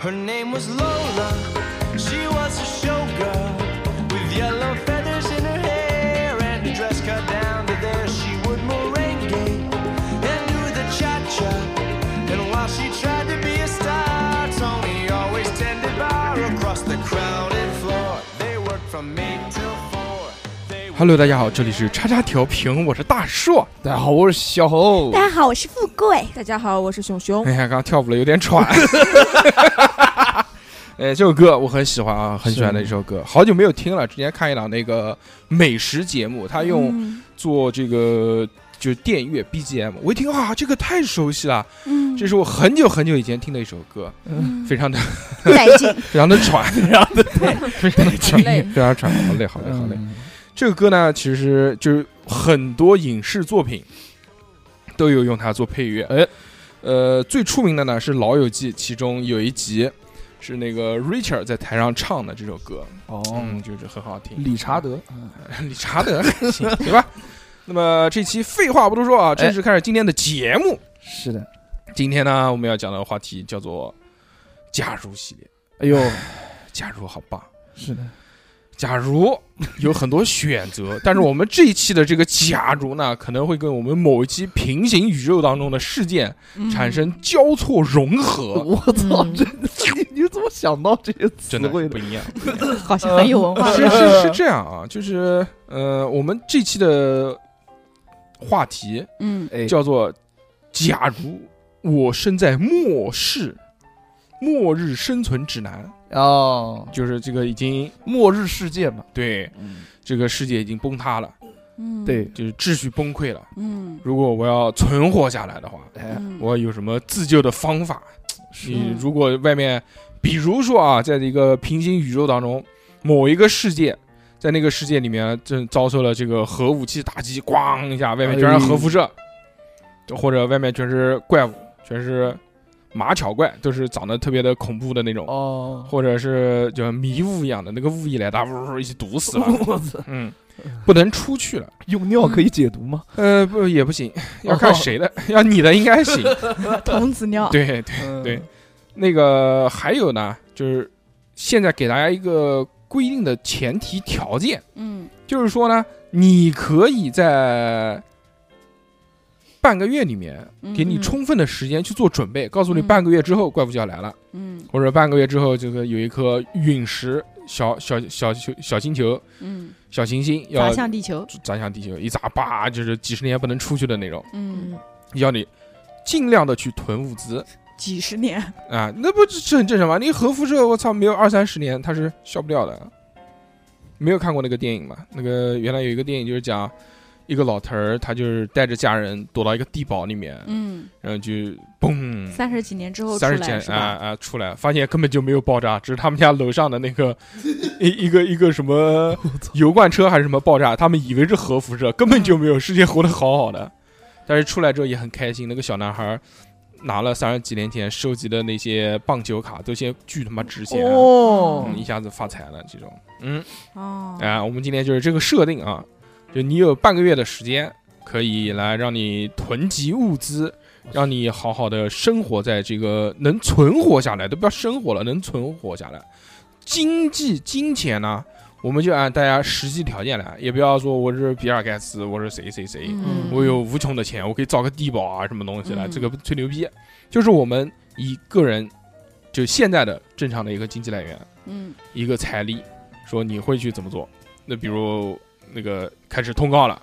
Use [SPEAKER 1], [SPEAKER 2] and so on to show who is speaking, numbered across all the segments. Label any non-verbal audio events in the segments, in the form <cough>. [SPEAKER 1] Her name was Lola. She was a showgirl with yellow feathers in her hair and a dress cut down to there. She would merengue and do the cha cha. And while she tried to be a star, Tony always tended bar across the crowded floor. They worked from eight till four.
[SPEAKER 2] <laughs>
[SPEAKER 1] They
[SPEAKER 3] Hello，大家好，这里是叉叉调频，我是大硕。
[SPEAKER 2] 大家好，我是小猴
[SPEAKER 4] 大。家好，我是富贵。
[SPEAKER 5] 大家好，我是熊熊
[SPEAKER 3] <laughs> 哎。呀，刚跳舞了有点
[SPEAKER 2] <laughs>
[SPEAKER 3] 喘。哎，这首歌我很喜欢啊，很喜欢的一首歌，好久没有听了。之前看一档那个美食节目，他用
[SPEAKER 4] 嗯
[SPEAKER 3] 做这个就是电乐 BGM，我一听啊，这个太熟悉了，
[SPEAKER 4] 嗯，
[SPEAKER 3] 这是我很久很久以前听的一首歌，
[SPEAKER 6] <laughs>
[SPEAKER 4] 嗯
[SPEAKER 3] 非常的
[SPEAKER 4] 带劲。
[SPEAKER 3] 非常的
[SPEAKER 2] <laughs>
[SPEAKER 3] 喘，非常的非常的喘，
[SPEAKER 5] 累
[SPEAKER 3] <laughs> 非常喘，好累，好累，好累。
[SPEAKER 2] 嗯
[SPEAKER 3] 这个歌呢，其实就是很多影视作品都有用它做配乐。
[SPEAKER 2] 哎，
[SPEAKER 3] 呃，最出名的呢是《老友记》，其中有一集是那个 Richard 在台上唱的这首歌，
[SPEAKER 2] 哦，
[SPEAKER 3] 嗯，就是很好听。
[SPEAKER 2] 理查德，嗯
[SPEAKER 3] <laughs> 理查德，行对吧？那么这期废话不多说啊，正式开始今天的节目。
[SPEAKER 2] 哎是的。
[SPEAKER 3] 今天呢，我们要讲的话题叫做“假如”系列，
[SPEAKER 2] 哎呦，
[SPEAKER 3] 假如好棒。
[SPEAKER 2] 是的，
[SPEAKER 3] 假如有很多选择，但是我们这一期的这个假如呢，可能会跟我们某一期平行宇宙当中的事件
[SPEAKER 2] 嗯
[SPEAKER 3] 产生交错融合，
[SPEAKER 2] 我操，
[SPEAKER 5] 嗯
[SPEAKER 2] 真的，你你怎么想到这些词
[SPEAKER 3] 真的
[SPEAKER 2] 汇
[SPEAKER 3] 是不
[SPEAKER 2] 的？
[SPEAKER 3] 一样。
[SPEAKER 5] 好像很有文
[SPEAKER 7] 呃
[SPEAKER 5] 化。
[SPEAKER 3] 是是是这样啊，就是呃，我们这期的话题
[SPEAKER 4] 嗯，
[SPEAKER 2] 哎，
[SPEAKER 3] 叫做“假如我身在末世”。末日生存指南
[SPEAKER 2] 哦，
[SPEAKER 3] <laughs> 就是这个已经
[SPEAKER 2] 末嗯日世界嘛。
[SPEAKER 3] 对这个世界已经崩塌了，
[SPEAKER 4] 嗯，
[SPEAKER 2] 对，
[SPEAKER 3] 就是秩序崩溃了。
[SPEAKER 4] 嗯，
[SPEAKER 3] 如果我要存活下来的话，
[SPEAKER 2] 哎，
[SPEAKER 4] 嗯，
[SPEAKER 3] 我有什么自救的方法？
[SPEAKER 2] 是啊
[SPEAKER 3] 你如果外面，比如说啊，在一个平行宇宙当中，某一个世界，在那个世界里面正遭受了这个核武器打击，咣一下，外面全
[SPEAKER 2] 哎
[SPEAKER 3] 是核辐射，或者外面全是怪物，全是马巧怪，都是长得特别的恐怖的那种，
[SPEAKER 2] 哦，
[SPEAKER 3] 或者是就迷雾一样的，那个雾一来，大家呜呜一起毒死了，
[SPEAKER 2] <laughs> 我操，
[SPEAKER 3] 嗯，不能出去了。
[SPEAKER 2] 用尿可以解毒吗？
[SPEAKER 3] 呃，不也不行，
[SPEAKER 4] 哦
[SPEAKER 3] 要看谁的， <laughs> 要你的应
[SPEAKER 4] <laughs>
[SPEAKER 3] 该行。
[SPEAKER 5] 童子尿，
[SPEAKER 3] 对对。
[SPEAKER 2] 嗯
[SPEAKER 3] 对，那个还有呢，就是现在给大家一个规定的前提条件，
[SPEAKER 4] 嗯，
[SPEAKER 3] 就是说呢，你可以在半个月里面
[SPEAKER 4] 嗯
[SPEAKER 3] 给你充分的时间去做准备，告诉你
[SPEAKER 4] 嗯
[SPEAKER 3] 半个月之后怪物就要来了，
[SPEAKER 4] 嗯
[SPEAKER 3] 或者半个月之后这个有一颗陨石、小小小小小星球、
[SPEAKER 4] 嗯
[SPEAKER 3] 小行星要
[SPEAKER 5] 砸向地球。
[SPEAKER 3] 砸向地球，一砸叭就是几十年不能出去的那种，
[SPEAKER 4] 嗯，
[SPEAKER 3] 要你尽量的去囤物资。
[SPEAKER 5] 几十
[SPEAKER 7] <laughs>
[SPEAKER 5] 年，
[SPEAKER 3] 啊，那不是很正常吗？你核辐射，我操，没有二三十年它是消不掉的。没有看过那个电影嘛？那个原来有一个电影就是讲一个老头儿，他就是带着家人躲到一个地堡里面，
[SPEAKER 4] 嗯
[SPEAKER 3] 然后就嘣，
[SPEAKER 5] 三十几年之后出
[SPEAKER 3] 三十几
[SPEAKER 5] 来是
[SPEAKER 3] 啊
[SPEAKER 5] 吧？
[SPEAKER 3] 啊出来，发现根本就没有爆炸，只是他们家楼上的那个一一个一个什么油罐车还是什么爆炸，他们以为是核辐射，根本就没有，世界活得好好的。但是出来之后也很开心，那个小男孩儿拿了三十几年前收集的那些棒球卡，都先巨他妈值钱，
[SPEAKER 2] 哦
[SPEAKER 3] 嗯，一下子发财了这种。嗯，
[SPEAKER 4] 哦，
[SPEAKER 7] 哎
[SPEAKER 3] 啊，我们今天就是这个设定啊，就你有半个月的时间可以来让你囤积物资，
[SPEAKER 4] 哦
[SPEAKER 3] 让你好好的生活在这个能存活下来，都不要生活了，能存活下来。经济金钱呢，我们就按大家实际条件来，也不要说我是比尔盖茨，我是谁谁谁，
[SPEAKER 4] 嗯
[SPEAKER 3] 我有无穷的钱，我可以造个地堡啊什么东西的，
[SPEAKER 4] 嗯
[SPEAKER 3] 这个不吹牛逼，就是我们以个人就现在的正常的一个经济来源。
[SPEAKER 4] 嗯
[SPEAKER 3] 一个财力，说你会去怎么做？那比如那个开始通告了，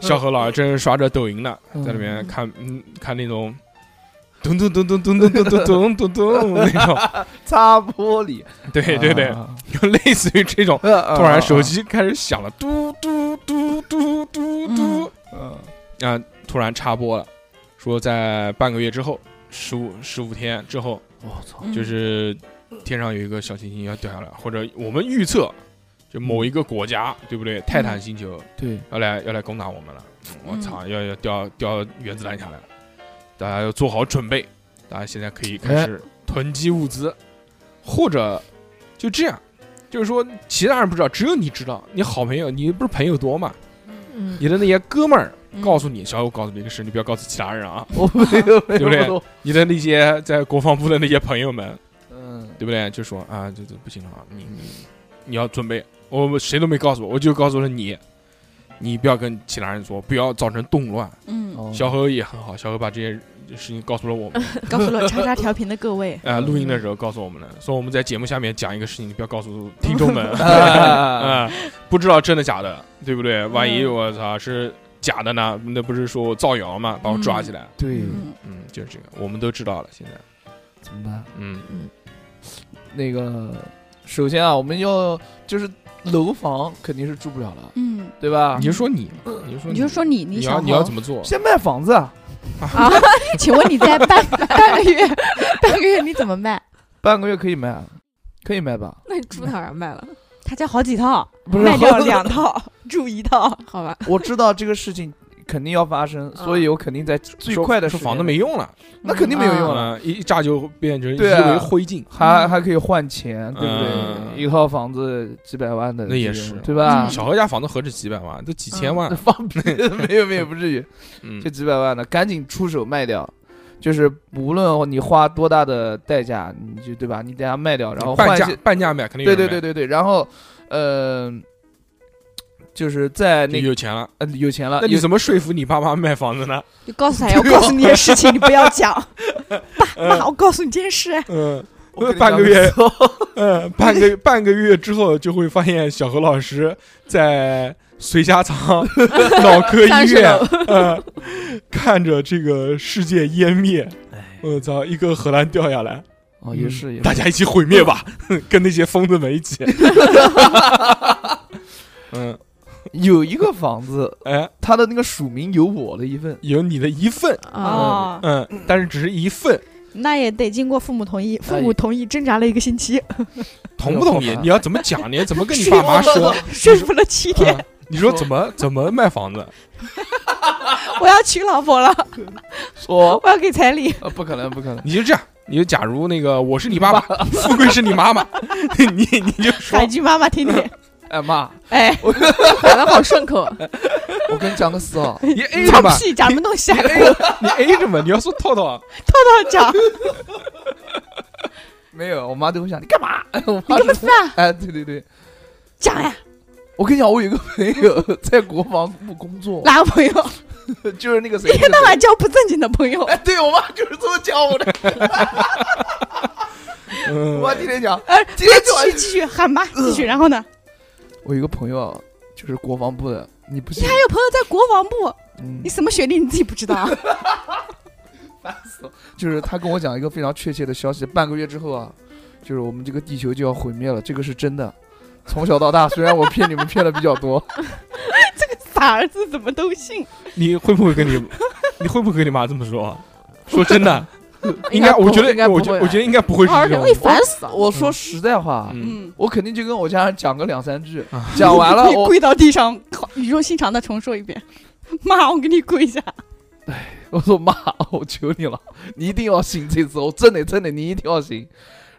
[SPEAKER 3] 小何老师正刷着抖音呢，在里面看嗯看那种咚咚咚咚咚咚咚咚咚咚咚那种，
[SPEAKER 2] 擦玻璃，
[SPEAKER 3] <laughs> 对对对，
[SPEAKER 2] 啊
[SPEAKER 3] 就类似于这种。
[SPEAKER 1] 呃
[SPEAKER 3] 突
[SPEAKER 2] 突
[SPEAKER 3] 然手，机开始响了，嘟嘟嘟嘟嘟嘟，
[SPEAKER 1] 呃
[SPEAKER 2] 嗯
[SPEAKER 3] 啊，突然插播了，说在半个月之后，十五十五天之后，
[SPEAKER 2] 我操，
[SPEAKER 4] 嗯
[SPEAKER 3] 就是天上有一个小行星要掉下来，或者我们预测，就某一个国家，对不对？泰坦星球
[SPEAKER 2] 对，
[SPEAKER 3] 要来要来攻打我们了，我
[SPEAKER 4] 嗯
[SPEAKER 3] 操，要要掉掉原子弹下来了，大家要做好准备，大家现在可以开始囤积物资，或者就这样，就是说其他人不知道，只有你知道。你好朋友，你不是朋友多嘛？
[SPEAKER 8] 嗯，
[SPEAKER 3] 你的那些哥们儿
[SPEAKER 7] 嗯
[SPEAKER 3] 告诉你，小友告诉你一个事，你不要告诉其他人啊。
[SPEAKER 1] <laughs> 我没有没
[SPEAKER 3] 对不
[SPEAKER 1] 有
[SPEAKER 3] 对
[SPEAKER 1] 那么多，
[SPEAKER 3] 你的那些在国防部的那些朋友们，
[SPEAKER 1] 嗯，
[SPEAKER 3] 对不对？就说啊，这这不行了啊，你你你要准备，我我谁都没告诉我，我就告诉了你，你不要跟其他人说，不要造成动乱。
[SPEAKER 7] 嗯，
[SPEAKER 1] 哦
[SPEAKER 3] 小何也很好，小何把这些事情告诉了我 <laughs> 们，
[SPEAKER 7] 告诉了叉叉调频的各
[SPEAKER 3] <laughs>
[SPEAKER 7] 位，
[SPEAKER 3] 啊、录音的时候告诉我们了，说我们在节目下面讲一个事情，你不要告诉听众 <laughs> 们，
[SPEAKER 1] 啊
[SPEAKER 3] 啊、不知道真的假的，对不对？万一
[SPEAKER 7] 嗯
[SPEAKER 3] 我操是假的呢，那不是说我造谣嘛，把我抓起来，
[SPEAKER 1] 对，
[SPEAKER 7] 嗯，
[SPEAKER 3] 嗯，就是这个，我们都知道了，现在，
[SPEAKER 1] 怎么办？
[SPEAKER 3] 嗯
[SPEAKER 1] 那个，首先啊，我们要就是楼房肯定是住不了了， <laughs>
[SPEAKER 7] 嗯，
[SPEAKER 1] 对吧
[SPEAKER 3] 你？就说你，你就说
[SPEAKER 7] 你就说你，
[SPEAKER 3] 你
[SPEAKER 7] 小
[SPEAKER 3] 要你要
[SPEAKER 7] 猴
[SPEAKER 3] 怎么做？
[SPEAKER 1] 先卖房子，啊，
[SPEAKER 7] 啊？ <laughs> 请问你在半半个月半个月你怎么卖？
[SPEAKER 1] 半个月可以卖，啊可以卖吧？
[SPEAKER 6] 那你住哪儿卖了？
[SPEAKER 7] 他家好几套，
[SPEAKER 1] 不是
[SPEAKER 7] 卖掉了两套， <laughs> 住一套，好吧？
[SPEAKER 1] <laughs> 我知道这个事情肯定要发生，所以我肯定在最
[SPEAKER 3] 说
[SPEAKER 1] 快的时
[SPEAKER 3] 说
[SPEAKER 1] 间
[SPEAKER 3] 房子没用了，
[SPEAKER 1] 那
[SPEAKER 7] 嗯
[SPEAKER 1] 肯定没有用了，
[SPEAKER 3] 啊，一一炸就变成一
[SPEAKER 1] 嗯对啊
[SPEAKER 3] 为灰烬，
[SPEAKER 1] 还还可以换钱，对不
[SPEAKER 3] 嗯
[SPEAKER 1] 对？一套房子几百万的这种，
[SPEAKER 3] 那也是
[SPEAKER 1] 对吧？
[SPEAKER 7] 嗯
[SPEAKER 3] 小何家房子何止几百
[SPEAKER 1] 嗯
[SPEAKER 3] 万，都几
[SPEAKER 1] <laughs>
[SPEAKER 3] 千万，
[SPEAKER 1] 放屁，没有没有，不至于，
[SPEAKER 3] 嗯
[SPEAKER 1] 就几百万的，赶紧出手卖掉。就是无论你花多大的代价，你就对吧？你等下卖掉，然后
[SPEAKER 3] 半
[SPEAKER 1] 换一
[SPEAKER 3] 价
[SPEAKER 1] 些，
[SPEAKER 3] 半价卖，肯定有
[SPEAKER 1] 对
[SPEAKER 3] 人
[SPEAKER 1] 对对
[SPEAKER 3] 买
[SPEAKER 1] 对对，然后，呃，就是在
[SPEAKER 3] 你
[SPEAKER 1] 那个
[SPEAKER 3] 有钱了。
[SPEAKER 1] 呃有钱了，
[SPEAKER 3] 那你
[SPEAKER 1] 有
[SPEAKER 3] 怎么说服你爸妈卖房子呢？
[SPEAKER 7] 就告 <laughs> 诉他要告诉你的事情，你不要 <laughs> 讲。爸妈，我告诉你件事，
[SPEAKER 3] 嗯，
[SPEAKER 1] <laughs> 我跟你
[SPEAKER 3] 半个
[SPEAKER 1] 讲 <laughs>
[SPEAKER 3] 月，嗯，半个半个月之后就会发现小何老师在随家
[SPEAKER 1] <laughs>
[SPEAKER 3] 仓脑科
[SPEAKER 6] 三
[SPEAKER 3] 医
[SPEAKER 6] 十
[SPEAKER 3] 院
[SPEAKER 6] 楼，
[SPEAKER 3] 呃，看着这个世界湮灭，
[SPEAKER 1] 哎
[SPEAKER 3] 我操，一个荷兰掉下来，
[SPEAKER 1] 哦也是也
[SPEAKER 3] 嗯大
[SPEAKER 1] 是，
[SPEAKER 3] 家一起毁灭吧，跟那些疯子们一起。嗯，
[SPEAKER 1] 有一个房子，
[SPEAKER 3] 哎，
[SPEAKER 1] 它的那个署名有我的一份，
[SPEAKER 3] 有你的一份，
[SPEAKER 6] 啊，
[SPEAKER 7] 哦，
[SPEAKER 3] 嗯，但是只是一份，
[SPEAKER 7] 那也得经过父母同意，父母同意挣扎了一个星期，
[SPEAKER 3] 同不同意？你要怎么讲？你要怎么跟你
[SPEAKER 7] 是
[SPEAKER 3] 爸妈说？
[SPEAKER 7] 说服了七
[SPEAKER 1] <laughs>
[SPEAKER 7] 天，
[SPEAKER 3] 嗯你说怎么怎么卖房子？
[SPEAKER 7] 我要娶老婆了，
[SPEAKER 1] 说
[SPEAKER 7] 我要给彩礼，
[SPEAKER 1] <laughs> 呃不可能不可能，
[SPEAKER 3] 你就这样，你就假如那个我是你爸爸，富贵是你妈妈，你你就说
[SPEAKER 7] 喊一句妈妈
[SPEAKER 1] <laughs>
[SPEAKER 7] 听听。
[SPEAKER 1] 哎妈，
[SPEAKER 7] 哎，
[SPEAKER 6] 买的好顺口，
[SPEAKER 1] 我跟你讲个事啊，
[SPEAKER 3] 你 A 着
[SPEAKER 7] 讲
[SPEAKER 3] 吧，
[SPEAKER 7] 屁，讲什么东西啊？
[SPEAKER 1] 哎
[SPEAKER 3] 你 A 着吧，你要说套套啊，
[SPEAKER 1] <laughs>
[SPEAKER 7] 讲，
[SPEAKER 1] 没有，我妈都会想你干嘛？ <laughs> 我
[SPEAKER 7] 你
[SPEAKER 1] 妈
[SPEAKER 7] 干嘛
[SPEAKER 1] 说
[SPEAKER 7] 事啊？
[SPEAKER 1] 哎对对对，
[SPEAKER 7] 讲呀，
[SPEAKER 1] 我跟你讲，我有一个朋友 <laughs> 在国防部工作， <laughs>
[SPEAKER 7] 哪个朋友？
[SPEAKER 1] 就是那个谁
[SPEAKER 7] 一，天到晚交不正经的朋友，
[SPEAKER 1] 哎， <laughs> 对我妈就是这么讲我的，我
[SPEAKER 3] 嗯
[SPEAKER 1] 妈天天讲，
[SPEAKER 7] 哎，
[SPEAKER 1] 今天就嗯
[SPEAKER 7] 继续继续喊妈，继续，然后呢？
[SPEAKER 1] 我有一个朋友啊就是国防部的，你不信 <laughs>
[SPEAKER 7] 你？还有朋友在国防部，
[SPEAKER 1] 嗯
[SPEAKER 7] 你，什么学历你自己不
[SPEAKER 1] <laughs>
[SPEAKER 7] 知道啊？
[SPEAKER 1] 烦死了！就是他跟我讲一个非常确切的消息，半个月之后啊，就是我们这个地球就要毁灭了，这个是真的。从小到大，虽然我骗你们骗的比较多，
[SPEAKER 7] 傻儿子怎么都信？
[SPEAKER 3] 你会不会跟你，你会不会跟你妈这么说？说真的，应该，
[SPEAKER 6] 不
[SPEAKER 3] 我觉
[SPEAKER 6] 应该
[SPEAKER 3] 得，
[SPEAKER 6] 不
[SPEAKER 3] 我
[SPEAKER 6] 会
[SPEAKER 3] 觉得
[SPEAKER 6] 吧
[SPEAKER 3] 我觉得应该不会是
[SPEAKER 6] 二
[SPEAKER 3] 这
[SPEAKER 6] 人
[SPEAKER 3] 种
[SPEAKER 6] 会。烦死
[SPEAKER 1] <laughs>
[SPEAKER 6] 啊。
[SPEAKER 1] 我说实在话，
[SPEAKER 3] 嗯，
[SPEAKER 7] 嗯，
[SPEAKER 1] 我肯定就跟我家人讲个两三句 <laughs>
[SPEAKER 3] 啊，
[SPEAKER 1] 讲完了
[SPEAKER 7] 你
[SPEAKER 1] 我
[SPEAKER 7] 跪到地上，靠语重心长的重说一遍：“妈，我给你跪下。
[SPEAKER 1] 我说妈，我求你了，你一定要信这次，我真的真的你一定要信。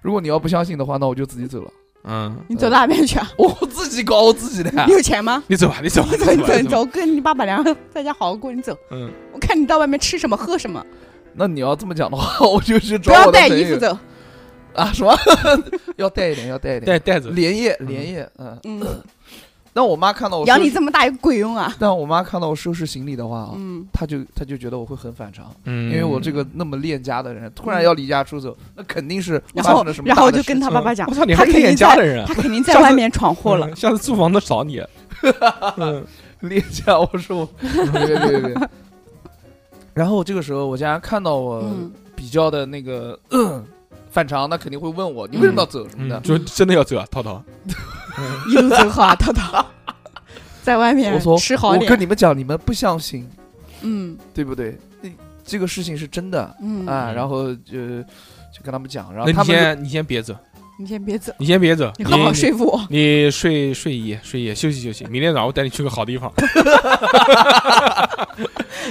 [SPEAKER 1] 如果你要不相信的话，那我就自己走了， <laughs>
[SPEAKER 3] 嗯”，
[SPEAKER 7] 你走哪边去啊？
[SPEAKER 1] 我自己搞我自己的。
[SPEAKER 7] 你有钱吗？
[SPEAKER 3] 你走吧，你走吧，
[SPEAKER 7] 你
[SPEAKER 3] 你
[SPEAKER 7] 走，你
[SPEAKER 3] 走吧，
[SPEAKER 7] 走，
[SPEAKER 3] 你
[SPEAKER 7] 你
[SPEAKER 3] 走吧。
[SPEAKER 7] 走，跟你爸爸两个人在家好好过。你走，
[SPEAKER 3] 嗯，
[SPEAKER 7] 我看你到外面吃什么喝什么，
[SPEAKER 1] <laughs> 那你要这么讲的话，我就去
[SPEAKER 7] 不
[SPEAKER 1] 找
[SPEAKER 7] 要
[SPEAKER 1] 我的
[SPEAKER 7] 带
[SPEAKER 1] 朋
[SPEAKER 7] 衣服
[SPEAKER 1] 友
[SPEAKER 7] 走。
[SPEAKER 1] 啊，什么？ <laughs> 要带一点，要带一点，
[SPEAKER 3] 带带走。
[SPEAKER 1] 连夜
[SPEAKER 3] 嗯
[SPEAKER 1] 连夜，嗯。 <coughs>
[SPEAKER 7] 嗯，
[SPEAKER 1] 但我妈看到我收
[SPEAKER 7] 养你
[SPEAKER 1] 拾，
[SPEAKER 7] 这么大有鬼用啊！
[SPEAKER 1] 但我妈看到我收拾行李的话啊，
[SPEAKER 7] 嗯，
[SPEAKER 1] 她就她就觉得我会很反常，
[SPEAKER 3] 嗯，
[SPEAKER 1] 因为我这个那么恋家的人，突然要离家出走，那肯定是
[SPEAKER 7] 然
[SPEAKER 1] 发
[SPEAKER 7] 后
[SPEAKER 1] 生了什么
[SPEAKER 7] 然
[SPEAKER 1] 大的事情。
[SPEAKER 7] 后我就跟他爸爸讲
[SPEAKER 3] 我操，哦你
[SPEAKER 7] 他
[SPEAKER 3] 还
[SPEAKER 7] 肯
[SPEAKER 3] 是
[SPEAKER 7] 定
[SPEAKER 3] 演
[SPEAKER 7] 在
[SPEAKER 3] 家，的人啊
[SPEAKER 7] 他，肯定在
[SPEAKER 3] 下次
[SPEAKER 7] 外面闯祸了。
[SPEAKER 3] 嗯下次租房子找你。嗯
[SPEAKER 1] 练家，我说
[SPEAKER 7] <laughs>
[SPEAKER 1] 我别别别别。然后这个时候，我家人看到我
[SPEAKER 7] 嗯
[SPEAKER 1] 比较的那个、 <clears throat> 嗯反常，那肯定会问我你为什么要走什么的
[SPEAKER 3] 嗯，。就真的要走啊，涛涛。
[SPEAKER 7] 一路走好啊，涛涛，在外面
[SPEAKER 1] 我说
[SPEAKER 7] 吃好
[SPEAKER 1] 我跟
[SPEAKER 7] 脸。
[SPEAKER 1] 你们讲，你们不相信，
[SPEAKER 7] 嗯
[SPEAKER 1] 对不对？那这个事情是真的、
[SPEAKER 7] 嗯
[SPEAKER 2] 啊
[SPEAKER 1] 啊。然后就就跟他们讲，然后
[SPEAKER 3] 那
[SPEAKER 1] 他
[SPEAKER 3] 你
[SPEAKER 1] 们
[SPEAKER 3] 先，你先别走，
[SPEAKER 5] 你先别走，
[SPEAKER 3] 你先别走，
[SPEAKER 5] 你好好
[SPEAKER 3] 你
[SPEAKER 5] 说服我。
[SPEAKER 3] 你睡睡一夜，睡一夜，休息休息。明天早上我带你去个好地方。 <laughs>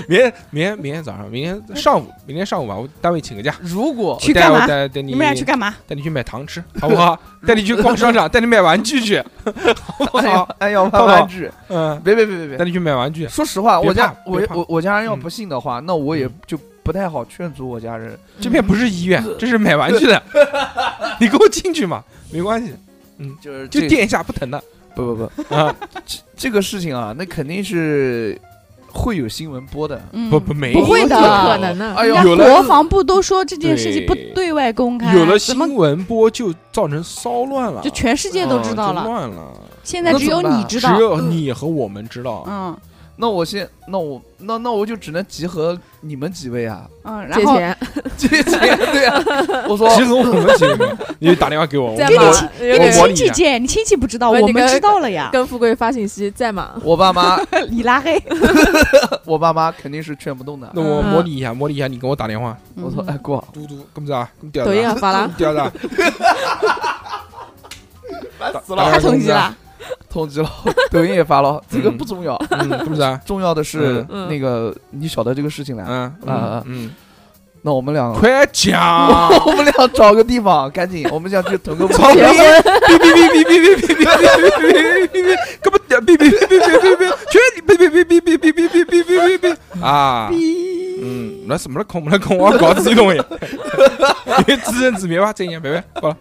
[SPEAKER 3] 明天明天明天早上，明天上午，明天上午吧，我单位请个假。
[SPEAKER 7] 如果
[SPEAKER 3] 我
[SPEAKER 6] 去
[SPEAKER 3] 带
[SPEAKER 6] 干
[SPEAKER 3] 我
[SPEAKER 6] 嘛？
[SPEAKER 3] 带带你
[SPEAKER 6] 你们俩去干嘛？
[SPEAKER 3] 带你去买糖吃，好不好？带你去逛商场，带你买玩具去，好 <laughs> 不
[SPEAKER 2] 哎
[SPEAKER 3] 好？
[SPEAKER 2] 呀哎呀，
[SPEAKER 3] 涛
[SPEAKER 2] 拍
[SPEAKER 3] 涛
[SPEAKER 2] 玩具，
[SPEAKER 3] 嗯，
[SPEAKER 2] 别别别别
[SPEAKER 3] 带
[SPEAKER 2] 别！
[SPEAKER 3] 你去买玩具。
[SPEAKER 2] 说实话，
[SPEAKER 3] 别
[SPEAKER 2] 我家
[SPEAKER 3] 怕
[SPEAKER 2] 我
[SPEAKER 3] 别怕
[SPEAKER 2] 我我家人要
[SPEAKER 3] 嗯
[SPEAKER 2] 不信的话，那我也
[SPEAKER 3] 嗯
[SPEAKER 2] 就不太好劝阻我家人。
[SPEAKER 3] 这边不是医院，
[SPEAKER 5] 嗯
[SPEAKER 3] 这是买玩
[SPEAKER 5] <laughs>
[SPEAKER 3] 具的。你给我进去嘛，没关系，
[SPEAKER 2] 就是
[SPEAKER 3] 就
[SPEAKER 2] 这
[SPEAKER 3] 垫一下，不疼的
[SPEAKER 2] 不不不，
[SPEAKER 3] 啊。
[SPEAKER 2] 这个事情啊，那肯定是会有新闻播的。
[SPEAKER 5] 嗯
[SPEAKER 3] 不不没
[SPEAKER 5] 不会
[SPEAKER 3] 有
[SPEAKER 5] 的
[SPEAKER 7] 不可能呢。
[SPEAKER 2] 哎
[SPEAKER 5] 人
[SPEAKER 2] 呦，
[SPEAKER 5] 家
[SPEAKER 3] 有了
[SPEAKER 5] 国防部都说这件事情不
[SPEAKER 3] 对
[SPEAKER 5] 对外公开，
[SPEAKER 3] 有了
[SPEAKER 5] 怎么
[SPEAKER 3] 新闻播就造成骚乱了，
[SPEAKER 5] 就全世界都知道
[SPEAKER 3] 嗯就
[SPEAKER 5] 了？
[SPEAKER 3] 乱了。
[SPEAKER 5] 现在
[SPEAKER 2] 那
[SPEAKER 5] 只
[SPEAKER 2] 怎
[SPEAKER 5] 有
[SPEAKER 2] 么办
[SPEAKER 5] 你知道
[SPEAKER 3] 只，有你和我们知道。
[SPEAKER 6] 嗯
[SPEAKER 2] 那我先，那我那那我就只能集合你们几位啊， <laughs>
[SPEAKER 6] 嗯，然
[SPEAKER 7] 借
[SPEAKER 6] 后
[SPEAKER 7] 钱，
[SPEAKER 2] 这些对啊，我说
[SPEAKER 3] 集合我们几个人，你就打电话给我，我
[SPEAKER 7] 在
[SPEAKER 3] 我
[SPEAKER 7] 吗？
[SPEAKER 3] 我
[SPEAKER 7] 有
[SPEAKER 3] 我
[SPEAKER 6] 你
[SPEAKER 7] 点
[SPEAKER 3] 模
[SPEAKER 6] 亲
[SPEAKER 3] 拟
[SPEAKER 6] 戚
[SPEAKER 3] 一下。
[SPEAKER 6] 姐，你亲戚不知道，
[SPEAKER 7] 不是
[SPEAKER 6] 我
[SPEAKER 7] 你
[SPEAKER 6] 们
[SPEAKER 7] 跟
[SPEAKER 6] 知道了呀。
[SPEAKER 7] 跟富贵发信息在吗？
[SPEAKER 2] 我爸妈，
[SPEAKER 6] 你拉
[SPEAKER 7] <laughs>
[SPEAKER 6] 黑，
[SPEAKER 2] 我爸妈肯定是劝不动的。
[SPEAKER 3] 那我模拟一下，模拟一下，你给我打电话。
[SPEAKER 6] <laughs>
[SPEAKER 2] 我说哎，过，
[SPEAKER 3] 嘟嘟，干么子啊？干屌
[SPEAKER 7] 抖音
[SPEAKER 3] 的
[SPEAKER 7] 上
[SPEAKER 3] 啊？
[SPEAKER 7] 发了，
[SPEAKER 3] 屌的啊，
[SPEAKER 2] 烦死
[SPEAKER 3] 打打
[SPEAKER 2] 了，
[SPEAKER 6] 他同啊意了，
[SPEAKER 2] 通缉了，抖音也发了，这个不重要，
[SPEAKER 3] 嗯，干么子啊？
[SPEAKER 2] 重要的是
[SPEAKER 7] 嗯
[SPEAKER 2] 那个你晓得这个事情了。
[SPEAKER 3] 嗯
[SPEAKER 2] 啊
[SPEAKER 3] 嗯嗯，
[SPEAKER 2] 那我们
[SPEAKER 7] <laughs>
[SPEAKER 2] 俩，
[SPEAKER 3] 快讲！
[SPEAKER 1] <laughs>
[SPEAKER 2] 我们俩找个地方，赶
[SPEAKER 7] <laughs>
[SPEAKER 2] 紧，我们想去囤个
[SPEAKER 3] 操！别别别别别别别别别别别别！干嘛？别别别别别别别！全别别别别别别别别别别别别啊！嗯，那什么了？空了空，我搞自己东西。你自生自灭吧，再见，拜拜，好了。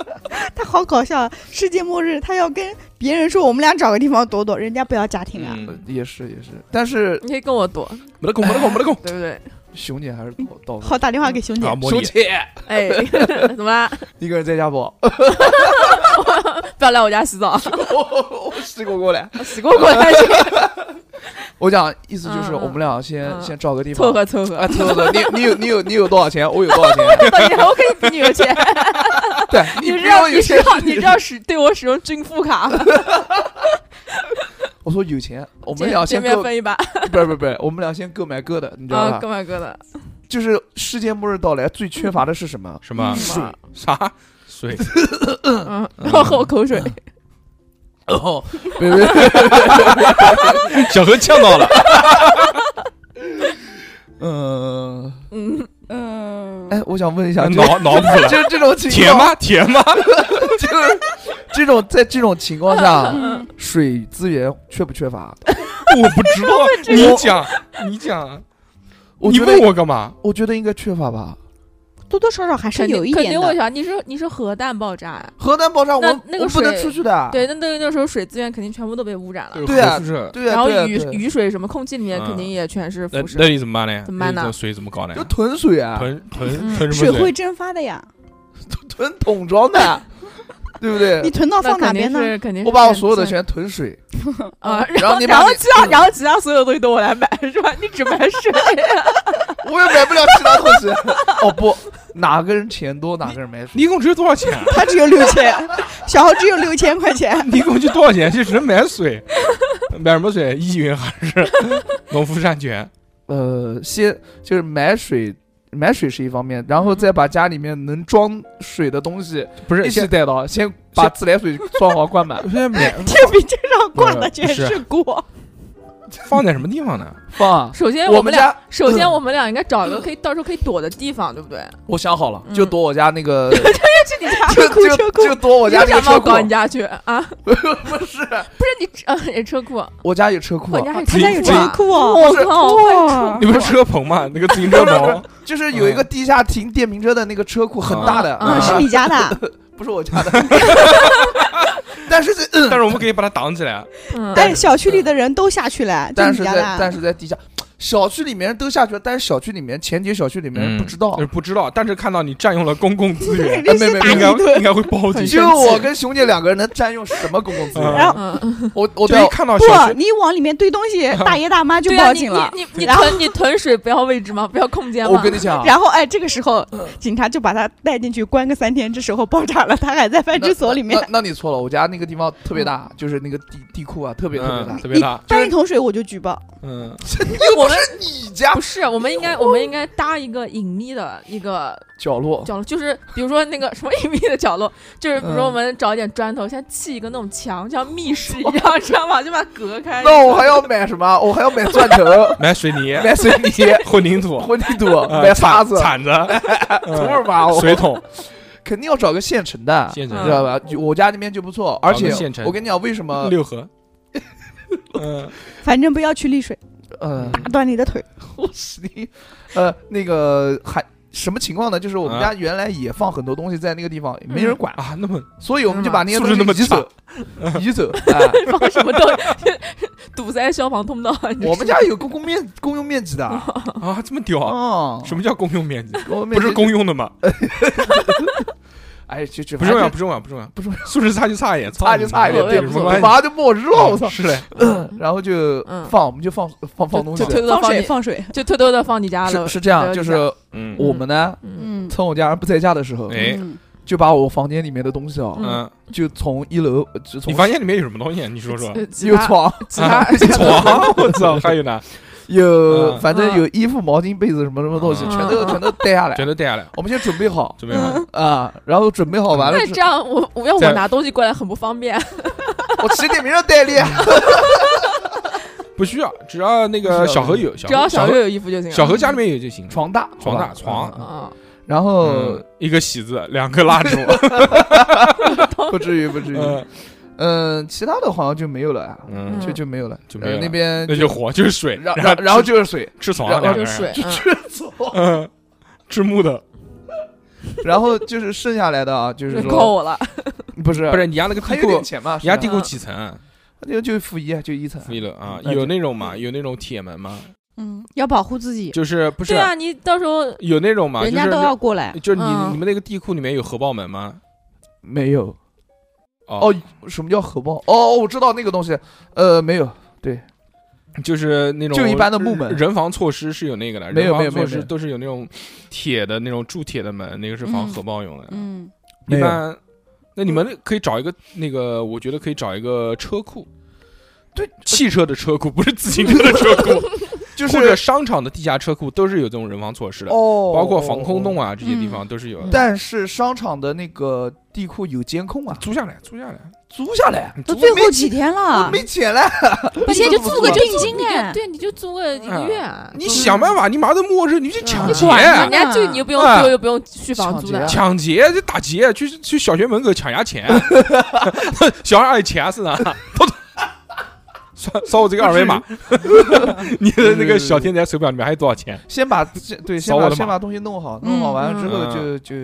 [SPEAKER 6] 他好搞笑啊！世界末日，他要跟别人说我们俩找个地方躲躲，人家不要家庭啊。
[SPEAKER 3] 嗯，
[SPEAKER 2] <laughs> 也是也是，但是
[SPEAKER 7] <laughs> 你可以跟我躲，
[SPEAKER 3] 没得空，没得空，没得空。
[SPEAKER 7] 对不对？
[SPEAKER 2] 熊姐还是到到
[SPEAKER 6] 好，打电话给熊姐
[SPEAKER 3] 啊，，模
[SPEAKER 2] 熊
[SPEAKER 3] 拟。
[SPEAKER 2] 姐
[SPEAKER 6] <laughs>
[SPEAKER 7] 哎，怎么啦？
[SPEAKER 2] 一个人在家不？ <laughs>
[SPEAKER 7] 不要来我家洗澡，
[SPEAKER 2] 我洗过过来。
[SPEAKER 7] 洗过过来
[SPEAKER 2] 我讲意思就是
[SPEAKER 7] 嗯嗯
[SPEAKER 2] 我们俩先、
[SPEAKER 7] 嗯
[SPEAKER 2] 先找个地方
[SPEAKER 7] 凑合凑合
[SPEAKER 2] 啊，。凑合凑合。你你有你有你有多少钱？我有多
[SPEAKER 7] <laughs>
[SPEAKER 2] 少钱？
[SPEAKER 7] 到底我可以比你有钱，
[SPEAKER 2] 对，
[SPEAKER 7] <laughs> 你
[SPEAKER 2] 比
[SPEAKER 7] 知道
[SPEAKER 2] 我有
[SPEAKER 7] 你知
[SPEAKER 2] 钱。
[SPEAKER 7] 道你知道使对我使用均富卡吗？
[SPEAKER 2] 我说有钱，我们
[SPEAKER 7] 见
[SPEAKER 2] 俩
[SPEAKER 7] 见
[SPEAKER 2] 先
[SPEAKER 7] 面
[SPEAKER 2] 各
[SPEAKER 7] 分一半
[SPEAKER 2] 不是不是不是，我们俩先各买各的，你知道
[SPEAKER 7] 啊，
[SPEAKER 2] 吧？
[SPEAKER 7] 各买各的。
[SPEAKER 2] 就是世界末日到来，最缺乏的是什么？
[SPEAKER 3] 什么
[SPEAKER 7] 是
[SPEAKER 3] 啥水？
[SPEAKER 7] 嗯，然后喝我口水，
[SPEAKER 2] 哦，别别，别
[SPEAKER 3] 小何呛到了。
[SPEAKER 2] 嗯，
[SPEAKER 7] 嗯，
[SPEAKER 6] 嗯，
[SPEAKER 2] 哎，我想问一下，就
[SPEAKER 3] 呃脑脑补了
[SPEAKER 2] 就这种情
[SPEAKER 3] 甜
[SPEAKER 2] 况，
[SPEAKER 3] 吗？甜吗？
[SPEAKER 2] 就是这种在这种情况下，
[SPEAKER 7] 嗯
[SPEAKER 2] 水资源缺不缺乏？
[SPEAKER 3] 我不知道，你讲，你讲，
[SPEAKER 2] 我
[SPEAKER 3] 你
[SPEAKER 2] 觉得
[SPEAKER 3] 问我干嘛？
[SPEAKER 2] 我觉得应该缺乏吧。
[SPEAKER 6] 多多少少还是
[SPEAKER 7] 肯定
[SPEAKER 6] 有一
[SPEAKER 7] 肯
[SPEAKER 6] 点
[SPEAKER 7] 定会
[SPEAKER 6] 的。
[SPEAKER 7] 想，你说你说核弹爆炸呀？
[SPEAKER 2] 核弹爆炸，我
[SPEAKER 7] 那
[SPEAKER 2] 们
[SPEAKER 7] 那个
[SPEAKER 2] 我们不能
[SPEAKER 7] 水
[SPEAKER 2] 出去的啊。
[SPEAKER 7] 对，那那个那时候水资源肯定全部都被污染了，
[SPEAKER 2] 对啊
[SPEAKER 3] 核辐射
[SPEAKER 2] 对啊，
[SPEAKER 7] 然后
[SPEAKER 2] 对啊
[SPEAKER 7] 雨
[SPEAKER 2] 对啊
[SPEAKER 7] 雨水什么空气里面
[SPEAKER 3] 嗯
[SPEAKER 7] 肯定也全是
[SPEAKER 3] 那
[SPEAKER 7] 辐射
[SPEAKER 3] 那。你怎么办呢？
[SPEAKER 7] 怎么办呢
[SPEAKER 3] 那你这水怎么搞呢
[SPEAKER 2] 就？囤水啊，
[SPEAKER 3] 囤 <laughs> 囤
[SPEAKER 7] 嗯
[SPEAKER 3] 囤什
[SPEAKER 6] 水
[SPEAKER 3] 么
[SPEAKER 6] 会蒸发的呀，
[SPEAKER 2] 囤桶
[SPEAKER 7] <laughs>
[SPEAKER 2] 装的，对不
[SPEAKER 6] 你
[SPEAKER 2] 对？
[SPEAKER 6] 囤到
[SPEAKER 7] 呃那
[SPEAKER 6] 放哪
[SPEAKER 7] 肯定
[SPEAKER 6] 边呢？
[SPEAKER 7] 是肯定是
[SPEAKER 2] 我把我所有的
[SPEAKER 7] 全
[SPEAKER 2] 钱囤水，
[SPEAKER 7] 啊，
[SPEAKER 2] 然后你把
[SPEAKER 7] 然后
[SPEAKER 2] 你
[SPEAKER 7] 其他然后其他所有东西都我来买 <laughs> 是吧？你只买水，
[SPEAKER 2] 我也买不了其他东西。 <laughs> 哦不，哪个人钱多，哪个人买水。
[SPEAKER 3] <laughs> 你一共只有多少钱 <laughs> 啊？
[SPEAKER 6] 他只有六千， <laughs> 小豪只有六千块
[SPEAKER 7] <laughs>
[SPEAKER 6] 钱。
[SPEAKER 3] 你一共就多少钱？就只能买 <laughs> 水，买什么水？依云还是 <laughs> 农夫山泉？
[SPEAKER 2] 呃，先就是买水，买水是一方面，然后再把家里面能装水的东西
[SPEAKER 3] 不是
[SPEAKER 2] 一起
[SPEAKER 3] 现
[SPEAKER 2] 带到，先把自来水装好灌满，
[SPEAKER 3] 现在买
[SPEAKER 6] 这冰镇上挂
[SPEAKER 7] 呃
[SPEAKER 3] 不是
[SPEAKER 6] 的全
[SPEAKER 7] 啊
[SPEAKER 3] 是
[SPEAKER 6] 是锅，
[SPEAKER 3] 放在什么地方 <laughs> 呢？
[SPEAKER 2] <laughs> 放。啊
[SPEAKER 7] 首先
[SPEAKER 2] 我
[SPEAKER 7] 们
[SPEAKER 2] 们
[SPEAKER 7] 俩，
[SPEAKER 2] 家嗯
[SPEAKER 7] 首先我们俩应该找一个可以到时候可以躲的地方，对不对？
[SPEAKER 2] 我想好了，
[SPEAKER 7] 嗯
[SPEAKER 2] 就躲我家那 <laughs> 个，
[SPEAKER 7] 去你家，
[SPEAKER 2] 就
[SPEAKER 6] 库
[SPEAKER 2] 就
[SPEAKER 6] 车库
[SPEAKER 2] 就躲我
[SPEAKER 7] 我
[SPEAKER 2] 家那个车库。
[SPEAKER 7] 搞你家去啊？不
[SPEAKER 2] 不是，
[SPEAKER 7] 是你呃，哎车库，
[SPEAKER 2] 我家有车库啊
[SPEAKER 7] 我，家还
[SPEAKER 6] 他家有
[SPEAKER 3] 自己
[SPEAKER 6] 车
[SPEAKER 7] 车
[SPEAKER 6] 库
[SPEAKER 7] 库啊，
[SPEAKER 6] 哦。
[SPEAKER 7] 我
[SPEAKER 2] 不是
[SPEAKER 7] 靠，
[SPEAKER 6] 哇
[SPEAKER 3] 你不是车棚 <laughs> 吗？那个自行车棚，
[SPEAKER 2] 就是有一个地下停电瓶车的那个车库，很大的，嗯
[SPEAKER 7] 啊
[SPEAKER 6] 啊，是你家
[SPEAKER 7] <laughs>
[SPEAKER 6] 的？
[SPEAKER 2] 不是我家的，但是呃在
[SPEAKER 3] <laughs> 但是我们可以把它挡起来。
[SPEAKER 7] 嗯
[SPEAKER 6] 哎，小区里的人都下去了，就
[SPEAKER 2] 但
[SPEAKER 6] 你
[SPEAKER 2] 是
[SPEAKER 6] 家
[SPEAKER 2] 在但
[SPEAKER 6] <laughs> 的。
[SPEAKER 2] 是在地下小区里面人都下去了，但是小区里面前街小区里面人不知道
[SPEAKER 3] 嗯就，是不知道，但是看到你占用了公共资
[SPEAKER 2] <laughs>
[SPEAKER 3] 源，
[SPEAKER 6] 人
[SPEAKER 7] 哎
[SPEAKER 2] 没
[SPEAKER 6] 是
[SPEAKER 2] 没
[SPEAKER 6] 打
[SPEAKER 3] 应
[SPEAKER 6] 你
[SPEAKER 3] 该
[SPEAKER 6] 一
[SPEAKER 3] 应
[SPEAKER 6] 顿，
[SPEAKER 3] 该会报警。
[SPEAKER 2] 就我跟熊姐两个人能占用什么公共资源？
[SPEAKER 3] 嗯
[SPEAKER 6] <laughs> 然后
[SPEAKER 7] 嗯，
[SPEAKER 2] 我我
[SPEAKER 3] 就
[SPEAKER 2] 带
[SPEAKER 3] 一看到小
[SPEAKER 2] 啊
[SPEAKER 6] 不，
[SPEAKER 3] 区，
[SPEAKER 6] 你往里面堆东西，大爷大妈就
[SPEAKER 7] 对啊
[SPEAKER 6] 报
[SPEAKER 7] 你
[SPEAKER 6] 警了。
[SPEAKER 7] 你你你囤你囤水不要位置吗？不要空间吗？
[SPEAKER 2] 我跟你讲，
[SPEAKER 6] 然后哎，这个时候
[SPEAKER 5] 嗯
[SPEAKER 6] 警察就把他带进去关个三天，这时候爆炸了，他还在派
[SPEAKER 2] 那
[SPEAKER 6] 出所里面
[SPEAKER 2] 那。那那你错了，我家那个地方特别大，就是那个地地库啊，特别特别
[SPEAKER 3] 嗯，
[SPEAKER 2] 大。
[SPEAKER 3] 特别大，
[SPEAKER 6] 搬一桶水我就举报，
[SPEAKER 3] 嗯，
[SPEAKER 2] 你又不
[SPEAKER 7] 们
[SPEAKER 2] 你家
[SPEAKER 7] 不是，我们应该我们应该搭一个隐秘的一个
[SPEAKER 2] 角落，
[SPEAKER 7] 角落，就是比如说那个什么隐秘的角落，就是比如
[SPEAKER 2] 嗯
[SPEAKER 7] 说我们找一点砖头，先砌一个那种墙，像密室一样，知道吗？就把它隔开。
[SPEAKER 2] 那我还要买什么？我还要买钻头，
[SPEAKER 3] <laughs> 买水泥、
[SPEAKER 2] <laughs> 买水泥、
[SPEAKER 3] 混凝土、
[SPEAKER 2] 混凝土，
[SPEAKER 3] 呃
[SPEAKER 2] 买筏子，
[SPEAKER 3] 铲铲子、
[SPEAKER 2] <laughs>
[SPEAKER 3] 嗯
[SPEAKER 2] 从二把我
[SPEAKER 3] 水桶、
[SPEAKER 2] 肯定要找个现成
[SPEAKER 7] 啊
[SPEAKER 2] 的，
[SPEAKER 3] 现
[SPEAKER 7] 嗯
[SPEAKER 2] 知道
[SPEAKER 3] 成、
[SPEAKER 2] 吧？就我家那边就不错，而且
[SPEAKER 3] 找个现成
[SPEAKER 2] 我跟你讲，为什么？
[SPEAKER 3] 六
[SPEAKER 7] <laughs>
[SPEAKER 3] 合。嗯，
[SPEAKER 6] 反正不要去丽水，
[SPEAKER 2] 嗯，
[SPEAKER 6] 打断你的腿。
[SPEAKER 2] 我是你，呃，那个还什么情况呢？就是我们
[SPEAKER 3] 啊
[SPEAKER 2] 家原来也放很多东西在那个地方，也
[SPEAKER 6] 嗯
[SPEAKER 2] 没人管，
[SPEAKER 3] 啊，那么
[SPEAKER 2] 所以我们就把那些
[SPEAKER 3] 素
[SPEAKER 2] 东
[SPEAKER 3] 质
[SPEAKER 2] 西
[SPEAKER 3] 那么
[SPEAKER 2] 移
[SPEAKER 3] 差
[SPEAKER 2] 走，移
[SPEAKER 3] <laughs>
[SPEAKER 2] 走。 <laughs> 哎，
[SPEAKER 7] 放什么东西，堵塞消防通道。你
[SPEAKER 2] 我们
[SPEAKER 7] 知道
[SPEAKER 2] 家有公共面公用面
[SPEAKER 3] <laughs>
[SPEAKER 2] 积的，
[SPEAKER 3] 啊，这么屌啊，
[SPEAKER 2] 哦，
[SPEAKER 3] 什么叫公用面积？
[SPEAKER 2] 公用面
[SPEAKER 3] 不
[SPEAKER 2] 积
[SPEAKER 3] 是，公用的吗？
[SPEAKER 2] 哎，就就
[SPEAKER 3] 不重要，
[SPEAKER 2] 反
[SPEAKER 3] 不重要，不重要，
[SPEAKER 2] 不重要，
[SPEAKER 3] 素质差就差一点，
[SPEAKER 2] 差就差一点
[SPEAKER 3] 操你妈
[SPEAKER 7] 对
[SPEAKER 3] 有什么
[SPEAKER 7] 不
[SPEAKER 2] 正
[SPEAKER 3] 关
[SPEAKER 2] 马
[SPEAKER 3] 系？
[SPEAKER 2] 上就没日了，我操！
[SPEAKER 3] 哦是嘞，
[SPEAKER 2] <laughs> 然后就
[SPEAKER 7] 嗯
[SPEAKER 2] 放，我们就放放放东西
[SPEAKER 7] 就，偷偷的
[SPEAKER 6] 放
[SPEAKER 7] 放
[SPEAKER 6] 水，
[SPEAKER 7] 你，
[SPEAKER 6] 放水。
[SPEAKER 7] 就偷偷的放你家
[SPEAKER 2] 是
[SPEAKER 7] 了。
[SPEAKER 2] 是这样，
[SPEAKER 7] 了解
[SPEAKER 2] 就
[SPEAKER 7] 一
[SPEAKER 2] 是
[SPEAKER 7] 下
[SPEAKER 3] 嗯
[SPEAKER 2] 我们呢，
[SPEAKER 7] 嗯，
[SPEAKER 6] 嗯，
[SPEAKER 2] 趁我家人不在家的时候，
[SPEAKER 3] 哎
[SPEAKER 4] 嗯
[SPEAKER 2] 就把我房间里面的东西啊，
[SPEAKER 3] 嗯，
[SPEAKER 2] 就从一楼，呃就从
[SPEAKER 3] 你房间里面有什么东西？啊你说
[SPEAKER 2] <laughs>
[SPEAKER 3] 说。
[SPEAKER 7] 呃其
[SPEAKER 2] 有
[SPEAKER 7] 他
[SPEAKER 2] 床，
[SPEAKER 7] 其他
[SPEAKER 3] 啊床，我操，还有呢，
[SPEAKER 2] <laughs> 有
[SPEAKER 3] 嗯
[SPEAKER 2] 反正有衣服、毛巾、被子什么什么东西，
[SPEAKER 3] 嗯
[SPEAKER 2] 全都
[SPEAKER 7] 嗯
[SPEAKER 2] 全都带下来
[SPEAKER 3] 全。都带来，
[SPEAKER 2] 我们先准备好
[SPEAKER 3] 准备好。
[SPEAKER 2] 啊，然后准备好完了
[SPEAKER 7] 那
[SPEAKER 2] 之
[SPEAKER 7] 这样我我要
[SPEAKER 3] 在
[SPEAKER 7] 我拿东西过来很不方便。
[SPEAKER 2] 后， <laughs> 我起点名让代练。
[SPEAKER 3] 不需要，只要那个小何有，
[SPEAKER 7] 只要
[SPEAKER 3] 小
[SPEAKER 7] 小
[SPEAKER 3] 何
[SPEAKER 7] 月有衣服就行了。
[SPEAKER 3] 小何家里面有就行。
[SPEAKER 2] 嗯床呃大，
[SPEAKER 3] 床大
[SPEAKER 2] 好吧
[SPEAKER 3] 床
[SPEAKER 2] 嗯
[SPEAKER 7] 啊，
[SPEAKER 2] 然后
[SPEAKER 3] 嗯，一个喜字，两个
[SPEAKER 2] <laughs>
[SPEAKER 3] 蜡烛，
[SPEAKER 5] <laughs>
[SPEAKER 2] 不至于，不至于。
[SPEAKER 3] 嗯
[SPEAKER 2] 嗯，其他的好像就没有了啊，
[SPEAKER 3] 嗯，
[SPEAKER 2] 就就没有了。
[SPEAKER 3] 就没有了
[SPEAKER 2] 呃那边
[SPEAKER 3] 那就火就是水，
[SPEAKER 2] 然然然后就是水，
[SPEAKER 3] 吃床
[SPEAKER 2] 然
[SPEAKER 3] 两
[SPEAKER 2] 后
[SPEAKER 3] 个
[SPEAKER 7] 就
[SPEAKER 3] 人，啊 <laughs>
[SPEAKER 7] 是水，
[SPEAKER 2] 就
[SPEAKER 7] 嗯
[SPEAKER 2] 去走。
[SPEAKER 3] 嗯，吃木的，
[SPEAKER 2] <laughs> 然后就是剩下来的啊，就是
[SPEAKER 7] 就
[SPEAKER 2] 说
[SPEAKER 7] 嗯够我了。
[SPEAKER 2] 不是
[SPEAKER 3] 呃不是你家那个
[SPEAKER 2] 还
[SPEAKER 3] 地
[SPEAKER 2] 有
[SPEAKER 3] 库
[SPEAKER 2] 点，钱嘛？
[SPEAKER 3] 你家地
[SPEAKER 2] 是吧
[SPEAKER 3] 库几层？
[SPEAKER 2] 就就负一啊，就一层。
[SPEAKER 3] 一楼啊，
[SPEAKER 2] 那就
[SPEAKER 3] 有那种嘛，有那种铁门嘛，
[SPEAKER 5] 嗯，要保护自己，
[SPEAKER 3] 就是不是
[SPEAKER 7] 对啊，你到时候
[SPEAKER 3] 有那种嘛，
[SPEAKER 5] 人
[SPEAKER 3] 就
[SPEAKER 5] 家
[SPEAKER 3] 是
[SPEAKER 5] 都要过来。
[SPEAKER 3] 就是你
[SPEAKER 7] 嗯
[SPEAKER 3] 你们那个地库里面有核爆门吗？
[SPEAKER 2] 没有
[SPEAKER 3] 哦
[SPEAKER 2] 哦，，什么叫核爆？哦，我知道那个东西，呃，没有，
[SPEAKER 3] 就是那种
[SPEAKER 2] 就一般的木门
[SPEAKER 3] 人防措施是有那个的，
[SPEAKER 2] 没
[SPEAKER 3] 人
[SPEAKER 2] 有
[SPEAKER 3] 防
[SPEAKER 2] 没有没
[SPEAKER 3] 措
[SPEAKER 2] 有没
[SPEAKER 3] 施
[SPEAKER 2] 有
[SPEAKER 3] 都是有那种铁的那种铸铁的门，那个是防核爆用的。
[SPEAKER 5] 嗯，
[SPEAKER 3] 一
[SPEAKER 2] 没有
[SPEAKER 3] 般，那你们可以找一个那个，我觉得可以找一个车库，
[SPEAKER 2] 对，
[SPEAKER 3] 汽车的车库，不是自行车的车库，
[SPEAKER 2] 就
[SPEAKER 3] 或者
[SPEAKER 2] 是
[SPEAKER 3] 商场的地下车库都是有这种人防措施的，
[SPEAKER 2] 哦，
[SPEAKER 3] 包括防空洞
[SPEAKER 2] 啊。
[SPEAKER 3] 啊这些地方都是有的。
[SPEAKER 2] 但是商场的那个地库有监控啊，
[SPEAKER 3] 租下来，租下来，
[SPEAKER 2] 租下来啊
[SPEAKER 3] 你租
[SPEAKER 5] 都最后几天
[SPEAKER 6] 啊 <laughs>
[SPEAKER 5] 了，
[SPEAKER 2] 没钱了，
[SPEAKER 5] 不行，就付个定
[SPEAKER 7] 租
[SPEAKER 5] 金
[SPEAKER 7] 你就
[SPEAKER 3] 啊
[SPEAKER 5] 哎，
[SPEAKER 7] 啊
[SPEAKER 5] <laughs>
[SPEAKER 7] 对，你就租个一个月啊。
[SPEAKER 3] 你想办法，你马上都末日，你去抢
[SPEAKER 2] 嗯
[SPEAKER 3] 劫，
[SPEAKER 5] 管
[SPEAKER 7] 人家就你又不用
[SPEAKER 3] 啊
[SPEAKER 7] 丢，又不用续房租
[SPEAKER 2] 抢
[SPEAKER 7] 的
[SPEAKER 2] 劫，
[SPEAKER 3] 抢劫就打劫，去去小学门口抢人家钱， <laughs> 小孩有钱啊 <laughs> 是哪？都扫扫我这个二维 <laughs> 码，你的那个小天才手表里面还有多少钱？
[SPEAKER 2] 先把先对，先
[SPEAKER 3] 扫我
[SPEAKER 2] 把
[SPEAKER 3] 的码
[SPEAKER 2] 先把东西弄好，弄好完了之后就
[SPEAKER 3] 嗯
[SPEAKER 2] 就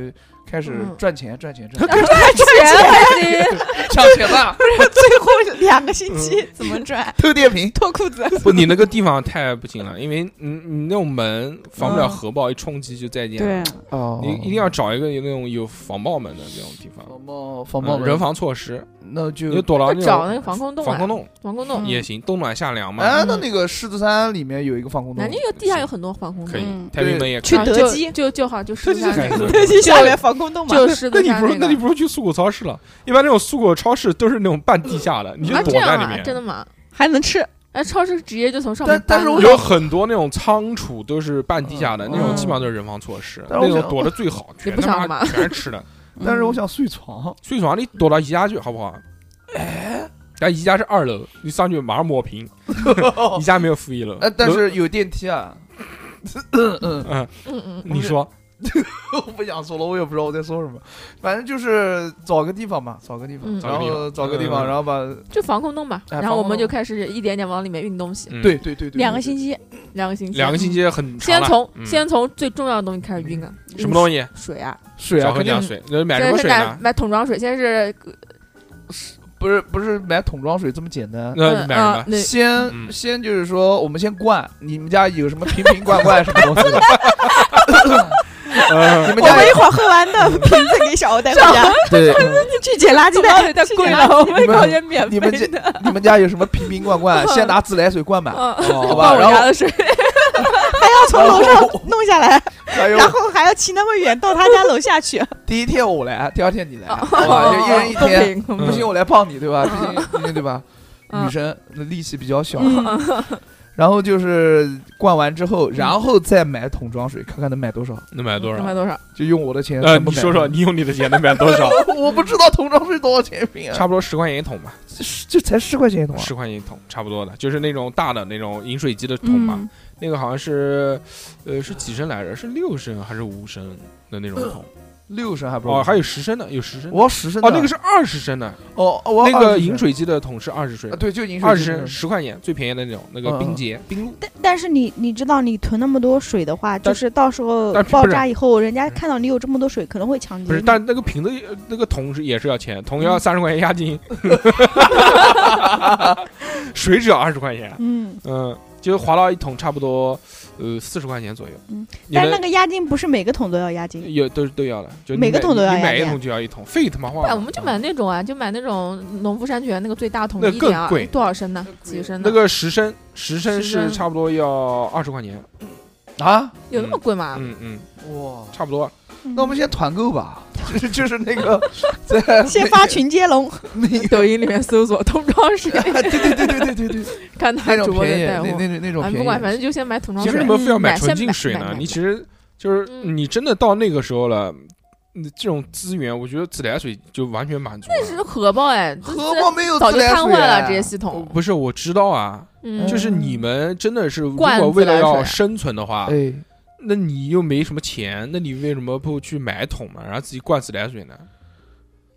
[SPEAKER 2] 开始
[SPEAKER 7] 嗯
[SPEAKER 2] 赚钱，赚钱，赚
[SPEAKER 5] <laughs>
[SPEAKER 7] <laughs>
[SPEAKER 2] 钱，
[SPEAKER 7] 啊
[SPEAKER 5] 啊
[SPEAKER 7] 钱
[SPEAKER 2] <laughs> 抢钱吧，
[SPEAKER 6] 最后两个星期
[SPEAKER 7] 嗯
[SPEAKER 6] 怎么
[SPEAKER 7] <laughs>
[SPEAKER 6] 赚？
[SPEAKER 2] 偷电瓶，
[SPEAKER 6] 脱裤子。
[SPEAKER 3] 不，你那个地方太不行了，因为你你那种门防不了核爆，一冲击就再见。，
[SPEAKER 5] 对，啊
[SPEAKER 2] 哦
[SPEAKER 3] 你一定要找一个有那种有防爆门的那种地方，
[SPEAKER 2] 防爆防爆
[SPEAKER 3] 嗯
[SPEAKER 2] 门
[SPEAKER 3] 人，防措施，
[SPEAKER 2] 那
[SPEAKER 3] 你
[SPEAKER 2] 就
[SPEAKER 3] 就躲到
[SPEAKER 7] 不
[SPEAKER 3] 那
[SPEAKER 7] 找那
[SPEAKER 3] 种
[SPEAKER 7] 个防空洞
[SPEAKER 3] 防
[SPEAKER 7] 啊
[SPEAKER 3] 空，洞
[SPEAKER 7] 防空洞。
[SPEAKER 3] 也行，冬暖夏凉嘛。
[SPEAKER 2] 哎，那那个狮子山里面有一个防空
[SPEAKER 7] 嗯
[SPEAKER 2] 洞
[SPEAKER 7] 南，京有地下有很多防空
[SPEAKER 3] 可
[SPEAKER 7] 洞
[SPEAKER 3] 以，
[SPEAKER 5] 嗯，
[SPEAKER 3] 太平门也可以
[SPEAKER 6] 去
[SPEAKER 7] 啊
[SPEAKER 6] 德
[SPEAKER 7] 就
[SPEAKER 6] 基
[SPEAKER 7] 就就好，就狮子山
[SPEAKER 3] 德基还
[SPEAKER 7] 那个，
[SPEAKER 3] 可以
[SPEAKER 6] 下面防空洞嘛，
[SPEAKER 7] <laughs> 就狮
[SPEAKER 3] 那
[SPEAKER 7] 子
[SPEAKER 3] 你
[SPEAKER 7] 山
[SPEAKER 3] 不如那
[SPEAKER 7] 个
[SPEAKER 3] 你。不如去苏果超市了，一般那种苏果超市都是那种半地下的，你就
[SPEAKER 7] 啊，
[SPEAKER 3] 躲
[SPEAKER 7] 这样
[SPEAKER 3] 在里
[SPEAKER 7] 啊，
[SPEAKER 3] 面。
[SPEAKER 7] 真的吗？
[SPEAKER 6] 还能吃。
[SPEAKER 7] 哎，超市直接就从上
[SPEAKER 2] 但
[SPEAKER 7] 面
[SPEAKER 2] 但
[SPEAKER 7] 搬
[SPEAKER 2] 是
[SPEAKER 7] 了
[SPEAKER 2] 我
[SPEAKER 3] <laughs> 有很多那种仓储都是半地下的，
[SPEAKER 2] 嗯
[SPEAKER 3] 那种基本上都是人防措施，
[SPEAKER 2] 但是
[SPEAKER 3] 那
[SPEAKER 2] 我
[SPEAKER 3] 种
[SPEAKER 2] 想
[SPEAKER 3] 躲得最
[SPEAKER 7] <laughs>
[SPEAKER 3] 好，全
[SPEAKER 7] 不想
[SPEAKER 3] 他
[SPEAKER 7] 干
[SPEAKER 3] 妈
[SPEAKER 7] 嘛
[SPEAKER 3] 全是吃的。
[SPEAKER 6] 嗯
[SPEAKER 2] 但是我想睡床，
[SPEAKER 3] 睡床你躲到宜家去好不好？哎，
[SPEAKER 7] 哎
[SPEAKER 3] 但宜家是二楼，你上去马上抹
[SPEAKER 7] <laughs>
[SPEAKER 3] 平。宜家没有负一楼
[SPEAKER 2] 呃，，但
[SPEAKER 3] 楼
[SPEAKER 2] 是有电梯啊。 <laughs> 嗯，
[SPEAKER 3] 嗯，
[SPEAKER 7] 嗯嗯，
[SPEAKER 3] 你说
[SPEAKER 2] 我不想说了，我也不知道我在说什么，反正就是找个地方嘛，找个地方，
[SPEAKER 7] 嗯
[SPEAKER 2] 然后
[SPEAKER 3] 找
[SPEAKER 2] 找
[SPEAKER 3] 个
[SPEAKER 2] 个
[SPEAKER 3] 地
[SPEAKER 2] 地
[SPEAKER 3] 方
[SPEAKER 2] 方，然嗯后把
[SPEAKER 7] 就防空洞吧。
[SPEAKER 2] 哎
[SPEAKER 7] 然后我
[SPEAKER 2] 防空
[SPEAKER 7] 们
[SPEAKER 2] 洞
[SPEAKER 7] 就开始一点点往里面运东西，
[SPEAKER 3] 嗯
[SPEAKER 2] 对对对对，
[SPEAKER 5] 两个
[SPEAKER 2] 对
[SPEAKER 5] 星期，
[SPEAKER 7] 两个星期，
[SPEAKER 3] 两个星期很长
[SPEAKER 7] 嗯先
[SPEAKER 3] 了
[SPEAKER 7] 从
[SPEAKER 3] 嗯
[SPEAKER 7] 先从最重要的东西开始运啊，
[SPEAKER 3] 什么东西？
[SPEAKER 7] 水啊，
[SPEAKER 2] 水啊，
[SPEAKER 3] 小
[SPEAKER 2] 肯
[SPEAKER 3] 喝
[SPEAKER 2] 定
[SPEAKER 3] 点水，那买什
[SPEAKER 7] 先
[SPEAKER 3] 么
[SPEAKER 7] 是
[SPEAKER 3] 水
[SPEAKER 7] 买
[SPEAKER 3] 呢？
[SPEAKER 7] 买桶装水，先是
[SPEAKER 2] 不是不是买桶装水这么简单，
[SPEAKER 3] 那你买什么
[SPEAKER 7] 嗯？那
[SPEAKER 2] <laughs>
[SPEAKER 3] 嗯
[SPEAKER 2] 先先就是说，我们先灌，你们家有什么瓶瓶罐罐什么东
[SPEAKER 3] <laughs>
[SPEAKER 2] 西的？
[SPEAKER 3] 呃
[SPEAKER 2] 你们
[SPEAKER 6] 我
[SPEAKER 2] 家
[SPEAKER 6] 们一
[SPEAKER 2] 有
[SPEAKER 6] 会儿喝完
[SPEAKER 2] <laughs>
[SPEAKER 6] 的瓶子给小欧带回家，
[SPEAKER 2] 对，
[SPEAKER 6] 去捡垃圾
[SPEAKER 7] 袋
[SPEAKER 6] 袋，
[SPEAKER 7] 太
[SPEAKER 6] 去捡
[SPEAKER 7] 贵
[SPEAKER 6] 垃圾
[SPEAKER 7] 了，我们
[SPEAKER 2] 你们
[SPEAKER 7] 搞些免
[SPEAKER 2] 你
[SPEAKER 7] 费
[SPEAKER 2] 们
[SPEAKER 7] 的，
[SPEAKER 2] 你们家有什么瓶瓶
[SPEAKER 3] <laughs>
[SPEAKER 2] 罐罐？先拿自来水灌满，
[SPEAKER 7] 嗯，
[SPEAKER 3] 哦
[SPEAKER 2] 好吧？
[SPEAKER 7] 灌我
[SPEAKER 2] 然
[SPEAKER 7] 家
[SPEAKER 2] 后
[SPEAKER 7] 的水，
[SPEAKER 6] 要从楼上
[SPEAKER 2] 哦
[SPEAKER 6] 弄下来，
[SPEAKER 2] 还有
[SPEAKER 6] 然后还要骑那么远到他家楼下
[SPEAKER 2] <laughs>
[SPEAKER 6] 去。
[SPEAKER 2] 哎第一天我来，第二天你来，
[SPEAKER 3] 哦
[SPEAKER 2] 好吧？就一人一
[SPEAKER 7] 公
[SPEAKER 2] 天，
[SPEAKER 7] 平
[SPEAKER 3] 嗯
[SPEAKER 7] 公平
[SPEAKER 2] 不行我来帮你，对吧？毕竟毕竟对吧？
[SPEAKER 7] 嗯
[SPEAKER 2] 女生的力气比较小，
[SPEAKER 6] 嗯，
[SPEAKER 2] 然后就是灌完之
[SPEAKER 3] 嗯
[SPEAKER 2] 后，然后再买桶装水，看看嗯能买多少，
[SPEAKER 3] 能买多
[SPEAKER 7] 能
[SPEAKER 3] 少
[SPEAKER 7] 买？嗯多少？
[SPEAKER 2] 就用我的钱
[SPEAKER 3] 呃，
[SPEAKER 2] 全部
[SPEAKER 3] 你
[SPEAKER 2] 买
[SPEAKER 3] 说说，你用你的钱能买多
[SPEAKER 2] <laughs>
[SPEAKER 3] 少？
[SPEAKER 2] 我不知道桶装水多少钱一瓶啊，
[SPEAKER 3] 差不多十块钱一桶吧，
[SPEAKER 2] 这这才十块钱一桶啊，
[SPEAKER 3] 十块钱一桶，差不多的，就是那种大的那种饮水机的桶嘛。
[SPEAKER 5] 嗯，
[SPEAKER 3] 那个好像是，呃，是几升来着？是六升还是五升的那种桶？
[SPEAKER 2] 六升还不
[SPEAKER 3] 哦，还
[SPEAKER 2] 有
[SPEAKER 3] 有十升的，有十升的。
[SPEAKER 2] 嗯我要十升的
[SPEAKER 3] 哦，那个是二十升的，
[SPEAKER 2] 哦，哦我
[SPEAKER 3] 那
[SPEAKER 2] 要
[SPEAKER 3] 个
[SPEAKER 2] 20升
[SPEAKER 3] 饮水机的桶是二十升
[SPEAKER 2] 啊，，对，就饮水
[SPEAKER 3] 二
[SPEAKER 2] 机
[SPEAKER 3] 十
[SPEAKER 2] 那
[SPEAKER 3] 升
[SPEAKER 2] 种
[SPEAKER 3] 十块钱，最便宜的那种，那个
[SPEAKER 2] 嗯嗯
[SPEAKER 3] 冰洁冰露。
[SPEAKER 6] 但但是你你知道，你囤那么多水的话，
[SPEAKER 3] 但
[SPEAKER 6] 就是到时候
[SPEAKER 3] 但是
[SPEAKER 6] 爆
[SPEAKER 3] 不是
[SPEAKER 6] 炸以后，人家看到你有这么多水，可能会抢劫
[SPEAKER 3] 不是，
[SPEAKER 6] 你。
[SPEAKER 3] 但那个瓶子呃那个桶是也是要钱，桶要三十块钱押金，水只要二十块钱，
[SPEAKER 6] 嗯，
[SPEAKER 3] 嗯，就划到一桶差不多呃四十块钱左右。
[SPEAKER 6] 嗯，
[SPEAKER 3] 你
[SPEAKER 6] 但是那
[SPEAKER 3] 的
[SPEAKER 6] 个押金不是每个桶都要押
[SPEAKER 2] 嗯
[SPEAKER 6] 金，
[SPEAKER 3] 有都都要的，就你
[SPEAKER 6] 每个
[SPEAKER 3] 买
[SPEAKER 6] 桶都要
[SPEAKER 3] 你
[SPEAKER 6] 押
[SPEAKER 3] 买一
[SPEAKER 6] 金啊
[SPEAKER 3] 桶就要一桶，废他妈话嗯
[SPEAKER 7] 不
[SPEAKER 3] 嘛。
[SPEAKER 7] 哎然我们就买那种啊，就买那种农夫山泉那个最大桶
[SPEAKER 3] 那
[SPEAKER 7] 一点
[SPEAKER 3] 更
[SPEAKER 7] 二
[SPEAKER 3] 贵，
[SPEAKER 7] 多少升呢？几升呢？
[SPEAKER 3] 那个十升，十升
[SPEAKER 7] 十
[SPEAKER 3] 是
[SPEAKER 7] 升
[SPEAKER 3] 差不多要二十块钱，
[SPEAKER 2] 啊，
[SPEAKER 7] 有那么贵吗？
[SPEAKER 3] 嗯嗯，
[SPEAKER 2] 哇，
[SPEAKER 3] 差不多。
[SPEAKER 6] 嗯
[SPEAKER 2] 那我们先团购吧，就是 <laughs> 就是那个在嗯
[SPEAKER 6] 先发群接龙。
[SPEAKER 2] 那
[SPEAKER 7] <laughs>
[SPEAKER 2] 个，
[SPEAKER 7] 抖音里面搜索桶装
[SPEAKER 3] <laughs>
[SPEAKER 7] 水，
[SPEAKER 2] 对对对对对对对，
[SPEAKER 7] 看他
[SPEAKER 2] <laughs> 那
[SPEAKER 7] 主
[SPEAKER 2] 种
[SPEAKER 7] 播
[SPEAKER 2] 便宜，
[SPEAKER 7] 的带货
[SPEAKER 2] 那。那那那种
[SPEAKER 7] 啊，
[SPEAKER 2] 便宜，
[SPEAKER 7] 不管，反正就先买桶装
[SPEAKER 3] 其实为
[SPEAKER 7] 水。
[SPEAKER 3] 什么非要
[SPEAKER 7] 嗯
[SPEAKER 3] 买
[SPEAKER 7] 买
[SPEAKER 3] 纯
[SPEAKER 7] 先
[SPEAKER 3] 净
[SPEAKER 7] 买
[SPEAKER 3] 水
[SPEAKER 7] 买
[SPEAKER 3] 呢
[SPEAKER 7] 买？
[SPEAKER 3] 你其实就是
[SPEAKER 7] 嗯
[SPEAKER 3] 你真的到那个时候了，嗯这种资源，我觉得自来水就完全满足了。
[SPEAKER 7] 这是核爆哎，这
[SPEAKER 2] 荷包没有
[SPEAKER 7] 早就
[SPEAKER 2] 自来
[SPEAKER 7] 瘫痪
[SPEAKER 2] 水啊哎
[SPEAKER 7] 了这些系
[SPEAKER 3] 我
[SPEAKER 7] 统。
[SPEAKER 3] 不是，我知道啊，
[SPEAKER 7] 哦嗯，
[SPEAKER 3] 就是你们真的是，如
[SPEAKER 7] 灌
[SPEAKER 3] 果为了
[SPEAKER 7] 自来水
[SPEAKER 3] 要生存的话，
[SPEAKER 2] 哎，
[SPEAKER 3] 那你又没什么钱，那你为什么不去买桶呢？然后自己灌自来水呢？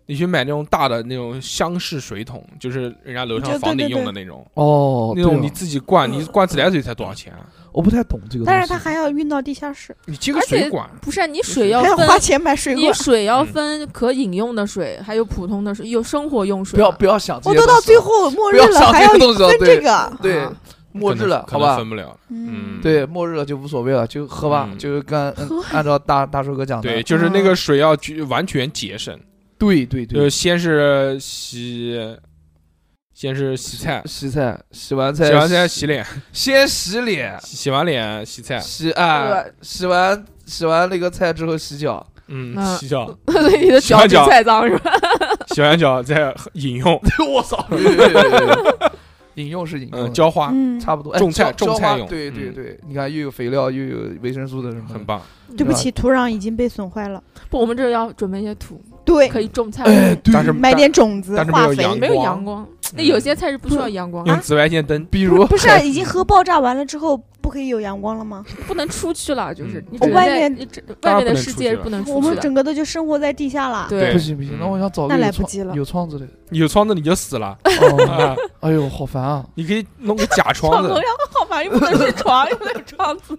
[SPEAKER 3] 你去买那种大的那种厢式水桶，就是人家楼
[SPEAKER 6] 就
[SPEAKER 3] 上
[SPEAKER 6] 对
[SPEAKER 3] 房
[SPEAKER 6] 对
[SPEAKER 3] 顶用
[SPEAKER 6] 对
[SPEAKER 3] 的那种，
[SPEAKER 2] 哦，
[SPEAKER 3] 那
[SPEAKER 2] 对
[SPEAKER 3] 种
[SPEAKER 2] 哦
[SPEAKER 3] 你自己灌，你灌自来水才多少钱啊？
[SPEAKER 2] 我不太懂这个东西，
[SPEAKER 6] 但是他还要运到地下室，
[SPEAKER 3] 你接个
[SPEAKER 7] 而且
[SPEAKER 3] 水管，
[SPEAKER 7] 不是啊你水要
[SPEAKER 6] 还要
[SPEAKER 7] 分，
[SPEAKER 6] 哎花钱买水
[SPEAKER 7] 你
[SPEAKER 6] 果。
[SPEAKER 7] 水要
[SPEAKER 3] 嗯
[SPEAKER 7] 分可饮用的水，还有普通的水，有生活用水
[SPEAKER 2] 不
[SPEAKER 7] 啊。
[SPEAKER 2] 要不要想这
[SPEAKER 6] 我
[SPEAKER 2] 些
[SPEAKER 6] 都
[SPEAKER 2] 东西了，
[SPEAKER 6] 到最后末
[SPEAKER 2] 不
[SPEAKER 6] 日
[SPEAKER 2] 要
[SPEAKER 6] 了，
[SPEAKER 2] 想
[SPEAKER 6] 还
[SPEAKER 2] 这
[SPEAKER 6] 要
[SPEAKER 2] 个东西了，
[SPEAKER 6] 分这
[SPEAKER 2] 对
[SPEAKER 6] 个。
[SPEAKER 2] 对
[SPEAKER 7] 啊，
[SPEAKER 2] 末日了，
[SPEAKER 3] 可
[SPEAKER 2] 好
[SPEAKER 3] 能可能
[SPEAKER 2] 吧
[SPEAKER 3] 分。不了。嗯
[SPEAKER 2] 对，末日了就无所谓了，就喝吧
[SPEAKER 3] 嗯，
[SPEAKER 2] 就是跟嗯按照大大叔哥讲的，
[SPEAKER 3] 对，就是那个水要去完全节省，
[SPEAKER 2] 对对
[SPEAKER 3] 就
[SPEAKER 2] 对
[SPEAKER 3] 是，先是洗，先是洗菜，
[SPEAKER 2] 洗菜，洗完菜，
[SPEAKER 3] 洗完菜洗脸，
[SPEAKER 2] 先洗脸，
[SPEAKER 3] 洗洗完脸洗菜，
[SPEAKER 2] 洗啊，洗完洗完那个菜之后洗脚，
[SPEAKER 3] 嗯，
[SPEAKER 7] 嗯
[SPEAKER 3] 洗脚，
[SPEAKER 7] 所以你的
[SPEAKER 3] 洗
[SPEAKER 7] 脚
[SPEAKER 3] 完
[SPEAKER 7] 比
[SPEAKER 3] 脚
[SPEAKER 7] 菜脏是吧？ <laughs>
[SPEAKER 3] 洗完脚再饮
[SPEAKER 2] <laughs>
[SPEAKER 3] 用，
[SPEAKER 2] 我操，对对对对对 <laughs> 饮用是饮
[SPEAKER 3] 嗯，
[SPEAKER 2] 用，
[SPEAKER 3] 浇花，
[SPEAKER 6] 嗯，
[SPEAKER 2] 差不多，哎
[SPEAKER 3] 种菜
[SPEAKER 2] 浇
[SPEAKER 3] 种菜
[SPEAKER 2] 浇花
[SPEAKER 3] 用
[SPEAKER 2] 对对
[SPEAKER 3] 嗯
[SPEAKER 2] 对，你看又有肥料又有维生素的什么的，
[SPEAKER 3] 很棒。
[SPEAKER 6] 对不起，土壤已经被损坏了。
[SPEAKER 7] 不，我们这儿要准备一些土，
[SPEAKER 6] 对，
[SPEAKER 7] 可以种菜，
[SPEAKER 3] 但是
[SPEAKER 6] 买点种子
[SPEAKER 3] 但是没
[SPEAKER 6] 化
[SPEAKER 3] 有
[SPEAKER 6] 肥。
[SPEAKER 3] 阳
[SPEAKER 7] 没有阳光。那有些啊菜是不需要
[SPEAKER 6] 嗯
[SPEAKER 7] 阳光，
[SPEAKER 3] 用紫外线灯，
[SPEAKER 2] 比
[SPEAKER 6] 不
[SPEAKER 2] 如
[SPEAKER 6] 不是啊已经核爆炸完了之后，不可以有阳光了吗？
[SPEAKER 7] 不能出去了，就是
[SPEAKER 3] 嗯
[SPEAKER 7] 你只能
[SPEAKER 6] 外
[SPEAKER 7] 在
[SPEAKER 6] 面
[SPEAKER 7] 你只
[SPEAKER 3] 当然不
[SPEAKER 7] 外面
[SPEAKER 3] 能
[SPEAKER 7] 的
[SPEAKER 3] 出
[SPEAKER 7] 世
[SPEAKER 3] 去
[SPEAKER 7] 界是
[SPEAKER 3] 了
[SPEAKER 7] 不能
[SPEAKER 6] 我
[SPEAKER 7] 出去
[SPEAKER 6] 们
[SPEAKER 7] 的。
[SPEAKER 6] 整个的就生活在地下了。
[SPEAKER 7] 对
[SPEAKER 2] 不行不行，那我想找个
[SPEAKER 6] 那
[SPEAKER 2] 有
[SPEAKER 6] 来不
[SPEAKER 2] 窗
[SPEAKER 6] 及了
[SPEAKER 2] 有窗子 <laughs> 的，
[SPEAKER 3] 有窗子你就死
[SPEAKER 7] <laughs>
[SPEAKER 3] 了。啊
[SPEAKER 2] 哦，哎呦，好烦啊！
[SPEAKER 3] 你可以弄个假
[SPEAKER 7] 床
[SPEAKER 3] 窗子
[SPEAKER 7] 头，要好吧，又不能睡床，又不能有窗子。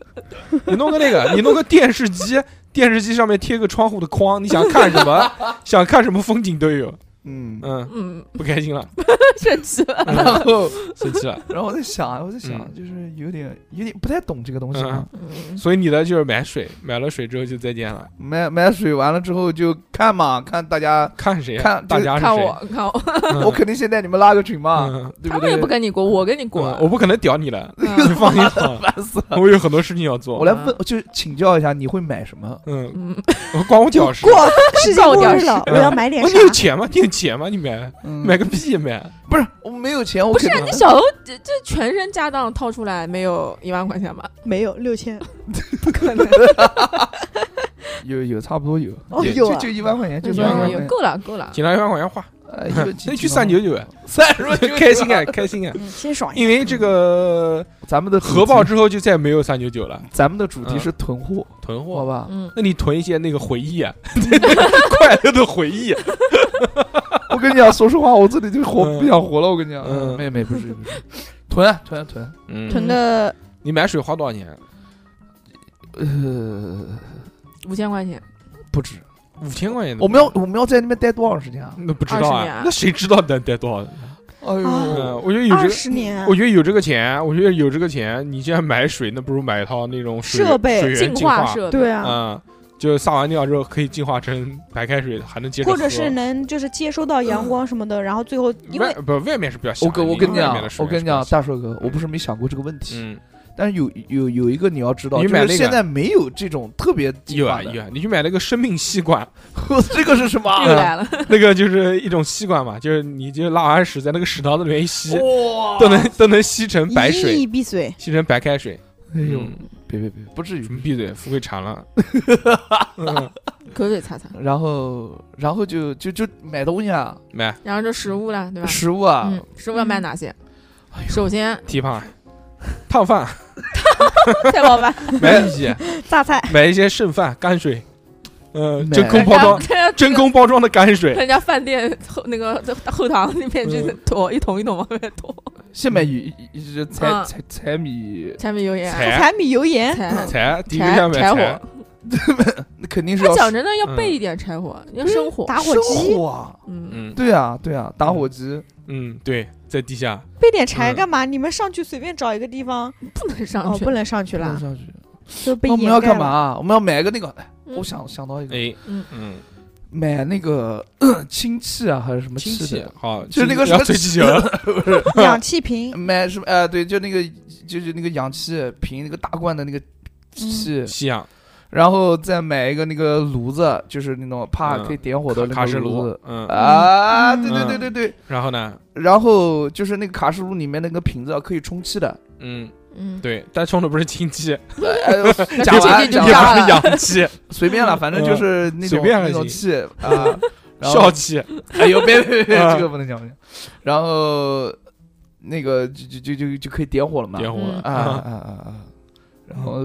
[SPEAKER 3] 你弄个那个，你弄个电视机，电视机上面贴个窗户的框，你想看什么， <laughs> 想看什么风景都有。
[SPEAKER 2] 嗯，
[SPEAKER 3] 嗯，
[SPEAKER 7] 嗯，
[SPEAKER 3] 不开心了，嗯
[SPEAKER 7] 生气了。
[SPEAKER 2] 然后
[SPEAKER 3] 生气了。
[SPEAKER 2] 然后我在想，我在想，
[SPEAKER 3] 嗯
[SPEAKER 2] 就是有点有点不太懂这个东西啊。
[SPEAKER 7] 嗯
[SPEAKER 3] 所以你的就是买水，买了水之后就再见了。
[SPEAKER 2] 买买水完了之后就看嘛，看大家，
[SPEAKER 3] 看谁啊？
[SPEAKER 2] 看
[SPEAKER 3] 大家是
[SPEAKER 7] 看
[SPEAKER 3] 谁
[SPEAKER 7] 我，看我，
[SPEAKER 3] 嗯？
[SPEAKER 2] 我肯啊定先带你们拉个群嘛，
[SPEAKER 3] 嗯
[SPEAKER 2] 对
[SPEAKER 7] 他们
[SPEAKER 2] 对
[SPEAKER 7] 也？不跟你过，我跟你过
[SPEAKER 3] 嗯。我不可能屌你
[SPEAKER 2] <laughs>
[SPEAKER 3] 了，你
[SPEAKER 7] 嗯
[SPEAKER 3] 放心吧，
[SPEAKER 2] 烦死了！
[SPEAKER 3] 我有很多事情要
[SPEAKER 2] 我
[SPEAKER 3] 做。
[SPEAKER 2] 来问，就是请教一下，你会买什么？
[SPEAKER 3] 嗯，
[SPEAKER 7] 嗯，
[SPEAKER 3] 我光我屌事。
[SPEAKER 6] 过世界
[SPEAKER 7] 告
[SPEAKER 6] 末
[SPEAKER 7] 掉
[SPEAKER 6] 日
[SPEAKER 7] 是
[SPEAKER 6] 了，
[SPEAKER 3] 嗯
[SPEAKER 6] 我要买点
[SPEAKER 3] 我
[SPEAKER 6] 啥
[SPEAKER 3] 你？有钱吗？你有钱吗？你买
[SPEAKER 2] 嗯
[SPEAKER 3] 买个屁买！
[SPEAKER 2] 不是，我没有钱，我
[SPEAKER 7] 不是
[SPEAKER 2] 肯
[SPEAKER 7] <laughs>
[SPEAKER 2] 定
[SPEAKER 7] 那小欧这这全身家当掏出来没有一万块钱
[SPEAKER 2] <laughs>
[SPEAKER 7] 吧？
[SPEAKER 6] 没有六千，
[SPEAKER 2] 有有差不多有，
[SPEAKER 6] 哦
[SPEAKER 2] 也
[SPEAKER 6] 有
[SPEAKER 2] 就
[SPEAKER 6] 啊
[SPEAKER 2] 就一万块钱，就
[SPEAKER 3] 嗯
[SPEAKER 2] 算一
[SPEAKER 3] 有
[SPEAKER 2] 万
[SPEAKER 3] 有
[SPEAKER 2] 块钱
[SPEAKER 7] 哎够了够了。
[SPEAKER 3] 警察一万块钱花，
[SPEAKER 2] 哎就几 <laughs>
[SPEAKER 3] 那去
[SPEAKER 2] 几
[SPEAKER 3] 三
[SPEAKER 2] 万
[SPEAKER 3] 九九啊，
[SPEAKER 2] 三十万
[SPEAKER 3] <laughs> 开心啊，开心啊！
[SPEAKER 6] 嗯，先爽一
[SPEAKER 3] 因为这个
[SPEAKER 2] 咱们的主题
[SPEAKER 3] 核爆，之后就再没有三九九了，
[SPEAKER 2] 咱们的主题
[SPEAKER 3] 嗯
[SPEAKER 2] 是囤货，
[SPEAKER 3] 囤
[SPEAKER 2] 好
[SPEAKER 3] 货。
[SPEAKER 2] 吧？
[SPEAKER 7] 嗯，
[SPEAKER 3] 那你囤一些那个回忆啊， <laughs> 快乐的回忆。
[SPEAKER 2] <laughs>
[SPEAKER 3] 啊
[SPEAKER 2] 我跟你讲，说实话，我这里就活
[SPEAKER 3] 嗯
[SPEAKER 2] 不想活了。我跟你讲，
[SPEAKER 3] 嗯
[SPEAKER 2] 妹妹不是不是，囤囤 <laughs> 囤，
[SPEAKER 3] 嗯，
[SPEAKER 6] 囤个
[SPEAKER 3] <laughs> 你买水花多少钱？啊嗯
[SPEAKER 2] 呃，
[SPEAKER 7] 五千块钱，
[SPEAKER 2] 不止。
[SPEAKER 3] 五千块钱都
[SPEAKER 2] 我
[SPEAKER 3] 不
[SPEAKER 2] 们
[SPEAKER 3] 到。
[SPEAKER 2] 要我们要在那边待多长时间啊？
[SPEAKER 3] 那不知道
[SPEAKER 7] 20年
[SPEAKER 3] 啊
[SPEAKER 7] 啊，
[SPEAKER 3] 那谁知道能带多少？
[SPEAKER 2] 哎
[SPEAKER 3] 嗯，
[SPEAKER 2] 呦，
[SPEAKER 3] 我觉得有这
[SPEAKER 6] 二
[SPEAKER 3] 个，
[SPEAKER 6] 十年
[SPEAKER 3] 我觉得有这个钱，我觉得有这个钱，你既然买水，那不如买一套那种水
[SPEAKER 6] 设备
[SPEAKER 3] 水源
[SPEAKER 7] 净
[SPEAKER 3] 净化
[SPEAKER 7] 设备。
[SPEAKER 6] 对啊，
[SPEAKER 3] 啊，就撒完尿之后可以净化成白开水，还能接着喝。
[SPEAKER 6] 或者是能就是接收到阳光什么的，然后最后因
[SPEAKER 3] 外
[SPEAKER 6] 为
[SPEAKER 3] 不外面是比较小
[SPEAKER 2] 我
[SPEAKER 3] 的，
[SPEAKER 2] 跟我跟你
[SPEAKER 3] 因为外
[SPEAKER 2] 讲
[SPEAKER 3] 面的，水
[SPEAKER 2] 我
[SPEAKER 3] 源
[SPEAKER 2] 跟
[SPEAKER 3] 是
[SPEAKER 2] 你
[SPEAKER 3] 比较
[SPEAKER 2] 讲，
[SPEAKER 3] 小
[SPEAKER 2] 大硕哥，我不是没想过这个问题，
[SPEAKER 3] 嗯，
[SPEAKER 2] 但但是有有有一个你要知道，
[SPEAKER 3] 你
[SPEAKER 2] 就
[SPEAKER 3] 买
[SPEAKER 2] 是
[SPEAKER 3] 那个
[SPEAKER 2] 现在没有这种特别计
[SPEAKER 3] 有
[SPEAKER 2] 划
[SPEAKER 3] 啊
[SPEAKER 2] 的。
[SPEAKER 3] 有啊，啊你去买那个生命吸管， <laughs>
[SPEAKER 2] <laughs> 这个是什么？啊
[SPEAKER 7] 又来了， <laughs>
[SPEAKER 3] 那个就是一种吸管嘛，就是你就拉完屎在那个屎槽子里面一吸，
[SPEAKER 2] 哇
[SPEAKER 3] 都能都能吸成白
[SPEAKER 6] 一
[SPEAKER 3] 水，
[SPEAKER 6] 亿
[SPEAKER 3] <laughs>
[SPEAKER 6] 必水，
[SPEAKER 3] 吸成白开水。
[SPEAKER 2] 哎呦，
[SPEAKER 3] 嗯，
[SPEAKER 2] 别别别，不至于
[SPEAKER 3] 什。么闭嘴，富贵馋了。嗯
[SPEAKER 7] 口水擦擦，
[SPEAKER 2] 然后，然后就就就买东西啊，
[SPEAKER 3] 买
[SPEAKER 7] 然后这食物了，对吧？
[SPEAKER 2] 食物啊，
[SPEAKER 7] 嗯，食物要买哪些？
[SPEAKER 3] 哎
[SPEAKER 7] 首先，
[SPEAKER 3] 蹄
[SPEAKER 2] <laughs>
[SPEAKER 3] 膀、烫饭，
[SPEAKER 6] 蔡老板，
[SPEAKER 3] 买米，
[SPEAKER 6] 榨菜，
[SPEAKER 3] 买一些剩饭、泔水，嗯，
[SPEAKER 2] 买
[SPEAKER 3] 真空
[SPEAKER 7] 人
[SPEAKER 3] 包
[SPEAKER 7] 家
[SPEAKER 3] 装， <laughs>
[SPEAKER 7] 人家
[SPEAKER 3] 真空包装的泔水，
[SPEAKER 7] <laughs> 人家饭店后那个后堂那边
[SPEAKER 3] 嗯
[SPEAKER 7] <laughs> 去拖一桶一桶往外面拖，
[SPEAKER 2] 先买一一一一柴
[SPEAKER 7] 嗯
[SPEAKER 2] 柴柴米，
[SPEAKER 7] 柴米油盐，
[SPEAKER 3] 柴
[SPEAKER 6] 柴米油盐，
[SPEAKER 7] 柴
[SPEAKER 3] 柴，第一个
[SPEAKER 7] 柴
[SPEAKER 3] 要买
[SPEAKER 7] 柴
[SPEAKER 3] 柴
[SPEAKER 7] 火，，
[SPEAKER 2] 那肯定是
[SPEAKER 7] 他
[SPEAKER 2] 要
[SPEAKER 7] 讲真的要
[SPEAKER 3] 嗯
[SPEAKER 7] 备一点柴火，要生火，
[SPEAKER 6] 打火
[SPEAKER 2] 生
[SPEAKER 6] 机，
[SPEAKER 2] 火啊。
[SPEAKER 7] 嗯，
[SPEAKER 3] 嗯
[SPEAKER 2] 对啊，对啊，打火机，
[SPEAKER 3] 嗯，对，在地下，
[SPEAKER 6] 备点柴
[SPEAKER 3] 嗯
[SPEAKER 6] 干嘛？你们上去随便找一个地方，
[SPEAKER 7] 不能上
[SPEAKER 6] 哦，
[SPEAKER 7] 去
[SPEAKER 6] 不，能上去
[SPEAKER 2] 弄
[SPEAKER 6] 了，
[SPEAKER 2] 上去。
[SPEAKER 6] 就被
[SPEAKER 2] 嗯那我们
[SPEAKER 6] 掩
[SPEAKER 2] 要
[SPEAKER 6] 盖
[SPEAKER 2] 干
[SPEAKER 6] 了？
[SPEAKER 2] 嘛？啊我们要买个那个，哎
[SPEAKER 7] 嗯
[SPEAKER 2] 我想想到一个，
[SPEAKER 3] 哎，
[SPEAKER 7] 嗯
[SPEAKER 3] 嗯，
[SPEAKER 2] 买那个 <clears throat> 呃氢气啊，还是什么
[SPEAKER 3] 氢
[SPEAKER 2] 气
[SPEAKER 3] 气
[SPEAKER 2] 的？
[SPEAKER 3] 好，
[SPEAKER 2] 就是那个什
[SPEAKER 3] 要啊
[SPEAKER 2] 么
[SPEAKER 3] 吹气球了， <laughs>
[SPEAKER 6] 氧气
[SPEAKER 2] <laughs>
[SPEAKER 6] 瓶，
[SPEAKER 2] 买什么？哎，对，就那个就是那个氧气瓶，那个大罐的那个
[SPEAKER 6] 嗯
[SPEAKER 2] 气，
[SPEAKER 3] 吸氧
[SPEAKER 2] 然后再买一个那个炉子，就是那种怕
[SPEAKER 3] 嗯
[SPEAKER 2] 可以点火的 <laughs> 那
[SPEAKER 3] 卡
[SPEAKER 2] 个
[SPEAKER 3] 式
[SPEAKER 2] 炉
[SPEAKER 3] 炉
[SPEAKER 2] 子，
[SPEAKER 3] 嗯，
[SPEAKER 2] 啊，
[SPEAKER 6] 嗯
[SPEAKER 2] 对对对对对。
[SPEAKER 3] 然后呢，
[SPEAKER 2] 然后就是那个卡式炉里面那个瓶子啊，可以充气的，
[SPEAKER 3] 嗯，
[SPEAKER 7] 嗯，
[SPEAKER 3] 对，但充的不是氢气，
[SPEAKER 2] 呃
[SPEAKER 3] 讲
[SPEAKER 7] 这
[SPEAKER 2] 完
[SPEAKER 7] 这就
[SPEAKER 2] 讲
[SPEAKER 3] 也
[SPEAKER 7] 炸
[SPEAKER 3] 不
[SPEAKER 7] 了
[SPEAKER 3] 是，氧气，
[SPEAKER 2] 随
[SPEAKER 3] <laughs>
[SPEAKER 2] 便了，反正就是那
[SPEAKER 3] 嗯随
[SPEAKER 2] 种
[SPEAKER 3] 便还
[SPEAKER 2] 那种
[SPEAKER 3] 行
[SPEAKER 2] 气
[SPEAKER 3] <laughs>
[SPEAKER 2] 啊。 <laughs> 然后 <laughs>
[SPEAKER 3] 笑气，
[SPEAKER 2] 哎呦，别别别，
[SPEAKER 3] 啊
[SPEAKER 2] 这个不能讲，不能讲。然后那个就就就就就可以点火了嘛，
[SPEAKER 3] 点火嗯了
[SPEAKER 7] 嗯
[SPEAKER 2] 啊啊啊啊！然后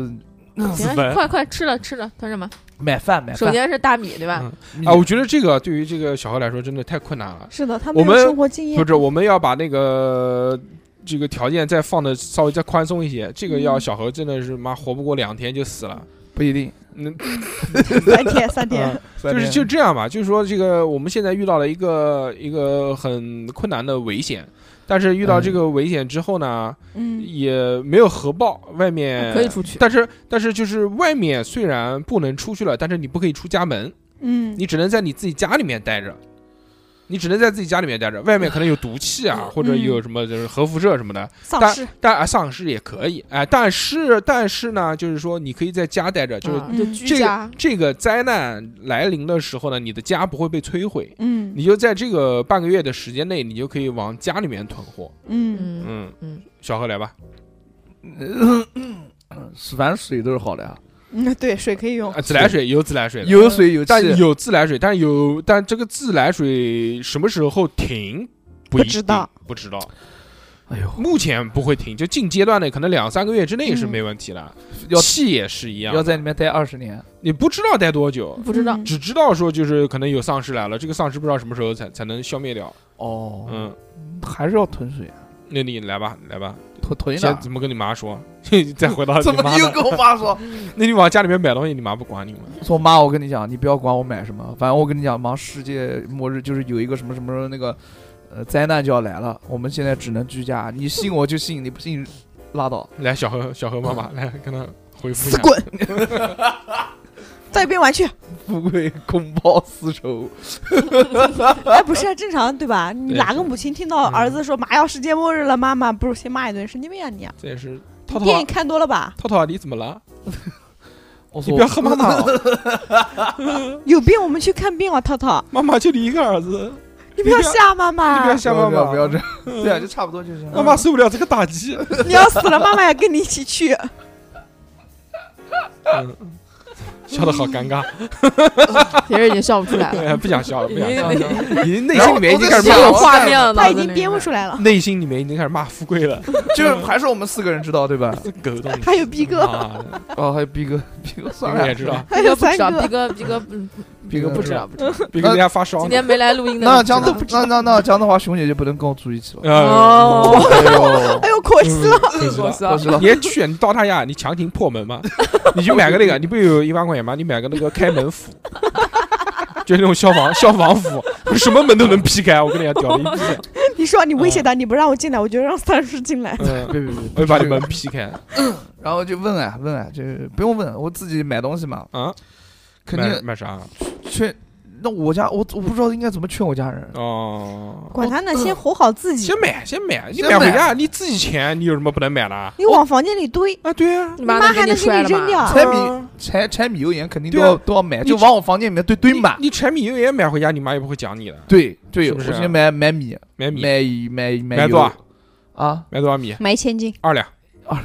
[SPEAKER 7] 行
[SPEAKER 3] 四分
[SPEAKER 7] 了，快快吃了吃了，等什么？
[SPEAKER 2] 买饭
[SPEAKER 3] 哎
[SPEAKER 2] 买
[SPEAKER 7] 首
[SPEAKER 2] 饭
[SPEAKER 7] 先是大米，对吧？
[SPEAKER 2] 米
[SPEAKER 3] 啊，我觉得这个对于这个小孩来说真的太困难了。
[SPEAKER 6] 是的，他
[SPEAKER 3] 我
[SPEAKER 6] 没有
[SPEAKER 3] 们
[SPEAKER 6] 生活经验
[SPEAKER 3] 不，是，我们要把那个这个条件再放的稍微再宽松一些。这个要小何真的是妈活不过两天就死了。
[SPEAKER 2] 不一定，
[SPEAKER 3] 嗯，
[SPEAKER 6] 三天三天
[SPEAKER 3] 嗯，就是就这样吧，就是说这个我们现在遇到了一个一个很困难的危险，但是遇到这个危险之后呢，
[SPEAKER 6] 嗯，
[SPEAKER 3] 也没有核爆，外面
[SPEAKER 7] 可以出去，
[SPEAKER 3] 但是但是就是外面虽然不能出去了，但是你不可以出家门，
[SPEAKER 6] 嗯，
[SPEAKER 3] 你只能在你自己家里面待着，你只能在自己家里面待着，外面可能有毒气
[SPEAKER 7] 嗯
[SPEAKER 3] 啊，或者有什么就是核辐射什么的，
[SPEAKER 6] 丧
[SPEAKER 3] 但
[SPEAKER 6] 尸，
[SPEAKER 3] 但啊丧尸也可以，哎、但是但是呢，就是说你可以在家待着，就是
[SPEAKER 7] 啊
[SPEAKER 6] 嗯
[SPEAKER 7] 就居
[SPEAKER 3] 这
[SPEAKER 7] 家
[SPEAKER 3] 个，这个灾难来临的时候呢，你的家不会被摧毁。
[SPEAKER 6] 嗯
[SPEAKER 3] 你就在这个半个月的时间内，你就可以往家里面囤货。
[SPEAKER 6] 嗯，
[SPEAKER 7] 嗯
[SPEAKER 3] 嗯
[SPEAKER 7] 嗯，
[SPEAKER 3] 小何来吧，
[SPEAKER 2] 反正水都是好的呀，
[SPEAKER 6] 嗯，对，水可以用
[SPEAKER 3] 啊，，自来水有自来水的，
[SPEAKER 2] 有水有气，
[SPEAKER 3] 但有自来水，但有但这个自来水什么时候停不
[SPEAKER 6] 不
[SPEAKER 3] 一
[SPEAKER 6] 知
[SPEAKER 3] 定
[SPEAKER 6] 道，
[SPEAKER 3] 不知道。
[SPEAKER 2] 哎呦，
[SPEAKER 3] 目前不会停，就近阶段内可能两三个月之内是
[SPEAKER 6] 嗯
[SPEAKER 3] 没问题的。
[SPEAKER 2] 要
[SPEAKER 3] 气也是一样的，
[SPEAKER 2] 要在里面待二十年，
[SPEAKER 3] 你不知道待多久，
[SPEAKER 7] 嗯不知道，
[SPEAKER 3] 只知道说就是可能有丧尸来了，这个丧尸不知道什么时候才才能消灭掉。
[SPEAKER 2] 哦，
[SPEAKER 3] 嗯，
[SPEAKER 2] 还是要囤水，啊
[SPEAKER 3] 那你来吧，你来吧，
[SPEAKER 2] 囤囤一点
[SPEAKER 3] 先
[SPEAKER 2] 儿。
[SPEAKER 3] 怎么跟你妈说？ <laughs> 再回到
[SPEAKER 2] 怎
[SPEAKER 3] 你
[SPEAKER 2] 么
[SPEAKER 3] 妈
[SPEAKER 2] 你又
[SPEAKER 3] 那，
[SPEAKER 2] 跟我妈说？
[SPEAKER 3] 那你往家里面买东西，你妈不管你
[SPEAKER 2] <laughs>
[SPEAKER 3] 吗？
[SPEAKER 2] 说妈，我跟你讲，你不要管我买什么，反正我跟你讲，忙世界末日就是有一个什么什么那个，呃，灾难就要来了，我们现在只能居家，你信我就信，你不信拉倒。
[SPEAKER 3] 来，小何，小何妈妈，
[SPEAKER 2] 嗯
[SPEAKER 3] 来跟他回复一
[SPEAKER 6] 死
[SPEAKER 3] 下。
[SPEAKER 6] 滚，到一边玩去。
[SPEAKER 2] 富贵公报私仇，
[SPEAKER 6] 哎，不是正常对吧？你
[SPEAKER 3] 对嗯
[SPEAKER 6] 哪个母亲听到儿子说马要世界末日了，妈妈不如先骂一顿，神经病啊你啊！
[SPEAKER 3] 这也是涛涛
[SPEAKER 6] 电
[SPEAKER 3] 啊，
[SPEAKER 6] 影看多了吧？
[SPEAKER 3] 涛涛啊，你怎么了？
[SPEAKER 2] 我
[SPEAKER 3] 你
[SPEAKER 2] 说
[SPEAKER 3] 不要，喝妈妈哦，
[SPEAKER 6] 有病我们去看病啊，涛涛，
[SPEAKER 3] <laughs> 妈妈就你一个儿子，
[SPEAKER 6] 你不要
[SPEAKER 3] 你不要
[SPEAKER 6] 吓妈
[SPEAKER 3] 你不
[SPEAKER 6] 妈
[SPEAKER 3] 要，
[SPEAKER 2] 不
[SPEAKER 3] 吓妈
[SPEAKER 2] 要不要
[SPEAKER 3] 妈，
[SPEAKER 2] 啊不要这样，
[SPEAKER 3] 嗯
[SPEAKER 2] 对啊，就差不多就行了。
[SPEAKER 3] 妈妈受不了这个打
[SPEAKER 2] <laughs>
[SPEAKER 3] 击。
[SPEAKER 6] 你要死了，妈妈要跟你一
[SPEAKER 3] <laughs>
[SPEAKER 6] 起去。
[SPEAKER 3] 嗯笑得好尴
[SPEAKER 2] <laughs>
[SPEAKER 3] 尬，
[SPEAKER 7] 其实已经笑不出来
[SPEAKER 3] <laughs>
[SPEAKER 7] 了，
[SPEAKER 3] 哎不想笑了，不想笑
[SPEAKER 2] 嗯
[SPEAKER 3] 了，已经内
[SPEAKER 2] 然后
[SPEAKER 3] 心里面已经开
[SPEAKER 2] 我
[SPEAKER 3] 始
[SPEAKER 2] 就
[SPEAKER 3] 骂
[SPEAKER 2] 想
[SPEAKER 7] 有
[SPEAKER 3] 我，
[SPEAKER 7] 画面了，
[SPEAKER 6] 他
[SPEAKER 7] 脑
[SPEAKER 6] 已
[SPEAKER 7] 子
[SPEAKER 6] 经
[SPEAKER 7] 里
[SPEAKER 6] 编不
[SPEAKER 7] 面
[SPEAKER 6] 出来了，
[SPEAKER 3] 内心里面已经开始骂富贵了，
[SPEAKER 2] 就是 <laughs> 还是我们四个人知道对吧？
[SPEAKER 3] 这狗东西。
[SPEAKER 6] 还有逼哥，
[SPEAKER 3] 啊，
[SPEAKER 2] 哦，还有逼哥，逼哥
[SPEAKER 3] 你
[SPEAKER 2] <laughs> 算
[SPEAKER 3] 们
[SPEAKER 2] 了，
[SPEAKER 3] 也知道，
[SPEAKER 6] 还
[SPEAKER 7] 逼
[SPEAKER 6] 有
[SPEAKER 7] 哥不
[SPEAKER 6] 三
[SPEAKER 7] 知道，逼
[SPEAKER 6] 哥，
[SPEAKER 7] 哥逼哥
[SPEAKER 3] <laughs>
[SPEAKER 7] 嗯
[SPEAKER 2] 逼哥
[SPEAKER 7] 不知道不知道，
[SPEAKER 3] 别跟人家发烧呢。
[SPEAKER 7] 今天没来录音的
[SPEAKER 2] 那
[SPEAKER 7] 不知道
[SPEAKER 2] 江的
[SPEAKER 7] <laughs>
[SPEAKER 2] 那那那江的话，熊姐就不能跟我住一 <laughs> 起了。
[SPEAKER 3] 呃，
[SPEAKER 7] 哦，
[SPEAKER 2] 哎呦，
[SPEAKER 6] 哎呦，可
[SPEAKER 3] 嗯
[SPEAKER 6] 惜了，
[SPEAKER 3] 可惜了。
[SPEAKER 7] 我
[SPEAKER 2] 我
[SPEAKER 7] 操
[SPEAKER 2] 知！ <laughs> 道
[SPEAKER 3] 你，也去，你到他家，你强行破门嘛？你就买个那个，你不有一万块钱吗？你买个那个开门斧，就是那种消防消防斧，什么门都能劈开。我跟你讲，屌的一逼。
[SPEAKER 2] <laughs>
[SPEAKER 6] 你说你威胁他，你不让我进来，我就让三叔进来。
[SPEAKER 3] 嗯，
[SPEAKER 2] 别别别，
[SPEAKER 3] 我就把你门劈开
[SPEAKER 2] 然后就问啊问啊，就是不用问，我自己买东西嘛，
[SPEAKER 3] 啊！
[SPEAKER 2] 肯
[SPEAKER 3] 买
[SPEAKER 2] 定
[SPEAKER 3] 买啥？
[SPEAKER 2] 确那我家我我不知道应该怎么劝我家 <laughs> 人。
[SPEAKER 3] 哦，
[SPEAKER 6] 管他呢，先活好自己
[SPEAKER 3] 先，买先买，你
[SPEAKER 2] 先
[SPEAKER 3] 买回
[SPEAKER 2] 买
[SPEAKER 3] 家你自己钱，你有什么不能买的啊？
[SPEAKER 6] 你往房间里堆，
[SPEAKER 3] 啊，对啊，
[SPEAKER 7] 你
[SPEAKER 6] 妈
[SPEAKER 7] 妈
[SPEAKER 6] 还
[SPEAKER 7] 都给
[SPEAKER 6] 能
[SPEAKER 7] 你
[SPEAKER 6] 给你
[SPEAKER 7] 摔了
[SPEAKER 6] 扔
[SPEAKER 7] 吗？
[SPEAKER 6] 掉。
[SPEAKER 2] 柴米柴柴米油盐肯定都
[SPEAKER 3] 对啊
[SPEAKER 2] 要都要买，就往我房间里面堆堆
[SPEAKER 3] 你
[SPEAKER 2] 满。
[SPEAKER 3] 你柴米油盐买回家，你妈也不会讲你的。
[SPEAKER 2] 对对，
[SPEAKER 3] 是
[SPEAKER 2] 我
[SPEAKER 3] 不是
[SPEAKER 2] 先买买米，
[SPEAKER 3] 买米
[SPEAKER 2] 啊买一买一买
[SPEAKER 3] 买
[SPEAKER 2] 油
[SPEAKER 3] 多少？
[SPEAKER 2] 啊，
[SPEAKER 3] 买多少米？
[SPEAKER 4] 买一千斤，
[SPEAKER 3] 二两， <laughs>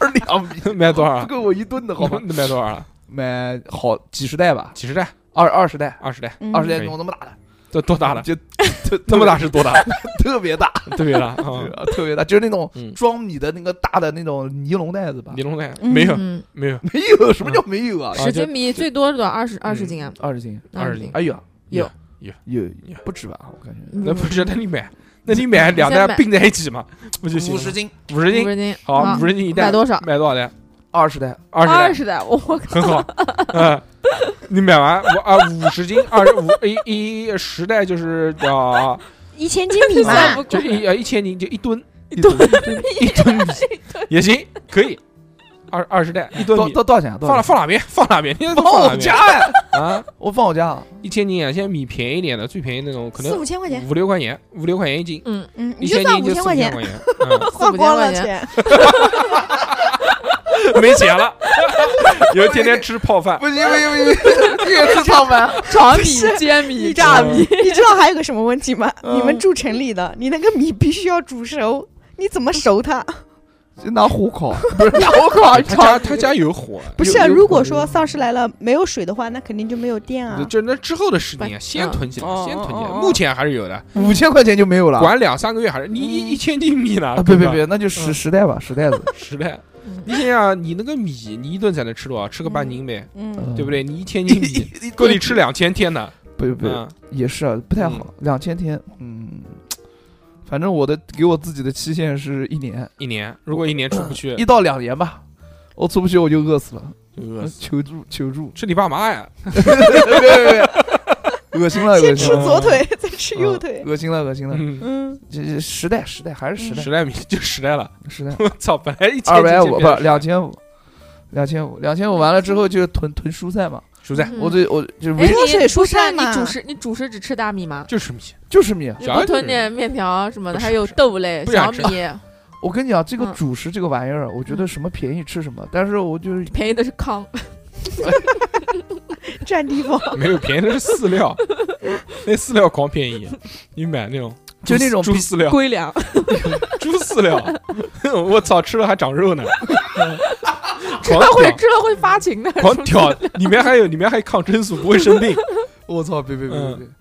[SPEAKER 2] 二两 <laughs> 米，
[SPEAKER 3] 买多少
[SPEAKER 2] 不？够我一顿的好吗？
[SPEAKER 3] 你 <laughs> 买多少了？
[SPEAKER 2] <laughs> 买好几十袋吧，
[SPEAKER 3] 几十袋，
[SPEAKER 2] 二二十袋，
[SPEAKER 3] 二十袋，
[SPEAKER 4] 嗯
[SPEAKER 2] 二十袋
[SPEAKER 3] 可以
[SPEAKER 2] 那种那么大的，
[SPEAKER 3] 这多
[SPEAKER 2] <laughs>
[SPEAKER 3] 大了？
[SPEAKER 2] 就特
[SPEAKER 3] 那么大，是多大？
[SPEAKER 2] <laughs> 特别大，
[SPEAKER 3] 对
[SPEAKER 2] <laughs>
[SPEAKER 3] 了，啊
[SPEAKER 2] 对啊特别大，就是那种
[SPEAKER 3] 嗯
[SPEAKER 2] 装米的那个大的那种尼龙袋子吧
[SPEAKER 3] 尼。龙袋
[SPEAKER 5] 嗯
[SPEAKER 3] 没有 <laughs>
[SPEAKER 5] 嗯
[SPEAKER 3] 没有，
[SPEAKER 2] 没有，什么叫没有啊？
[SPEAKER 3] 啊
[SPEAKER 7] 十
[SPEAKER 3] 就
[SPEAKER 7] 斤米最多多少？二十二十斤啊？
[SPEAKER 2] 二十斤，
[SPEAKER 3] 嗯二十斤
[SPEAKER 2] 哎呀，
[SPEAKER 7] 有
[SPEAKER 2] 有
[SPEAKER 3] 有
[SPEAKER 2] 不止吧？我感觉
[SPEAKER 7] 嗯
[SPEAKER 3] 那 <laughs> 不是，那你买，那你
[SPEAKER 7] 你
[SPEAKER 3] 买
[SPEAKER 7] 先
[SPEAKER 3] 两袋
[SPEAKER 7] 买
[SPEAKER 3] 并在一起嘛，不就行？
[SPEAKER 2] 五十，斤，
[SPEAKER 3] 五十
[SPEAKER 7] 五
[SPEAKER 3] 斤，
[SPEAKER 7] 十斤，啊
[SPEAKER 3] 好，五十斤一袋，
[SPEAKER 7] 买多少
[SPEAKER 3] 买多少袋？
[SPEAKER 2] 二十袋，
[SPEAKER 3] 二十袋
[SPEAKER 7] 二，十的，我靠，
[SPEAKER 3] 很好，嗯，你买完五啊五十斤，二十五一一十袋就是叫
[SPEAKER 4] 一千斤
[SPEAKER 3] <laughs>
[SPEAKER 4] 米
[SPEAKER 7] 算
[SPEAKER 4] 嘛
[SPEAKER 7] 不，
[SPEAKER 3] 就
[SPEAKER 7] 贵，
[SPEAKER 3] 一呃一千斤就一吨
[SPEAKER 2] 一吨
[SPEAKER 3] 一吨米也行，可以，二二十袋一吨
[SPEAKER 2] 多
[SPEAKER 3] 米，
[SPEAKER 2] 多多少钱啊？多
[SPEAKER 3] 放
[SPEAKER 2] 少
[SPEAKER 3] 哪
[SPEAKER 2] 钱
[SPEAKER 3] 放哪边？放哪边？你放
[SPEAKER 2] 放
[SPEAKER 3] 哪
[SPEAKER 2] 我
[SPEAKER 3] 边
[SPEAKER 2] 家呀，
[SPEAKER 3] 啊？
[SPEAKER 2] <laughs> 我放我家啊，
[SPEAKER 3] 一千斤啊，现在米便宜一点的，最便宜那种可
[SPEAKER 4] 四
[SPEAKER 3] 能
[SPEAKER 4] 五千块钱，
[SPEAKER 3] 五六块钱，五六块钱一斤，
[SPEAKER 7] 嗯，
[SPEAKER 4] 嗯，
[SPEAKER 3] 一
[SPEAKER 4] 你就
[SPEAKER 3] 斤
[SPEAKER 4] 算
[SPEAKER 3] 就
[SPEAKER 4] 五
[SPEAKER 3] 四
[SPEAKER 4] 千块
[SPEAKER 3] 钱，
[SPEAKER 4] 钱，
[SPEAKER 3] 嗯，
[SPEAKER 6] 花光了
[SPEAKER 7] 四五千
[SPEAKER 6] 钱，
[SPEAKER 3] 嗯没钱了， <laughs> 以后天天吃泡
[SPEAKER 2] <laughs>
[SPEAKER 3] 饭，
[SPEAKER 2] 不行不行不行，越 <laughs> 是啊上班
[SPEAKER 7] 炒米、煎米、炸米，
[SPEAKER 6] 你知道还有个什么问题吗？
[SPEAKER 2] 嗯
[SPEAKER 6] 你们住城里的，你那个米必须要煮熟，你怎么熟它？
[SPEAKER 2] 就 <laughs> 拿火烤，不是 <laughs> 拿火烤，
[SPEAKER 3] 他家他家有火，
[SPEAKER 6] 不是啊，
[SPEAKER 2] 有有
[SPEAKER 6] 如果说丧尸来了没有水的话，那肯定就没有电啊。
[SPEAKER 3] 就那之后的十年，
[SPEAKER 7] 不
[SPEAKER 3] 先囤起来，
[SPEAKER 7] 嗯
[SPEAKER 3] 先囤起来，
[SPEAKER 7] 哦哦哦
[SPEAKER 3] 目前还是有的，
[SPEAKER 2] 五千块钱就没有了。
[SPEAKER 3] 管两三个月还是你一
[SPEAKER 6] 嗯
[SPEAKER 3] 一千斤米呢
[SPEAKER 2] 啊，？别
[SPEAKER 3] 对
[SPEAKER 2] 别
[SPEAKER 3] 吧，
[SPEAKER 2] 别，那就十
[SPEAKER 3] 嗯
[SPEAKER 2] 十袋吧，十 <laughs> 袋子，
[SPEAKER 3] 实在
[SPEAKER 7] 嗯，
[SPEAKER 3] 你想想，你那个米，你一顿才能吃多少？吃个半斤呗，
[SPEAKER 6] 嗯，
[SPEAKER 3] 对不对？
[SPEAKER 2] 对？
[SPEAKER 3] 你一千斤米
[SPEAKER 2] 一
[SPEAKER 3] 够你吃两千天的，
[SPEAKER 2] 不不，
[SPEAKER 3] 嗯，
[SPEAKER 2] 也是啊，不太
[SPEAKER 3] 嗯
[SPEAKER 2] 好，两千天，嗯，反正我的给我自己的期限是一年，
[SPEAKER 3] 一年如果一年出不去，
[SPEAKER 2] 一到两年吧。我出不去我就饿死了，
[SPEAKER 3] 饿死，
[SPEAKER 2] 求助求助
[SPEAKER 3] 吃你爸妈呀！
[SPEAKER 2] 别别别，恶心了 <laughs> 恶
[SPEAKER 6] 先
[SPEAKER 2] 心
[SPEAKER 6] 吃
[SPEAKER 2] 了，
[SPEAKER 6] 左腿，再吃右腿。
[SPEAKER 2] 恶心了恶心了，
[SPEAKER 3] 嗯
[SPEAKER 6] 嗯，
[SPEAKER 2] 这这时代时代还是时代
[SPEAKER 3] 十来米就十来了， <laughs>
[SPEAKER 2] 时代，
[SPEAKER 3] 我操！本来一千
[SPEAKER 2] 二百
[SPEAKER 3] 斤
[SPEAKER 2] 五
[SPEAKER 3] 就变
[SPEAKER 2] 不
[SPEAKER 3] 成10
[SPEAKER 2] 两千五，两千五两千五完了之后就囤囤蔬菜嘛，
[SPEAKER 3] 蔬菜
[SPEAKER 7] 嗯
[SPEAKER 2] 我这我就
[SPEAKER 7] 哎，
[SPEAKER 2] 唯
[SPEAKER 6] 热水
[SPEAKER 7] 你不
[SPEAKER 6] 蔬
[SPEAKER 7] 是
[SPEAKER 6] 菜
[SPEAKER 7] 你
[SPEAKER 6] 嘛
[SPEAKER 7] 主食，你主食只吃大米吗？
[SPEAKER 3] 就是米，
[SPEAKER 2] 就是米，
[SPEAKER 7] 你
[SPEAKER 3] 小
[SPEAKER 7] 不
[SPEAKER 3] 孩
[SPEAKER 7] 囤
[SPEAKER 3] 子
[SPEAKER 7] 点面条什么的，
[SPEAKER 3] 不
[SPEAKER 7] 还
[SPEAKER 3] 吃
[SPEAKER 7] 有豆类、
[SPEAKER 3] 不
[SPEAKER 7] 小
[SPEAKER 3] 想
[SPEAKER 7] 米
[SPEAKER 3] 吃，
[SPEAKER 2] 我跟你讲，这个
[SPEAKER 7] 嗯
[SPEAKER 2] 主食这个玩意儿，我觉得什么便宜吃什么，但是我就是
[SPEAKER 7] <laughs> 便宜的是糠，
[SPEAKER 6] 占地方。
[SPEAKER 3] 没有便宜的是饲料，那饲料狂便宜，啊你买那种
[SPEAKER 2] 就那种
[SPEAKER 3] 猪
[SPEAKER 2] 比
[SPEAKER 3] 饲料，
[SPEAKER 7] <laughs> 龟粮。
[SPEAKER 3] 猪饲料， <laughs> 我操，吃了还长
[SPEAKER 2] <laughs>
[SPEAKER 3] 肉呢，
[SPEAKER 7] 吃
[SPEAKER 3] 狂
[SPEAKER 7] 了会
[SPEAKER 3] 屌
[SPEAKER 7] 吃了会发情的，
[SPEAKER 3] 狂挑，里面还有里面还有抗生素，不会生
[SPEAKER 2] <laughs>
[SPEAKER 3] 病。
[SPEAKER 2] <laughs> 我操，别别别
[SPEAKER 3] 嗯
[SPEAKER 2] 别别，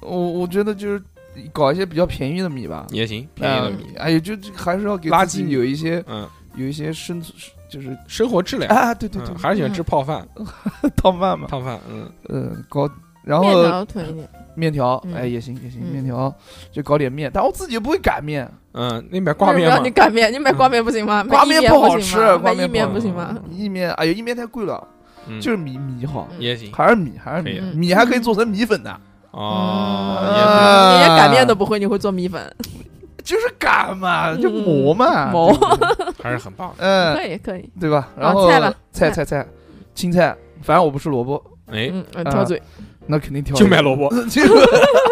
[SPEAKER 2] 我我觉得就是搞一些比较便宜的米吧，
[SPEAKER 3] 也行，便宜的
[SPEAKER 2] 嗯
[SPEAKER 3] 米，，
[SPEAKER 2] 哎呀，就就还是要给
[SPEAKER 3] 垃
[SPEAKER 2] 自己
[SPEAKER 3] 圾米
[SPEAKER 2] 有一些
[SPEAKER 3] 嗯，
[SPEAKER 2] 有一些生存，就是
[SPEAKER 3] 生活质量，
[SPEAKER 2] 啊，对对
[SPEAKER 3] 嗯
[SPEAKER 2] 对， <laughs> 嗯
[SPEAKER 3] 还是喜欢吃泡饭、
[SPEAKER 2] 烫饭嘛，
[SPEAKER 3] 烫饭，嗯，
[SPEAKER 2] 嗯，搞。然
[SPEAKER 7] 面
[SPEAKER 2] 后
[SPEAKER 7] 条囤一点，
[SPEAKER 2] 面条，
[SPEAKER 7] 嗯
[SPEAKER 2] 哎，也行也行，
[SPEAKER 7] 嗯
[SPEAKER 2] 面条就搞点面，但我自己不会擀面，
[SPEAKER 3] 嗯，那买挂面
[SPEAKER 7] 为什
[SPEAKER 3] 吗
[SPEAKER 7] 么让你？擀面，你买挂面不行吗？
[SPEAKER 2] 挂面
[SPEAKER 7] 买意面
[SPEAKER 2] 不好
[SPEAKER 7] 行
[SPEAKER 2] 吃
[SPEAKER 7] 吗，买
[SPEAKER 2] 挂
[SPEAKER 7] 意
[SPEAKER 2] 面
[SPEAKER 7] 面
[SPEAKER 3] 不
[SPEAKER 7] 不行
[SPEAKER 3] 好
[SPEAKER 7] <laughs> 吗？
[SPEAKER 2] 意面，哎呀，意面太贵了，
[SPEAKER 3] 嗯
[SPEAKER 2] 就是米米好，
[SPEAKER 7] 嗯
[SPEAKER 3] 也行
[SPEAKER 2] 还是米还是米
[SPEAKER 3] 可以，
[SPEAKER 7] 的
[SPEAKER 2] 米还可以做成米粉的，
[SPEAKER 3] 哦，
[SPEAKER 2] 啊
[SPEAKER 7] 你连擀面都不会，你会做米粉？
[SPEAKER 2] 就是擀嘛，就磨嘛，
[SPEAKER 7] 嗯 <laughs> 磨
[SPEAKER 2] 啊对不对，
[SPEAKER 3] 也还是很棒的。
[SPEAKER 2] 嗯，
[SPEAKER 7] 可以 <laughs> 可以，
[SPEAKER 2] 对吧？
[SPEAKER 7] 啊
[SPEAKER 2] 然后
[SPEAKER 7] 菜吧
[SPEAKER 2] 菜菜菜，青菜，反正我不吃萝卜，
[SPEAKER 3] 哎，
[SPEAKER 7] 嗯，嗯
[SPEAKER 2] 啊
[SPEAKER 7] 挑嘴，
[SPEAKER 2] 那肯定挑
[SPEAKER 3] 就买萝
[SPEAKER 2] <laughs>
[SPEAKER 3] 卜，
[SPEAKER 2] 卜，就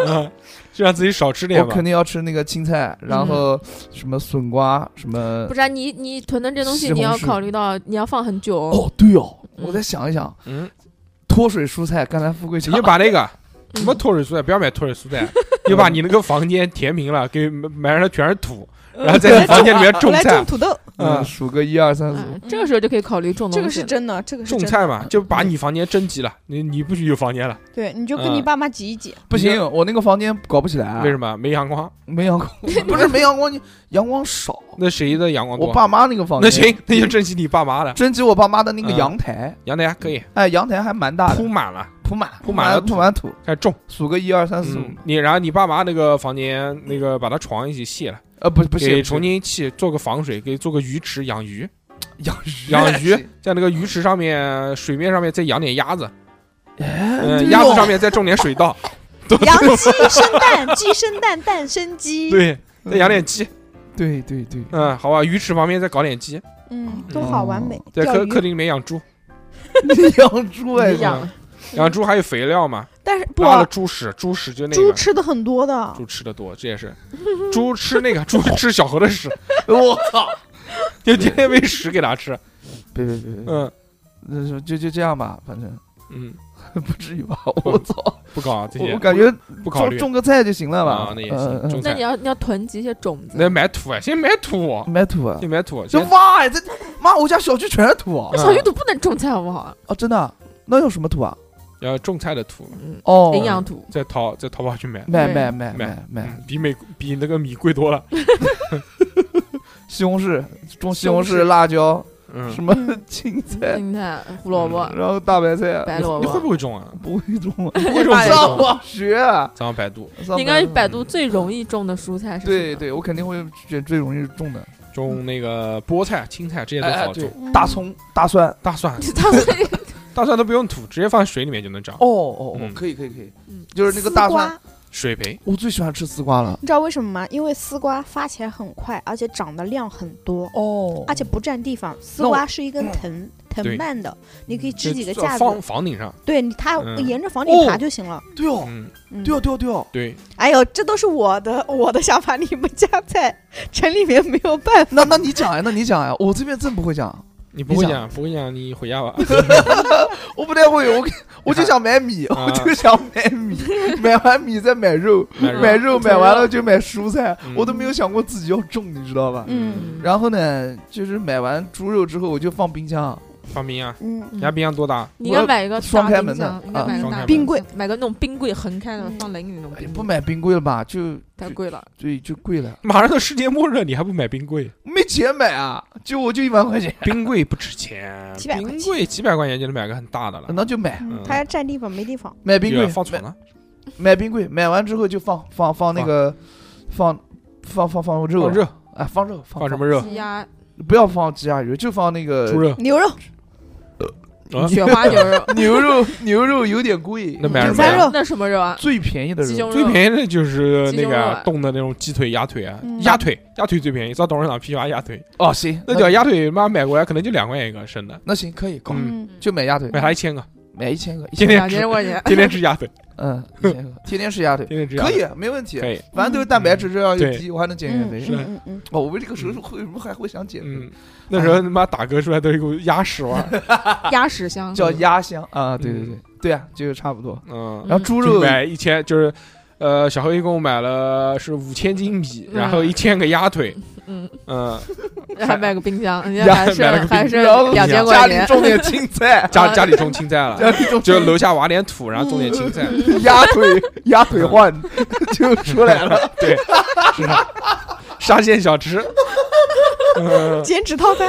[SPEAKER 3] 嗯就让自己少吃点
[SPEAKER 2] 我
[SPEAKER 3] 吧
[SPEAKER 2] 肯。定要吃那个青菜，
[SPEAKER 7] 嗯
[SPEAKER 2] 然后什么笋瓜，什么
[SPEAKER 7] 不是啊你你囤的这东西，
[SPEAKER 2] 西红
[SPEAKER 7] 你要
[SPEAKER 2] 柿
[SPEAKER 7] 考虑到你要放很久哦。
[SPEAKER 2] 哦，对哦，
[SPEAKER 7] 嗯
[SPEAKER 2] 我再想一想，
[SPEAKER 3] 嗯，
[SPEAKER 2] 脱水蔬菜，甘蓝富贵
[SPEAKER 3] 你 <laughs>
[SPEAKER 2] 强
[SPEAKER 3] 就，把那个
[SPEAKER 7] 嗯
[SPEAKER 3] 什么脱水蔬菜，不要买脱水蔬菜，就把你那个房间填平了，给埋上全是土，然后在你房间里面种
[SPEAKER 6] 我 <laughs> 来种
[SPEAKER 3] 菜，
[SPEAKER 6] 土豆，
[SPEAKER 2] 嗯，
[SPEAKER 3] 嗯
[SPEAKER 2] 数个一二三四五，
[SPEAKER 7] 嗯，这个时候就可以考虑种
[SPEAKER 6] 这
[SPEAKER 7] 东
[SPEAKER 6] 个
[SPEAKER 7] 西
[SPEAKER 6] 是
[SPEAKER 7] 了。
[SPEAKER 6] 真的，这个是
[SPEAKER 3] 种
[SPEAKER 6] 真的。
[SPEAKER 3] 菜嘛，就把你房间征集了，你你不许有房间了，
[SPEAKER 6] 对，你就跟你
[SPEAKER 3] 嗯
[SPEAKER 6] 爸妈挤一挤。
[SPEAKER 2] 不行，我那个房间搞不起来啊，
[SPEAKER 3] 为什么？没阳光，
[SPEAKER 7] <laughs>
[SPEAKER 2] 没阳光？不是没阳光，你阳光少，
[SPEAKER 3] 那谁的阳光多
[SPEAKER 2] 我？爸妈那个房间，
[SPEAKER 3] 那行，那就珍惜你爸妈了。
[SPEAKER 2] 征集我爸妈的那个
[SPEAKER 3] 嗯
[SPEAKER 2] 阳台，
[SPEAKER 3] 阳台可以
[SPEAKER 2] 哎，阳台还蛮大
[SPEAKER 3] 铺
[SPEAKER 2] 的，
[SPEAKER 3] 满了，
[SPEAKER 2] 铺满
[SPEAKER 3] 铺满了
[SPEAKER 2] 铺满土，
[SPEAKER 3] 开始种。
[SPEAKER 2] 数个一二三四五
[SPEAKER 3] 嗯，，你然后你爸妈那个房间那个把他床一起卸了，
[SPEAKER 2] 呃，不不
[SPEAKER 3] 给
[SPEAKER 2] 行，
[SPEAKER 3] 重新砌，做个防水，给做个鱼池养鱼，
[SPEAKER 2] 养鱼
[SPEAKER 3] 养
[SPEAKER 2] <laughs>
[SPEAKER 3] 鱼，
[SPEAKER 2] 嗯
[SPEAKER 3] 在那个鱼池上面水面上面再养点鸭子，嗯，
[SPEAKER 2] 对
[SPEAKER 3] 鸭子
[SPEAKER 2] 哦
[SPEAKER 3] 上面再种点水稻，
[SPEAKER 6] 养鸡生蛋，鸡生蛋，蛋生鸡。
[SPEAKER 3] 对，再养点鸡，
[SPEAKER 2] 对对对，
[SPEAKER 3] 嗯，好吧，鱼池旁边再搞点鸡，
[SPEAKER 6] 嗯，多好，完美。
[SPEAKER 3] 在
[SPEAKER 6] 钓
[SPEAKER 3] 客
[SPEAKER 6] 鱼
[SPEAKER 3] 嗯客厅里面养猪，
[SPEAKER 2] <laughs> 养猪哎
[SPEAKER 7] 你，养
[SPEAKER 3] 嗯养猪还有肥料嘛，
[SPEAKER 6] 但是不，
[SPEAKER 3] 拉了猪屎，猪屎就那
[SPEAKER 6] 猪
[SPEAKER 3] 个
[SPEAKER 6] 吃的很多的，
[SPEAKER 3] 猪吃的多，这也是猪吃那个猪吃小猴的屎，
[SPEAKER 2] 我
[SPEAKER 3] <laughs>
[SPEAKER 2] 操！
[SPEAKER 3] 就天天喂屎给它吃。
[SPEAKER 2] 别别别别，
[SPEAKER 3] 嗯
[SPEAKER 2] 那就就就这样吧，
[SPEAKER 3] <laughs>
[SPEAKER 2] 反正
[SPEAKER 3] 嗯，
[SPEAKER 2] 不至于吧？我操！
[SPEAKER 3] 不搞啊这
[SPEAKER 2] 我
[SPEAKER 3] 些
[SPEAKER 2] 我，感觉
[SPEAKER 3] 不考虑
[SPEAKER 2] 种。种个菜就行了吧
[SPEAKER 3] 啊？那也行，
[SPEAKER 2] 嗯
[SPEAKER 3] 种
[SPEAKER 2] 嗯
[SPEAKER 7] 那
[SPEAKER 3] 菜
[SPEAKER 7] 你要你要囤积一些种子，
[SPEAKER 3] 那买土啊，先买土啊
[SPEAKER 2] 嗯，买土啊，
[SPEAKER 3] 先买土啊，
[SPEAKER 2] 这
[SPEAKER 3] 先
[SPEAKER 2] 挖哎，这妈我家小区全是土啊！
[SPEAKER 3] 嗯
[SPEAKER 7] 小鱼土不能种菜好不好？
[SPEAKER 2] 哦，真的啊？那有什么土啊？
[SPEAKER 3] 要种菜的土，
[SPEAKER 7] 嗯，
[SPEAKER 2] 哦，
[SPEAKER 7] 营养土，
[SPEAKER 3] 在淘在淘宝去买，
[SPEAKER 2] 买
[SPEAKER 7] 对
[SPEAKER 2] 买买
[SPEAKER 3] 买
[SPEAKER 2] 买买，
[SPEAKER 3] 嗯比美比那个米贵多了。
[SPEAKER 2] 西红柿种西
[SPEAKER 7] 西
[SPEAKER 2] 红
[SPEAKER 7] 红
[SPEAKER 2] 柿、
[SPEAKER 7] 柿
[SPEAKER 2] 辣椒，
[SPEAKER 3] 嗯
[SPEAKER 2] 什，么
[SPEAKER 7] 嗯
[SPEAKER 2] 青菜，
[SPEAKER 7] 青菜、胡萝卜、
[SPEAKER 2] 然后大白菜，啊
[SPEAKER 7] 白萝
[SPEAKER 3] 你会
[SPEAKER 7] 卜。
[SPEAKER 3] 不会种
[SPEAKER 7] <laughs>
[SPEAKER 3] 啊？
[SPEAKER 2] 不会种啊，
[SPEAKER 3] 会种
[SPEAKER 7] 大白
[SPEAKER 3] 菜
[SPEAKER 7] 菜
[SPEAKER 2] 上网学啊，
[SPEAKER 3] 咱们百度
[SPEAKER 2] 上
[SPEAKER 7] 你应该是
[SPEAKER 2] 网
[SPEAKER 7] 百度最容易种的蔬菜是什么？
[SPEAKER 2] 对
[SPEAKER 7] <laughs>
[SPEAKER 2] 对，我肯定会选最容易种的，
[SPEAKER 3] 种那个菠菜、青菜这些都
[SPEAKER 2] 哎哎
[SPEAKER 3] 好
[SPEAKER 2] 对
[SPEAKER 3] 种，
[SPEAKER 6] 嗯
[SPEAKER 2] 大葱、大蒜。
[SPEAKER 3] 大蒜
[SPEAKER 7] 你当时
[SPEAKER 3] 大蒜都不用土，直接放水里面就能长。
[SPEAKER 2] 哦哦哦
[SPEAKER 3] 嗯，
[SPEAKER 2] 可以可以可以
[SPEAKER 7] 嗯，
[SPEAKER 2] 就是那个大
[SPEAKER 6] 丝瓜
[SPEAKER 2] 蒜，
[SPEAKER 3] 水培，
[SPEAKER 2] 我最喜欢吃丝瓜了。
[SPEAKER 6] 你知道为什么吗？因为丝瓜发起来很快，而且长得量很多，
[SPEAKER 2] 哦
[SPEAKER 6] 而且不占地方。丝
[SPEAKER 2] 那我
[SPEAKER 6] 瓜是一根藤藤蔓的，你可以支几个架子，
[SPEAKER 3] 放房顶上。
[SPEAKER 6] 对你它
[SPEAKER 3] 嗯
[SPEAKER 6] 沿着房顶爬
[SPEAKER 2] 哦
[SPEAKER 6] 就行了。
[SPEAKER 2] 对哦
[SPEAKER 3] 嗯，
[SPEAKER 6] 嗯
[SPEAKER 2] 对哦对哦对哦，
[SPEAKER 3] 对，
[SPEAKER 6] 哎呦，这都是我的我的想法，你们家在城里面没有办法。
[SPEAKER 2] 那那你讲呀，那你讲呀，我这边真不会讲，
[SPEAKER 3] 你不会
[SPEAKER 2] 你
[SPEAKER 3] 讲，不会讲，你回家 <laughs> 吧。
[SPEAKER 2] 我不太会，
[SPEAKER 3] <laughs>
[SPEAKER 2] 我我就想买米，
[SPEAKER 3] 啊
[SPEAKER 2] 我就想买米，买完米再买肉，
[SPEAKER 3] 买肉
[SPEAKER 2] 买肉买完了就买蔬菜
[SPEAKER 3] 嗯，
[SPEAKER 2] 我都没有想过自己要种，你知道吧？
[SPEAKER 6] 嗯
[SPEAKER 2] 然后呢，就是买完猪肉之后，我就放冰箱，
[SPEAKER 3] 放冰箱，
[SPEAKER 6] 嗯，
[SPEAKER 3] 你家冰箱多大？
[SPEAKER 7] 你应该买一个
[SPEAKER 2] 双
[SPEAKER 7] 大
[SPEAKER 2] 开
[SPEAKER 7] 冰
[SPEAKER 2] 门的
[SPEAKER 7] 箱应该
[SPEAKER 2] 啊
[SPEAKER 7] 买个
[SPEAKER 3] 双开
[SPEAKER 7] 大
[SPEAKER 3] 门
[SPEAKER 7] 冰
[SPEAKER 6] 冰柜，
[SPEAKER 7] 箱买个那种冰柜横开的
[SPEAKER 6] 嗯
[SPEAKER 7] 放冷饮那种
[SPEAKER 2] 哎
[SPEAKER 7] 冰
[SPEAKER 2] 不
[SPEAKER 7] 柜，
[SPEAKER 2] 买冰柜了吧？就
[SPEAKER 7] 太贵了。
[SPEAKER 2] 对，就贵了，
[SPEAKER 3] 马上都世界末日，你还不买冰柜？
[SPEAKER 2] 没钱买啊，就我就一万块钱，
[SPEAKER 3] 冰柜不值钱，
[SPEAKER 6] 几百块
[SPEAKER 3] 冰柜几百块钱就能买个很大的了。
[SPEAKER 2] 那就买
[SPEAKER 3] 嗯
[SPEAKER 6] 它要占地方没地方。
[SPEAKER 2] 买冰
[SPEAKER 3] 有
[SPEAKER 2] 柜，
[SPEAKER 3] 人啊放
[SPEAKER 2] 买
[SPEAKER 3] 床了，
[SPEAKER 2] 买冰柜，买完之后就放放放那个，放放放放肉
[SPEAKER 3] 放
[SPEAKER 2] 啊，
[SPEAKER 3] 肉，
[SPEAKER 2] 哎，放肉，放
[SPEAKER 3] 放什么？肉？
[SPEAKER 7] 鸡鸭、
[SPEAKER 2] 不要放鸡鸭鱼，就放那
[SPEAKER 3] 猪
[SPEAKER 2] 个、
[SPEAKER 3] 肉。
[SPEAKER 6] 牛肉、
[SPEAKER 3] 啊
[SPEAKER 7] 雪花牛肉
[SPEAKER 2] 牛肉，牛肉有点贵，
[SPEAKER 3] <laughs> 那 <laughs> 买
[SPEAKER 2] 就
[SPEAKER 3] 什么
[SPEAKER 6] 韭菜
[SPEAKER 3] 呀？
[SPEAKER 6] 肉，
[SPEAKER 7] 那什么肉啊？
[SPEAKER 2] 最便宜的
[SPEAKER 7] 鸡胸
[SPEAKER 2] 肉，
[SPEAKER 7] 肉
[SPEAKER 3] 最便宜的就是
[SPEAKER 7] 鸡
[SPEAKER 3] 那
[SPEAKER 7] 胸肉
[SPEAKER 3] 个
[SPEAKER 7] 啊
[SPEAKER 3] 冻的那种鸡腿、鸭腿啊，
[SPEAKER 6] 嗯
[SPEAKER 3] 鸭腿，鸭腿最便宜。到董事长批发鸭腿，
[SPEAKER 2] 哦，行，
[SPEAKER 3] 那
[SPEAKER 2] 那
[SPEAKER 3] 条鸭腿妈买过来可能就两块钱一个，生的，
[SPEAKER 2] 那行可以搞，
[SPEAKER 3] 嗯，
[SPEAKER 2] 就买鸭腿，
[SPEAKER 3] 买它一千个，
[SPEAKER 2] 买一千个，一
[SPEAKER 3] 天
[SPEAKER 2] 千
[SPEAKER 3] 天
[SPEAKER 7] 两
[SPEAKER 3] 吃，
[SPEAKER 7] 千，块钱
[SPEAKER 3] <laughs> 天天吃鸭腿，
[SPEAKER 2] 嗯，一千
[SPEAKER 3] <laughs>
[SPEAKER 2] 个，天天吃鸭腿，
[SPEAKER 3] 天天吃鸭
[SPEAKER 2] 可
[SPEAKER 3] 腿，
[SPEAKER 2] 以，啊没问题
[SPEAKER 3] 可，以，
[SPEAKER 2] 反正都是蛋白质，热量又低，我还能减
[SPEAKER 6] 嗯
[SPEAKER 2] 减肥。
[SPEAKER 3] 是
[SPEAKER 6] 嗯嗯嗯，
[SPEAKER 2] 哦，我为这个手术会什么还会想减肥？
[SPEAKER 3] 嗯，那时候他妈打嗝出来都是一股鸭屎味儿，
[SPEAKER 2] <laughs>
[SPEAKER 7] 鸭屎香。
[SPEAKER 2] 叫鸭香啊，对对
[SPEAKER 3] 嗯
[SPEAKER 2] 对对啊，就是差不多。
[SPEAKER 3] 嗯，
[SPEAKER 2] 然后猪
[SPEAKER 3] 就
[SPEAKER 2] 肉
[SPEAKER 3] 买一千，就是，呃，小黑一共买了是五千斤米，
[SPEAKER 7] 嗯
[SPEAKER 3] 然后一千个鸭腿， <laughs>
[SPEAKER 7] 嗯，
[SPEAKER 3] 嗯，
[SPEAKER 7] 还买个冰箱，人
[SPEAKER 3] 鸭
[SPEAKER 7] 家还是
[SPEAKER 3] 买了个冰
[SPEAKER 7] 还是
[SPEAKER 2] 然后
[SPEAKER 7] 两千
[SPEAKER 2] 家
[SPEAKER 7] 块
[SPEAKER 2] 里
[SPEAKER 7] 钱。
[SPEAKER 2] 种点青菜，
[SPEAKER 3] <laughs> 家家里种青菜
[SPEAKER 2] 家 <laughs>
[SPEAKER 3] 了，
[SPEAKER 2] 里种
[SPEAKER 3] 就楼下挖点土，然后种点青 <laughs> 菜，
[SPEAKER 2] <laughs> 鸭腿鸭
[SPEAKER 3] <laughs>
[SPEAKER 2] 腿换就出来了。
[SPEAKER 3] 对，是的，沙县小吃，嗯，
[SPEAKER 6] 减脂套餐。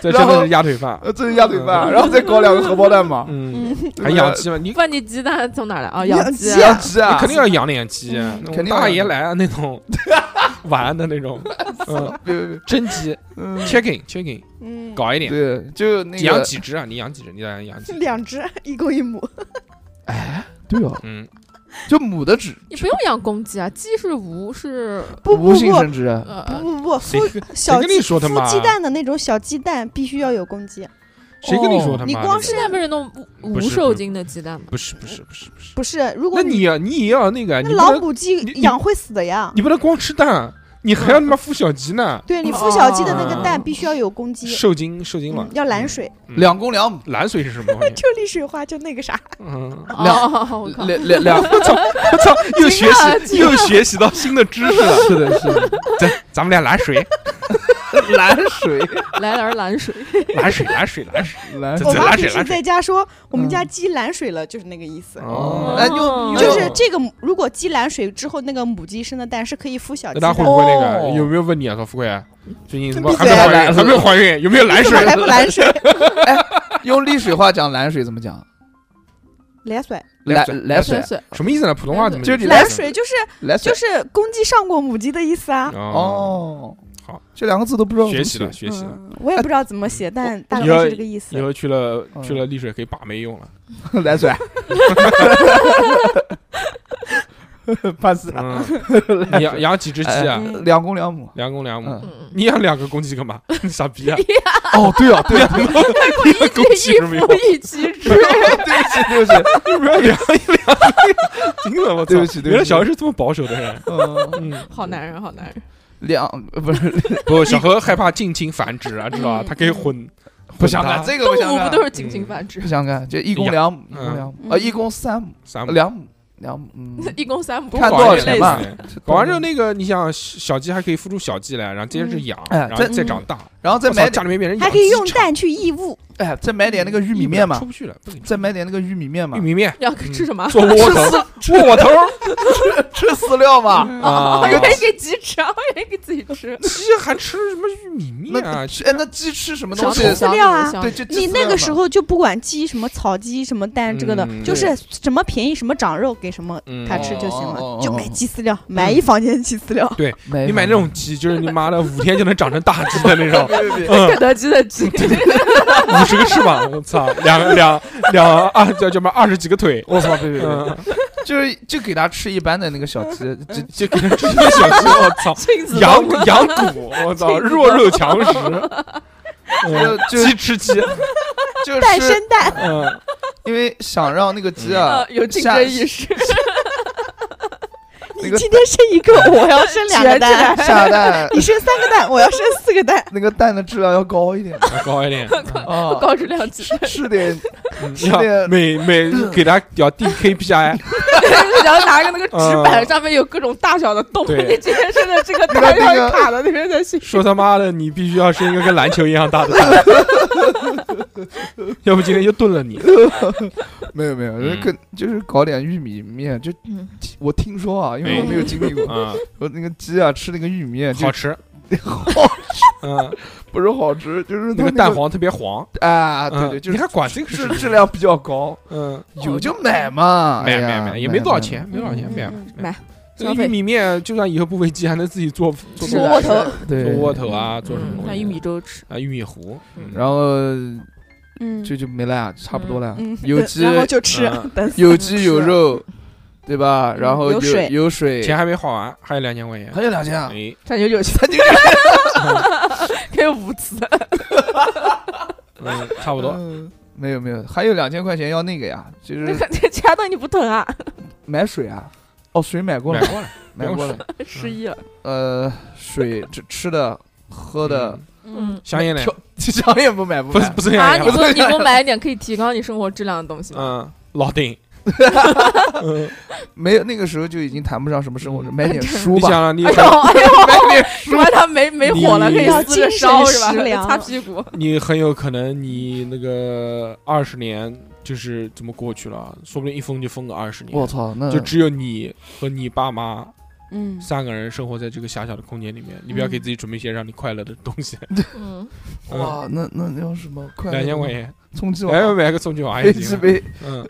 [SPEAKER 3] 这真的是鸭腿饭，
[SPEAKER 2] 呃，这是鸭腿饭，然后再搞两个荷包蛋嘛。
[SPEAKER 3] 嗯，还养鸡吗？你
[SPEAKER 7] 问你鸡蛋从哪儿来啊？
[SPEAKER 6] 养
[SPEAKER 7] 鸡
[SPEAKER 6] 鸡
[SPEAKER 3] 嗯
[SPEAKER 2] 养鸡啊，
[SPEAKER 3] 肯定要养点鸡，
[SPEAKER 6] 嗯
[SPEAKER 3] 那种
[SPEAKER 2] 肯定要
[SPEAKER 3] 大爷
[SPEAKER 2] 养
[SPEAKER 3] 来啊那种 <laughs> 玩的那种，
[SPEAKER 2] <laughs>
[SPEAKER 3] 嗯，
[SPEAKER 2] 别别别，
[SPEAKER 3] 蒸鸡
[SPEAKER 2] 嗯，
[SPEAKER 3] ，chicken chicken，
[SPEAKER 6] 嗯，
[SPEAKER 3] 搞一点。
[SPEAKER 2] 对，就那
[SPEAKER 3] 你养
[SPEAKER 2] 个
[SPEAKER 3] 几只啊？你养几只？你打算养几只？
[SPEAKER 6] 两只，一
[SPEAKER 3] <laughs>
[SPEAKER 6] 公一母。
[SPEAKER 2] 对哦，
[SPEAKER 3] 嗯，
[SPEAKER 2] 就母的只
[SPEAKER 7] 你不用养公鸡啊，鸡是无是
[SPEAKER 6] 不不
[SPEAKER 2] 无性
[SPEAKER 6] 不
[SPEAKER 2] 生殖啊，
[SPEAKER 7] 呃
[SPEAKER 6] 不不不，
[SPEAKER 3] 谁跟
[SPEAKER 6] 孵
[SPEAKER 3] 谁
[SPEAKER 6] 小
[SPEAKER 3] 跟你
[SPEAKER 6] 鸡
[SPEAKER 3] 说他妈
[SPEAKER 6] 孵？鸡蛋的那种小鸡蛋必须要有公鸡，
[SPEAKER 3] 谁跟你说他妈的？
[SPEAKER 6] 你光
[SPEAKER 7] 现在不是弄无
[SPEAKER 3] 不
[SPEAKER 7] 无
[SPEAKER 3] 是
[SPEAKER 7] 受精的鸡蛋吗？
[SPEAKER 3] 不是不是不是不是？
[SPEAKER 6] 不是？如
[SPEAKER 3] 那
[SPEAKER 6] 果
[SPEAKER 3] 你你也要那个，啊
[SPEAKER 6] 那
[SPEAKER 3] 你不
[SPEAKER 6] 老
[SPEAKER 3] 能
[SPEAKER 6] 母鸡
[SPEAKER 3] 你你
[SPEAKER 6] 养会死的呀。
[SPEAKER 3] 你不能啊光吃蛋，啊你还要
[SPEAKER 6] 嗯
[SPEAKER 3] 他妈孵小鸡呢，
[SPEAKER 6] 对你孵小鸡的那个蛋
[SPEAKER 7] 哦
[SPEAKER 6] 必须要有公鸡，
[SPEAKER 3] 受精受精卵
[SPEAKER 6] 嗯要蓝，水，
[SPEAKER 3] 嗯
[SPEAKER 2] 两公两母，
[SPEAKER 3] 蓝水是什么东
[SPEAKER 6] <laughs>
[SPEAKER 3] 西？
[SPEAKER 6] 就丽水花，就那个啥，
[SPEAKER 3] 嗯，
[SPEAKER 2] 两
[SPEAKER 7] 哦，我靠！
[SPEAKER 2] 两两两，
[SPEAKER 3] 我操，又学习
[SPEAKER 7] 惊讶
[SPEAKER 3] 又学习到新的知识
[SPEAKER 6] <laughs>
[SPEAKER 3] 了。
[SPEAKER 2] <laughs> 是的，是的，
[SPEAKER 3] 咱咱们俩蓝水，
[SPEAKER 2] <laughs> 蓝水，
[SPEAKER 7] 来点儿蓝水，
[SPEAKER 3] 蓝水，蓝水，
[SPEAKER 6] <laughs>
[SPEAKER 3] 蓝水。<laughs> <laughs>
[SPEAKER 2] 蓝
[SPEAKER 3] 这
[SPEAKER 6] 我
[SPEAKER 3] 这
[SPEAKER 6] 妈
[SPEAKER 3] 蓝水
[SPEAKER 6] 平时
[SPEAKER 3] 蓝水
[SPEAKER 6] 在家说我们家
[SPEAKER 2] 嗯
[SPEAKER 6] 鸡蓝水了，就是那个意思。
[SPEAKER 3] 哦
[SPEAKER 2] 哎，
[SPEAKER 7] 哦
[SPEAKER 2] 就
[SPEAKER 6] 就是这个母，如果鸡蓝水之后，那个母鸡生的蛋是可以孵小鸡
[SPEAKER 3] 那他
[SPEAKER 6] 的。 <laughs>
[SPEAKER 3] 会不会那个？
[SPEAKER 2] 哦
[SPEAKER 3] 有没有问你啊？说富贵，最近怎么
[SPEAKER 6] 闭
[SPEAKER 3] 还没
[SPEAKER 6] 嘴
[SPEAKER 3] 怀孕？
[SPEAKER 6] 啊
[SPEAKER 2] 蓝
[SPEAKER 3] 还没怀孕？有没有蓝
[SPEAKER 6] 怎
[SPEAKER 3] 水
[SPEAKER 6] 么？还不
[SPEAKER 3] <laughs>
[SPEAKER 6] 蓝水？ <laughs>
[SPEAKER 2] 用丽水话讲蓝水怎么讲？
[SPEAKER 6] 蓝水，
[SPEAKER 2] 来
[SPEAKER 3] 蓝
[SPEAKER 2] 来水
[SPEAKER 7] 蓝，水，
[SPEAKER 3] 什么意思呢？普通话怎么
[SPEAKER 2] 就是你
[SPEAKER 6] 蓝水就是
[SPEAKER 2] 来水
[SPEAKER 6] 就。是公鸡上过母鸡的意思啊。哦
[SPEAKER 3] 哦，
[SPEAKER 2] 哦，
[SPEAKER 3] 好，
[SPEAKER 2] 这两个字都不知道怎
[SPEAKER 3] 学
[SPEAKER 2] 么
[SPEAKER 3] 习了，
[SPEAKER 2] 写，
[SPEAKER 3] 学习了。
[SPEAKER 6] 嗯，我也不知道怎么写，但大概
[SPEAKER 3] 以后
[SPEAKER 6] 是这个意
[SPEAKER 3] 以
[SPEAKER 6] 思。
[SPEAKER 3] 后去了
[SPEAKER 2] 嗯
[SPEAKER 3] 去了丽水可以把妹用了。
[SPEAKER 2] <laughs> 来水，怕死啊！
[SPEAKER 3] 嗯，你养养几只鸡啊？
[SPEAKER 2] 哎两公两母，
[SPEAKER 3] 两公两母。
[SPEAKER 2] 嗯，
[SPEAKER 7] 嗯，
[SPEAKER 3] <laughs> 你养两个公鸡干嘛？你傻逼啊！
[SPEAKER 2] 哦，对啊，对啊，对啊
[SPEAKER 3] 你们恭喜是没有，
[SPEAKER 7] 一起吃，
[SPEAKER 2] <laughs> 对不起，对不
[SPEAKER 3] <laughs>
[SPEAKER 2] 起，
[SPEAKER 3] 不要凉一凉，惊了我操！
[SPEAKER 2] 对不起对不起
[SPEAKER 3] 原来小何是这么保守的人。
[SPEAKER 2] <laughs> 嗯，
[SPEAKER 3] 嗯，
[SPEAKER 7] 好男人，好男人。
[SPEAKER 2] 两呃不是
[SPEAKER 3] 不，小何害怕近亲繁殖啊，知道吧？他可以混，
[SPEAKER 2] <laughs> 不想
[SPEAKER 3] 混搭
[SPEAKER 2] 干这个，
[SPEAKER 7] 动
[SPEAKER 2] 不想
[SPEAKER 7] 物不
[SPEAKER 2] 干，
[SPEAKER 7] 都是近亲繁殖
[SPEAKER 2] 不？想干，就一公两母，一公两母，啊，
[SPEAKER 6] 嗯
[SPEAKER 2] 一公三母，
[SPEAKER 3] 三
[SPEAKER 2] 两母，两母，
[SPEAKER 6] <laughs>
[SPEAKER 2] 嗯，
[SPEAKER 7] <laughs> 一公三母，
[SPEAKER 2] 看嗯多少钱吧
[SPEAKER 3] 搞一点类似的搞完之后，那个你想小鸡还可以孵出小鸡来，然后接着去养，
[SPEAKER 2] 嗯哎
[SPEAKER 3] 然后
[SPEAKER 2] 再
[SPEAKER 3] 再长大，
[SPEAKER 2] 然后再
[SPEAKER 3] 我操
[SPEAKER 2] 买点，
[SPEAKER 3] 家里面变成
[SPEAKER 6] 还
[SPEAKER 3] 养
[SPEAKER 6] 可以
[SPEAKER 3] 鸡
[SPEAKER 6] 用
[SPEAKER 3] 场
[SPEAKER 6] 蛋去义乌，
[SPEAKER 2] 哎，再买点那个玉米面嘛
[SPEAKER 3] 出，不去了，不行
[SPEAKER 2] 再买点那个玉米面嘛
[SPEAKER 3] 玉，米面
[SPEAKER 7] 要吃什么？
[SPEAKER 2] 嗯
[SPEAKER 3] 做窝头，窝窝头
[SPEAKER 2] <laughs> 吃饲料嘛，
[SPEAKER 3] 啊
[SPEAKER 7] 我
[SPEAKER 2] <laughs> 哎
[SPEAKER 7] 以
[SPEAKER 2] 嗯
[SPEAKER 7] 为给鸡吃， <laughs> 我以为给自己吃。
[SPEAKER 3] 鸡还吃什么玉米面
[SPEAKER 2] 那
[SPEAKER 3] 啊？
[SPEAKER 2] 吃哎，那鸡吃什么东西
[SPEAKER 6] 吃？饲料啊
[SPEAKER 2] 对，就
[SPEAKER 6] 你那个时候就不管鸡什么草鸡什么蛋这个的，
[SPEAKER 3] 嗯
[SPEAKER 6] 就是什么便宜什么长肉给什么
[SPEAKER 3] 嗯
[SPEAKER 6] 它吃就行了，
[SPEAKER 2] 哦哦哦哦
[SPEAKER 6] 就买鸡饲料，买一房间鸡饲料。
[SPEAKER 3] 你买那种鸡，就是你妈的五天就能长成大鸡的那 <laughs>
[SPEAKER 2] <laughs>
[SPEAKER 3] 种，
[SPEAKER 7] 肯德基 <laughs> 的鸡，
[SPEAKER 3] 五十个翅膀，我操，两两两啊，叫叫什么二十几个腿，
[SPEAKER 2] 我操，别别别，
[SPEAKER 3] 嗯，
[SPEAKER 2] 就是就给它吃一般的那个小鸡，
[SPEAKER 3] 就
[SPEAKER 2] 就
[SPEAKER 3] 给它吃一个小鸡，我操，
[SPEAKER 7] 亲子
[SPEAKER 3] 羊
[SPEAKER 7] 冻
[SPEAKER 3] 羊骨，我
[SPEAKER 2] <laughs>
[SPEAKER 3] 操，弱肉强食，嗯
[SPEAKER 2] 就
[SPEAKER 3] 鸡吃鸡，
[SPEAKER 2] 就
[SPEAKER 6] 蛋
[SPEAKER 2] 是
[SPEAKER 6] 生蛋，
[SPEAKER 3] 嗯，
[SPEAKER 2] 因为想让那个鸡啊
[SPEAKER 7] 呃有竞
[SPEAKER 2] 下
[SPEAKER 7] 争意识，
[SPEAKER 2] 那
[SPEAKER 6] 你
[SPEAKER 2] 个
[SPEAKER 6] 今天生一个，我要生两个蛋；
[SPEAKER 2] 下蛋，
[SPEAKER 6] 你生三个蛋，我要生四个蛋。
[SPEAKER 2] 那个蛋的质量要
[SPEAKER 3] <laughs>
[SPEAKER 2] 高一点
[SPEAKER 3] 高一
[SPEAKER 2] <laughs>
[SPEAKER 3] 点，哦
[SPEAKER 2] 啊，
[SPEAKER 7] 高质量鸡，
[SPEAKER 2] 吃点 <laughs>
[SPEAKER 3] 嗯
[SPEAKER 2] 是的
[SPEAKER 3] 每
[SPEAKER 2] <laughs>
[SPEAKER 3] 每给它要定 KPI，
[SPEAKER 7] 然后拿个那个纸板
[SPEAKER 3] 嗯
[SPEAKER 7] 上面有各种大小的洞，
[SPEAKER 3] 对
[SPEAKER 7] 你今天生的这个
[SPEAKER 2] 那
[SPEAKER 7] 蛋
[SPEAKER 2] 个那
[SPEAKER 7] 要
[SPEAKER 2] 个
[SPEAKER 7] 卡到那边才行。
[SPEAKER 3] 说他妈的，你必须要生一个跟篮球一样大的蛋， <laughs> 要不今天就炖了你。
[SPEAKER 2] 没有没有，
[SPEAKER 3] 嗯
[SPEAKER 2] 可就是搞点玉米面，就
[SPEAKER 7] 嗯
[SPEAKER 2] 我听说啊，因为我没有经历过，
[SPEAKER 3] 啊，
[SPEAKER 2] 我那个鸡啊吃那个玉米面就
[SPEAKER 3] 好吃，
[SPEAKER 2] <laughs> 好吃，
[SPEAKER 3] 嗯，
[SPEAKER 2] 不是好吃， <laughs> 就是它
[SPEAKER 3] 那个蛋黄特别黄，
[SPEAKER 2] 啊，对
[SPEAKER 3] 嗯
[SPEAKER 2] 对，，就
[SPEAKER 3] 你
[SPEAKER 2] 是
[SPEAKER 3] 还管这个事
[SPEAKER 2] 质
[SPEAKER 3] 情？
[SPEAKER 2] 质量比较高，
[SPEAKER 3] 嗯，
[SPEAKER 2] 有就买嘛，
[SPEAKER 3] 买
[SPEAKER 2] 哎
[SPEAKER 3] 买
[SPEAKER 2] 呀
[SPEAKER 3] 买，也没多少，钱，没多少钱，
[SPEAKER 7] 嗯
[SPEAKER 3] 买
[SPEAKER 7] 嗯
[SPEAKER 3] 买
[SPEAKER 7] 买。
[SPEAKER 3] 这个
[SPEAKER 7] 消费
[SPEAKER 3] 玉米面就算以后不喂鸡，还能自己做做
[SPEAKER 7] 是
[SPEAKER 3] 做
[SPEAKER 7] 的窝头嗯
[SPEAKER 2] 买
[SPEAKER 3] 做
[SPEAKER 2] 对
[SPEAKER 3] 窝头，啊，做什么东西？
[SPEAKER 7] 那玉米粥吃，
[SPEAKER 3] 啊，玉米糊，嗯
[SPEAKER 2] 然后
[SPEAKER 6] 嗯
[SPEAKER 2] <laughs> 就就没了呀，差不多了呀
[SPEAKER 6] 嗯，，
[SPEAKER 2] 有
[SPEAKER 6] 对
[SPEAKER 2] 鸡
[SPEAKER 6] 然后就吃
[SPEAKER 3] 嗯，
[SPEAKER 6] 等死
[SPEAKER 2] 有鸡有肉，对吧？然后
[SPEAKER 6] 有水
[SPEAKER 2] 有水，
[SPEAKER 3] 钱还没花完，还有两千块钱。
[SPEAKER 2] 还有两千啊，
[SPEAKER 3] 哎，
[SPEAKER 7] 三九九
[SPEAKER 2] <laughs>
[SPEAKER 7] 三九九， <laughs> 可以五次。
[SPEAKER 3] 嗯，差不
[SPEAKER 2] 不
[SPEAKER 3] 多。
[SPEAKER 2] 没有没有，还有两千块钱要那个呀，就是
[SPEAKER 3] 嗯
[SPEAKER 7] <laughs> 那个那其他东西你不疼 <laughs> 啊？
[SPEAKER 2] 买水啊。哦，水买过
[SPEAKER 3] 买
[SPEAKER 2] 了，
[SPEAKER 3] 过了，
[SPEAKER 2] 买
[SPEAKER 3] 不
[SPEAKER 2] 过
[SPEAKER 3] 用
[SPEAKER 2] 了。
[SPEAKER 7] 失忆了，
[SPEAKER 2] 呃，水吃吃的、喝的，
[SPEAKER 7] 嗯。
[SPEAKER 3] 香烟呢？
[SPEAKER 2] 跳想也不买不
[SPEAKER 3] 不是
[SPEAKER 2] 买。
[SPEAKER 3] 不是
[SPEAKER 7] 啊！
[SPEAKER 3] 香
[SPEAKER 7] 你
[SPEAKER 3] 烟
[SPEAKER 7] 给我你给我买一点可以提高你生活质量的东西。
[SPEAKER 3] 啊，嗯，老丁。嗯
[SPEAKER 2] 没有那个时候就已经谈不上什么生活，
[SPEAKER 3] 嗯
[SPEAKER 2] 买点书
[SPEAKER 3] 你
[SPEAKER 2] 吧。
[SPEAKER 3] 想啊，
[SPEAKER 7] <laughs>
[SPEAKER 3] 你
[SPEAKER 7] 哎呦哎呦，什么他没没火了，
[SPEAKER 3] 你
[SPEAKER 7] 可以撕着烧是吧
[SPEAKER 6] 要精神食？粮
[SPEAKER 7] <laughs> 擦屁股，
[SPEAKER 3] 你很有可能你那个二十年就是这么过去了，啊说不定一封就封个二十
[SPEAKER 2] 我
[SPEAKER 3] 年，
[SPEAKER 2] 操，那
[SPEAKER 3] 就只有你和你爸妈
[SPEAKER 5] 嗯，
[SPEAKER 3] 三个人生活在这个狭小的空间里面，你不要给自己准备一些让你快乐的东西。
[SPEAKER 7] 嗯，
[SPEAKER 2] 哇，那那那叫什么？快
[SPEAKER 3] 两千块，钱，
[SPEAKER 2] 充气娃
[SPEAKER 3] 哎，
[SPEAKER 2] 娃、
[SPEAKER 3] 买个送去娃
[SPEAKER 2] 飞
[SPEAKER 3] 也
[SPEAKER 2] 机 <laughs>
[SPEAKER 3] 行。
[SPEAKER 2] 杯，
[SPEAKER 3] 嗯，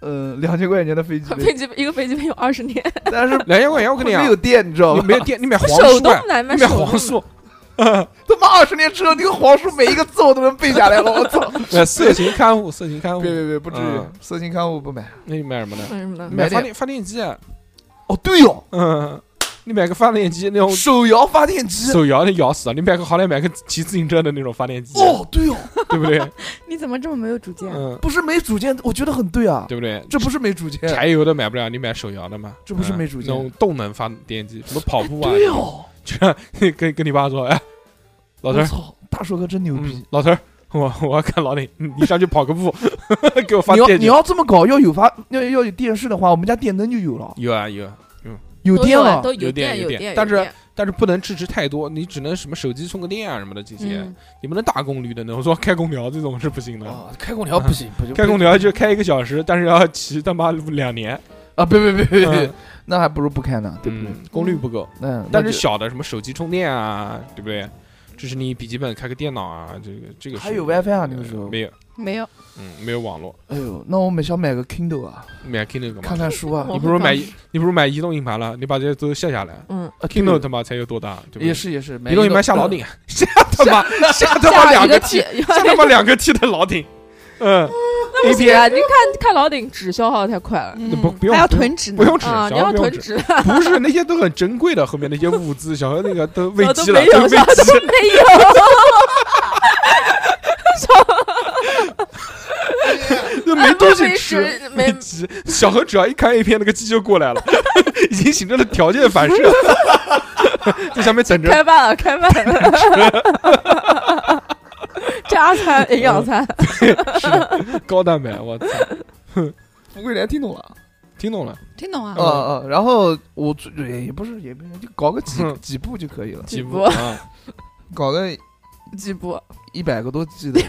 [SPEAKER 2] 呃，两千块钱的飞机杯
[SPEAKER 7] <laughs> 飞，机一个飞机杯有二十年，
[SPEAKER 2] 但是
[SPEAKER 3] 两千块钱，我跟你
[SPEAKER 2] <laughs> 没
[SPEAKER 3] 讲
[SPEAKER 2] 有，电，你知
[SPEAKER 3] 啊
[SPEAKER 2] 道
[SPEAKER 3] 你
[SPEAKER 2] 吧？
[SPEAKER 3] 没有电，你买黄
[SPEAKER 7] <laughs> 手
[SPEAKER 3] 书
[SPEAKER 7] 动
[SPEAKER 3] 啊，
[SPEAKER 7] 来卖
[SPEAKER 3] 你买
[SPEAKER 7] 手动
[SPEAKER 3] 黄书，
[SPEAKER 2] 他妈二十年之后，那个黄书每一个字我都能背下来了，我操！
[SPEAKER 3] 呃， <laughs> 色情刊物，色情刊物
[SPEAKER 2] 别，别别，不至
[SPEAKER 3] 嗯
[SPEAKER 2] 于，色情刊物不买。
[SPEAKER 3] 那你买什么呢？
[SPEAKER 7] 嗯什么的，
[SPEAKER 3] 买发
[SPEAKER 2] 买点
[SPEAKER 3] 电发电机啊，
[SPEAKER 2] 哦，对哦，
[SPEAKER 3] 嗯，你买个发电机那种
[SPEAKER 2] 手摇发电机。
[SPEAKER 3] 哦手摇的摇死啊！你买个好歹买个骑自行车的那种发电机，
[SPEAKER 2] 哦，对哦，
[SPEAKER 3] 对不对？
[SPEAKER 6] <laughs> 你怎么这么没有主见？啊
[SPEAKER 3] 嗯，
[SPEAKER 2] 不是没主见，我觉得很对啊，
[SPEAKER 3] 对不对？
[SPEAKER 2] 这不是没主见。
[SPEAKER 3] 柴油的买不了，你买手摇的嘛？
[SPEAKER 2] 这不是
[SPEAKER 3] 嗯
[SPEAKER 2] 没主见
[SPEAKER 3] 那种动能发电机，什么跑步啊？
[SPEAKER 2] 对
[SPEAKER 3] <laughs>
[SPEAKER 2] 哦，
[SPEAKER 3] 就是跟跟你爸说，哎，老头
[SPEAKER 2] 我
[SPEAKER 3] 儿，
[SPEAKER 2] 操，大硕哥真牛逼
[SPEAKER 3] 嗯。，老头儿，我我要看老李，嗯你上去跑个步， <laughs> 给我发
[SPEAKER 2] 你要
[SPEAKER 3] 电
[SPEAKER 2] 你
[SPEAKER 3] 机。
[SPEAKER 2] 要这么搞，要有发要要有电视的话，我们家电灯就有了，
[SPEAKER 3] 有啊有啊，
[SPEAKER 2] 有电了
[SPEAKER 7] 都。
[SPEAKER 3] 有
[SPEAKER 7] 有
[SPEAKER 3] 电
[SPEAKER 7] 电
[SPEAKER 3] 有
[SPEAKER 7] 有
[SPEAKER 3] 电
[SPEAKER 7] 电，
[SPEAKER 3] 但是
[SPEAKER 7] 有电
[SPEAKER 3] 但是不能支持太多，你只能什么手机充个电啊什么的这些，
[SPEAKER 5] 嗯
[SPEAKER 3] 你不能大功率的那种。我说开空调这种是不行的，
[SPEAKER 2] 啊，开空调不行，不行，
[SPEAKER 3] <laughs> 开空调就开一个小时，但是要骑他妈两年，
[SPEAKER 2] 啊！别别别别别
[SPEAKER 3] 嗯，
[SPEAKER 2] 那还不如不开呢，对不对？
[SPEAKER 3] 嗯，功率不够。
[SPEAKER 2] 嗯，
[SPEAKER 3] 但
[SPEAKER 2] 那
[SPEAKER 3] 是
[SPEAKER 2] 就
[SPEAKER 3] 小的什么手机充电啊，对不对？这是你笔记本开个电脑啊，这个这个是呃
[SPEAKER 2] 还有 WiFi 啊那个时候
[SPEAKER 3] 没有，
[SPEAKER 5] 没有，
[SPEAKER 3] 嗯，没有网络，
[SPEAKER 2] 哎呦，那我们想买个 Kindle 啊，
[SPEAKER 3] 买 Kindle 干嘛
[SPEAKER 2] 看？看书啊
[SPEAKER 7] 我
[SPEAKER 3] 你不如买
[SPEAKER 7] 我
[SPEAKER 3] 一，你不如买移动硬盘了，你把这些都下下来
[SPEAKER 7] 嗯，
[SPEAKER 2] 啊
[SPEAKER 3] ，Kindle
[SPEAKER 2] <laughs>
[SPEAKER 3] 他妈才有多大？对不对
[SPEAKER 2] 也，是也是，买
[SPEAKER 3] 移动硬盘下老顶，下他
[SPEAKER 2] <laughs>
[SPEAKER 3] 妈下他妈
[SPEAKER 7] 下
[SPEAKER 3] 两
[SPEAKER 7] 一个
[SPEAKER 3] T，
[SPEAKER 7] T，
[SPEAKER 3] 下他
[SPEAKER 7] <laughs>
[SPEAKER 3] 妈两个 T 的
[SPEAKER 2] <laughs>
[SPEAKER 3] 老顶，嗯，
[SPEAKER 7] 那不行啊！你看看老顶纸消耗得太快了
[SPEAKER 6] 嗯
[SPEAKER 3] 不不用
[SPEAKER 6] 还要囤纸呢
[SPEAKER 3] 不。用纸，
[SPEAKER 7] 啊！
[SPEAKER 3] 小
[SPEAKER 7] 你要
[SPEAKER 3] 何不用
[SPEAKER 7] 囤 <laughs>
[SPEAKER 3] 纸，
[SPEAKER 7] 纸，
[SPEAKER 3] 不是那些都很珍贵的，后面那些物资，小何那个都喂
[SPEAKER 7] 我都
[SPEAKER 3] 鸡了，
[SPEAKER 7] 没
[SPEAKER 3] 都 <laughs>
[SPEAKER 7] 有，
[SPEAKER 3] 喂
[SPEAKER 7] 啥都
[SPEAKER 3] 鸡了，
[SPEAKER 7] 没有，
[SPEAKER 3] 个没东西
[SPEAKER 7] <laughs> 没
[SPEAKER 3] 吃，
[SPEAKER 7] 水
[SPEAKER 3] 那
[SPEAKER 7] 没
[SPEAKER 3] 鸡 <laughs> 小何只要一看 A 片，那个鸡就过来了， <laughs> 已经形成了条件反射， <laughs> 在下面等着
[SPEAKER 7] 开饭了，开饭了，加餐营养餐，
[SPEAKER 3] 高蛋白。我操，
[SPEAKER 2] 富贵莲听懂了，
[SPEAKER 3] 听懂了，
[SPEAKER 5] 听懂啊？
[SPEAKER 2] 嗯嗯，然后我最也不是也不是，就搞个几
[SPEAKER 3] 嗯
[SPEAKER 2] 几步就可以了，
[SPEAKER 3] 几
[SPEAKER 7] 几
[SPEAKER 3] 步
[SPEAKER 7] 步
[SPEAKER 3] 啊？
[SPEAKER 2] 搞个
[SPEAKER 7] 几步？
[SPEAKER 2] 一百个多 G 的，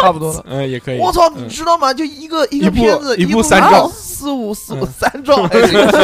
[SPEAKER 2] 差不多了。
[SPEAKER 3] 嗯，也可以。
[SPEAKER 2] 我操，
[SPEAKER 3] 嗯
[SPEAKER 2] 你知道吗？就一个哎一个
[SPEAKER 3] 部
[SPEAKER 2] 片子，
[SPEAKER 3] 一部
[SPEAKER 2] 部
[SPEAKER 3] 三
[SPEAKER 2] 照，
[SPEAKER 3] 兆
[SPEAKER 2] 四五四五
[SPEAKER 3] 嗯
[SPEAKER 2] 三 <laughs> 兆，哎，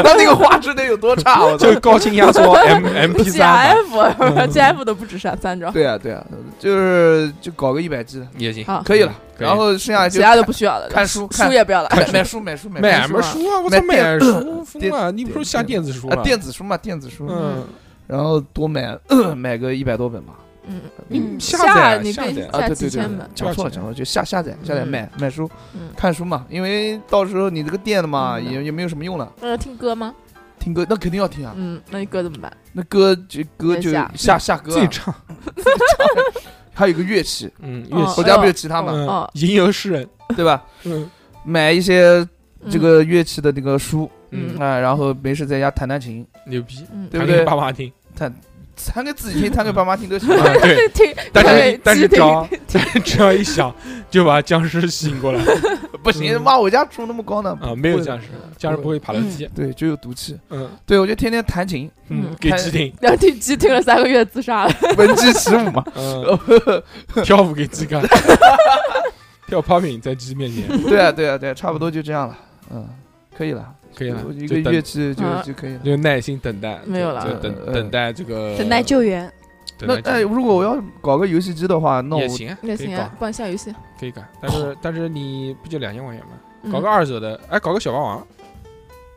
[SPEAKER 2] 那那个画质得有多 <laughs> 差？我操！
[SPEAKER 3] 就高清压
[SPEAKER 7] <laughs>
[SPEAKER 3] 缩 M M P
[SPEAKER 7] ，G
[SPEAKER 3] 三
[SPEAKER 7] F G F 都不止三三张，
[SPEAKER 2] 对啊对啊，就是就搞个一百 G 的，
[SPEAKER 3] 也行，
[SPEAKER 7] 好
[SPEAKER 2] 可以了。
[SPEAKER 3] 可以
[SPEAKER 2] 然后剩下就
[SPEAKER 7] 其他的不需要了。
[SPEAKER 2] 看书看
[SPEAKER 7] 书也不要了，
[SPEAKER 2] 买买书买书买
[SPEAKER 3] 买什么
[SPEAKER 2] 书
[SPEAKER 3] 书啊？我
[SPEAKER 2] 买
[SPEAKER 3] 操，买
[SPEAKER 2] 电
[SPEAKER 3] 书疯
[SPEAKER 2] 电
[SPEAKER 3] 了！你不是下电子书
[SPEAKER 2] 啊
[SPEAKER 3] 了？
[SPEAKER 2] 电子书嘛电子书，
[SPEAKER 3] 嗯，
[SPEAKER 2] 然后多买 <clears throat> 买个一百多本吧。
[SPEAKER 7] 嗯，
[SPEAKER 3] 你
[SPEAKER 7] 嗯
[SPEAKER 3] 下
[SPEAKER 7] 下
[SPEAKER 3] 载
[SPEAKER 7] 你
[SPEAKER 3] 下
[SPEAKER 7] 可以
[SPEAKER 3] 载
[SPEAKER 2] 啊，
[SPEAKER 7] 下
[SPEAKER 2] 对
[SPEAKER 7] 几
[SPEAKER 2] 对对
[SPEAKER 7] 千
[SPEAKER 2] 对
[SPEAKER 7] 本，
[SPEAKER 2] 讲错
[SPEAKER 3] 下载
[SPEAKER 2] 了讲错了，就下下载下载
[SPEAKER 7] 嗯
[SPEAKER 2] 买买书
[SPEAKER 7] 嗯，
[SPEAKER 2] 看书嘛，因为到时候你这个电的嘛
[SPEAKER 7] 嗯
[SPEAKER 2] 也也没有什么用了，
[SPEAKER 7] 呃，听歌吗？
[SPEAKER 2] 听歌那肯定要听啊，
[SPEAKER 7] 嗯，那你歌怎么办？
[SPEAKER 2] 那歌就歌就
[SPEAKER 7] 在下
[SPEAKER 2] 下下歌
[SPEAKER 3] 自
[SPEAKER 2] 啊
[SPEAKER 3] 己，唱，
[SPEAKER 2] 还有一个乐器，
[SPEAKER 3] 嗯，
[SPEAKER 7] 哦
[SPEAKER 3] 乐器
[SPEAKER 2] 我家不有吉他嘛，
[SPEAKER 3] 嗯
[SPEAKER 7] 哦，
[SPEAKER 3] 吟游诗人，
[SPEAKER 2] 对吧？
[SPEAKER 3] 嗯
[SPEAKER 2] 买一些
[SPEAKER 7] 嗯
[SPEAKER 2] 这个乐器的那个书
[SPEAKER 3] 嗯，
[SPEAKER 2] 啊，然后没事在家弹弹琴，
[SPEAKER 3] 牛逼，
[SPEAKER 7] 嗯，
[SPEAKER 2] 对
[SPEAKER 3] 弹
[SPEAKER 2] 不
[SPEAKER 3] 给
[SPEAKER 2] 对
[SPEAKER 3] 爸妈
[SPEAKER 2] <laughs>
[SPEAKER 3] 听。
[SPEAKER 2] 弹给自
[SPEAKER 7] <laughs>
[SPEAKER 2] 己听，弹给爸妈听都行啊。
[SPEAKER 3] 啊对，
[SPEAKER 7] 听，
[SPEAKER 3] 但
[SPEAKER 7] 对
[SPEAKER 3] 是但是只
[SPEAKER 7] 鸡腿
[SPEAKER 3] 要但是 <laughs> 只要一想，就把僵尸吸引过来
[SPEAKER 2] 不行，
[SPEAKER 3] 嗯
[SPEAKER 2] 妈，我家住那么高
[SPEAKER 3] <laughs>
[SPEAKER 2] 呢
[SPEAKER 3] 啊！没有
[SPEAKER 2] 不会
[SPEAKER 3] 僵尸，僵尸不会爬楼梯。
[SPEAKER 2] 对，就有毒气。
[SPEAKER 3] 嗯
[SPEAKER 2] 对，我就天天弹琴，
[SPEAKER 3] 嗯
[SPEAKER 7] 嗯，
[SPEAKER 3] 给
[SPEAKER 2] 开
[SPEAKER 3] 鸡听，
[SPEAKER 7] 然后听鸡听了三个月自杀了，
[SPEAKER 2] 闻鸡起舞嘛。
[SPEAKER 3] 嗯， <laughs> 跳舞给鸡 <laughs> 看，跳 popping 在鸡面前，
[SPEAKER 2] <laughs> 对啊，对啊，对啊，差不多就这样了。嗯，可以了，
[SPEAKER 3] 可以了
[SPEAKER 2] 我，一
[SPEAKER 3] 就
[SPEAKER 2] 个乐
[SPEAKER 3] 等
[SPEAKER 2] 器就
[SPEAKER 7] 啊
[SPEAKER 2] 就可以了。
[SPEAKER 3] 就耐心等待，
[SPEAKER 7] 没有
[SPEAKER 3] 就
[SPEAKER 7] 了
[SPEAKER 3] 就等
[SPEAKER 2] 呃
[SPEAKER 3] 等待这个
[SPEAKER 4] 等待救援，
[SPEAKER 3] 等
[SPEAKER 2] 那
[SPEAKER 7] 呃
[SPEAKER 3] 待
[SPEAKER 2] 哎，
[SPEAKER 3] 救
[SPEAKER 2] 如果我要搞个游戏机的话，那
[SPEAKER 3] 也
[SPEAKER 2] 我
[SPEAKER 3] 行啊，可
[SPEAKER 7] 也
[SPEAKER 3] 以
[SPEAKER 7] 行
[SPEAKER 3] 搞
[SPEAKER 7] 啊，，帮你下游戏，
[SPEAKER 3] 可以搞，但是但是你不就两千块钱吗？
[SPEAKER 7] 嗯
[SPEAKER 3] 搞个二手的，哎，搞个小霸王，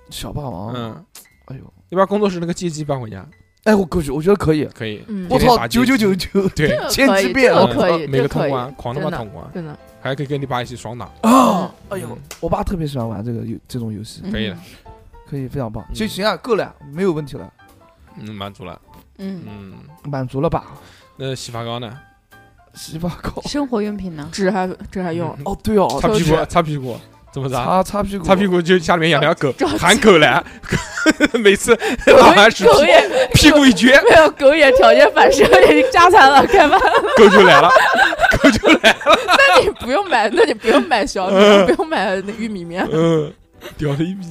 [SPEAKER 2] 小霸王，
[SPEAKER 3] 嗯，
[SPEAKER 2] 哎呦，
[SPEAKER 3] 你把工作室那个街机搬回家，
[SPEAKER 2] 哎，我过去，我觉得可以。
[SPEAKER 3] 可以，
[SPEAKER 7] 嗯
[SPEAKER 2] 我
[SPEAKER 3] 天天
[SPEAKER 2] 操，
[SPEAKER 3] 打
[SPEAKER 2] 九
[SPEAKER 3] 街
[SPEAKER 2] 九九
[SPEAKER 3] 机
[SPEAKER 2] 九
[SPEAKER 7] <laughs>
[SPEAKER 3] 对，嗯
[SPEAKER 7] 这个
[SPEAKER 2] 千
[SPEAKER 7] 可
[SPEAKER 2] 机
[SPEAKER 7] 以，
[SPEAKER 2] 变
[SPEAKER 7] 这
[SPEAKER 2] 我
[SPEAKER 7] 个
[SPEAKER 2] 操
[SPEAKER 7] 可以，
[SPEAKER 3] 每
[SPEAKER 7] 这
[SPEAKER 3] 个
[SPEAKER 7] 可
[SPEAKER 3] 通
[SPEAKER 7] 以，
[SPEAKER 3] 关，狂他妈
[SPEAKER 7] 真的
[SPEAKER 3] 通关，
[SPEAKER 7] 真的，
[SPEAKER 3] 还可以跟你爸一起爽打，
[SPEAKER 2] 啊！哎呦
[SPEAKER 3] 嗯，
[SPEAKER 2] 我爸特别喜欢玩这个游这种游戏，
[SPEAKER 3] 可以了，
[SPEAKER 2] 可以非常棒，
[SPEAKER 3] 嗯
[SPEAKER 2] 就行啊，够了，没有问题了，
[SPEAKER 3] 嗯，满足了，
[SPEAKER 5] 嗯，
[SPEAKER 3] 嗯，
[SPEAKER 2] 满足了吧？
[SPEAKER 3] 那洗发膏呢？
[SPEAKER 2] 洗发
[SPEAKER 3] <laughs> 嗯
[SPEAKER 2] 膏。
[SPEAKER 5] 生活用品呢？
[SPEAKER 7] 纸还纸还用，
[SPEAKER 2] 哦，对哦，
[SPEAKER 3] 擦屁股啊
[SPEAKER 7] 手，指
[SPEAKER 3] 擦屁股，怎么擦？
[SPEAKER 2] 擦擦屁股，啊
[SPEAKER 3] 擦屁股就家里面养条狗
[SPEAKER 7] 着，急
[SPEAKER 3] 喊狗来， <laughs> 每次 <laughs> 打完屎
[SPEAKER 7] 狗也
[SPEAKER 3] 屁股一撅，
[SPEAKER 7] 没有狗也条件反射，也加餐了，开饭了，
[SPEAKER 3] 狗就来了， <laughs> 狗就来，
[SPEAKER 7] 那你 <laughs> 不用买，那你不用买小米，不用买那玉米面，
[SPEAKER 3] 嗯，屌的一逼，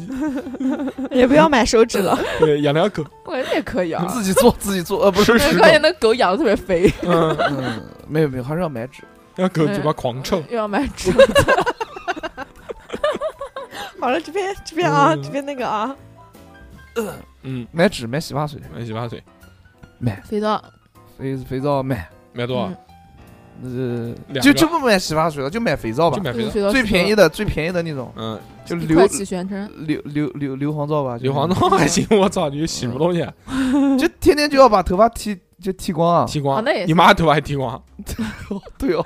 [SPEAKER 6] <laughs> 也不要买手指 <laughs> 了。
[SPEAKER 3] 对，养条狗，
[SPEAKER 7] 我觉得也可以啊，
[SPEAKER 2] <laughs> 自己
[SPEAKER 3] <laughs>
[SPEAKER 2] 做自己做，呃， <laughs> 不是，
[SPEAKER 3] 吃
[SPEAKER 7] 那
[SPEAKER 3] 屎
[SPEAKER 7] 关键那狗养的特别肥， <laughs>
[SPEAKER 3] 嗯，
[SPEAKER 2] 嗯，没有没有，还是要买纸。
[SPEAKER 3] 让狗嘴巴狂臭，
[SPEAKER 7] 又要买纸，
[SPEAKER 6] 好了，这边这边啊，
[SPEAKER 3] 嗯
[SPEAKER 6] 这边那个啊，
[SPEAKER 3] 嗯，
[SPEAKER 2] 买纸，买洗发水，
[SPEAKER 3] 买洗发水，
[SPEAKER 2] 买
[SPEAKER 7] <laughs> 肥皂，
[SPEAKER 2] 肥肥皂，买
[SPEAKER 3] 买多少
[SPEAKER 7] 嗯？
[SPEAKER 2] 呃，
[SPEAKER 3] 两
[SPEAKER 2] 就
[SPEAKER 3] 个
[SPEAKER 2] 就不买洗发水了，就买肥皂吧
[SPEAKER 3] 就，哎买肥
[SPEAKER 7] 嗯
[SPEAKER 3] 皂，
[SPEAKER 7] 肥皂
[SPEAKER 2] 最便宜
[SPEAKER 7] 的，
[SPEAKER 2] 的最便宜的那种，
[SPEAKER 3] 嗯，
[SPEAKER 2] 就
[SPEAKER 7] 一
[SPEAKER 2] 硫
[SPEAKER 7] 块七全称，
[SPEAKER 2] 硫硫硫硫磺皂吧，就
[SPEAKER 3] 硫磺皂还行，我操，你洗什么东西啊？ <laughs>
[SPEAKER 2] 是，就天天就要把头发剃就剃光啊，
[SPEAKER 3] 剃
[SPEAKER 7] 啊
[SPEAKER 3] 光
[SPEAKER 7] 那也，
[SPEAKER 3] 你妈头发还剃光， <laughs>
[SPEAKER 2] 对哦，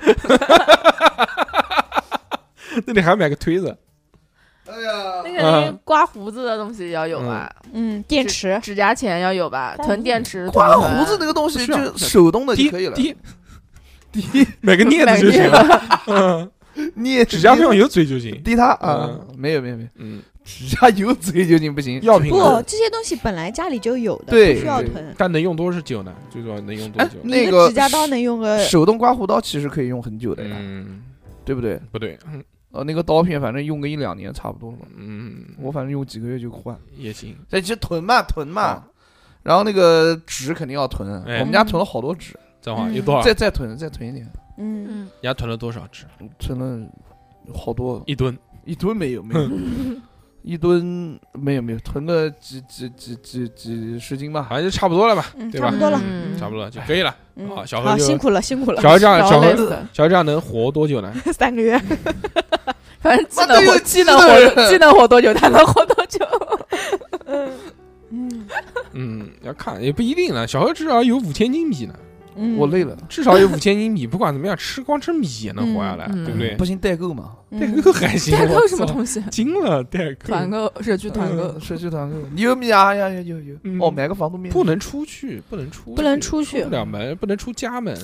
[SPEAKER 3] 那你还买个推子，
[SPEAKER 2] 哎呀
[SPEAKER 7] 那个那个刮胡子的东西要有吧，
[SPEAKER 6] 嗯，电池，
[SPEAKER 7] 指甲钳要有吧，
[SPEAKER 6] 刮
[SPEAKER 7] 囤电池，
[SPEAKER 2] 刮
[SPEAKER 7] 囤
[SPEAKER 2] 胡子那个东西
[SPEAKER 3] 是啊
[SPEAKER 2] 就手动的就
[SPEAKER 3] 滴
[SPEAKER 2] 可以了，
[SPEAKER 3] 滴 <laughs> 滴，买个镊子就行
[SPEAKER 7] 买 <laughs>
[SPEAKER 3] 了，嗯，
[SPEAKER 2] 你
[SPEAKER 3] 指甲不要有嘴就行，
[SPEAKER 2] 滴它啊
[SPEAKER 3] 嗯，
[SPEAKER 2] 没有没有没 <laughs> 有，
[SPEAKER 3] 嗯，
[SPEAKER 2] 指甲有嘴究竟不行，
[SPEAKER 3] 药品
[SPEAKER 6] 不
[SPEAKER 3] 呢，
[SPEAKER 6] 这些东西本来家里就有的，
[SPEAKER 2] 对
[SPEAKER 6] 不需要
[SPEAKER 3] 对
[SPEAKER 6] 囤。
[SPEAKER 3] 但能用多少久呢？最主要能用多
[SPEAKER 2] 哎
[SPEAKER 3] 久？
[SPEAKER 2] 那
[SPEAKER 6] 一
[SPEAKER 2] 个
[SPEAKER 6] 指甲刀能用个
[SPEAKER 2] 手动刮胡刀其实可以用很久的呀，
[SPEAKER 3] 哎嗯，
[SPEAKER 2] 对不对？
[SPEAKER 3] 不对，嗯
[SPEAKER 2] 呃，那个刀片反正用个一两年差不多了嘛，
[SPEAKER 3] 嗯，
[SPEAKER 2] 我反正用几个月就换。
[SPEAKER 3] 也行，
[SPEAKER 2] 这就囤嘛囤嘛
[SPEAKER 3] 啊，
[SPEAKER 2] 然后那个纸肯定要囤，啊
[SPEAKER 3] 哎
[SPEAKER 2] 我们家囤了好多纸，
[SPEAKER 3] 正好
[SPEAKER 6] 嗯
[SPEAKER 3] 有多少？
[SPEAKER 2] 再再囤再囤一点，
[SPEAKER 6] 嗯，
[SPEAKER 7] 嗯，
[SPEAKER 3] 人家囤了多少只？
[SPEAKER 2] 囤了好多，
[SPEAKER 3] 一吨，
[SPEAKER 2] 一吨没有没有，一吨没有没有，囤个几几几几几十斤吧。
[SPEAKER 3] 好像就差不多了吧，
[SPEAKER 6] 嗯
[SPEAKER 3] 对
[SPEAKER 6] 差
[SPEAKER 3] 吧
[SPEAKER 6] 不多了。
[SPEAKER 7] 嗯
[SPEAKER 3] 差不多了就可以了。
[SPEAKER 6] 嗯
[SPEAKER 3] 好小何
[SPEAKER 6] 好
[SPEAKER 3] 就
[SPEAKER 6] 辛苦了，辛苦了，
[SPEAKER 3] 小何这样，嗯小
[SPEAKER 7] 然后类
[SPEAKER 3] 何
[SPEAKER 7] 似，
[SPEAKER 3] 小何这样能活多 <laughs> 久呢？
[SPEAKER 6] <laughs> 三个月，
[SPEAKER 7] 反正技
[SPEAKER 2] 妈都
[SPEAKER 7] 能
[SPEAKER 2] 有
[SPEAKER 7] 活，
[SPEAKER 2] 技
[SPEAKER 7] 技
[SPEAKER 2] 能
[SPEAKER 7] 能
[SPEAKER 2] 人
[SPEAKER 7] 活，技能活多久， <laughs> 他能活多久？
[SPEAKER 6] 嗯，
[SPEAKER 3] 嗯，要看也不一定了。小何至少有五千金币呢，
[SPEAKER 6] 嗯
[SPEAKER 2] 我累了，
[SPEAKER 3] 至少有五千斤米，不管怎么样，吃光吃米也能活下来，
[SPEAKER 7] 嗯
[SPEAKER 3] 对不对？
[SPEAKER 2] 不行代购嘛，
[SPEAKER 6] 嗯
[SPEAKER 3] 代购还行，
[SPEAKER 7] 代购什么
[SPEAKER 3] 我操
[SPEAKER 7] 东西？
[SPEAKER 3] 惊了，代购
[SPEAKER 7] 团购、社区团购
[SPEAKER 2] 嗯，社区团购，你有米啊？呀呀有有
[SPEAKER 3] 嗯，
[SPEAKER 2] 哦，买个防冻面，
[SPEAKER 3] 不能出去，不能出，
[SPEAKER 5] 不能出去
[SPEAKER 3] 不了门，不能出家门。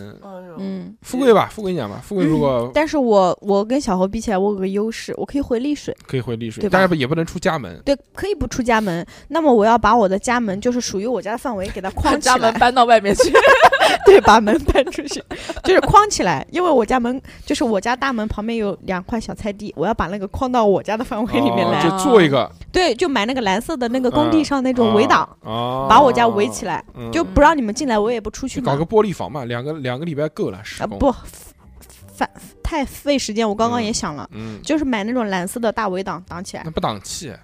[SPEAKER 5] 嗯，
[SPEAKER 3] 富贵吧，富贵讲吧，富贵如果
[SPEAKER 6] 但是我我跟小侯比起来，我有个优势，我可以回丽水，
[SPEAKER 3] 可以回丽水，
[SPEAKER 6] 对吧
[SPEAKER 3] 但是也不能出家门。
[SPEAKER 6] 对，可以不出家门。那么我要把我的家门，就是属于我 <laughs> 家的范围，给它
[SPEAKER 7] 把
[SPEAKER 6] 框起
[SPEAKER 7] 家门
[SPEAKER 6] 来，
[SPEAKER 7] 搬到外面 <laughs> 去，
[SPEAKER 6] <laughs> 对，把门搬出去，就是框起来。因为我家门就是我家大门旁边有两块小菜地，我要把那个框到我家的范围里面
[SPEAKER 3] 哦
[SPEAKER 6] 来。
[SPEAKER 3] 就做一个
[SPEAKER 6] 对，就买那个蓝色的那个工
[SPEAKER 3] 嗯
[SPEAKER 6] 地上那种围挡，，
[SPEAKER 3] 哦
[SPEAKER 6] 把我家围起，来，
[SPEAKER 3] 哦
[SPEAKER 6] 就不让你们进来，我也不出去
[SPEAKER 3] 就
[SPEAKER 6] 嘛。
[SPEAKER 3] 搞个玻璃房嘛，两个两个礼拜够了，施
[SPEAKER 6] 啊
[SPEAKER 3] 工。
[SPEAKER 6] 不，反太费时间。我刚刚也想了，
[SPEAKER 3] 嗯，
[SPEAKER 6] 就是买那种蓝色的大围挡挡起来，
[SPEAKER 3] 那不挡气，
[SPEAKER 6] 啊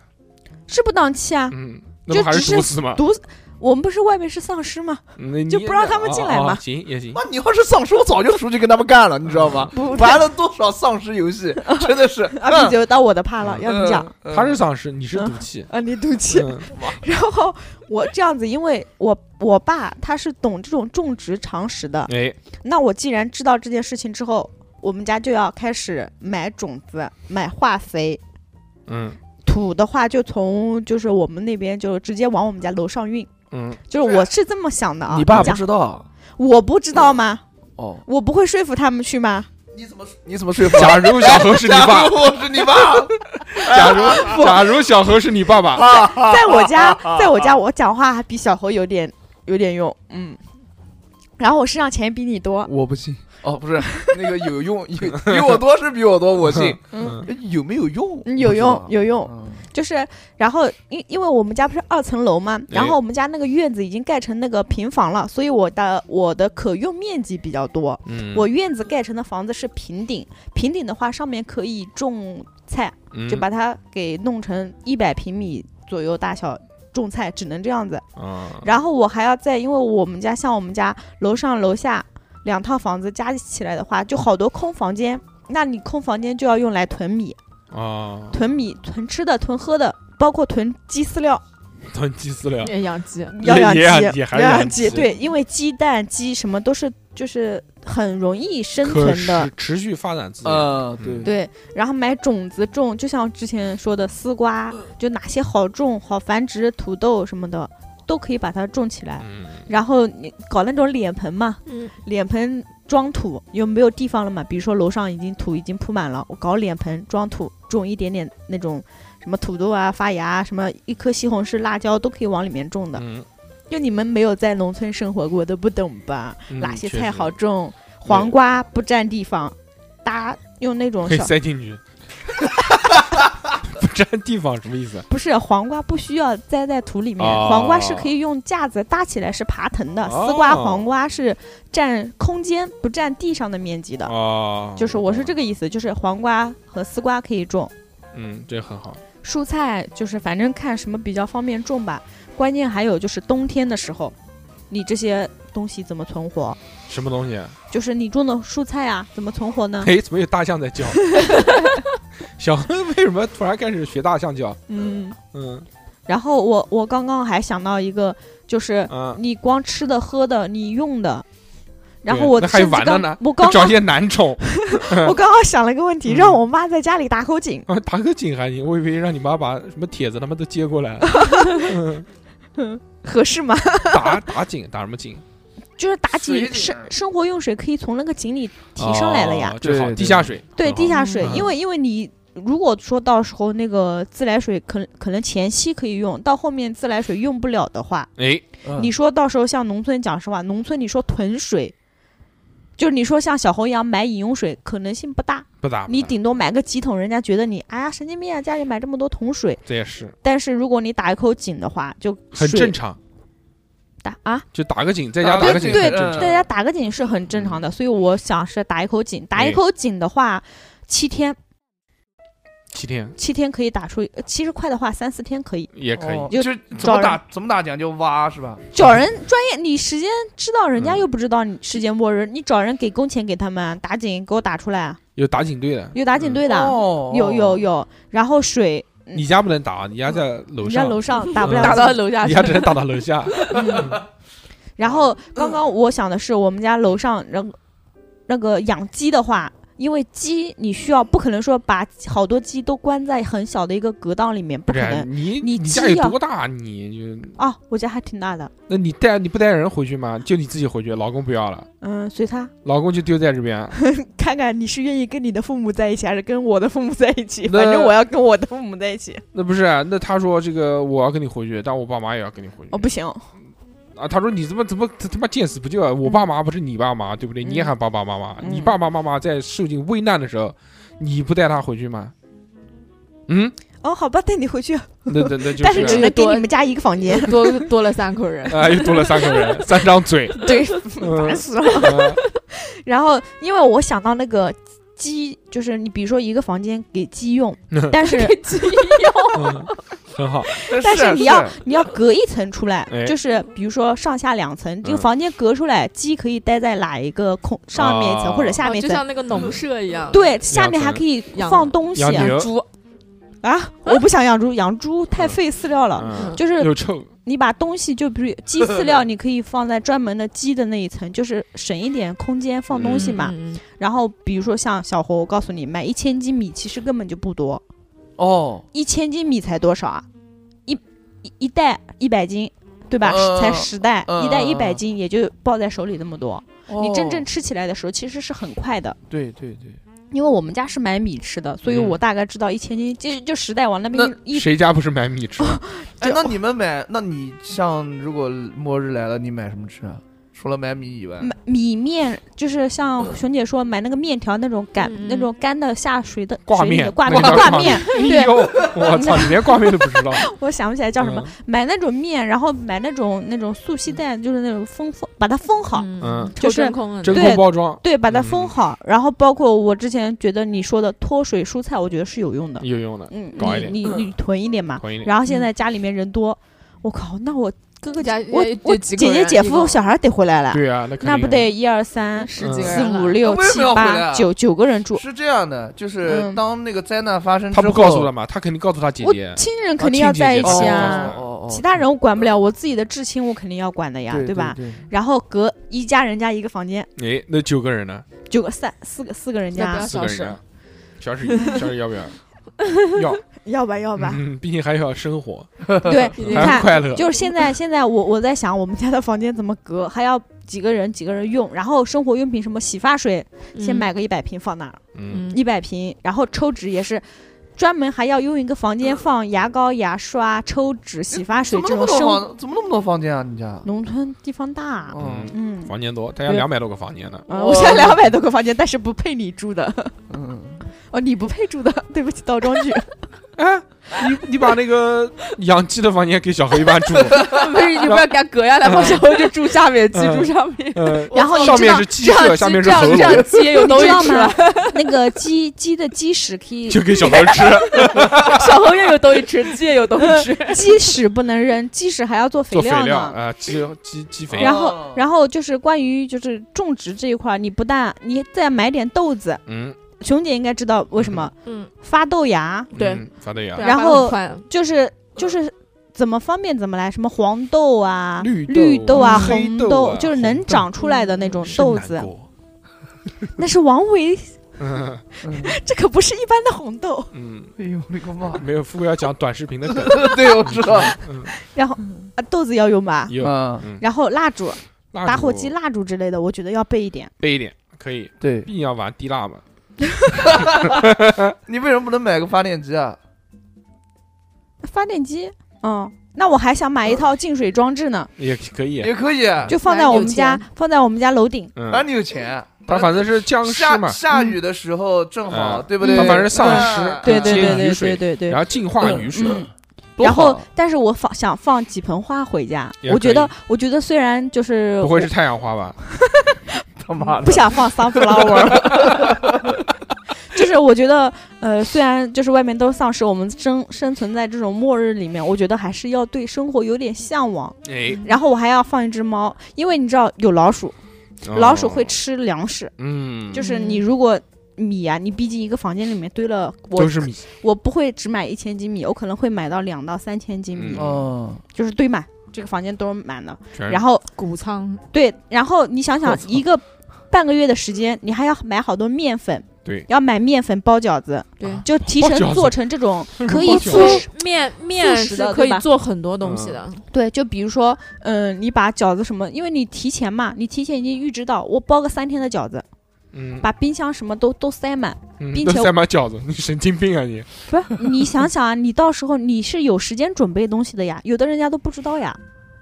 [SPEAKER 6] 是不挡气啊？
[SPEAKER 3] 嗯，那不还是毒死吗？
[SPEAKER 6] 毒死，我们不是外面是丧尸吗？
[SPEAKER 3] 那你
[SPEAKER 6] 就不让他们进来嘛嗯
[SPEAKER 3] 哦哦行也行，
[SPEAKER 2] 妈，你要是丧尸，我早就出去跟他们干了，你知道吗？
[SPEAKER 3] 哦 <laughs>
[SPEAKER 2] 玩了多少丧尸游戏，真的是。
[SPEAKER 6] 啊，你就到我的怕了，
[SPEAKER 3] 嗯
[SPEAKER 6] 要你讲
[SPEAKER 2] 嗯
[SPEAKER 3] 他是丧尸，你是毒气。
[SPEAKER 6] 啊，你赌气。
[SPEAKER 3] 嗯
[SPEAKER 6] <laughs> 然后我这样子，因为我我爸他是懂这种种植常识的，
[SPEAKER 3] 哎，
[SPEAKER 6] 那我既然知道这件事情之后，我们家就要开始买种子、买化肥。
[SPEAKER 3] 嗯
[SPEAKER 6] 土的话，就从就是我们那边就直接往我们家楼上运， <laughs>
[SPEAKER 3] 嗯，
[SPEAKER 6] 就是我是这么想的啊。
[SPEAKER 2] 你爸不
[SPEAKER 6] 讲
[SPEAKER 2] 知道
[SPEAKER 6] 我不知道吗？
[SPEAKER 2] 哦？
[SPEAKER 6] 我不会说服他们去吗？
[SPEAKER 2] 你怎么你怎么说服他？
[SPEAKER 3] <laughs> 假如小何是你
[SPEAKER 6] <laughs>
[SPEAKER 2] 假
[SPEAKER 3] 爸
[SPEAKER 2] 如，我是你爸
[SPEAKER 3] 假如假如小何是你爸爸，
[SPEAKER 6] 在我家，在我家，我讲话还比小侯有点有点用，嗯。然后我身上钱比你多，
[SPEAKER 2] 我不信。 <laughs> 哦，不是那个有用，有比我多是比我多，我信。哎
[SPEAKER 3] 嗯
[SPEAKER 2] 有没有用？
[SPEAKER 6] 嗯有用
[SPEAKER 2] 不知道
[SPEAKER 6] 有用，
[SPEAKER 2] 嗯
[SPEAKER 6] 就是然后因因为我们家不是二层楼嘛，然
[SPEAKER 3] 哎
[SPEAKER 6] 后我们家那个院子已经盖成那个平房了，所以我的我的可用面积比较多。
[SPEAKER 3] 嗯，
[SPEAKER 6] 我院子盖成的房子是平顶，平顶的话上面可以种菜，
[SPEAKER 3] 嗯
[SPEAKER 6] 就把它给弄成一百平米左右大小种菜，只能这样子。
[SPEAKER 3] 啊
[SPEAKER 6] 然后我还要再，因为我们家像我们家楼上楼下两套房子加起来的话，就好多空房间。那你空房间就要用来囤米，
[SPEAKER 3] 啊， <laughs>
[SPEAKER 6] 囤米、囤吃的、囤喝的，包括囤鸡饲
[SPEAKER 3] <laughs>
[SPEAKER 6] 料，
[SPEAKER 3] 囤积饲料，
[SPEAKER 7] 也养鸡。
[SPEAKER 3] 也
[SPEAKER 6] 要养鸡，
[SPEAKER 3] 也养鸡还
[SPEAKER 6] 要
[SPEAKER 3] 是养
[SPEAKER 6] 养
[SPEAKER 3] 鸡
[SPEAKER 6] 对，因为鸡蛋、鸡什么都是就是很容易生
[SPEAKER 3] 可
[SPEAKER 6] 存的
[SPEAKER 3] 持。持续发展自己。
[SPEAKER 2] 呃，
[SPEAKER 3] 嗯
[SPEAKER 2] 对，
[SPEAKER 6] 对，然后买种子种，就像之前说的丝瓜，就哪些好种、好繁殖，土豆什么的都可以把它种起来。
[SPEAKER 3] 嗯，
[SPEAKER 6] 然后你搞那种脸盆嘛，
[SPEAKER 7] 嗯，
[SPEAKER 6] 脸盆装土，有没有地方了嘛？比如说楼上已经土已经铺满了，我搞脸盆装土，种一点点那种什么土豆啊、发芽啊，什么一颗西红柿、辣椒都可以往里面种的。
[SPEAKER 3] 嗯
[SPEAKER 6] 就你们没有在农村生活过都不懂吧？
[SPEAKER 3] 嗯
[SPEAKER 6] 哪些
[SPEAKER 3] 确
[SPEAKER 6] 菜
[SPEAKER 3] 实
[SPEAKER 6] 好种？黄瓜不占地方，搭用那种
[SPEAKER 3] 可以
[SPEAKER 6] 小
[SPEAKER 3] 塞进去， <laughs> 不占地方什么意思？
[SPEAKER 6] 不是黄瓜不需要栽在土里面，
[SPEAKER 3] 哦
[SPEAKER 6] 黄瓜是可以用架子搭起来，是爬藤的。
[SPEAKER 3] 哦
[SPEAKER 6] 丝瓜、黄瓜是占空间不占地上的面积的。
[SPEAKER 3] 哦，
[SPEAKER 6] 就是我是这
[SPEAKER 3] 个，
[SPEAKER 6] 个意思，就是黄瓜和丝瓜可以种，
[SPEAKER 3] 嗯，这很好。
[SPEAKER 6] 蔬菜就是反正看什么比较方便种吧。关键还有就是冬天的时候，你这些东西怎么存活？
[SPEAKER 3] 什么东西？啊
[SPEAKER 6] 就是你种的蔬菜啊，怎么存活呢？
[SPEAKER 3] <laughs> 哎，怎么有大象在叫？小何为什么突然开始学大象叫？
[SPEAKER 6] 嗯，
[SPEAKER 3] 嗯
[SPEAKER 6] 然后我我刚刚还想到一个，就是
[SPEAKER 3] 啊，
[SPEAKER 6] 你光吃的、喝的、你用的，然后
[SPEAKER 3] 对
[SPEAKER 6] 我
[SPEAKER 3] 那还有
[SPEAKER 6] 甚至
[SPEAKER 3] 玩的
[SPEAKER 6] 刚
[SPEAKER 3] 呢
[SPEAKER 6] 我刚
[SPEAKER 3] 找
[SPEAKER 6] 刚
[SPEAKER 3] 一些男宠，
[SPEAKER 6] 我刚刚想了一个问题，
[SPEAKER 3] 嗯
[SPEAKER 6] 让我妈在家里打口井。
[SPEAKER 3] 啊，打个井还行，我以为让你妈把什么帖子他妈都接过
[SPEAKER 6] <laughs>
[SPEAKER 3] 来，嗯
[SPEAKER 6] 合适
[SPEAKER 3] <laughs>
[SPEAKER 6] 吗？
[SPEAKER 3] 打打井打什么井？
[SPEAKER 6] 就是打
[SPEAKER 2] 水
[SPEAKER 6] 井
[SPEAKER 2] 井
[SPEAKER 6] 生生活用水可以从那个井里提上来了呀
[SPEAKER 3] 啊哦，。这好，
[SPEAKER 2] 对
[SPEAKER 3] 地下水，
[SPEAKER 6] 对
[SPEAKER 3] 很好
[SPEAKER 6] 地下水，
[SPEAKER 3] 嗯
[SPEAKER 6] 因为因为你如果说到时候那个自来水可可能前期可以用，到后面自来水用不了的话，
[SPEAKER 3] 哎，
[SPEAKER 2] 嗯
[SPEAKER 6] 你说到时候像农村讲实话，农村你说囤水，就是你说像小侯一样买饮用水可能性不大，
[SPEAKER 3] 不打，不
[SPEAKER 6] 你
[SPEAKER 3] 打
[SPEAKER 6] 顶多买个几桶，人家觉得你哎呀神经病啊，家里买这么多桶水。
[SPEAKER 3] 这也是
[SPEAKER 6] 但是如果你打一口井的话，就
[SPEAKER 3] 很
[SPEAKER 6] 水
[SPEAKER 3] 正常，
[SPEAKER 6] 打啊，
[SPEAKER 3] 就打个井，在家
[SPEAKER 2] 打
[SPEAKER 3] 打
[SPEAKER 2] 个
[SPEAKER 3] 个井
[SPEAKER 2] 井
[SPEAKER 3] 很
[SPEAKER 2] 对
[SPEAKER 3] 正常。
[SPEAKER 2] 对
[SPEAKER 6] 大家打个井是很正常
[SPEAKER 3] 嗯
[SPEAKER 6] 的，所以我想是打一口井，打
[SPEAKER 3] 哎
[SPEAKER 6] 一口井的话，七天
[SPEAKER 3] 七天
[SPEAKER 6] 七天可以打出，呃其实快的话三四天可以。
[SPEAKER 3] 也可以
[SPEAKER 2] 哦，
[SPEAKER 6] 就
[SPEAKER 2] 就是怎
[SPEAKER 6] 找
[SPEAKER 2] 么
[SPEAKER 6] 人
[SPEAKER 2] 打怎么打讲究挖是吧？
[SPEAKER 6] 找人专业，你时间知道，人家
[SPEAKER 3] 嗯
[SPEAKER 6] 又不知道你世界末日，你找人给工钱给他们啊打井，给我打出来啊，
[SPEAKER 3] 有打井队的，
[SPEAKER 6] 有打井队的，
[SPEAKER 2] 哦
[SPEAKER 6] 有有有，然后水，嗯
[SPEAKER 3] 嗯你家不能打，你家在楼
[SPEAKER 6] 人家
[SPEAKER 3] 上，
[SPEAKER 6] 楼上打
[SPEAKER 3] 嗯
[SPEAKER 6] 不了
[SPEAKER 7] 打
[SPEAKER 6] 井，
[SPEAKER 7] 到楼下
[SPEAKER 6] <laughs>
[SPEAKER 3] 你
[SPEAKER 7] 去
[SPEAKER 3] 家，只能打到楼下。
[SPEAKER 6] 然后刚刚我想的是，我们家楼上那那个养鸡的话，因为鸡你需要不可能说把好多鸡都关在很小的一个隔档里面，不
[SPEAKER 3] 不
[SPEAKER 6] 可
[SPEAKER 3] 是
[SPEAKER 6] 能。
[SPEAKER 3] 你
[SPEAKER 6] 你啊
[SPEAKER 3] 你家
[SPEAKER 6] 鸡
[SPEAKER 3] 有
[SPEAKER 6] 要
[SPEAKER 3] 多大？你就
[SPEAKER 6] 啊，我家还挺大的，
[SPEAKER 3] 那你带你不带人回去吗？就你自己回去，老公不要了，
[SPEAKER 6] 嗯，随他
[SPEAKER 3] 老公就丢在这
[SPEAKER 6] <laughs>
[SPEAKER 3] 边。
[SPEAKER 6] 看看你是愿意跟你的父母在一起，还是跟我的父母在一起。
[SPEAKER 3] 那
[SPEAKER 6] 反正我要跟我的父母在一起。
[SPEAKER 3] 那不是？啊那他说这个我要跟你回去，但我爸妈也要跟你回去
[SPEAKER 6] 哦，。不行，
[SPEAKER 3] 啊，他说你怎么怎么他他妈见死不救啊！我爸妈不是你爸妈，对不对？你也喊爸爸妈妈，
[SPEAKER 6] 嗯
[SPEAKER 3] 你爸爸妈妈在受尽危难的时候，你不带他回去吗？嗯，
[SPEAKER 6] 哦，好吧，带你回去，
[SPEAKER 3] 那那那就
[SPEAKER 6] 但是只
[SPEAKER 3] 是
[SPEAKER 6] 能给你们家一个房
[SPEAKER 7] <laughs>
[SPEAKER 6] 间。
[SPEAKER 7] 多多了三口人，
[SPEAKER 3] 啊，又多了三个人，三张嘴，
[SPEAKER 6] 对，
[SPEAKER 3] 嗯
[SPEAKER 6] 烦死了。
[SPEAKER 3] 啊
[SPEAKER 6] 然后，因为我想到那个鸡，就是你比如说一个房间给鸡用，但 <laughs> 是
[SPEAKER 3] 嗯很好，
[SPEAKER 6] 但是
[SPEAKER 2] 是
[SPEAKER 6] 你要你要隔一层出来
[SPEAKER 3] 哎，
[SPEAKER 6] 就是比如说上下两层，这
[SPEAKER 3] 嗯
[SPEAKER 6] 个房间隔出来，鸡可以待在哪一个空上面一层或者下
[SPEAKER 7] 哦
[SPEAKER 6] 面一
[SPEAKER 7] 就
[SPEAKER 6] 层。
[SPEAKER 7] 像那个农舍一样。
[SPEAKER 6] 对，下
[SPEAKER 3] 层
[SPEAKER 6] 面还可以
[SPEAKER 7] 养嗯
[SPEAKER 6] 放东西
[SPEAKER 3] 养牛
[SPEAKER 7] 猪，
[SPEAKER 6] 啊！我不想养猪，养猪太
[SPEAKER 3] 嗯
[SPEAKER 6] 费饲料了。
[SPEAKER 3] 嗯，
[SPEAKER 6] 就是
[SPEAKER 3] 又臭，
[SPEAKER 6] 你把东西，就比如鸡饲料，你可以放在专门的鸡的那一层，就是省一点空间放东西嘛。
[SPEAKER 7] 嗯，嗯
[SPEAKER 6] 然后比如说像小猴，我告诉你，买一千斤米其实根本就不多，
[SPEAKER 2] 哦，
[SPEAKER 6] 一千斤米才多少啊？一一一袋一百斤，对吧？
[SPEAKER 2] 嗯
[SPEAKER 6] 才十袋，
[SPEAKER 2] 嗯
[SPEAKER 6] 一袋
[SPEAKER 2] 嗯
[SPEAKER 6] 一百
[SPEAKER 2] 嗯
[SPEAKER 6] 斤也就抱在手里那么多。你真正
[SPEAKER 2] 哦
[SPEAKER 6] 吃起来的时候，其实是很快的，
[SPEAKER 2] 对对对，
[SPEAKER 6] 因为我们家是买米吃的，所以
[SPEAKER 3] 嗯
[SPEAKER 6] 我大概知道一千斤就就十袋往那边
[SPEAKER 2] 那
[SPEAKER 6] 一哦
[SPEAKER 3] 谁家不是买米吃？
[SPEAKER 2] 哎
[SPEAKER 6] 就，
[SPEAKER 2] 那你们买，那你像如果末日来了，你买什么吃啊？除了买米以外，
[SPEAKER 6] 买米面，就是像熊姐说买那个面条那种干
[SPEAKER 7] 嗯嗯
[SPEAKER 6] 那种干的下水的
[SPEAKER 3] 挂
[SPEAKER 6] 水里
[SPEAKER 3] 面
[SPEAKER 6] 的，挂
[SPEAKER 3] 那
[SPEAKER 6] 面
[SPEAKER 3] 个叫
[SPEAKER 6] 挂
[SPEAKER 3] 挂
[SPEAKER 6] 面，
[SPEAKER 3] 哎呦，我操，你连挂面都不知道，
[SPEAKER 6] 我想不起来 <laughs> 叫什
[SPEAKER 3] 嗯
[SPEAKER 6] 么，买那种面，然后买那种那种素鸡蛋，就是那种封封，把它封好。
[SPEAKER 3] 嗯
[SPEAKER 6] 就是
[SPEAKER 7] 抽真空的
[SPEAKER 3] 嗯？真
[SPEAKER 6] 对
[SPEAKER 3] 空包装
[SPEAKER 6] 对，把它
[SPEAKER 3] 嗯
[SPEAKER 6] 封好，然后包括我之前觉得你说的脱水蔬菜，我觉得是有用的。
[SPEAKER 3] 有用的，
[SPEAKER 6] 嗯，
[SPEAKER 3] 搞一
[SPEAKER 6] 你你你囤一点嘛。
[SPEAKER 3] 囤一点。
[SPEAKER 6] 然后现在家里面人多，我靠，那我哥哥姐
[SPEAKER 7] 家
[SPEAKER 6] 我
[SPEAKER 7] 也也
[SPEAKER 6] 我
[SPEAKER 7] 几
[SPEAKER 6] 姐
[SPEAKER 7] 口
[SPEAKER 6] 姐
[SPEAKER 7] 人
[SPEAKER 6] 姐
[SPEAKER 7] 一
[SPEAKER 6] 夫
[SPEAKER 7] 共
[SPEAKER 6] 小孩得回来了，
[SPEAKER 3] 对啊，那肯定
[SPEAKER 6] 那不得一二三
[SPEAKER 7] 十几个
[SPEAKER 6] 嗯四
[SPEAKER 7] 人了
[SPEAKER 6] 五六
[SPEAKER 2] 为什
[SPEAKER 6] 七
[SPEAKER 2] 么要回来
[SPEAKER 6] 八
[SPEAKER 2] 啊
[SPEAKER 6] 九九个人住，
[SPEAKER 2] 是这样的，就是
[SPEAKER 6] 嗯
[SPEAKER 2] 当那个灾难发生之
[SPEAKER 3] 他
[SPEAKER 2] 后，
[SPEAKER 3] 不告诉他嘛，他肯定告诉他姐
[SPEAKER 6] 我
[SPEAKER 3] 姐。
[SPEAKER 6] 亲人肯定要在一
[SPEAKER 3] 亲姐姐
[SPEAKER 6] 起
[SPEAKER 3] 哦
[SPEAKER 6] 啊，
[SPEAKER 2] 哦哦
[SPEAKER 6] 其他人我管不了，我自己的至亲我肯定要管的呀，
[SPEAKER 2] 对
[SPEAKER 6] 吧？
[SPEAKER 2] 对
[SPEAKER 6] 然后隔一家人家一个房间，
[SPEAKER 3] 哎，那九个人呢？
[SPEAKER 6] 九个三四个四个人
[SPEAKER 7] 那不
[SPEAKER 6] 家
[SPEAKER 7] 要，
[SPEAKER 3] 四个人
[SPEAKER 7] 小
[SPEAKER 3] 呢？小史，小史要不
[SPEAKER 6] <laughs>
[SPEAKER 3] 要？要，
[SPEAKER 6] 要吧要吧，
[SPEAKER 3] 嗯，毕竟还要生活，
[SPEAKER 6] 对，
[SPEAKER 7] 已
[SPEAKER 6] 你
[SPEAKER 7] 经
[SPEAKER 3] 还要
[SPEAKER 6] 看。
[SPEAKER 2] <laughs>
[SPEAKER 3] 快乐。
[SPEAKER 6] 就是现在，现在我我在想，我们家的房间怎么隔，还要几个人几个人用，然后生活用品什么洗发水，先买个一百瓶放那儿，
[SPEAKER 3] 嗯，
[SPEAKER 7] 嗯，
[SPEAKER 6] 一百瓶，然后抽纸也是，专门还要用一个房间放牙膏、牙刷、抽纸、洗发水
[SPEAKER 2] 怎么
[SPEAKER 6] 这
[SPEAKER 2] 那么
[SPEAKER 6] 种
[SPEAKER 2] 多
[SPEAKER 6] 生
[SPEAKER 2] 房？怎么那么多房间啊？你家？
[SPEAKER 6] 农村地方大，
[SPEAKER 2] 嗯
[SPEAKER 3] 嗯
[SPEAKER 6] 嗯，
[SPEAKER 3] 房间多，他要
[SPEAKER 6] 对
[SPEAKER 3] 两百多个房间呢。 <laughs>
[SPEAKER 6] 啊，我家
[SPEAKER 2] 哦
[SPEAKER 6] 两百多个房间，但是不配你住的， <laughs>
[SPEAKER 3] <laughs>
[SPEAKER 2] 嗯，
[SPEAKER 6] 哦，你不配住的，对不起，倒装
[SPEAKER 2] <laughs>
[SPEAKER 6] 句，
[SPEAKER 3] 哎，你你把那个养鸡的房间给小黑班住，
[SPEAKER 7] 不是你不要给它隔下来吗？然后就住下面，鸡住上面。
[SPEAKER 6] <laughs>
[SPEAKER 3] 呃，
[SPEAKER 6] 然后你
[SPEAKER 3] 上
[SPEAKER 6] 知
[SPEAKER 3] 面
[SPEAKER 6] 道
[SPEAKER 3] 是鸡舍，下面是
[SPEAKER 7] 这
[SPEAKER 3] 喉
[SPEAKER 7] 样
[SPEAKER 3] 咙
[SPEAKER 7] 这样，鸡
[SPEAKER 6] <laughs>
[SPEAKER 7] 也有东
[SPEAKER 6] 你
[SPEAKER 7] 西
[SPEAKER 6] 知道
[SPEAKER 7] 吃
[SPEAKER 6] 吗
[SPEAKER 7] 了，？
[SPEAKER 6] <laughs> 那个鸡鸡的鸡屎可以，
[SPEAKER 3] 就给小猴吃。
[SPEAKER 7] <laughs> 小猴也有东西吃，鸡也有东西吃。
[SPEAKER 6] 鸡屎不能扔，鸡屎还要做肥
[SPEAKER 3] 做肥
[SPEAKER 6] 料
[SPEAKER 3] 料
[SPEAKER 6] 呢。
[SPEAKER 3] 啊，鸡鸡鸡肥。
[SPEAKER 6] 然
[SPEAKER 2] 哦
[SPEAKER 6] 后，然后就是关于就是种植这一块儿，你不但你再买点豆子，
[SPEAKER 3] 嗯，
[SPEAKER 6] 熊姐应该知道为什么
[SPEAKER 7] 嗯，
[SPEAKER 6] 发豆芽，
[SPEAKER 7] 对
[SPEAKER 3] 嗯，发的芽
[SPEAKER 7] 对，啊
[SPEAKER 6] 然
[SPEAKER 7] 发得很
[SPEAKER 6] 后
[SPEAKER 7] 快
[SPEAKER 3] 哎
[SPEAKER 6] 就是就是怎么方便怎么来，什么黄豆啊、
[SPEAKER 3] 绿豆
[SPEAKER 6] 绿豆啊、
[SPEAKER 3] 黑
[SPEAKER 6] 红
[SPEAKER 3] 豆嗯啊
[SPEAKER 6] 就是能长出来的那种
[SPEAKER 3] 真
[SPEAKER 6] 豆
[SPEAKER 3] 难
[SPEAKER 6] 子，
[SPEAKER 3] 过。
[SPEAKER 6] 那是王维，
[SPEAKER 3] <laughs> 嗯
[SPEAKER 2] 嗯
[SPEAKER 6] <laughs> 这可不是一般的红豆。
[SPEAKER 3] 嗯，
[SPEAKER 2] 哎呦我 <laughs> 的个妈！
[SPEAKER 3] 没有，富贵要讲短视频的
[SPEAKER 6] <laughs>
[SPEAKER 3] 梗。
[SPEAKER 2] 对，我知
[SPEAKER 3] <laughs>
[SPEAKER 2] 道。
[SPEAKER 3] 嗯，
[SPEAKER 6] 然后啊，豆子要用吧，
[SPEAKER 3] 有
[SPEAKER 2] 嗯，
[SPEAKER 3] 嗯
[SPEAKER 6] 然后蜡烛、
[SPEAKER 3] 蜡
[SPEAKER 6] 打
[SPEAKER 3] 烛
[SPEAKER 6] 火机蜡烛之类的，我觉得要备一点。
[SPEAKER 3] 备一点，可以，
[SPEAKER 2] 对
[SPEAKER 3] 毕，竟要玩低蜡嘛。
[SPEAKER 2] 你为什么不能买个发电机啊？
[SPEAKER 6] 发电机，嗯，那我还想买一套净水装置呢，
[SPEAKER 3] 也可以，
[SPEAKER 6] 哎
[SPEAKER 2] 也可以，
[SPEAKER 3] 啊
[SPEAKER 2] 啊
[SPEAKER 6] 就放在我们家
[SPEAKER 7] 有，
[SPEAKER 6] 放在我们家楼顶。
[SPEAKER 3] 嗯，
[SPEAKER 2] 哪里有钱？
[SPEAKER 3] 他反正是僵尸
[SPEAKER 2] 下
[SPEAKER 3] 嘛，
[SPEAKER 2] 下雨的时候正好，
[SPEAKER 3] 嗯
[SPEAKER 2] 对不对？
[SPEAKER 3] 它反正丧
[SPEAKER 2] 哎
[SPEAKER 3] 尸嗯
[SPEAKER 6] 对对
[SPEAKER 3] 啊接
[SPEAKER 6] 对
[SPEAKER 3] 雨
[SPEAKER 6] 对
[SPEAKER 3] 水
[SPEAKER 6] 对对对
[SPEAKER 3] 然。后净化雨水，
[SPEAKER 6] 嗯，
[SPEAKER 2] 多
[SPEAKER 6] 然后
[SPEAKER 2] 好，
[SPEAKER 6] 但是我放想放几盆花回家
[SPEAKER 3] 啊也，
[SPEAKER 6] 我
[SPEAKER 3] 可
[SPEAKER 6] 觉得
[SPEAKER 3] 以，
[SPEAKER 6] 我觉得虽然就是
[SPEAKER 3] 不会是太阳花吧？
[SPEAKER 2] 他妈
[SPEAKER 6] 我不
[SPEAKER 2] 的，
[SPEAKER 6] 想
[SPEAKER 3] <laughs>
[SPEAKER 6] 放 sunflower，就是我觉得，呃，虽然就是外面都是丧尸，我们生生存在这种末日里面，我觉得还是要对生活有点向往。
[SPEAKER 3] 哎，
[SPEAKER 7] 嗯
[SPEAKER 6] 然后我还要放一只猫，因为你知道有老鼠，老鼠会
[SPEAKER 3] 哦，
[SPEAKER 6] 吃粮食，
[SPEAKER 3] 嗯，
[SPEAKER 6] 就是你如果。米啊，你毕竟一个房间里面堆了，我
[SPEAKER 3] 都是米，
[SPEAKER 6] 我不会只买一千斤米，我可能会买到两到三千斤米，
[SPEAKER 3] 嗯
[SPEAKER 2] 嗯，
[SPEAKER 6] 就是堆满，这个房间都是满的。
[SPEAKER 3] 全
[SPEAKER 6] 然后
[SPEAKER 7] 谷仓
[SPEAKER 6] 对，然后你想
[SPEAKER 3] <laughs>
[SPEAKER 2] 我
[SPEAKER 6] 想
[SPEAKER 2] 操
[SPEAKER 6] 一个半个月的时间，你还要买好多面粉，
[SPEAKER 3] 对
[SPEAKER 6] 要买面粉包饺子，
[SPEAKER 7] 对
[SPEAKER 3] 啊
[SPEAKER 6] 就提
[SPEAKER 3] 包饺
[SPEAKER 6] 成
[SPEAKER 3] 子
[SPEAKER 6] 做成这种可
[SPEAKER 3] 包
[SPEAKER 6] 以
[SPEAKER 3] 饺子
[SPEAKER 6] 做
[SPEAKER 3] <laughs> 做
[SPEAKER 7] 面面
[SPEAKER 6] 食
[SPEAKER 7] 是
[SPEAKER 6] 的
[SPEAKER 7] 可
[SPEAKER 6] 对
[SPEAKER 7] 以
[SPEAKER 6] 吧嗯
[SPEAKER 7] 做很多东西的，
[SPEAKER 6] 对，就比如说，嗯、你把饺子什么，因为你提前嘛，你提前已经预知到，我包个三天的饺子，
[SPEAKER 3] 嗯，
[SPEAKER 6] 把冰箱什么都都
[SPEAKER 3] <laughs>
[SPEAKER 6] 塞满。
[SPEAKER 3] 嗯
[SPEAKER 6] 并
[SPEAKER 3] 都
[SPEAKER 6] 且
[SPEAKER 3] 塞满饺子，你神经病啊你！
[SPEAKER 6] 不
[SPEAKER 7] <laughs>
[SPEAKER 6] 是，你想想啊，你到时候你是有时间准备东西的呀，有的人家都不知道呀。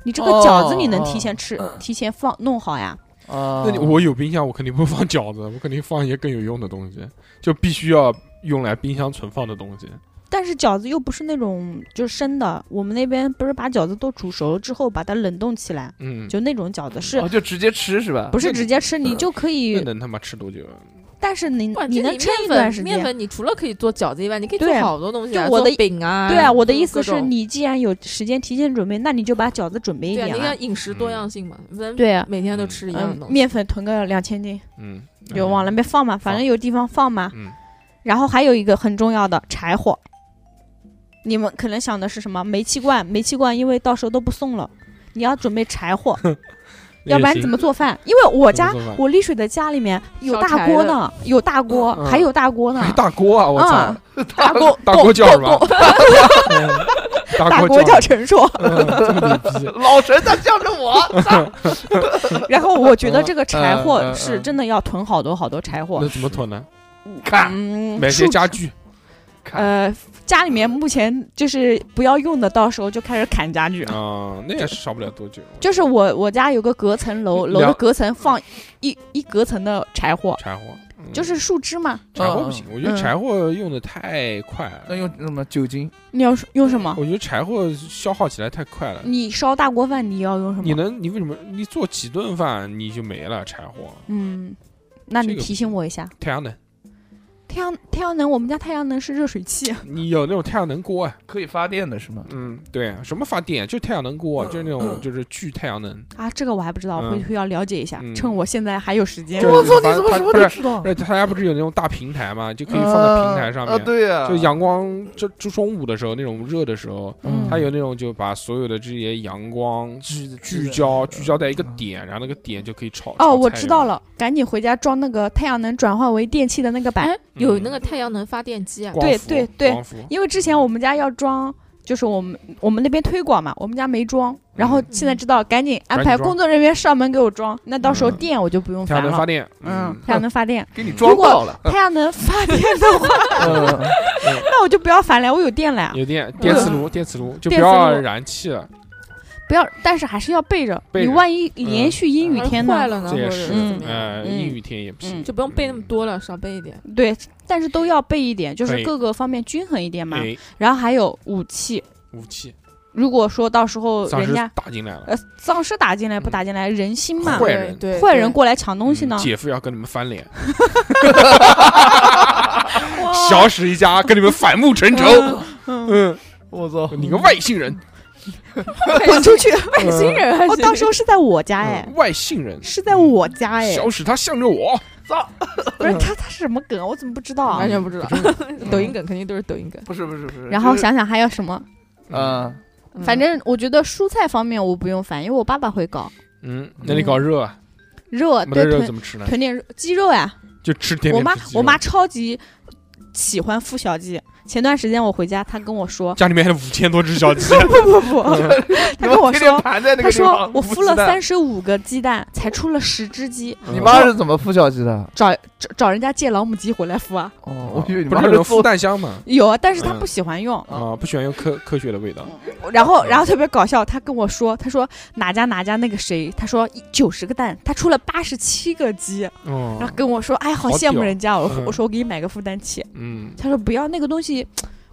[SPEAKER 6] 你这个饺子你能提前
[SPEAKER 3] 哦
[SPEAKER 6] 吃，
[SPEAKER 3] 嗯
[SPEAKER 6] 提前放弄好呀。
[SPEAKER 2] 啊，
[SPEAKER 3] 那你我有冰箱，我肯定不放饺子，我肯定放一些更有用的东西，就必须要用来冰箱存放的东西。
[SPEAKER 6] 但是饺子又不是那种就是生的，我们那边不是把饺子都煮熟了之后把它冷冻起来，
[SPEAKER 3] 嗯，
[SPEAKER 6] 就那种饺子是
[SPEAKER 2] 哦就直接吃是吧？
[SPEAKER 6] 不是
[SPEAKER 3] 那嗯
[SPEAKER 6] 直接吃？你就可
[SPEAKER 3] 那
[SPEAKER 6] 以，
[SPEAKER 3] 能他妈吃多久啊？
[SPEAKER 6] 但是你
[SPEAKER 7] 不然
[SPEAKER 6] 你
[SPEAKER 7] 这
[SPEAKER 6] 能
[SPEAKER 7] 里
[SPEAKER 6] 撑一
[SPEAKER 7] 面
[SPEAKER 6] 段
[SPEAKER 7] 粉
[SPEAKER 6] 时
[SPEAKER 7] 面
[SPEAKER 6] 间。
[SPEAKER 7] 粉你除了可以做饺子以外，你可以做
[SPEAKER 6] 对
[SPEAKER 7] 好多东西
[SPEAKER 6] 就
[SPEAKER 7] 啊，
[SPEAKER 6] 我的
[SPEAKER 7] 做饼啊。
[SPEAKER 6] 对啊，我的
[SPEAKER 7] 做
[SPEAKER 6] 意思
[SPEAKER 7] 各
[SPEAKER 6] 是
[SPEAKER 7] 种
[SPEAKER 6] 你既然有时间提前准备，那你就把饺子准备一
[SPEAKER 7] 对啊，
[SPEAKER 6] 点
[SPEAKER 7] 你
[SPEAKER 6] 啊
[SPEAKER 7] 看。饮食多样性嘛，不能
[SPEAKER 6] 对啊，
[SPEAKER 7] 每天都吃一样的
[SPEAKER 6] 嗯
[SPEAKER 7] 东，西。
[SPEAKER 6] 面粉囤个两千斤，
[SPEAKER 3] 嗯，
[SPEAKER 6] 有往那边放嘛，反正有地方放嘛。
[SPEAKER 3] 嗯，
[SPEAKER 6] 然后还有一个很重要的柴火，你们可能想的是什么？煤气罐，煤气罐，因为到时候都不送了，你要准备
[SPEAKER 3] <laughs>
[SPEAKER 6] 柴火，要不然怎么做饭？因为我家
[SPEAKER 3] 怎么做饭
[SPEAKER 6] 我丽水的家里面有
[SPEAKER 7] 烧
[SPEAKER 6] 大
[SPEAKER 7] 柴
[SPEAKER 6] 锅
[SPEAKER 7] 的
[SPEAKER 6] 呢，有大锅，
[SPEAKER 3] 嗯
[SPEAKER 6] 还有大锅呢
[SPEAKER 3] 还， <laughs> 大锅啊！我操
[SPEAKER 6] 嗯，大锅 <laughs>
[SPEAKER 3] 大锅叫什么
[SPEAKER 6] 大锅
[SPEAKER 3] <laughs> 大
[SPEAKER 6] 大
[SPEAKER 3] 锅
[SPEAKER 6] 锅叫
[SPEAKER 3] 什
[SPEAKER 6] 陈硕。
[SPEAKER 3] 么嗯这么牛逼
[SPEAKER 2] <laughs> 老神他向着我，
[SPEAKER 6] <laughs> 然后我觉得这个柴
[SPEAKER 2] 嗯嗯
[SPEAKER 6] 火
[SPEAKER 2] 嗯
[SPEAKER 6] 是真的要囤好多好多柴火
[SPEAKER 3] 那，怎么囤呢？
[SPEAKER 2] 看
[SPEAKER 6] 嗯，
[SPEAKER 3] 买些
[SPEAKER 6] 树
[SPEAKER 3] 家具，
[SPEAKER 6] 呃，家里面目前就是不要用的，到时候就开始砍家具啊。
[SPEAKER 3] 啊，那也是少不了多久。
[SPEAKER 6] 就是我我家有个隔层楼，楼
[SPEAKER 3] 两
[SPEAKER 6] 的隔层放一一隔层的柴火，
[SPEAKER 3] 柴火，嗯
[SPEAKER 6] 就是树枝嘛。
[SPEAKER 3] 柴火不行，我觉得
[SPEAKER 6] 嗯
[SPEAKER 3] 柴火用的太快了。
[SPEAKER 2] 那用什么酒精？
[SPEAKER 6] 你要是用什么？
[SPEAKER 3] 我觉得柴火消耗起来太快了。
[SPEAKER 6] 你烧大锅饭你要用什
[SPEAKER 3] 嗯你
[SPEAKER 6] 么？
[SPEAKER 3] 能，你为什么你做几顿饭你就没了柴火？
[SPEAKER 6] 嗯，那
[SPEAKER 3] 这
[SPEAKER 6] 你
[SPEAKER 3] 个嗯
[SPEAKER 6] 提醒我一下。
[SPEAKER 3] 太阳能，
[SPEAKER 6] 太阳太阳能，我们家太阳能是热水器。啊
[SPEAKER 3] 你有那种太阳能锅啊？
[SPEAKER 2] 可以发电的是吗？
[SPEAKER 3] 嗯，对啊，什么发电就太阳能锅，啊就是那
[SPEAKER 6] 嗯
[SPEAKER 3] 种就是聚太阳能。
[SPEAKER 6] 啊，这个我还不知道，
[SPEAKER 3] 嗯
[SPEAKER 6] 回去要了解一下
[SPEAKER 3] 嗯。
[SPEAKER 6] 趁我现在还有时间
[SPEAKER 3] 就，是反正它不是
[SPEAKER 2] 知
[SPEAKER 6] 哦
[SPEAKER 2] 道？
[SPEAKER 3] 而且他家不是有那种大平台嘛，就可
[SPEAKER 6] 嗯
[SPEAKER 3] 以放在平台上
[SPEAKER 6] 呃
[SPEAKER 2] 啊，
[SPEAKER 3] 面。
[SPEAKER 2] 对呀，
[SPEAKER 3] 就阳光，就就中午的时候那种热的时候，
[SPEAKER 2] 嗯
[SPEAKER 3] 它有那种就把所有的这些阳光聚
[SPEAKER 2] 聚
[SPEAKER 3] 聚
[SPEAKER 2] 在
[SPEAKER 3] 焦聚焦在一个点，然后那个点就可以炒。
[SPEAKER 6] 嗯哦，
[SPEAKER 3] 炒
[SPEAKER 6] 我
[SPEAKER 3] 菜
[SPEAKER 6] 知
[SPEAKER 3] 用
[SPEAKER 6] 道。了，赶紧回家装那个太阳能转换为电器的那个板。
[SPEAKER 7] 哎，
[SPEAKER 3] 嗯
[SPEAKER 7] 有那个太阳能发电机啊，
[SPEAKER 3] 光
[SPEAKER 6] 对
[SPEAKER 3] 伏
[SPEAKER 6] 对对
[SPEAKER 3] 光伏
[SPEAKER 6] 因为之前我们家要装，就是我们我们那边推广嘛，我们家没装，然后现在知道，赶紧安
[SPEAKER 3] 嗯赶紧
[SPEAKER 6] 排
[SPEAKER 3] 装嗯
[SPEAKER 6] 工作人员上门给我装，那到时候电我就不用
[SPEAKER 3] 太阳
[SPEAKER 6] 烦
[SPEAKER 3] 能发
[SPEAKER 6] 了。
[SPEAKER 3] 电，
[SPEAKER 6] 嗯，太阳能发电，
[SPEAKER 2] 给你装到了。
[SPEAKER 6] 太阳能发
[SPEAKER 3] <laughs>
[SPEAKER 6] 电的话，
[SPEAKER 2] 嗯
[SPEAKER 6] 那我就不要烦了，我有电了
[SPEAKER 3] <laughs>
[SPEAKER 6] 呀，
[SPEAKER 3] 有电电磁炉，电磁炉就不
[SPEAKER 6] 嗯电磁
[SPEAKER 3] 要
[SPEAKER 6] 炉
[SPEAKER 3] 燃气了，
[SPEAKER 6] 不要，但是还是要备着，
[SPEAKER 3] 备着嗯
[SPEAKER 6] 你万一连续阴雨
[SPEAKER 7] 还是
[SPEAKER 6] 天呢？
[SPEAKER 7] 坏了呢，
[SPEAKER 3] 这
[SPEAKER 7] 或
[SPEAKER 3] 也
[SPEAKER 7] 者
[SPEAKER 3] 是
[SPEAKER 7] 怎么样，
[SPEAKER 3] 呃，
[SPEAKER 6] 嗯
[SPEAKER 3] 阴雨天也不行
[SPEAKER 6] 嗯。
[SPEAKER 7] 就不用备那么多了，少备一点。
[SPEAKER 6] 对，但是都要备一点，就
[SPEAKER 3] 可
[SPEAKER 6] 是
[SPEAKER 3] 以
[SPEAKER 6] 各个方面均衡一点嘛。
[SPEAKER 3] 哎，
[SPEAKER 6] 然后还有武器，
[SPEAKER 3] 武器
[SPEAKER 6] 如果说到时候
[SPEAKER 3] 丧
[SPEAKER 6] 人
[SPEAKER 3] 尸
[SPEAKER 6] 家
[SPEAKER 3] 打进来了，
[SPEAKER 6] 呃丧尸打进来不
[SPEAKER 3] 嗯
[SPEAKER 6] 打进来，人心嘛，
[SPEAKER 3] 坏人
[SPEAKER 7] 对，对
[SPEAKER 6] 坏人，过来抢东西呢
[SPEAKER 3] 嗯，姐夫要跟你们翻脸，嗯
[SPEAKER 6] 哦
[SPEAKER 3] 小史一家跟你们反目成仇。嗯，
[SPEAKER 2] 我操，
[SPEAKER 3] 你个外星人，
[SPEAKER 6] 滚出去！
[SPEAKER 7] 对外星人还
[SPEAKER 6] 哦，
[SPEAKER 7] 是
[SPEAKER 6] 到时 <laughs> 候是在我家哎
[SPEAKER 3] 嗯，外星人，
[SPEAKER 6] 是在我家哎，
[SPEAKER 3] 小史他向着我，
[SPEAKER 6] 不是他他是什么梗啊？我怎么不知道啊
[SPEAKER 7] 完？全不知道，
[SPEAKER 3] 嗯
[SPEAKER 7] <laughs> 抖音梗肯定都是抖音梗。
[SPEAKER 2] <laughs> 不是不是不是。
[SPEAKER 6] 然后
[SPEAKER 2] 就是
[SPEAKER 6] 想想还有什么，
[SPEAKER 2] 啊，
[SPEAKER 7] 嗯
[SPEAKER 6] 反正我觉得蔬菜方面我不用烦，因为我爸爸会搞
[SPEAKER 3] 嗯，那你搞热啊，
[SPEAKER 6] 热，
[SPEAKER 3] 没得
[SPEAKER 6] 对
[SPEAKER 3] 热怎
[SPEAKER 6] 囤
[SPEAKER 3] 么吃呢？
[SPEAKER 6] 囤点肉鸡肉呀。
[SPEAKER 3] 就吃点
[SPEAKER 6] 我
[SPEAKER 3] 点
[SPEAKER 6] 妈
[SPEAKER 3] 吃鸡肉，
[SPEAKER 6] 我妈超级喜欢孵小鸡。前段时间我回家，她跟我
[SPEAKER 3] <laughs>
[SPEAKER 6] 说
[SPEAKER 3] 家里面还有五千多只小
[SPEAKER 6] <laughs>
[SPEAKER 3] 鸡，
[SPEAKER 6] 不不不，她
[SPEAKER 2] 你
[SPEAKER 6] 跟
[SPEAKER 2] 们
[SPEAKER 6] 我
[SPEAKER 2] 天天
[SPEAKER 6] 说，
[SPEAKER 2] 盘在
[SPEAKER 6] 她
[SPEAKER 2] 那个地
[SPEAKER 6] 说
[SPEAKER 2] 方，
[SPEAKER 6] 我
[SPEAKER 2] 无
[SPEAKER 6] 孵
[SPEAKER 2] 鸡
[SPEAKER 6] 了
[SPEAKER 2] 蛋
[SPEAKER 6] 三十五个鸡蛋，才出了十只鸡，
[SPEAKER 2] <laughs>
[SPEAKER 3] 嗯
[SPEAKER 2] 你妈是怎么孵小鸡的？
[SPEAKER 6] 找找找人家借老母鸡回来孵啊。
[SPEAKER 2] 哦，
[SPEAKER 3] 我
[SPEAKER 2] 我以为你
[SPEAKER 3] 嗯不
[SPEAKER 2] 妈
[SPEAKER 3] 是那
[SPEAKER 2] 是
[SPEAKER 3] 种孵
[SPEAKER 2] 孵
[SPEAKER 3] 蛋箱嘛？
[SPEAKER 6] 有啊，但是她
[SPEAKER 3] 嗯
[SPEAKER 6] 不喜欢用，
[SPEAKER 3] 啊，不喜欢用科科学的味道，
[SPEAKER 6] 然后，
[SPEAKER 3] 嗯
[SPEAKER 6] 然后特别搞笑，他跟我说，他说哪家哪家那个谁，他说九十个蛋，他出了八十七个鸡，然
[SPEAKER 3] 哦
[SPEAKER 6] 后，跟我说，哎，好
[SPEAKER 3] 好
[SPEAKER 6] 羡慕
[SPEAKER 3] 屌
[SPEAKER 6] 人家，我说
[SPEAKER 3] 嗯
[SPEAKER 6] 我说我给你买个孵蛋器，
[SPEAKER 3] 嗯，
[SPEAKER 6] 他说不要那个东西，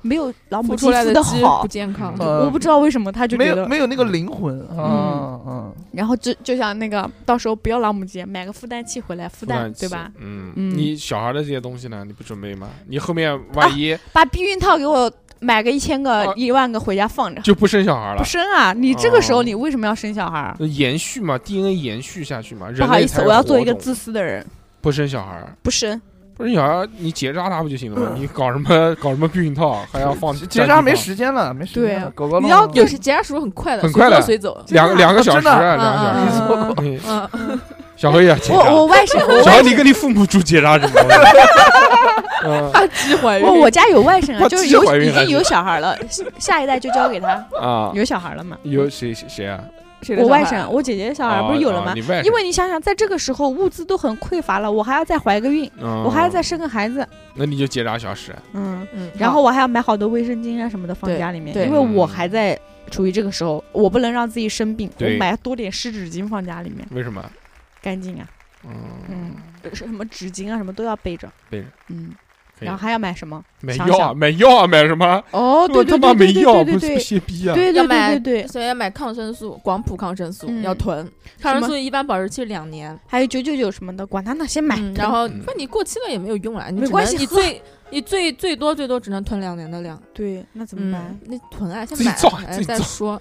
[SPEAKER 6] 没有老母
[SPEAKER 7] 孵
[SPEAKER 6] 鸡
[SPEAKER 7] 出来
[SPEAKER 6] 孵的
[SPEAKER 7] 鸡
[SPEAKER 6] 好
[SPEAKER 7] 不，健康，
[SPEAKER 3] 嗯
[SPEAKER 6] 我不知道为什么他就
[SPEAKER 2] 没
[SPEAKER 6] 觉
[SPEAKER 2] 有
[SPEAKER 6] 得，
[SPEAKER 2] 没有那个灵魂啊，嗯，
[SPEAKER 6] 然后就就像那个到时候不要老母鸡，买个孵蛋器回来孵蛋，对吧？？
[SPEAKER 3] 嗯，
[SPEAKER 6] 嗯啊
[SPEAKER 3] 你小孩的这些东西呢，你不准备吗？你后面万一
[SPEAKER 6] 把避孕套给我买个一千
[SPEAKER 3] 啊
[SPEAKER 6] 个、一万个回家放着，
[SPEAKER 3] 就不生小孩了
[SPEAKER 6] 不，生啊！你这个时
[SPEAKER 3] 哦
[SPEAKER 6] 候你为什么要生小孩儿？
[SPEAKER 3] 延续嘛，DNA 延续下去嘛，人
[SPEAKER 6] 不好
[SPEAKER 3] 类
[SPEAKER 6] 意思，
[SPEAKER 3] 才有
[SPEAKER 6] 我要做
[SPEAKER 3] 火
[SPEAKER 6] 一个
[SPEAKER 3] 种
[SPEAKER 6] 自私的人，
[SPEAKER 3] 不生小孩儿，
[SPEAKER 6] 不生。
[SPEAKER 3] 不是你小孩，你结扎他不就行了吗？
[SPEAKER 6] 嗯
[SPEAKER 3] 你搞什么搞什么避孕套，还要放
[SPEAKER 2] 结扎没
[SPEAKER 3] 事，
[SPEAKER 2] 时间了，没时间
[SPEAKER 7] 对
[SPEAKER 2] 了，狗狗
[SPEAKER 7] 你
[SPEAKER 2] 弄
[SPEAKER 7] 要
[SPEAKER 2] 弄
[SPEAKER 7] 有时结扎时候很快的，
[SPEAKER 3] 很快的
[SPEAKER 7] 随走
[SPEAKER 3] <laughs>
[SPEAKER 7] 随走。
[SPEAKER 3] 两两
[SPEAKER 6] 哦
[SPEAKER 3] 个小时，啊
[SPEAKER 2] 真的
[SPEAKER 3] 两个
[SPEAKER 7] 嗯
[SPEAKER 3] 小时。 <laughs>
[SPEAKER 7] 嗯
[SPEAKER 3] 嗯
[SPEAKER 7] 嗯嗯
[SPEAKER 3] 小何也要结
[SPEAKER 4] 我
[SPEAKER 3] 扎，
[SPEAKER 4] 我外甥，我
[SPEAKER 3] 小
[SPEAKER 4] 外
[SPEAKER 3] 何你跟你父母住结扎什
[SPEAKER 6] <laughs>
[SPEAKER 3] 么？嗯
[SPEAKER 7] 嗯，鸡怀孕，
[SPEAKER 5] 我我家有外甥
[SPEAKER 3] 哇
[SPEAKER 5] 啊，就是
[SPEAKER 3] 自己怀
[SPEAKER 5] 有
[SPEAKER 3] 孕
[SPEAKER 5] 已
[SPEAKER 3] 还
[SPEAKER 5] 经
[SPEAKER 3] 是
[SPEAKER 5] 有小孩了，下一代就交给他。
[SPEAKER 3] 啊，
[SPEAKER 6] 有小孩了嘛？
[SPEAKER 3] 有谁谁谁啊？哦
[SPEAKER 7] 谁的
[SPEAKER 6] 我
[SPEAKER 7] 小孩
[SPEAKER 6] 外甥，我姐姐的小孩不是有了吗？
[SPEAKER 3] 你外甥
[SPEAKER 6] 因为你想想，在这个时候物资都很匮乏了，我还要再怀个孕，
[SPEAKER 3] 嗯
[SPEAKER 6] 我还要再生个孩子，
[SPEAKER 3] 那你就结扎小时，
[SPEAKER 6] 嗯，
[SPEAKER 7] 嗯，
[SPEAKER 6] 然后我还要买好多卫生巾啊什么的放
[SPEAKER 7] 对
[SPEAKER 6] 家里面，
[SPEAKER 7] 对
[SPEAKER 6] 因为
[SPEAKER 3] 嗯
[SPEAKER 6] 我还在处于这个时候，我不能让自己生病，我
[SPEAKER 3] 对
[SPEAKER 6] 买多点湿纸巾放家里面，
[SPEAKER 3] 为什么？
[SPEAKER 6] 干净啊，
[SPEAKER 3] 嗯，
[SPEAKER 6] 嗯，什么纸巾啊什么都要备着，
[SPEAKER 3] 备着，
[SPEAKER 6] 嗯，
[SPEAKER 3] 可以
[SPEAKER 6] 然后还要买什么？
[SPEAKER 3] 买
[SPEAKER 6] 想
[SPEAKER 3] 药啊，
[SPEAKER 6] 想
[SPEAKER 3] 买药啊，买什么？
[SPEAKER 6] 哦，
[SPEAKER 3] <laughs>
[SPEAKER 6] 对
[SPEAKER 3] 我
[SPEAKER 6] 对
[SPEAKER 3] 他
[SPEAKER 6] 对
[SPEAKER 3] 妈没
[SPEAKER 6] 对对
[SPEAKER 3] 药，
[SPEAKER 6] 对
[SPEAKER 3] 不
[SPEAKER 6] 对
[SPEAKER 3] 是
[SPEAKER 6] 对，
[SPEAKER 3] 些逼啊！
[SPEAKER 6] 对对
[SPEAKER 7] 要买
[SPEAKER 6] 对对对，
[SPEAKER 7] 所以要买抗生素，广谱抗生素
[SPEAKER 6] 嗯
[SPEAKER 7] 要囤，抗生素一般保质期两年，
[SPEAKER 6] 还有九九九什么的，管他呢，先买然
[SPEAKER 7] 嗯。然
[SPEAKER 6] 后
[SPEAKER 7] 后
[SPEAKER 3] 嗯
[SPEAKER 7] 那你过期了也没有用了，你
[SPEAKER 6] 哎没
[SPEAKER 7] 只
[SPEAKER 6] 关
[SPEAKER 7] 能
[SPEAKER 6] 系
[SPEAKER 7] 你
[SPEAKER 6] 喝
[SPEAKER 7] 最你最最多最多只能囤两年的量，
[SPEAKER 6] 对，那怎么办
[SPEAKER 7] 嗯？，那囤啊，先
[SPEAKER 3] 自己
[SPEAKER 7] 买
[SPEAKER 3] 造
[SPEAKER 7] 啊
[SPEAKER 3] 自己
[SPEAKER 7] 再
[SPEAKER 3] 造
[SPEAKER 6] <laughs>
[SPEAKER 7] 说，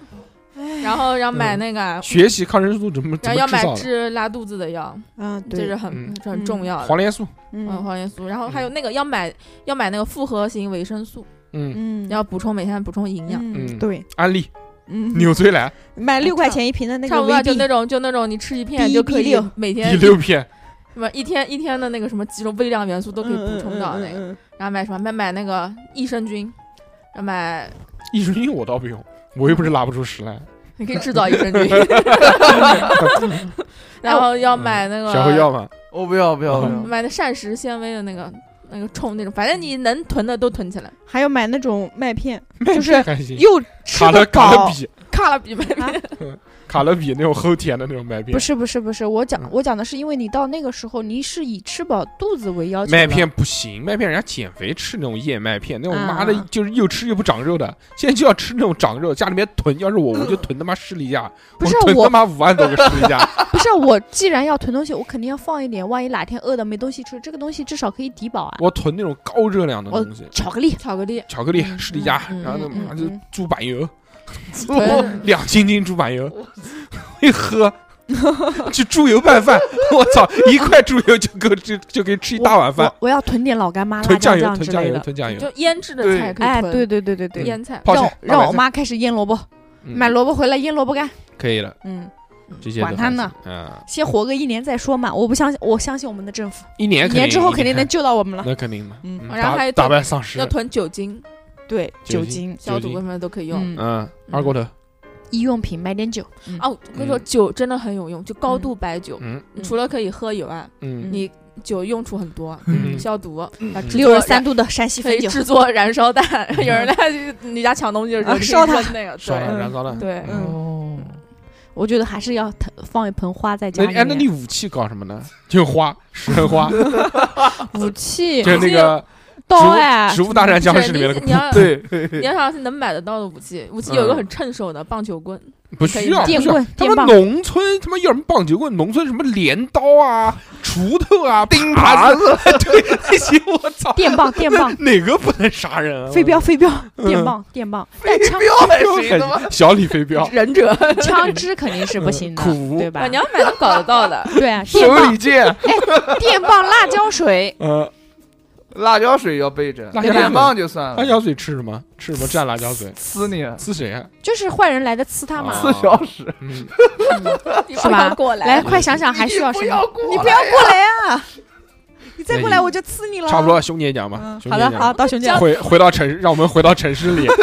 [SPEAKER 7] 然后要买那个啊，
[SPEAKER 3] <laughs> 学习抗生素怎么
[SPEAKER 7] 然
[SPEAKER 3] 怎么
[SPEAKER 7] 后要
[SPEAKER 3] 制
[SPEAKER 7] 买
[SPEAKER 3] 造的？
[SPEAKER 7] 治拉肚子的药，
[SPEAKER 6] 嗯，
[SPEAKER 7] 这是
[SPEAKER 6] 对，
[SPEAKER 7] 很
[SPEAKER 3] 嗯
[SPEAKER 7] 这很重要的
[SPEAKER 3] 黄。连素，
[SPEAKER 7] 嗯，
[SPEAKER 6] 嗯
[SPEAKER 7] 黄连素，然后还有那个要买要买那个复合型维生素，
[SPEAKER 3] 嗯，
[SPEAKER 6] 嗯，
[SPEAKER 7] 要补充每天补充营养，
[SPEAKER 3] 嗯
[SPEAKER 6] 嗯，对，
[SPEAKER 3] 安利
[SPEAKER 6] 嗯，
[SPEAKER 3] 纽崔莱
[SPEAKER 6] 买六块钱一瓶的那
[SPEAKER 7] 差
[SPEAKER 6] 个
[SPEAKER 7] 不多啊
[SPEAKER 6] 维
[SPEAKER 7] 就那
[SPEAKER 6] B，
[SPEAKER 7] 种就那种你吃一片
[SPEAKER 6] B-
[SPEAKER 7] 就可以
[SPEAKER 6] B6
[SPEAKER 7] 每天
[SPEAKER 3] 第六片，
[SPEAKER 7] 什么一天一天的那个什么几种微量元素都可以
[SPEAKER 6] 嗯
[SPEAKER 7] 补充到那个，
[SPEAKER 6] 个。
[SPEAKER 7] 然后买什么买买那个益生菌，然后买
[SPEAKER 3] 益生菌我倒不用，我又不是拉不出屎来。
[SPEAKER 7] 你可以制造益
[SPEAKER 3] <laughs>
[SPEAKER 7] 生菌， <laughs> 然后要买
[SPEAKER 6] 嗯
[SPEAKER 7] 那个
[SPEAKER 3] 小何要吗？
[SPEAKER 2] 我哦不要不要不
[SPEAKER 3] 嗯
[SPEAKER 2] 要，
[SPEAKER 7] 买的膳食纤维的那个那个冲那种，反正你能囤的都囤起来，
[SPEAKER 6] 还有买那种麦片，
[SPEAKER 3] 麦
[SPEAKER 6] <laughs> 就是
[SPEAKER 3] 片还行，
[SPEAKER 6] 又吃
[SPEAKER 3] 卡
[SPEAKER 6] 得
[SPEAKER 3] 乐卡乐
[SPEAKER 6] 饱。
[SPEAKER 3] 比
[SPEAKER 7] 卡了比买
[SPEAKER 6] 啊
[SPEAKER 7] <laughs>
[SPEAKER 3] 卡乐比那种齁甜的那种麦片
[SPEAKER 6] 不，是不是不是，我讲
[SPEAKER 3] 嗯
[SPEAKER 6] 我讲的是，因为你到那个时候，你是以吃饱肚子为要求。
[SPEAKER 3] 麦片，不行，麦片人家减肥吃那种燕麦片，那种妈的
[SPEAKER 6] 啊
[SPEAKER 3] 就是又吃又不长肉的，现在就要吃那种长肉，家里面囤，要是我我就囤他妈士力架，
[SPEAKER 6] 不是啊
[SPEAKER 3] 囤
[SPEAKER 6] 我
[SPEAKER 3] 他妈五万多个士力架，
[SPEAKER 6] 不是啊我，既然要囤东西，我肯定要放一点，万一哪天饿的没东西吃，这个东西至少可以抵饱啊。
[SPEAKER 3] 我囤那种高热量的
[SPEAKER 6] 我
[SPEAKER 3] 东西，
[SPEAKER 6] <laughs> 巧克力，
[SPEAKER 7] 巧
[SPEAKER 6] <laughs>
[SPEAKER 7] 克力，
[SPEAKER 3] 巧克力、
[SPEAKER 7] 嗯
[SPEAKER 3] 士力架，
[SPEAKER 7] 嗯嗯
[SPEAKER 3] 然后他
[SPEAKER 6] 嗯
[SPEAKER 3] 妈
[SPEAKER 6] 嗯
[SPEAKER 3] 就
[SPEAKER 6] 嗯
[SPEAKER 3] 猪板
[SPEAKER 6] <laughs>
[SPEAKER 3] 油，
[SPEAKER 7] 囤
[SPEAKER 3] <laughs> 两斤斤猪板油， <laughs> 一喝。就猪油拌饭， <laughs> 我操，一块猪油就够就就可以吃一 <laughs> 大碗饭
[SPEAKER 6] 我。我要囤点老干妈、辣
[SPEAKER 3] 囤
[SPEAKER 6] 椒
[SPEAKER 3] 酱油，
[SPEAKER 6] 酱
[SPEAKER 3] 囤
[SPEAKER 6] 之
[SPEAKER 3] 酱
[SPEAKER 6] 类
[SPEAKER 3] 油，
[SPEAKER 6] 的。
[SPEAKER 3] 囤酱油
[SPEAKER 7] 就，腌制的菜可以
[SPEAKER 6] 哎，
[SPEAKER 7] 囤，嗯
[SPEAKER 6] 对对对对对，
[SPEAKER 7] 腌菜。
[SPEAKER 3] 泡
[SPEAKER 6] 让
[SPEAKER 3] 菜
[SPEAKER 6] 让我
[SPEAKER 3] 大白菜
[SPEAKER 6] 妈开始腌萝卜，
[SPEAKER 3] 嗯
[SPEAKER 6] 买萝卜回来腌萝卜干。
[SPEAKER 3] 可以了，
[SPEAKER 6] 嗯，
[SPEAKER 3] 这些
[SPEAKER 6] 管
[SPEAKER 3] 都
[SPEAKER 6] 他
[SPEAKER 3] 还行
[SPEAKER 6] 呢，
[SPEAKER 3] 嗯，
[SPEAKER 6] 先活个一年再说嘛。我不相信，我相信我们的政府，
[SPEAKER 3] 一年
[SPEAKER 6] 一
[SPEAKER 3] 肯定
[SPEAKER 6] 年之后
[SPEAKER 3] 一
[SPEAKER 6] 肯定能救到我们了。
[SPEAKER 3] 那肯定嘛，
[SPEAKER 6] 嗯
[SPEAKER 7] 然后
[SPEAKER 3] 打
[SPEAKER 7] 还有
[SPEAKER 3] 打
[SPEAKER 7] 囤
[SPEAKER 3] 败丧尸
[SPEAKER 7] 要，囤酒精、
[SPEAKER 6] 对，
[SPEAKER 3] 酒
[SPEAKER 6] 酒
[SPEAKER 3] 精
[SPEAKER 6] 精、
[SPEAKER 7] 消毒
[SPEAKER 3] 酒精
[SPEAKER 7] 什么的都可以用。
[SPEAKER 6] 嗯，
[SPEAKER 3] 嗯，二锅头，
[SPEAKER 6] 医用品买点酒。
[SPEAKER 7] 哦，我跟你说，
[SPEAKER 3] 嗯
[SPEAKER 7] 酒真的很有用，就高度白酒，
[SPEAKER 3] 嗯
[SPEAKER 7] 你除了可以喝以外，
[SPEAKER 3] 嗯
[SPEAKER 7] 你酒用处很多，
[SPEAKER 3] 嗯
[SPEAKER 7] 消毒，啊制
[SPEAKER 6] 六
[SPEAKER 7] 作
[SPEAKER 6] 十三度的山西
[SPEAKER 7] 可
[SPEAKER 6] 汾
[SPEAKER 7] 以
[SPEAKER 6] 酒，
[SPEAKER 7] 制作燃烧弹，
[SPEAKER 3] <laughs>
[SPEAKER 7] 有人来你家抢东西的时候
[SPEAKER 6] 啊烧它
[SPEAKER 7] 它那个，
[SPEAKER 3] 烧了
[SPEAKER 7] 对
[SPEAKER 3] 燃烧了。
[SPEAKER 7] 对，
[SPEAKER 3] 嗯
[SPEAKER 2] 哦，
[SPEAKER 6] 我觉得还是要腾放一盆花在家
[SPEAKER 3] 那
[SPEAKER 6] 里
[SPEAKER 3] 你哎，那你
[SPEAKER 6] 面。
[SPEAKER 3] 武器搞什么呢？就花， <laughs> 食人花，
[SPEAKER 6] 武器
[SPEAKER 3] 就是那个
[SPEAKER 6] 刀哎
[SPEAKER 3] 《植，物大战僵尸》里面那
[SPEAKER 7] 你
[SPEAKER 3] 个
[SPEAKER 7] 要
[SPEAKER 3] 布，对， <laughs>
[SPEAKER 7] 你要想是能买得到的武器，武器有一个
[SPEAKER 3] 嗯
[SPEAKER 7] 很趁手的棒球棍，
[SPEAKER 3] 不需要，不
[SPEAKER 6] 电
[SPEAKER 3] 需要
[SPEAKER 6] 棍。、
[SPEAKER 3] 他
[SPEAKER 6] 电
[SPEAKER 3] 妈
[SPEAKER 6] 棒，
[SPEAKER 3] 农村他妈要什么棒球棍？农村什么镰刀啊、锄头啊、钉耙子，对那些我操，
[SPEAKER 6] 电棒，电
[SPEAKER 3] <laughs>
[SPEAKER 6] 棒，
[SPEAKER 3] 哪个不能杀人啊？
[SPEAKER 6] 飞镖，飞镖，
[SPEAKER 3] 嗯
[SPEAKER 6] 电棒，电棒，但枪
[SPEAKER 2] 还
[SPEAKER 3] 我，
[SPEAKER 2] 行的吗？
[SPEAKER 3] 小李飞
[SPEAKER 6] <laughs>
[SPEAKER 3] 镖，嗯
[SPEAKER 7] 忍者，
[SPEAKER 6] 枪支肯定是不行的，
[SPEAKER 3] 苦无
[SPEAKER 6] 对吧
[SPEAKER 7] 啊，你？要买能搞得到 <laughs> 的，
[SPEAKER 6] 对啊，电
[SPEAKER 2] 手
[SPEAKER 6] 棒
[SPEAKER 2] 里，剑、
[SPEAKER 6] 哎电棒，辣椒水，
[SPEAKER 3] 呃，
[SPEAKER 2] 辣椒水要备着，
[SPEAKER 3] 辣椒
[SPEAKER 2] 电
[SPEAKER 3] 水
[SPEAKER 2] 棒就算
[SPEAKER 3] 辣
[SPEAKER 2] 了，
[SPEAKER 3] 椒水吃什么？吃什么蘸辣椒 <laughs> 水？
[SPEAKER 2] 呲你
[SPEAKER 3] 吃谁啊？
[SPEAKER 6] 就是坏人来的刺他嘛
[SPEAKER 3] 啊。
[SPEAKER 2] 四小时，
[SPEAKER 3] 嗯，
[SPEAKER 7] 你
[SPEAKER 6] 是
[SPEAKER 7] 不
[SPEAKER 6] 吧
[SPEAKER 7] 要过来，
[SPEAKER 6] 来，快想想还需要什么？
[SPEAKER 2] 过
[SPEAKER 6] 你不要过来啊！你再过来我就刺你了。
[SPEAKER 3] 差不多，兄弟也讲吧
[SPEAKER 6] 啊嗯，，
[SPEAKER 3] 兄
[SPEAKER 6] 好
[SPEAKER 3] 弟也
[SPEAKER 6] 的，
[SPEAKER 3] 讲
[SPEAKER 6] 好，到熊姐。
[SPEAKER 3] 回回到城市，让我们回到城市
[SPEAKER 6] <laughs>
[SPEAKER 3] 里。
[SPEAKER 7] 不是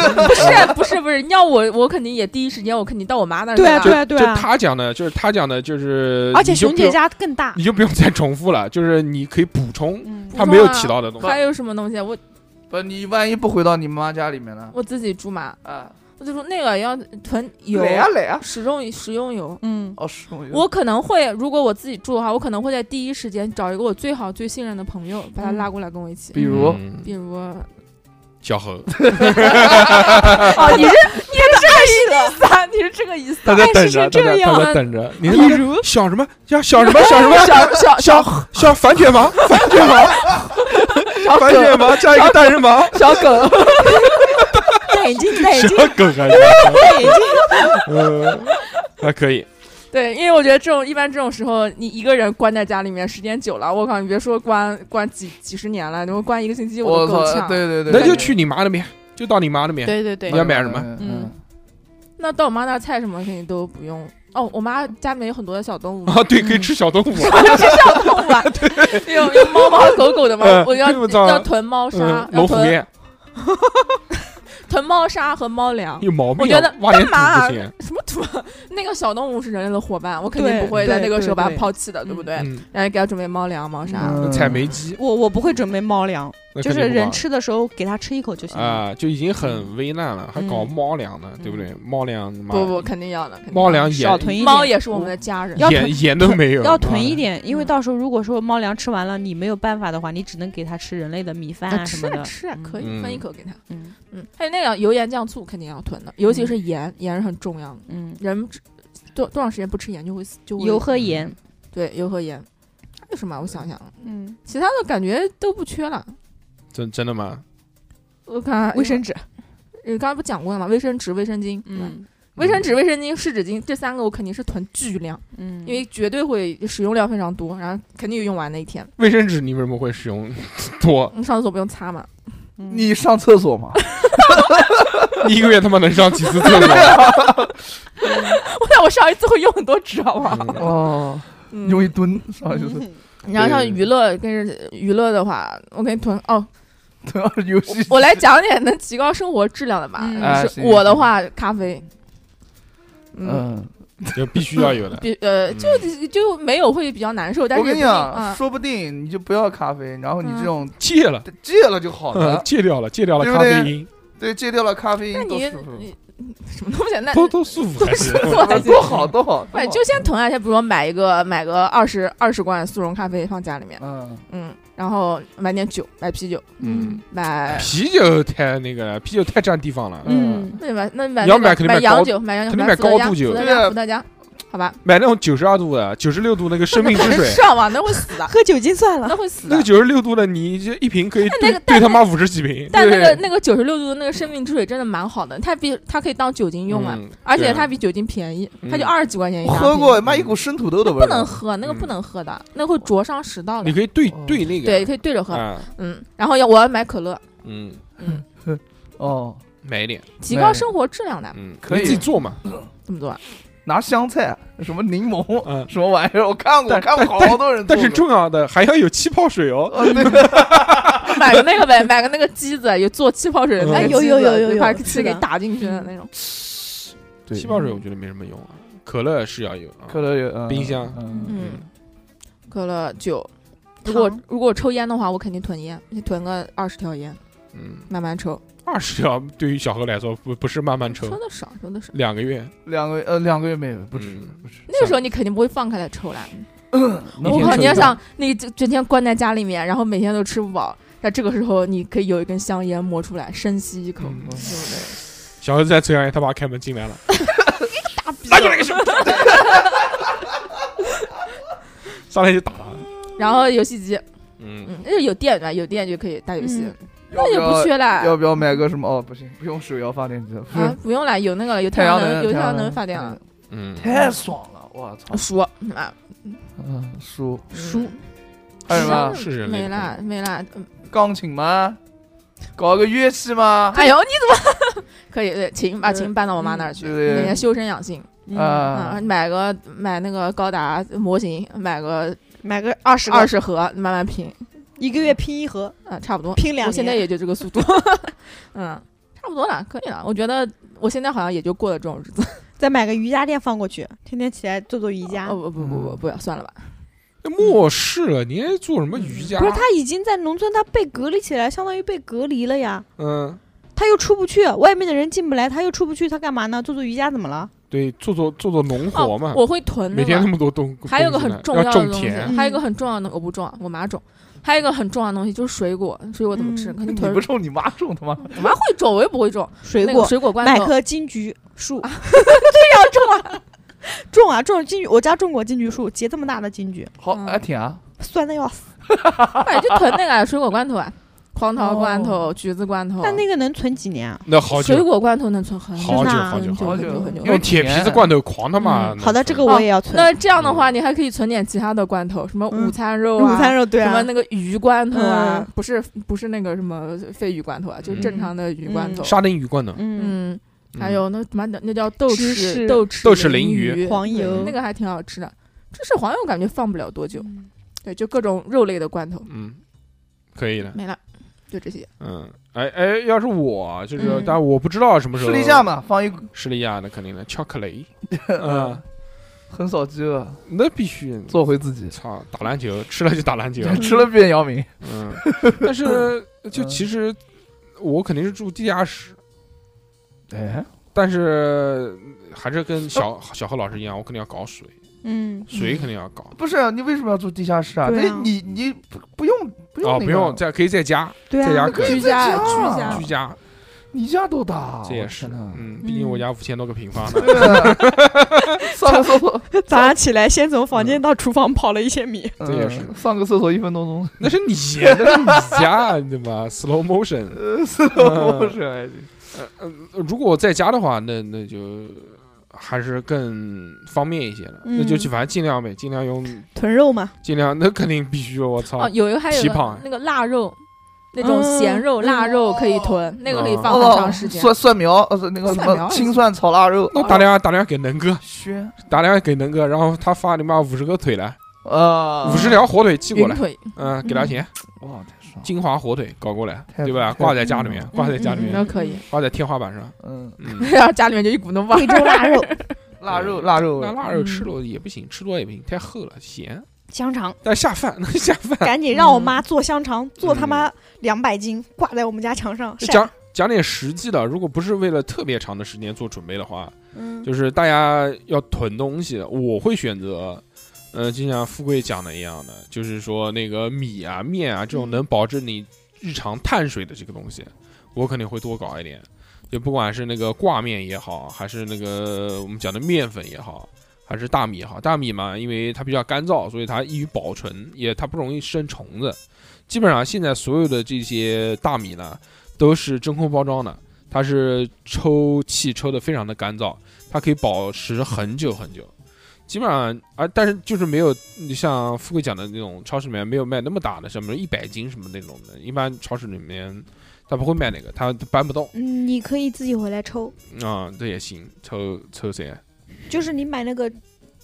[SPEAKER 7] 不是不是，你要我我肯定也第一时间我肯定到我妈那儿去
[SPEAKER 6] 对啊
[SPEAKER 7] 了
[SPEAKER 3] 就
[SPEAKER 6] 对啊对
[SPEAKER 3] 就
[SPEAKER 6] 啊
[SPEAKER 3] 他讲的，就是他讲的，就是
[SPEAKER 6] 而且
[SPEAKER 3] 你就
[SPEAKER 6] 熊
[SPEAKER 3] 不
[SPEAKER 6] 姐
[SPEAKER 3] 用
[SPEAKER 6] 家更大。
[SPEAKER 3] 你就不用再重复了，就是你可以补充
[SPEAKER 6] 嗯，
[SPEAKER 3] 他没有提到的东西。
[SPEAKER 7] 还有什么东西？啊我
[SPEAKER 2] 不，你万一不回到你妈家里面呢？
[SPEAKER 7] 我自己煮嘛，
[SPEAKER 2] 啊，
[SPEAKER 7] 我就说那个要囤油，
[SPEAKER 2] 来呀来呀！
[SPEAKER 7] 食用食用油。
[SPEAKER 2] <laughs>
[SPEAKER 6] 嗯，
[SPEAKER 2] 哦，是我
[SPEAKER 7] 我可能会，如果我自己住的话，我可能会在第一时间找一个我最好、最信任的朋友，把他
[SPEAKER 6] 嗯
[SPEAKER 7] 拉过来跟我一起。
[SPEAKER 2] 比如
[SPEAKER 3] 嗯
[SPEAKER 7] 比 <laughs> 如，
[SPEAKER 3] 小何，
[SPEAKER 6] 哦，你是
[SPEAKER 7] 啊，你是这个意思？
[SPEAKER 3] 大家等
[SPEAKER 6] 是
[SPEAKER 3] 着，大
[SPEAKER 6] 这
[SPEAKER 3] 家
[SPEAKER 6] 样
[SPEAKER 3] 大家等着。你
[SPEAKER 7] 比
[SPEAKER 3] 看
[SPEAKER 7] 如，
[SPEAKER 3] 小什么？叫小什么？小什么？
[SPEAKER 7] 啊小小
[SPEAKER 3] 小小反卷盲，反卷盲，反卷盲加一个单人盲，
[SPEAKER 7] 小狗，
[SPEAKER 6] 戴眼镜，戴眼
[SPEAKER 3] 小 <laughs>
[SPEAKER 6] 镜，
[SPEAKER 3] 狗还是？
[SPEAKER 6] 戴眼镜。
[SPEAKER 3] 嗯，那可以。
[SPEAKER 7] 对，因为我觉得这种一般这种时候，你一个人关在家里面时间久了，我靠，你别说关关几几十年了，你说关一个星期都
[SPEAKER 2] 我
[SPEAKER 7] 够
[SPEAKER 2] 操，
[SPEAKER 7] 呛。
[SPEAKER 2] 对对对，
[SPEAKER 3] 那就去你妈那边，就到你妈那边。
[SPEAKER 5] 对对对
[SPEAKER 3] 你，要买什么
[SPEAKER 7] 嗯，那到我妈那菜什么肯定都不用。哦，我妈家里面有很多的小动物嘛，
[SPEAKER 3] <laughs>
[SPEAKER 7] <laughs>
[SPEAKER 3] 啊，对，可以吃小动物。
[SPEAKER 7] 动物啊，有有猫猫狗狗的嘛
[SPEAKER 3] 嗯，
[SPEAKER 7] 我要
[SPEAKER 3] 对我操
[SPEAKER 7] 要囤猫砂
[SPEAKER 3] 嗯，，
[SPEAKER 7] 要
[SPEAKER 3] 龙虎
[SPEAKER 7] 囤
[SPEAKER 3] 面
[SPEAKER 7] 囤猫砂和猫粮。
[SPEAKER 3] 有毛病啊，
[SPEAKER 7] 我觉得
[SPEAKER 3] 挖点土
[SPEAKER 7] 干嘛
[SPEAKER 3] 不行。
[SPEAKER 7] 什么土？那个小动物是人类的伙伴，我肯
[SPEAKER 6] 对
[SPEAKER 7] 定不会在
[SPEAKER 6] 对
[SPEAKER 7] 那个时候
[SPEAKER 6] 对
[SPEAKER 7] 把它
[SPEAKER 6] 对
[SPEAKER 7] 抛弃的，对不对？
[SPEAKER 3] 嗯，
[SPEAKER 7] 然后给它准备猫粮、猫砂。
[SPEAKER 2] 嗯
[SPEAKER 3] 采煤机，
[SPEAKER 6] 我我不会准备猫粮，
[SPEAKER 3] 那
[SPEAKER 6] 就
[SPEAKER 3] 肯
[SPEAKER 6] 是
[SPEAKER 3] 定不
[SPEAKER 6] 人
[SPEAKER 3] 好
[SPEAKER 6] 吃的时候给它吃一口就行了。
[SPEAKER 3] 啊，就已经很危难了，还搞猫粮呢，对不对？猫粮妈
[SPEAKER 7] 不不，肯定要的。肯定
[SPEAKER 3] 猫
[SPEAKER 7] 要
[SPEAKER 3] 粮
[SPEAKER 6] 少
[SPEAKER 3] 盐
[SPEAKER 6] 囤一点，
[SPEAKER 7] 猫也是我们的家 <laughs> 人。
[SPEAKER 6] 要囤
[SPEAKER 3] 盐盐都没有，
[SPEAKER 6] 要囤一
[SPEAKER 3] 妈的。
[SPEAKER 6] 点，因为
[SPEAKER 7] 嗯
[SPEAKER 6] 到时候如果说猫粮吃完了，你没有办法的话，你只能给它吃人类的米饭
[SPEAKER 7] 啊
[SPEAKER 6] 啊什
[SPEAKER 7] 吃
[SPEAKER 6] 么
[SPEAKER 7] 啊
[SPEAKER 6] 的。
[SPEAKER 7] 吃啊，可以
[SPEAKER 3] 嗯
[SPEAKER 7] 分一口给它。
[SPEAKER 6] 嗯
[SPEAKER 7] 嗯，还有那个油盐酱醋肯定要囤的，尤其是盐，盐是很重要的。
[SPEAKER 6] 嗯，
[SPEAKER 7] 人吃多多长时间不吃盐就会死，就会
[SPEAKER 6] 油和盐，
[SPEAKER 7] 对油和盐。还有什么啊？我想想，
[SPEAKER 6] 嗯，
[SPEAKER 7] 其他的感觉都不缺了。
[SPEAKER 3] <laughs> 真真的吗？
[SPEAKER 7] 我看
[SPEAKER 6] 卫生，纸，
[SPEAKER 7] 你刚才不讲过了吗？卫生纸、卫生巾，对吧，
[SPEAKER 6] 嗯
[SPEAKER 7] 卫生纸、卫生巾、湿纸巾这三个我肯定是囤巨量，
[SPEAKER 6] 嗯，
[SPEAKER 7] 因为绝对会使用量非常多，然后肯定有用完的一天。
[SPEAKER 3] 卫生纸你为什么会使用 <laughs> 多？
[SPEAKER 7] 你上厕所不用擦嘛？ <laughs>
[SPEAKER 6] 嗯
[SPEAKER 2] 你上厕所吗？
[SPEAKER 3] 你一个月他妈能上几次厕所？
[SPEAKER 7] 我想我上一次会用很多纸，好不
[SPEAKER 6] <laughs>
[SPEAKER 7] 好？
[SPEAKER 3] 嗯 <laughs>
[SPEAKER 2] 哦，
[SPEAKER 7] 嗯
[SPEAKER 2] 用一吨上
[SPEAKER 6] 嗯
[SPEAKER 2] <laughs> 去是
[SPEAKER 7] 然后像
[SPEAKER 3] 对
[SPEAKER 7] 娱乐跟着娱乐的话，我给你囤哦，
[SPEAKER 2] 吨二游戏，
[SPEAKER 7] 我来讲点能提高生活质量的吧。
[SPEAKER 6] 嗯
[SPEAKER 2] 啊
[SPEAKER 7] 是
[SPEAKER 2] 行
[SPEAKER 7] 我的话，咖啡，嗯，
[SPEAKER 2] 嗯，
[SPEAKER 3] 就必须要有的。
[SPEAKER 7] 比呃
[SPEAKER 3] 嗯
[SPEAKER 7] 就就没有会比较难受，但
[SPEAKER 2] 我
[SPEAKER 7] 是也不
[SPEAKER 2] 跟你
[SPEAKER 7] 一定
[SPEAKER 2] 讲，
[SPEAKER 7] 啊，
[SPEAKER 2] 说不定你就不要咖啡，然后你这种
[SPEAKER 3] <laughs> 戒了，
[SPEAKER 2] 戒了就好了
[SPEAKER 3] 嗯，。戒掉了，戒掉了
[SPEAKER 2] 对
[SPEAKER 3] 咖
[SPEAKER 2] 不对
[SPEAKER 3] 啡因，
[SPEAKER 2] 对，戒掉了咖啡
[SPEAKER 7] 嗯那
[SPEAKER 2] 因，多
[SPEAKER 7] 你
[SPEAKER 2] 舒服，
[SPEAKER 7] 你什么东西？啊那
[SPEAKER 3] 多多舒服还是
[SPEAKER 7] 多还行
[SPEAKER 2] 多好多好。多
[SPEAKER 7] 哎，
[SPEAKER 2] 好
[SPEAKER 7] 就先囤啊，先比如说买一个买个二十二十罐速溶咖啡放家里面，
[SPEAKER 2] 嗯，
[SPEAKER 7] 嗯，然后买点酒，买啤酒，
[SPEAKER 3] 嗯，
[SPEAKER 7] 买
[SPEAKER 3] 啤酒太那个了，啤酒太占地方了。
[SPEAKER 6] 嗯
[SPEAKER 7] 那买那买
[SPEAKER 3] 你要
[SPEAKER 7] 那个
[SPEAKER 3] 买肯定
[SPEAKER 7] 买
[SPEAKER 3] 买高
[SPEAKER 7] 洋酒，买洋酒，
[SPEAKER 3] 肯定买
[SPEAKER 7] 伏特加
[SPEAKER 3] 高度酒
[SPEAKER 7] 伏特
[SPEAKER 2] 对啊
[SPEAKER 7] 加伏特加，好吧，
[SPEAKER 3] 买那种九十二度的、九十六度那个生命之水，
[SPEAKER 7] <laughs> 上网那会死的，
[SPEAKER 6] 喝酒精算了，
[SPEAKER 7] 那会死
[SPEAKER 3] 那
[SPEAKER 7] 的
[SPEAKER 3] 个。九十六度的，你就一瓶可以
[SPEAKER 7] 那
[SPEAKER 3] 兑
[SPEAKER 7] 那个
[SPEAKER 3] 兑
[SPEAKER 7] 但
[SPEAKER 3] 他妈五十几瓶。
[SPEAKER 7] 但那个
[SPEAKER 2] 对
[SPEAKER 7] 那个九十六度的那个生命之水真的蛮好的，它比它可以当酒精用啊，
[SPEAKER 3] 嗯
[SPEAKER 7] 而且
[SPEAKER 3] 对
[SPEAKER 7] 它比酒精便宜，它就
[SPEAKER 3] 嗯
[SPEAKER 7] 二十几块钱一
[SPEAKER 2] 我
[SPEAKER 7] 大
[SPEAKER 2] 喝
[SPEAKER 7] 瓶
[SPEAKER 2] 过，妈一股生土豆的味
[SPEAKER 7] 不
[SPEAKER 2] 儿。
[SPEAKER 7] 能喝，那个不能喝的，那会灼伤食道
[SPEAKER 3] 你
[SPEAKER 7] 的。
[SPEAKER 3] 可以兑
[SPEAKER 2] 哦
[SPEAKER 3] 兑那个，
[SPEAKER 7] 对，可以对着喝，
[SPEAKER 3] 啊，
[SPEAKER 7] 嗯，然后要我要买可乐，
[SPEAKER 3] 嗯，
[SPEAKER 7] 嗯，
[SPEAKER 2] 哦，
[SPEAKER 3] 买一点，
[SPEAKER 7] 提高生活质量的，
[SPEAKER 3] 嗯，
[SPEAKER 2] 可以
[SPEAKER 3] 你自己做嘛，
[SPEAKER 7] 这么做。
[SPEAKER 2] 拿香菜，什么柠檬， <laughs>
[SPEAKER 3] 嗯，
[SPEAKER 2] 什么玩意儿，我看过，
[SPEAKER 3] 但
[SPEAKER 2] 看过好多人做
[SPEAKER 3] 但是
[SPEAKER 2] 过。
[SPEAKER 3] 重要的还要有气泡水哦，
[SPEAKER 2] 哦，对，
[SPEAKER 7] <laughs> 买个那个呗，买个那个机子，有做气泡水的那
[SPEAKER 3] 哎
[SPEAKER 7] 个机
[SPEAKER 6] 有
[SPEAKER 7] 子，
[SPEAKER 6] 有有有
[SPEAKER 7] 就
[SPEAKER 6] 有
[SPEAKER 7] 把
[SPEAKER 6] 是
[SPEAKER 7] 气给
[SPEAKER 6] 的
[SPEAKER 7] 打进去的那种。
[SPEAKER 3] 气泡水我觉得没什么用啊，可乐是要有啊，
[SPEAKER 2] 可乐有嗯
[SPEAKER 3] 冰箱
[SPEAKER 2] 嗯，
[SPEAKER 7] 嗯
[SPEAKER 3] 嗯，
[SPEAKER 7] 可乐酒，
[SPEAKER 6] 糖
[SPEAKER 7] 如果如果抽烟的话，我肯定囤烟，你囤个二十条烟，
[SPEAKER 3] 嗯，
[SPEAKER 7] 慢慢抽。
[SPEAKER 3] 二十条对于小何来说不不是慢慢抽
[SPEAKER 7] 抽，的少，抽的少。
[SPEAKER 3] 两个月，
[SPEAKER 2] 两个月呃两个月没有，不止
[SPEAKER 3] 嗯
[SPEAKER 2] 不止。
[SPEAKER 7] 那个时候你肯定不会放开来抽了。
[SPEAKER 2] 能
[SPEAKER 7] 我
[SPEAKER 3] 天
[SPEAKER 7] 靠！
[SPEAKER 3] 抽
[SPEAKER 7] 你
[SPEAKER 3] 一
[SPEAKER 7] 要
[SPEAKER 3] 根
[SPEAKER 7] 想，你就整天关在家里面，然后每天都吃不饱，那这个时候你可以有一根香烟摸出来，深吸一口，
[SPEAKER 3] 嗯
[SPEAKER 7] 对不
[SPEAKER 3] 小何在抽香烟，他爸开门进来了，
[SPEAKER 7] 对？
[SPEAKER 3] 拿过来个手镯，上来就打他，
[SPEAKER 7] <laughs> 然后游戏机，
[SPEAKER 3] 嗯，
[SPEAKER 7] 嗯，那有电对吧？有电就可以打游戏
[SPEAKER 6] 嗯，
[SPEAKER 2] 要
[SPEAKER 7] 那就
[SPEAKER 2] 要
[SPEAKER 7] 不缺了。
[SPEAKER 2] 要不要买个什么？哦，不行，不用手摇发电机了，不
[SPEAKER 7] 啊
[SPEAKER 2] 是，
[SPEAKER 7] 不用了，有那个了，有
[SPEAKER 2] 太
[SPEAKER 7] 太
[SPEAKER 2] 阳
[SPEAKER 7] 阳
[SPEAKER 2] 能，哦
[SPEAKER 7] 能，有
[SPEAKER 2] 太
[SPEAKER 7] 太
[SPEAKER 2] 阳
[SPEAKER 7] 阳能发电了。，
[SPEAKER 3] 嗯，
[SPEAKER 2] 太爽了，我操！
[SPEAKER 7] 书啊，
[SPEAKER 2] 嗯，书
[SPEAKER 7] 书
[SPEAKER 2] 还有什
[SPEAKER 6] 嗯
[SPEAKER 2] 么？
[SPEAKER 3] 是人类
[SPEAKER 7] 没
[SPEAKER 3] 的
[SPEAKER 7] 啦没啦。嗯
[SPEAKER 2] 钢琴吗？搞个乐器吗？
[SPEAKER 7] 哎呦，你怎么 <laughs> 可以？对，琴把琴搬到我妈那儿去，
[SPEAKER 2] 对对对
[SPEAKER 7] 每天修身养性
[SPEAKER 6] 嗯，
[SPEAKER 2] 啊
[SPEAKER 7] 啊，，买个买那个高达模型，买个
[SPEAKER 6] 买个二十
[SPEAKER 7] 二
[SPEAKER 6] 个，
[SPEAKER 7] 十盒，慢慢拼。
[SPEAKER 6] 一个月拼一盒，
[SPEAKER 7] 啊，差不多，
[SPEAKER 6] 拼两
[SPEAKER 7] 我现在
[SPEAKER 6] 年
[SPEAKER 7] 也就这个速度， <laughs> 嗯，差不多了，可以了。我觉得我现在好像也就过了这种日子。
[SPEAKER 6] 再买个瑜伽垫放过去，天天起来做做瑜伽
[SPEAKER 7] 哦。不
[SPEAKER 3] 嗯
[SPEAKER 7] 不不不不要算了吧，
[SPEAKER 3] 那末世了，你还做什么瑜伽
[SPEAKER 6] 不？是，他已经在农村，他被隔离起来，相当于被隔离了呀。
[SPEAKER 3] 嗯，
[SPEAKER 6] 他又出不去，外面的人进不来，他又出不去，他干嘛呢？做做瑜伽怎么了？
[SPEAKER 3] 对，做做做做农活嘛，
[SPEAKER 7] 哦我会囤
[SPEAKER 3] 每
[SPEAKER 7] 那
[SPEAKER 3] 天那
[SPEAKER 7] 个，
[SPEAKER 3] 么多东，
[SPEAKER 7] 还有个
[SPEAKER 3] 东西
[SPEAKER 7] 很
[SPEAKER 3] 呢
[SPEAKER 7] 重
[SPEAKER 3] 要
[SPEAKER 7] 的
[SPEAKER 3] 种
[SPEAKER 7] 东西，嗯
[SPEAKER 3] 田，
[SPEAKER 7] 还有一个很重要的，我不种，啊我妈种。还有一个很重要的东西就是水果，水果怎么吃？
[SPEAKER 6] 嗯
[SPEAKER 7] 肯
[SPEAKER 3] <laughs>
[SPEAKER 2] 你
[SPEAKER 7] 定囤
[SPEAKER 2] 不。种，你妈种，他妈
[SPEAKER 7] 我妈会种，我又不会种。
[SPEAKER 6] 水啊
[SPEAKER 7] 那
[SPEAKER 6] 果
[SPEAKER 7] 个，水果罐
[SPEAKER 6] 买
[SPEAKER 7] 头，
[SPEAKER 6] 棵金桔树， <laughs> 对呀、啊 <laughs> 种啊种金桔，我家种过金桔树，结这么大的金桔，
[SPEAKER 2] 好
[SPEAKER 7] 嗯
[SPEAKER 2] 还挺啊。
[SPEAKER 6] 酸的要死。
[SPEAKER 7] 买就囤那个水果罐头啊。 <laughs> 黄桃罐头、橘子罐头，
[SPEAKER 6] 哦但那个能存几年啊？
[SPEAKER 3] 那好
[SPEAKER 7] 水
[SPEAKER 3] 久，
[SPEAKER 7] 果罐头能存很
[SPEAKER 3] 好久，
[SPEAKER 6] 真的啊
[SPEAKER 3] 好久，好
[SPEAKER 2] 好
[SPEAKER 3] 久，
[SPEAKER 2] 久
[SPEAKER 7] 很久
[SPEAKER 3] 用铁皮子罐头狂他妈。
[SPEAKER 6] 嗯好的，这个我也要存。
[SPEAKER 7] 那这样的话，你还可以存点其他的罐头，什么
[SPEAKER 6] 嗯
[SPEAKER 7] 午餐肉啊，
[SPEAKER 6] 午餐肉对
[SPEAKER 7] 什么
[SPEAKER 6] 啊，
[SPEAKER 7] 那个鱼罐头啊
[SPEAKER 6] 嗯，
[SPEAKER 7] 不是不是那个什么鲱鱼罐头啊，就
[SPEAKER 3] 嗯
[SPEAKER 7] 正常的鱼罐头。
[SPEAKER 3] 沙丁鱼罐头，
[SPEAKER 6] 嗯，
[SPEAKER 7] 嗯，
[SPEAKER 3] 嗯
[SPEAKER 7] 还有那什么那叫豆
[SPEAKER 6] 芝
[SPEAKER 7] 豉
[SPEAKER 6] 士
[SPEAKER 7] 豆豉
[SPEAKER 3] 豆豉鲮鱼
[SPEAKER 7] 鱼
[SPEAKER 6] 黄
[SPEAKER 7] 对
[SPEAKER 6] 油
[SPEAKER 7] 那个还挺好吃的。芝士黄油感觉放不了多久，
[SPEAKER 6] 嗯
[SPEAKER 7] 对，就各种肉类的罐头
[SPEAKER 3] 嗯，可以的，
[SPEAKER 7] 没了，就这些。
[SPEAKER 3] 嗯，哎哎，要是我就是说，
[SPEAKER 7] 嗯
[SPEAKER 3] 但我不知道什么时
[SPEAKER 2] 士
[SPEAKER 3] 候
[SPEAKER 2] 力架，嘛，放一
[SPEAKER 3] 士力架那肯定的，巧克
[SPEAKER 2] <laughs>
[SPEAKER 3] 力，嗯，
[SPEAKER 2] 横扫饥饿，
[SPEAKER 3] 那必须
[SPEAKER 2] 做回自己，
[SPEAKER 3] 操，打篮球吃了就打
[SPEAKER 2] <laughs>
[SPEAKER 3] 篮球，
[SPEAKER 2] 吃了变姚明。
[SPEAKER 3] 嗯，但是
[SPEAKER 2] 嗯
[SPEAKER 3] 就其实我肯定是住地下室，
[SPEAKER 2] 哎，
[SPEAKER 3] 但是还是跟小
[SPEAKER 2] 哦
[SPEAKER 3] 小何老师一样，我肯定要搞水，
[SPEAKER 6] 嗯，
[SPEAKER 3] 水肯定要搞。
[SPEAKER 2] 不是啊你为什么要住地下室啊？
[SPEAKER 6] 对
[SPEAKER 2] 这
[SPEAKER 6] 啊
[SPEAKER 2] 你你不不用不用
[SPEAKER 3] 哦，
[SPEAKER 2] 那
[SPEAKER 3] 不
[SPEAKER 2] 个
[SPEAKER 3] 用，在可以在家，
[SPEAKER 6] 对 <laughs>
[SPEAKER 3] 在家
[SPEAKER 6] 啊，
[SPEAKER 3] 可以
[SPEAKER 7] 居家居
[SPEAKER 2] 在家
[SPEAKER 7] 家
[SPEAKER 3] 居家，
[SPEAKER 2] 你家多大啊？
[SPEAKER 3] 这也
[SPEAKER 2] 我
[SPEAKER 3] 是，
[SPEAKER 2] 啊天哪
[SPEAKER 3] 嗯，毕竟我家五千多个平
[SPEAKER 2] <laughs>
[SPEAKER 3] 方呢。
[SPEAKER 2] 对啊，上个厕所，
[SPEAKER 6] 早嗯上起来先从房间到厨房跑了一千 <laughs> 米，
[SPEAKER 3] 这也是嗯
[SPEAKER 2] 嗯上个厕所一分多钟。
[SPEAKER 3] 那是你，那是你家，你妈 slow motion。
[SPEAKER 2] 呃，是的，我是哎
[SPEAKER 3] 呃如果在家的话，那那就还是更方便一些了。
[SPEAKER 6] 嗯
[SPEAKER 3] 那就去，反正尽量呗，尽量用，
[SPEAKER 6] 囤肉嘛，
[SPEAKER 3] 尽量那肯定必须。我操
[SPEAKER 7] 哦，，有一个还有一
[SPEAKER 3] 蹄膀
[SPEAKER 7] 个那个腊肉，那种
[SPEAKER 6] 嗯哦
[SPEAKER 7] 咸肉、腊肉可以
[SPEAKER 3] 哦
[SPEAKER 7] 囤，那个可以放很长时间。
[SPEAKER 2] 哦蒜蒜苗，呃，那个什
[SPEAKER 7] 蒜苗
[SPEAKER 2] 么
[SPEAKER 7] 还
[SPEAKER 2] 青蒜炒腊肉，
[SPEAKER 3] 那我打电话打电话给能哥，
[SPEAKER 2] 轩
[SPEAKER 3] 打电话给能哥，然后他发你妈五十个腿来，
[SPEAKER 2] 啊，
[SPEAKER 3] 五十条火腿寄过
[SPEAKER 7] 云
[SPEAKER 3] 来，
[SPEAKER 7] 腿，
[SPEAKER 3] 嗯，给他钱，
[SPEAKER 2] 哇，太爽了，
[SPEAKER 3] 金华火腿搞过来，
[SPEAKER 2] 太
[SPEAKER 3] 对吧？
[SPEAKER 2] 太
[SPEAKER 3] 挂在家里面
[SPEAKER 2] 嗯，
[SPEAKER 3] 挂在家里
[SPEAKER 7] 嗯那
[SPEAKER 3] 面，
[SPEAKER 7] 可以， <laughs>
[SPEAKER 3] 挂在天花板上，
[SPEAKER 2] 嗯，
[SPEAKER 3] 嗯。
[SPEAKER 7] 然后家里面就一股那
[SPEAKER 6] 贵
[SPEAKER 7] 味
[SPEAKER 6] 州
[SPEAKER 7] 儿。
[SPEAKER 6] 腊肉、
[SPEAKER 7] <laughs>
[SPEAKER 2] 腊肉腊肉
[SPEAKER 3] 那腊肉吃多也不行，吃多也不行，太厚了，咸。
[SPEAKER 6] <laughs> 香 <laughs> 肠，
[SPEAKER 3] 但下饭， <laughs> 那下饭。
[SPEAKER 6] 赶紧让我妈做香肠，做他妈两百斤，挂在我们家墙上晒。
[SPEAKER 3] 讲讲点实际的，如果不是为了特别长的时间做准备的话，
[SPEAKER 6] 嗯，
[SPEAKER 3] 就是大家要囤东西，我会选择，呃，就像富贵讲的一样的，就是说那个米啊、面啊这种能保证你日常碳水的这个东西，我肯定会多搞一点。就不管是那个挂面也好，还是那个我们讲的面粉也好，还是大米也好，大米嘛，因为它比较干燥，所以它易于保存，也它不容易生虫子。基本上现在所有的这些大米呢，都是真空包装的，它是抽气抽的非常的干燥，它可以保持很久很久。基本上啊，但是就是没有你像富贵讲的那种超市里面没有卖那么大的，什么一百斤什么那种的，一般超市里面他不会卖那个，他搬不动
[SPEAKER 6] 嗯，你可以自己回来抽，
[SPEAKER 3] 啊、这也行，抽抽谁？
[SPEAKER 6] 就是你买那个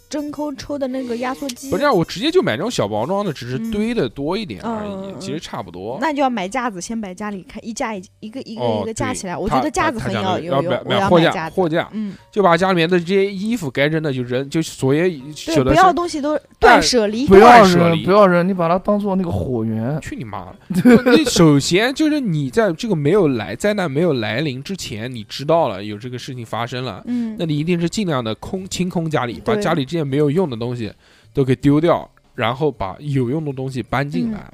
[SPEAKER 6] 真空抽的那个压缩机
[SPEAKER 3] 不，是啊，我直接就买这种小包装的，只是
[SPEAKER 6] 嗯
[SPEAKER 3] 堆的多一点而
[SPEAKER 6] 嗯
[SPEAKER 3] 已，
[SPEAKER 6] 嗯嗯
[SPEAKER 3] 其实差不多。
[SPEAKER 6] 那就要买架子，先摆家里看，一架一一个一个
[SPEAKER 3] 哦
[SPEAKER 6] 一个架
[SPEAKER 3] 对
[SPEAKER 6] 起来。我
[SPEAKER 3] 他
[SPEAKER 6] 觉得架
[SPEAKER 3] 他
[SPEAKER 6] 子
[SPEAKER 3] 他
[SPEAKER 6] 很
[SPEAKER 3] 讲
[SPEAKER 6] 要
[SPEAKER 3] 的
[SPEAKER 6] 有
[SPEAKER 3] 要买
[SPEAKER 6] 用，我要
[SPEAKER 3] 货
[SPEAKER 6] 买
[SPEAKER 3] 架
[SPEAKER 6] 架子。
[SPEAKER 3] 货架，
[SPEAKER 6] 嗯，
[SPEAKER 3] 就把家里面的这些衣服该扔的就扔，就所以
[SPEAKER 6] 对，
[SPEAKER 3] 舍
[SPEAKER 6] 不
[SPEAKER 3] 得
[SPEAKER 6] 要
[SPEAKER 3] 是
[SPEAKER 6] 东西都断舍离。
[SPEAKER 2] 不要
[SPEAKER 3] 断舍
[SPEAKER 2] 人
[SPEAKER 3] 离
[SPEAKER 2] 不要人，你把它当做那个火源，
[SPEAKER 3] 去你妈的！你首先就是你在这个没有来灾难没有来临之前，你知道了有这个事情发生了，
[SPEAKER 6] 嗯
[SPEAKER 3] 那，你一定是尽量的空清空家里，把
[SPEAKER 6] 对
[SPEAKER 3] 家里这些没有用的东西都给丢掉，然后把有用的东西搬进来，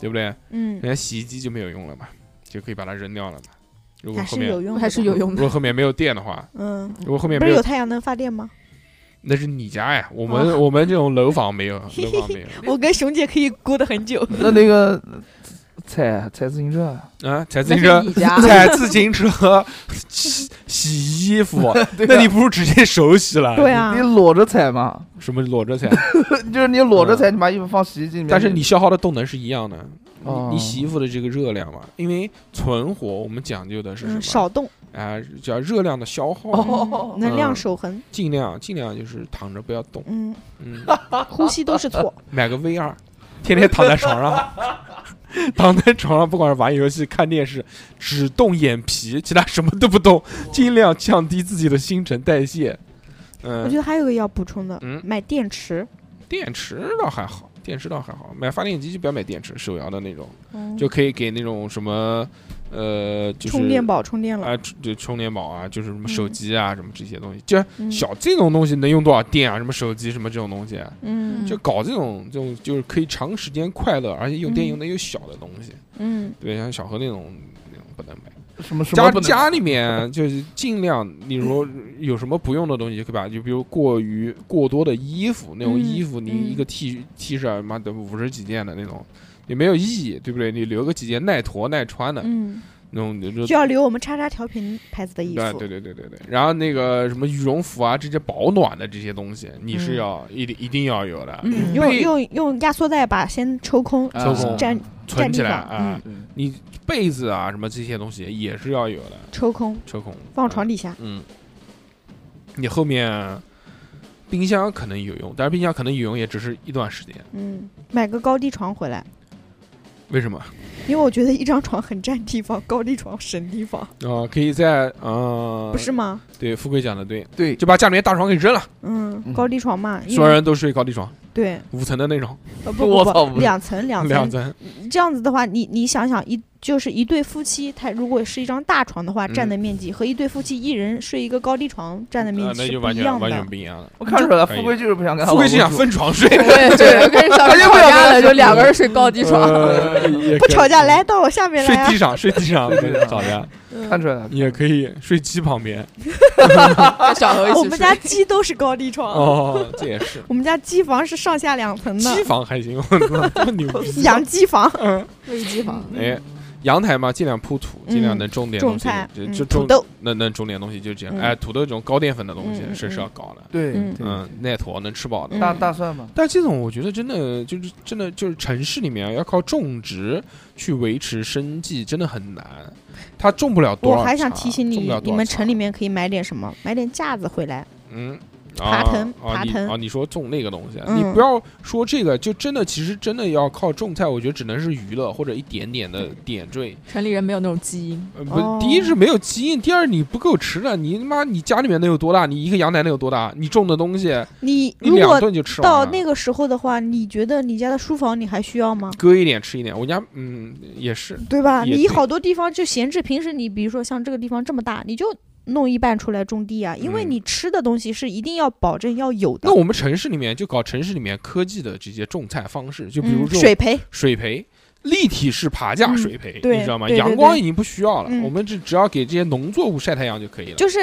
[SPEAKER 3] 对不对？
[SPEAKER 6] 嗯
[SPEAKER 3] 人，家洗衣机就没有用了嘛，就可以把它扔掉了嘛。如果
[SPEAKER 6] 还
[SPEAKER 3] 后
[SPEAKER 6] 是
[SPEAKER 3] 面
[SPEAKER 6] 有用的，
[SPEAKER 7] 还是有用
[SPEAKER 3] 如
[SPEAKER 7] 的，
[SPEAKER 3] 果后面没有电的话，
[SPEAKER 6] 嗯，
[SPEAKER 3] 如果后面
[SPEAKER 6] 不
[SPEAKER 3] 没有
[SPEAKER 6] 是有，哦太阳能发电吗？
[SPEAKER 3] 那是你家呀，我们、我们这种楼房没
[SPEAKER 6] <laughs>
[SPEAKER 3] 有，楼房没有
[SPEAKER 6] <laughs> 我跟熊姐可以过得
[SPEAKER 3] <laughs>
[SPEAKER 6] 很久。
[SPEAKER 2] 那那个踩踩自行车啊，
[SPEAKER 3] 啊，踩自
[SPEAKER 7] 那
[SPEAKER 3] 行车
[SPEAKER 7] 是你
[SPEAKER 3] <laughs>
[SPEAKER 7] 家。
[SPEAKER 3] 踩自行车、洗洗衣服， <laughs>
[SPEAKER 2] 啊
[SPEAKER 3] 那你不如直接手洗了？
[SPEAKER 6] 对，啊
[SPEAKER 2] 你，裸着踩嘛，
[SPEAKER 3] <laughs> 什么裸着踩？
[SPEAKER 2] 就是你裸着踩，你把衣服放洗衣机里面，
[SPEAKER 3] 嗯但是你消耗的动能是一样的，你
[SPEAKER 2] 哦
[SPEAKER 3] 你洗衣服的这个热量嘛，因为存活我们讲究的是什么？
[SPEAKER 6] 嗯，少动，嗯
[SPEAKER 3] 啊，叫热量的消耗，
[SPEAKER 2] 哦
[SPEAKER 6] 能量
[SPEAKER 3] 嗯
[SPEAKER 6] 守恒，
[SPEAKER 3] 尽量尽量就是躺着不要动，
[SPEAKER 6] 嗯， <laughs>
[SPEAKER 3] 嗯，
[SPEAKER 6] 呼吸都是错。
[SPEAKER 3] 买个 VR，天天躺在床上。 <laughs> 躺在床上，不管是玩游戏、看电视，只动眼皮，其他什么都不动，尽量降低自己的新陈代谢。嗯，
[SPEAKER 6] 我觉得还有个要补充的
[SPEAKER 3] 嗯，
[SPEAKER 6] 买电池，
[SPEAKER 3] 电池倒还好，电池倒还好，买发电机就不要买电池，手摇的那种，
[SPEAKER 6] 嗯
[SPEAKER 3] 就可以给那种什么，呃，就是
[SPEAKER 6] 充电宝充电了。
[SPEAKER 3] 啊，就充电宝啊，就是什么
[SPEAKER 6] 嗯
[SPEAKER 3] 手机啊，什么这些东西，就
[SPEAKER 6] 嗯
[SPEAKER 3] 小这种东西能用多少电啊，什么手机什么这种东西，啊
[SPEAKER 6] 嗯
[SPEAKER 3] 就搞这种这种就是可以长时间快乐，而且用电用的又小的东西，
[SPEAKER 6] 嗯
[SPEAKER 3] 对，像小何那种那种不能买。
[SPEAKER 2] 什么什么
[SPEAKER 3] 家
[SPEAKER 2] 不能
[SPEAKER 3] 家里面就是尽量，你说有什么不用的东西，就可以把就比如过于过多的衣服，那种
[SPEAKER 6] 嗯
[SPEAKER 3] 衣服你
[SPEAKER 6] 嗯
[SPEAKER 3] 一个 T T 恤，妈的五十几件的那种，也没有意义，对不对？你留个几件耐驮耐穿的
[SPEAKER 6] 嗯，
[SPEAKER 3] 那种，就
[SPEAKER 6] 就要留我们叉叉调频牌子的衣
[SPEAKER 3] 对
[SPEAKER 6] 服。
[SPEAKER 3] 对对对对对，然后那个什么羽绒服啊，这些保暖的这些东西，你是
[SPEAKER 6] 嗯
[SPEAKER 3] 要一定一定要有的，
[SPEAKER 6] 嗯，用
[SPEAKER 3] 被
[SPEAKER 6] 用用压缩袋把先抽空，
[SPEAKER 3] 啊抽空
[SPEAKER 6] 占占
[SPEAKER 3] 存
[SPEAKER 6] 地
[SPEAKER 3] 起来
[SPEAKER 6] 方，
[SPEAKER 3] 啊。
[SPEAKER 2] 嗯，
[SPEAKER 3] 你被子啊什么这些东西也是要有的，
[SPEAKER 6] 抽空
[SPEAKER 3] 抽空
[SPEAKER 6] 放床。底下。
[SPEAKER 3] 嗯，你后面冰箱可能有用，但是冰箱可能有用也只是一段时间。
[SPEAKER 6] 嗯，买个高低床回来，
[SPEAKER 3] 为什么？
[SPEAKER 6] 因为我觉得一张床很占地方，高低床省地方，
[SPEAKER 3] 啊，可以在啊，
[SPEAKER 6] 不是吗？
[SPEAKER 3] 对富贵讲的对，
[SPEAKER 2] 对，
[SPEAKER 3] 就把家里面大床给扔了，
[SPEAKER 6] 嗯，
[SPEAKER 2] 嗯
[SPEAKER 6] 高低床嘛，因
[SPEAKER 3] 所有
[SPEAKER 6] 为
[SPEAKER 3] 人都睡高低床，
[SPEAKER 6] 对，
[SPEAKER 3] 五层的那种，
[SPEAKER 6] 呃不
[SPEAKER 2] 我
[SPEAKER 6] 不
[SPEAKER 2] 操
[SPEAKER 6] 不，两层
[SPEAKER 3] <laughs>
[SPEAKER 6] 两层
[SPEAKER 3] 两层。
[SPEAKER 6] 这样子的话，你你想想一就是一对夫妻，他如果是一张大床的话，
[SPEAKER 3] 嗯
[SPEAKER 6] 占的面积和一对夫妻一人睡一个高低床占的面
[SPEAKER 3] 啊
[SPEAKER 6] 积
[SPEAKER 3] 那
[SPEAKER 6] 是
[SPEAKER 3] 就
[SPEAKER 6] 不
[SPEAKER 3] 完
[SPEAKER 6] 一
[SPEAKER 3] 全
[SPEAKER 6] 样
[SPEAKER 3] 完全
[SPEAKER 6] 的。
[SPEAKER 3] 不一样了。
[SPEAKER 2] 我看出来了，
[SPEAKER 3] 可以
[SPEAKER 2] 富贵就是不想跟他
[SPEAKER 3] 富贵是
[SPEAKER 2] 老
[SPEAKER 3] 想
[SPEAKER 2] 婆住
[SPEAKER 3] 分床睡，
[SPEAKER 7] 我也觉
[SPEAKER 3] <laughs>
[SPEAKER 7] 得跟
[SPEAKER 3] 哎
[SPEAKER 7] 小时候吵架了，就两个人睡高低床。
[SPEAKER 3] 呃也
[SPEAKER 6] <laughs> 不
[SPEAKER 3] 可以 <laughs>
[SPEAKER 6] 吵架，来到我下面来
[SPEAKER 3] 睡
[SPEAKER 6] 啊嗯
[SPEAKER 3] 地！上，睡地上，
[SPEAKER 2] 睡地
[SPEAKER 3] 对
[SPEAKER 2] 上
[SPEAKER 3] 吵 <laughs> 架
[SPEAKER 2] 看出来了，
[SPEAKER 3] 也可以睡鸡旁边。嗯
[SPEAKER 7] <laughs> 跟小何一起睡
[SPEAKER 6] 啊我们家鸡都是高低床，
[SPEAKER 3] 哦，这也是
[SPEAKER 6] <laughs> 我们家鸡房是上下两层
[SPEAKER 3] 鸡
[SPEAKER 6] 的，
[SPEAKER 3] 房还行，我操，牛逼！
[SPEAKER 6] 养鸡房，
[SPEAKER 7] 危机房，
[SPEAKER 3] 哎，阳台嘛，尽量铺土，尽量能种点
[SPEAKER 6] 嗯种
[SPEAKER 3] 东西
[SPEAKER 6] 菜，，
[SPEAKER 3] 就
[SPEAKER 6] 嗯
[SPEAKER 3] 就
[SPEAKER 6] 土
[SPEAKER 3] 种
[SPEAKER 6] 豆，
[SPEAKER 3] 能能种点东西就这样。
[SPEAKER 6] 嗯
[SPEAKER 3] 哎，土豆这种高淀粉的东
[SPEAKER 6] 嗯
[SPEAKER 3] 西
[SPEAKER 6] 嗯
[SPEAKER 3] 是
[SPEAKER 6] 嗯
[SPEAKER 3] 是要搞的，
[SPEAKER 2] 对
[SPEAKER 6] 嗯，
[SPEAKER 2] 对
[SPEAKER 3] 嗯，耐驮能吃饱的。
[SPEAKER 6] 嗯
[SPEAKER 2] 大大蒜嘛，
[SPEAKER 3] 但这种我觉得真的就是真的就是城市里面要靠种植去维持生计，真的很难。它种不了多少
[SPEAKER 6] 我
[SPEAKER 3] 茶。
[SPEAKER 6] 还想提醒
[SPEAKER 3] 种
[SPEAKER 6] 你
[SPEAKER 3] 不了，多
[SPEAKER 6] 你
[SPEAKER 3] 少
[SPEAKER 6] 们
[SPEAKER 3] 茶
[SPEAKER 6] 城里面可以买点什么？买点架子回来。
[SPEAKER 3] 嗯，
[SPEAKER 6] 爬藤
[SPEAKER 3] 啊啊
[SPEAKER 6] 爬
[SPEAKER 3] 你
[SPEAKER 6] 藤
[SPEAKER 3] 啊，你说种那个东西，
[SPEAKER 6] 嗯
[SPEAKER 3] 你不要说这个，就真的其实真的要靠种菜，我觉得只能是娱乐或者一点点的点缀。
[SPEAKER 7] 城里人没有那种基因，
[SPEAKER 3] 呃
[SPEAKER 6] 哦
[SPEAKER 3] 不，第一是没有基因，第二你不够吃的，你他妈你家里面能有多大？你一个阳台能有多大？你种的东西，
[SPEAKER 6] 你
[SPEAKER 3] 你
[SPEAKER 6] 如
[SPEAKER 3] 两
[SPEAKER 6] 果
[SPEAKER 3] 顿就吃完
[SPEAKER 6] 到
[SPEAKER 3] 了。
[SPEAKER 6] 那个时候的话，你觉得你家的书房你还需要吗？
[SPEAKER 3] 割一点吃一点，我家嗯也是，
[SPEAKER 6] 对吧？
[SPEAKER 3] 也
[SPEAKER 6] 你
[SPEAKER 3] 对
[SPEAKER 6] 好多地方就闲置，平时你比如说像这个地方这么大，你就弄一半出来种地啊，因为
[SPEAKER 3] 嗯
[SPEAKER 6] 你吃的东西是一定要保证要有的
[SPEAKER 3] 那。我们城市里面就搞城市里面科技的这些种菜方式，就比如
[SPEAKER 6] 嗯
[SPEAKER 3] 说
[SPEAKER 6] 水培，
[SPEAKER 3] 水培。立体式爬架
[SPEAKER 6] 嗯
[SPEAKER 3] 水培，
[SPEAKER 6] 对
[SPEAKER 3] 你知道吗？
[SPEAKER 6] 对对
[SPEAKER 3] 阳
[SPEAKER 6] 对
[SPEAKER 3] 光已经不需要了，
[SPEAKER 6] 嗯
[SPEAKER 3] 我们只只要给这些农作物晒太阳就可以了。
[SPEAKER 6] 就是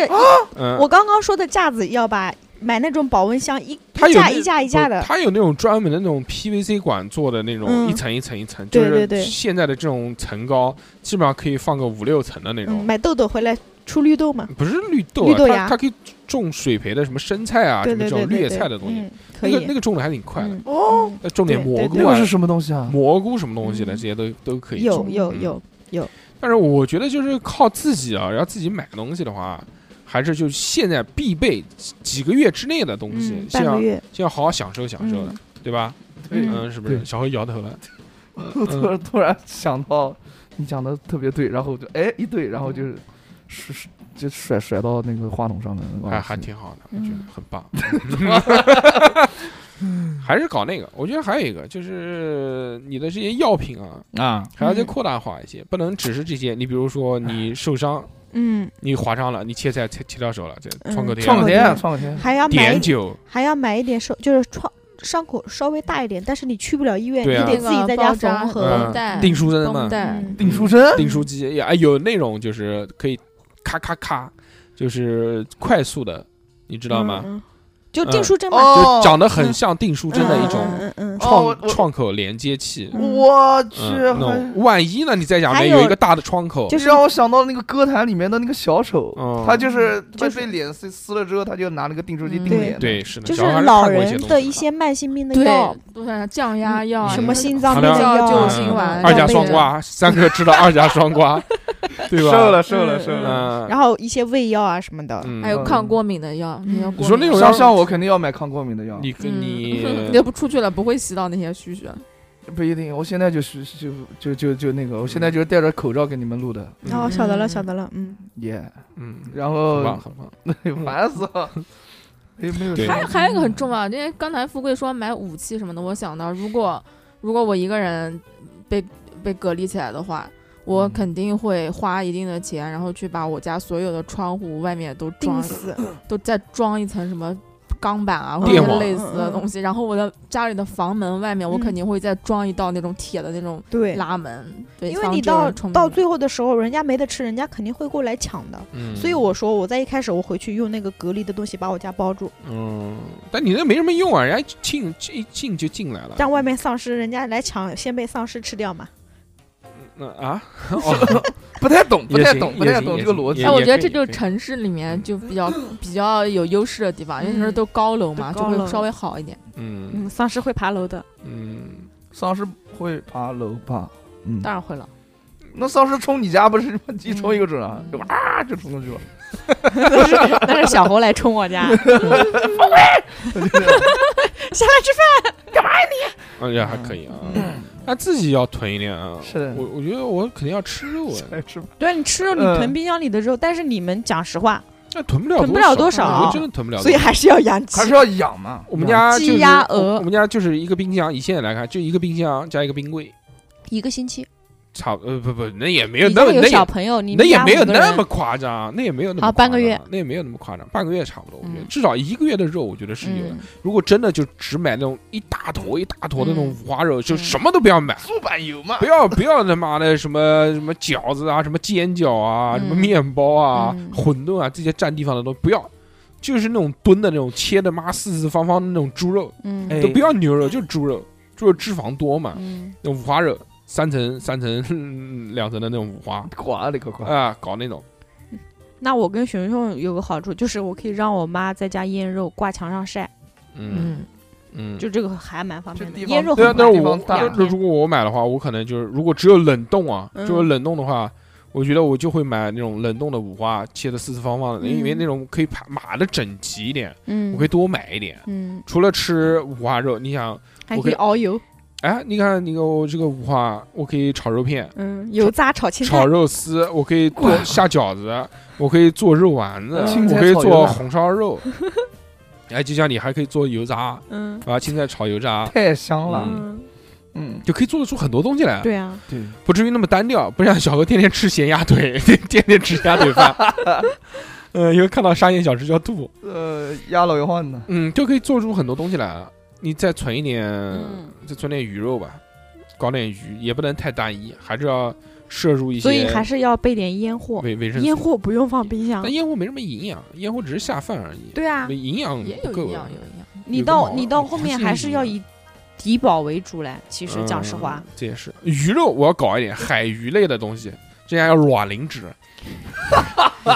[SPEAKER 3] 嗯，
[SPEAKER 6] 我刚刚说的架子要把买那种保温箱一
[SPEAKER 3] 它
[SPEAKER 6] 一
[SPEAKER 3] 有
[SPEAKER 6] 架
[SPEAKER 3] 那
[SPEAKER 6] 一架一架的
[SPEAKER 3] 不，它有那种专门的那种 PVC 管做的那种
[SPEAKER 6] 嗯
[SPEAKER 3] 一层一层一层，
[SPEAKER 6] 对对
[SPEAKER 3] 就
[SPEAKER 6] 对
[SPEAKER 3] 是现在的这种层高，基本上可以放个五六层的那
[SPEAKER 6] 嗯，
[SPEAKER 3] 种。
[SPEAKER 6] 买豆豆回来出绿豆嘛，
[SPEAKER 3] 不是绿豆啊，
[SPEAKER 6] 绿豆
[SPEAKER 3] 它
[SPEAKER 6] 芽
[SPEAKER 3] 它可以种水培的什么生菜啊，
[SPEAKER 6] 对
[SPEAKER 3] 什么
[SPEAKER 6] 对
[SPEAKER 3] 这
[SPEAKER 6] 对
[SPEAKER 3] 种
[SPEAKER 6] 对
[SPEAKER 3] 绿叶
[SPEAKER 6] 对
[SPEAKER 3] 菜的东西，
[SPEAKER 6] 嗯，可
[SPEAKER 3] 那个
[SPEAKER 6] 以
[SPEAKER 3] 那个种的还挺快的。
[SPEAKER 6] 嗯
[SPEAKER 2] 哦，
[SPEAKER 6] 嗯
[SPEAKER 3] 呃种点
[SPEAKER 6] 对
[SPEAKER 3] 蘑
[SPEAKER 6] 对
[SPEAKER 3] 菇
[SPEAKER 2] 那
[SPEAKER 6] 对
[SPEAKER 3] 啊
[SPEAKER 2] 个是，什么东西啊？
[SPEAKER 3] 蘑菇什么东西的，
[SPEAKER 6] 嗯
[SPEAKER 3] 这些都都可以
[SPEAKER 6] 有
[SPEAKER 3] 种。
[SPEAKER 6] 有
[SPEAKER 3] 嗯
[SPEAKER 6] 有，
[SPEAKER 3] 但是我觉得就是靠自己啊，然后自己买东西的话，还是就现在必备几几个月之内的东西
[SPEAKER 6] 嗯，，
[SPEAKER 3] 先
[SPEAKER 6] 半
[SPEAKER 3] 要
[SPEAKER 6] 个月，
[SPEAKER 3] 先要好好享受享受的
[SPEAKER 6] 嗯，
[SPEAKER 3] 对吧？
[SPEAKER 2] 对
[SPEAKER 6] 嗯
[SPEAKER 3] 嗯，是不是？
[SPEAKER 2] 对
[SPEAKER 3] 小何摇头了。
[SPEAKER 2] 我嗯突然突然想到，你讲的特别对，然后我就哎一对，然后就是是是就甩甩到那个话筒上面，
[SPEAKER 3] 还还挺好的，我觉得
[SPEAKER 6] 嗯
[SPEAKER 3] 很棒。还是搞那个，我觉得还有一个就是你的这些药品啊，
[SPEAKER 2] 啊，
[SPEAKER 3] 还要再扩大化一些，不能只是这些。你比如说
[SPEAKER 2] 哎
[SPEAKER 3] 你受伤，
[SPEAKER 6] 嗯，
[SPEAKER 3] 你划伤了，你切菜切切到手了，这
[SPEAKER 6] 嗯
[SPEAKER 3] 创可贴
[SPEAKER 2] 创
[SPEAKER 3] 啊
[SPEAKER 2] 可
[SPEAKER 6] 可，
[SPEAKER 2] 贴
[SPEAKER 6] 贴
[SPEAKER 2] 创可贴，
[SPEAKER 6] 还要买一
[SPEAKER 3] 碘酒，
[SPEAKER 6] 还要买一点手，就是创伤口稍微大一点，但是你去不了医院，
[SPEAKER 3] 对啊
[SPEAKER 6] 你得自己在家缝合。
[SPEAKER 3] 嗯
[SPEAKER 7] 绷带、
[SPEAKER 3] 订书针嘛
[SPEAKER 7] 绷，带，
[SPEAKER 6] 嗯
[SPEAKER 2] 订书针，
[SPEAKER 3] 订书机也哎有那种就是可以咔咔咔，就是快速的，你知
[SPEAKER 6] 知
[SPEAKER 3] 道吗？？
[SPEAKER 6] 嗯就订书针嘛，
[SPEAKER 2] 哦
[SPEAKER 3] 就，长得很像订书针的一种
[SPEAKER 6] 嗯嗯嗯嗯
[SPEAKER 2] 哦
[SPEAKER 3] 创
[SPEAKER 2] 我
[SPEAKER 3] 创口连接器。
[SPEAKER 2] 我去，
[SPEAKER 3] 嗯，
[SPEAKER 2] 还
[SPEAKER 3] 那万一呢？你在家里
[SPEAKER 6] 还
[SPEAKER 3] 面有一
[SPEAKER 6] 有
[SPEAKER 3] 个大的窗口，
[SPEAKER 6] 就是
[SPEAKER 2] 让我想到那个歌坛里面的那个小丑，
[SPEAKER 3] 嗯
[SPEAKER 2] 他就是被
[SPEAKER 6] 就是
[SPEAKER 2] 被脸撕撕了之后，他就拿那个订书机
[SPEAKER 7] 嗯
[SPEAKER 2] 订脸，
[SPEAKER 3] 对，，是的，
[SPEAKER 6] 就是
[SPEAKER 3] 小孩儿
[SPEAKER 6] 老
[SPEAKER 3] 看过一些
[SPEAKER 6] 人
[SPEAKER 3] 东
[SPEAKER 6] 的
[SPEAKER 3] 西
[SPEAKER 6] 一些慢性病的
[SPEAKER 7] 对
[SPEAKER 6] 药，，嗯
[SPEAKER 7] 都像降压药啊，
[SPEAKER 6] 什么
[SPEAKER 7] 那
[SPEAKER 6] 心脏
[SPEAKER 3] 好
[SPEAKER 6] 病
[SPEAKER 3] 的
[SPEAKER 6] 的
[SPEAKER 7] 药
[SPEAKER 6] 药
[SPEAKER 7] 救
[SPEAKER 6] 啊
[SPEAKER 7] 心
[SPEAKER 6] 什么
[SPEAKER 7] 丸
[SPEAKER 6] 的
[SPEAKER 3] 二甲
[SPEAKER 6] 类
[SPEAKER 3] 双
[SPEAKER 6] 的
[SPEAKER 3] 胍，三个知道二甲双
[SPEAKER 6] <laughs>
[SPEAKER 3] 胍，对吧？
[SPEAKER 2] 瘦了瘦了
[SPEAKER 6] 嗯
[SPEAKER 2] 瘦
[SPEAKER 6] 嗯
[SPEAKER 3] 嗯，
[SPEAKER 2] 了。
[SPEAKER 6] 然后一些胃药啊什么的。
[SPEAKER 3] 嗯
[SPEAKER 7] 还有抗过敏的药，你要
[SPEAKER 6] 嗯
[SPEAKER 3] 你说那种
[SPEAKER 2] 像
[SPEAKER 3] 要
[SPEAKER 2] 像我肯定要买抗过敏的药，
[SPEAKER 3] 你跟你
[SPEAKER 7] 你
[SPEAKER 6] <laughs>
[SPEAKER 7] 都不出去了，不会吸到那些须须。
[SPEAKER 2] 不一定。我现在就是就就就就那个，我现在就是戴着口罩给你们录的，
[SPEAKER 6] 然后
[SPEAKER 3] 嗯
[SPEAKER 6] 哦晓得了，晓得了，嗯，
[SPEAKER 2] 耶。
[SPEAKER 3] 嗯，
[SPEAKER 2] 然
[SPEAKER 6] 呃
[SPEAKER 3] 很
[SPEAKER 2] 后
[SPEAKER 3] 棒很棒，
[SPEAKER 2] <laughs> 烦死了，没没有
[SPEAKER 3] 对
[SPEAKER 2] 事
[SPEAKER 7] 还还有一个很重要，因为刚才富贵说买武器什么的，我想到如果如果我一个人被被隔离起来的话，我
[SPEAKER 3] 嗯
[SPEAKER 7] 肯定会花一定的钱，然后去把我家所有的窗户外面都
[SPEAKER 6] 钉
[SPEAKER 7] 装，
[SPEAKER 6] 死，
[SPEAKER 7] 都再装一层什么钢板啊，或
[SPEAKER 3] 电
[SPEAKER 7] 者
[SPEAKER 3] 网
[SPEAKER 7] 类似
[SPEAKER 6] 嗯
[SPEAKER 7] 的东西。然后我的家里的房门外面，我肯定会再装一道那种铁的那种
[SPEAKER 6] 对，
[SPEAKER 7] 拉门，对，
[SPEAKER 6] 因为
[SPEAKER 7] 防
[SPEAKER 6] 你
[SPEAKER 7] 止有
[SPEAKER 6] 到
[SPEAKER 7] 人冲
[SPEAKER 6] 到
[SPEAKER 7] 进来
[SPEAKER 6] 最后的时候，人家没得吃，人家肯定会过来抢的。
[SPEAKER 3] 嗯，
[SPEAKER 6] 所以我说，我在一开始我回去用那个隔离的东西把我家包住，
[SPEAKER 3] 嗯，但你那没什么用啊，人家进进进就进来了，
[SPEAKER 6] 让外面丧尸人家来抢，先被丧尸吃掉嘛。
[SPEAKER 3] 嗯啊，
[SPEAKER 6] <laughs>
[SPEAKER 3] 哦
[SPEAKER 2] 不太懂，不
[SPEAKER 3] 也
[SPEAKER 2] 太
[SPEAKER 3] 行
[SPEAKER 2] 懂，不
[SPEAKER 3] 也
[SPEAKER 2] 太
[SPEAKER 3] 行
[SPEAKER 2] 懂
[SPEAKER 3] 也
[SPEAKER 2] 这个
[SPEAKER 3] 行
[SPEAKER 2] 逻
[SPEAKER 3] 也
[SPEAKER 2] 辑
[SPEAKER 7] 哎，。我
[SPEAKER 3] 也
[SPEAKER 7] 觉得
[SPEAKER 3] 可
[SPEAKER 7] 这
[SPEAKER 3] 以
[SPEAKER 7] 就是
[SPEAKER 3] 可以嗯
[SPEAKER 7] 城市里面就比较比较有优势的地方，因为那时候
[SPEAKER 6] 嗯
[SPEAKER 7] 都高楼嘛，
[SPEAKER 6] 都
[SPEAKER 7] 就
[SPEAKER 6] 高
[SPEAKER 7] 会
[SPEAKER 6] 楼
[SPEAKER 7] 稍微好一点。
[SPEAKER 3] 嗯
[SPEAKER 6] 嗯，丧尸会爬楼的，
[SPEAKER 3] 嗯，
[SPEAKER 2] 丧尸会爬楼吧？嗯，
[SPEAKER 7] 当然
[SPEAKER 6] <laughs>
[SPEAKER 7] 会了，
[SPEAKER 2] 那丧尸冲你家不是一冲一个准
[SPEAKER 6] 嗯
[SPEAKER 2] 啊，
[SPEAKER 3] 嗯
[SPEAKER 2] 就哇就冲过去了。
[SPEAKER 6] 那是那是小猴来冲我 <laughs> 家，下来吃饭。
[SPEAKER 3] 哎呀还可以啊，
[SPEAKER 6] 嗯
[SPEAKER 3] <clears throat> 那自己要囤一点啊，
[SPEAKER 2] 是的
[SPEAKER 3] 我我觉得我肯定要吃肉啊，
[SPEAKER 2] 来吃吧。
[SPEAKER 6] 对你吃肉，你
[SPEAKER 2] 嗯
[SPEAKER 6] 囤冰箱里的肉，但是你们讲实话，
[SPEAKER 3] 那囤不了
[SPEAKER 6] 囤不了多
[SPEAKER 3] 少，我
[SPEAKER 6] 少
[SPEAKER 3] 真，的囤不了多
[SPEAKER 6] 所以
[SPEAKER 3] 少。
[SPEAKER 6] 还是要养鸡
[SPEAKER 2] 还。是要养嘛。
[SPEAKER 3] 我们家
[SPEAKER 6] 鸡
[SPEAKER 3] 就是
[SPEAKER 6] 鸭
[SPEAKER 3] 我
[SPEAKER 6] 鹅
[SPEAKER 3] 我们家就是一个冰箱，以现在来看就一个冰箱加一个冰柜，
[SPEAKER 5] 一个星期。
[SPEAKER 3] 差不呃不不，那也没有
[SPEAKER 5] 你
[SPEAKER 3] 那
[SPEAKER 5] 家
[SPEAKER 3] 么
[SPEAKER 5] 有
[SPEAKER 3] 那也
[SPEAKER 5] 小朋友，你
[SPEAKER 3] 那
[SPEAKER 5] 们
[SPEAKER 3] 也
[SPEAKER 5] 家
[SPEAKER 3] 没有
[SPEAKER 5] 五个
[SPEAKER 3] 那
[SPEAKER 5] 人
[SPEAKER 3] 么夸张，那也没有那么
[SPEAKER 5] 好半个
[SPEAKER 3] 夸张
[SPEAKER 5] 月，
[SPEAKER 3] 那也没有那么夸张，半个月差不多，我觉得
[SPEAKER 5] 嗯
[SPEAKER 3] 至少一个月的肉，我觉得是有的。
[SPEAKER 5] 嗯
[SPEAKER 3] 如果真的就只买那种一大坨一大坨的那种
[SPEAKER 5] 嗯
[SPEAKER 3] 五花肉，就
[SPEAKER 5] 嗯
[SPEAKER 3] 什么都不要买，
[SPEAKER 2] 木板油嘛
[SPEAKER 3] 不要不要他妈的什么什么饺子啊，什么煎饺啊，
[SPEAKER 5] 嗯
[SPEAKER 3] 什么面包啊、
[SPEAKER 5] 嗯
[SPEAKER 3] <laughs> 馄饨啊这些占地方的都不要，就是那种炖的那种切的妈四四方方的那种猪肉，
[SPEAKER 5] 嗯
[SPEAKER 2] 哎
[SPEAKER 3] 都不要牛肉，就是猪肉，猪肉脂肪多嘛，
[SPEAKER 5] 嗯
[SPEAKER 3] 那种五花肉三层三层两层的那种五花
[SPEAKER 2] 刮了个刮，
[SPEAKER 3] 啊，搞那种。
[SPEAKER 6] 那我跟熊熊有个好处，就是我可以让我妈在家腌肉，挂墙上晒，
[SPEAKER 3] 嗯
[SPEAKER 7] 嗯，
[SPEAKER 3] 嗯，
[SPEAKER 6] 就这个还蛮方便的。
[SPEAKER 2] 这地方
[SPEAKER 6] 腌肉
[SPEAKER 3] 对啊
[SPEAKER 6] 很，
[SPEAKER 3] 但
[SPEAKER 6] 方
[SPEAKER 3] 是
[SPEAKER 6] 便
[SPEAKER 2] 地
[SPEAKER 3] 我
[SPEAKER 2] 方大
[SPEAKER 3] 那如果我买的话，我可能就是如果只有冷冻啊，
[SPEAKER 6] 嗯
[SPEAKER 3] 只有冷冻的话，我觉得我就会买那种冷冻的五花，切的四四方方的，因为
[SPEAKER 5] 嗯
[SPEAKER 3] 那种可以把码的整齐一点，
[SPEAKER 5] 嗯
[SPEAKER 3] 我可以多买一点。
[SPEAKER 5] 嗯
[SPEAKER 3] 除了吃五花肉，你想，
[SPEAKER 6] 还
[SPEAKER 3] 我
[SPEAKER 6] 可
[SPEAKER 3] 可
[SPEAKER 6] 以
[SPEAKER 3] 以
[SPEAKER 6] 熬油，
[SPEAKER 3] 哎，你看那个我这个五花，我可以炒肉片。
[SPEAKER 6] 嗯，油炸炒青菜
[SPEAKER 3] 炒，肉丝，我可以做下饺子，我可以做肉丸子，
[SPEAKER 2] 青
[SPEAKER 3] 我
[SPEAKER 2] 菜
[SPEAKER 3] 可以
[SPEAKER 2] 炒
[SPEAKER 3] 做
[SPEAKER 2] 油炸
[SPEAKER 3] 红烧肉。 <laughs> 哎，就像你还可以做油炸
[SPEAKER 6] 嗯
[SPEAKER 3] 啊，青菜炒油炸，
[SPEAKER 2] 太香了。
[SPEAKER 6] 嗯，
[SPEAKER 2] 嗯，
[SPEAKER 3] 就可以做得出很多东西来。
[SPEAKER 6] 对啊，
[SPEAKER 2] 对，
[SPEAKER 3] 不至于那么单调，不像小何天天吃咸鸭腿，天天吃鸭腿饭。嗯，因为看到沙县小吃就要
[SPEAKER 2] <laughs>
[SPEAKER 3] 吐。
[SPEAKER 2] 呃，压老油换的，
[SPEAKER 3] 嗯，就可以做出很多东西来啊。你再存一点，
[SPEAKER 5] 嗯
[SPEAKER 3] 再存点鱼肉吧，搞点鱼，也不能太单一，还是要摄入一些
[SPEAKER 6] 所以还
[SPEAKER 3] 维
[SPEAKER 6] 是要备点烟货，
[SPEAKER 3] 维生素。
[SPEAKER 6] 烟货不用放冰箱
[SPEAKER 3] 但。烟火没什么营养，烟火只是下饭而已，
[SPEAKER 6] 对啊，
[SPEAKER 3] 营养
[SPEAKER 7] 也
[SPEAKER 3] 不
[SPEAKER 7] 有
[SPEAKER 3] 够
[SPEAKER 7] 营
[SPEAKER 3] 啊
[SPEAKER 7] 养，。有营养。
[SPEAKER 6] 你
[SPEAKER 3] 有个
[SPEAKER 6] 到
[SPEAKER 3] 毛
[SPEAKER 6] 你到
[SPEAKER 3] 还
[SPEAKER 6] 后面
[SPEAKER 3] 是
[SPEAKER 6] 还
[SPEAKER 3] 有
[SPEAKER 6] 是
[SPEAKER 3] 营
[SPEAKER 6] 要
[SPEAKER 3] 养
[SPEAKER 6] 以低保为主嘞。其实讲实话
[SPEAKER 3] 嗯，，这也是鱼肉，我要搞一点海鱼类的东西，这样要卵磷脂， <laughs>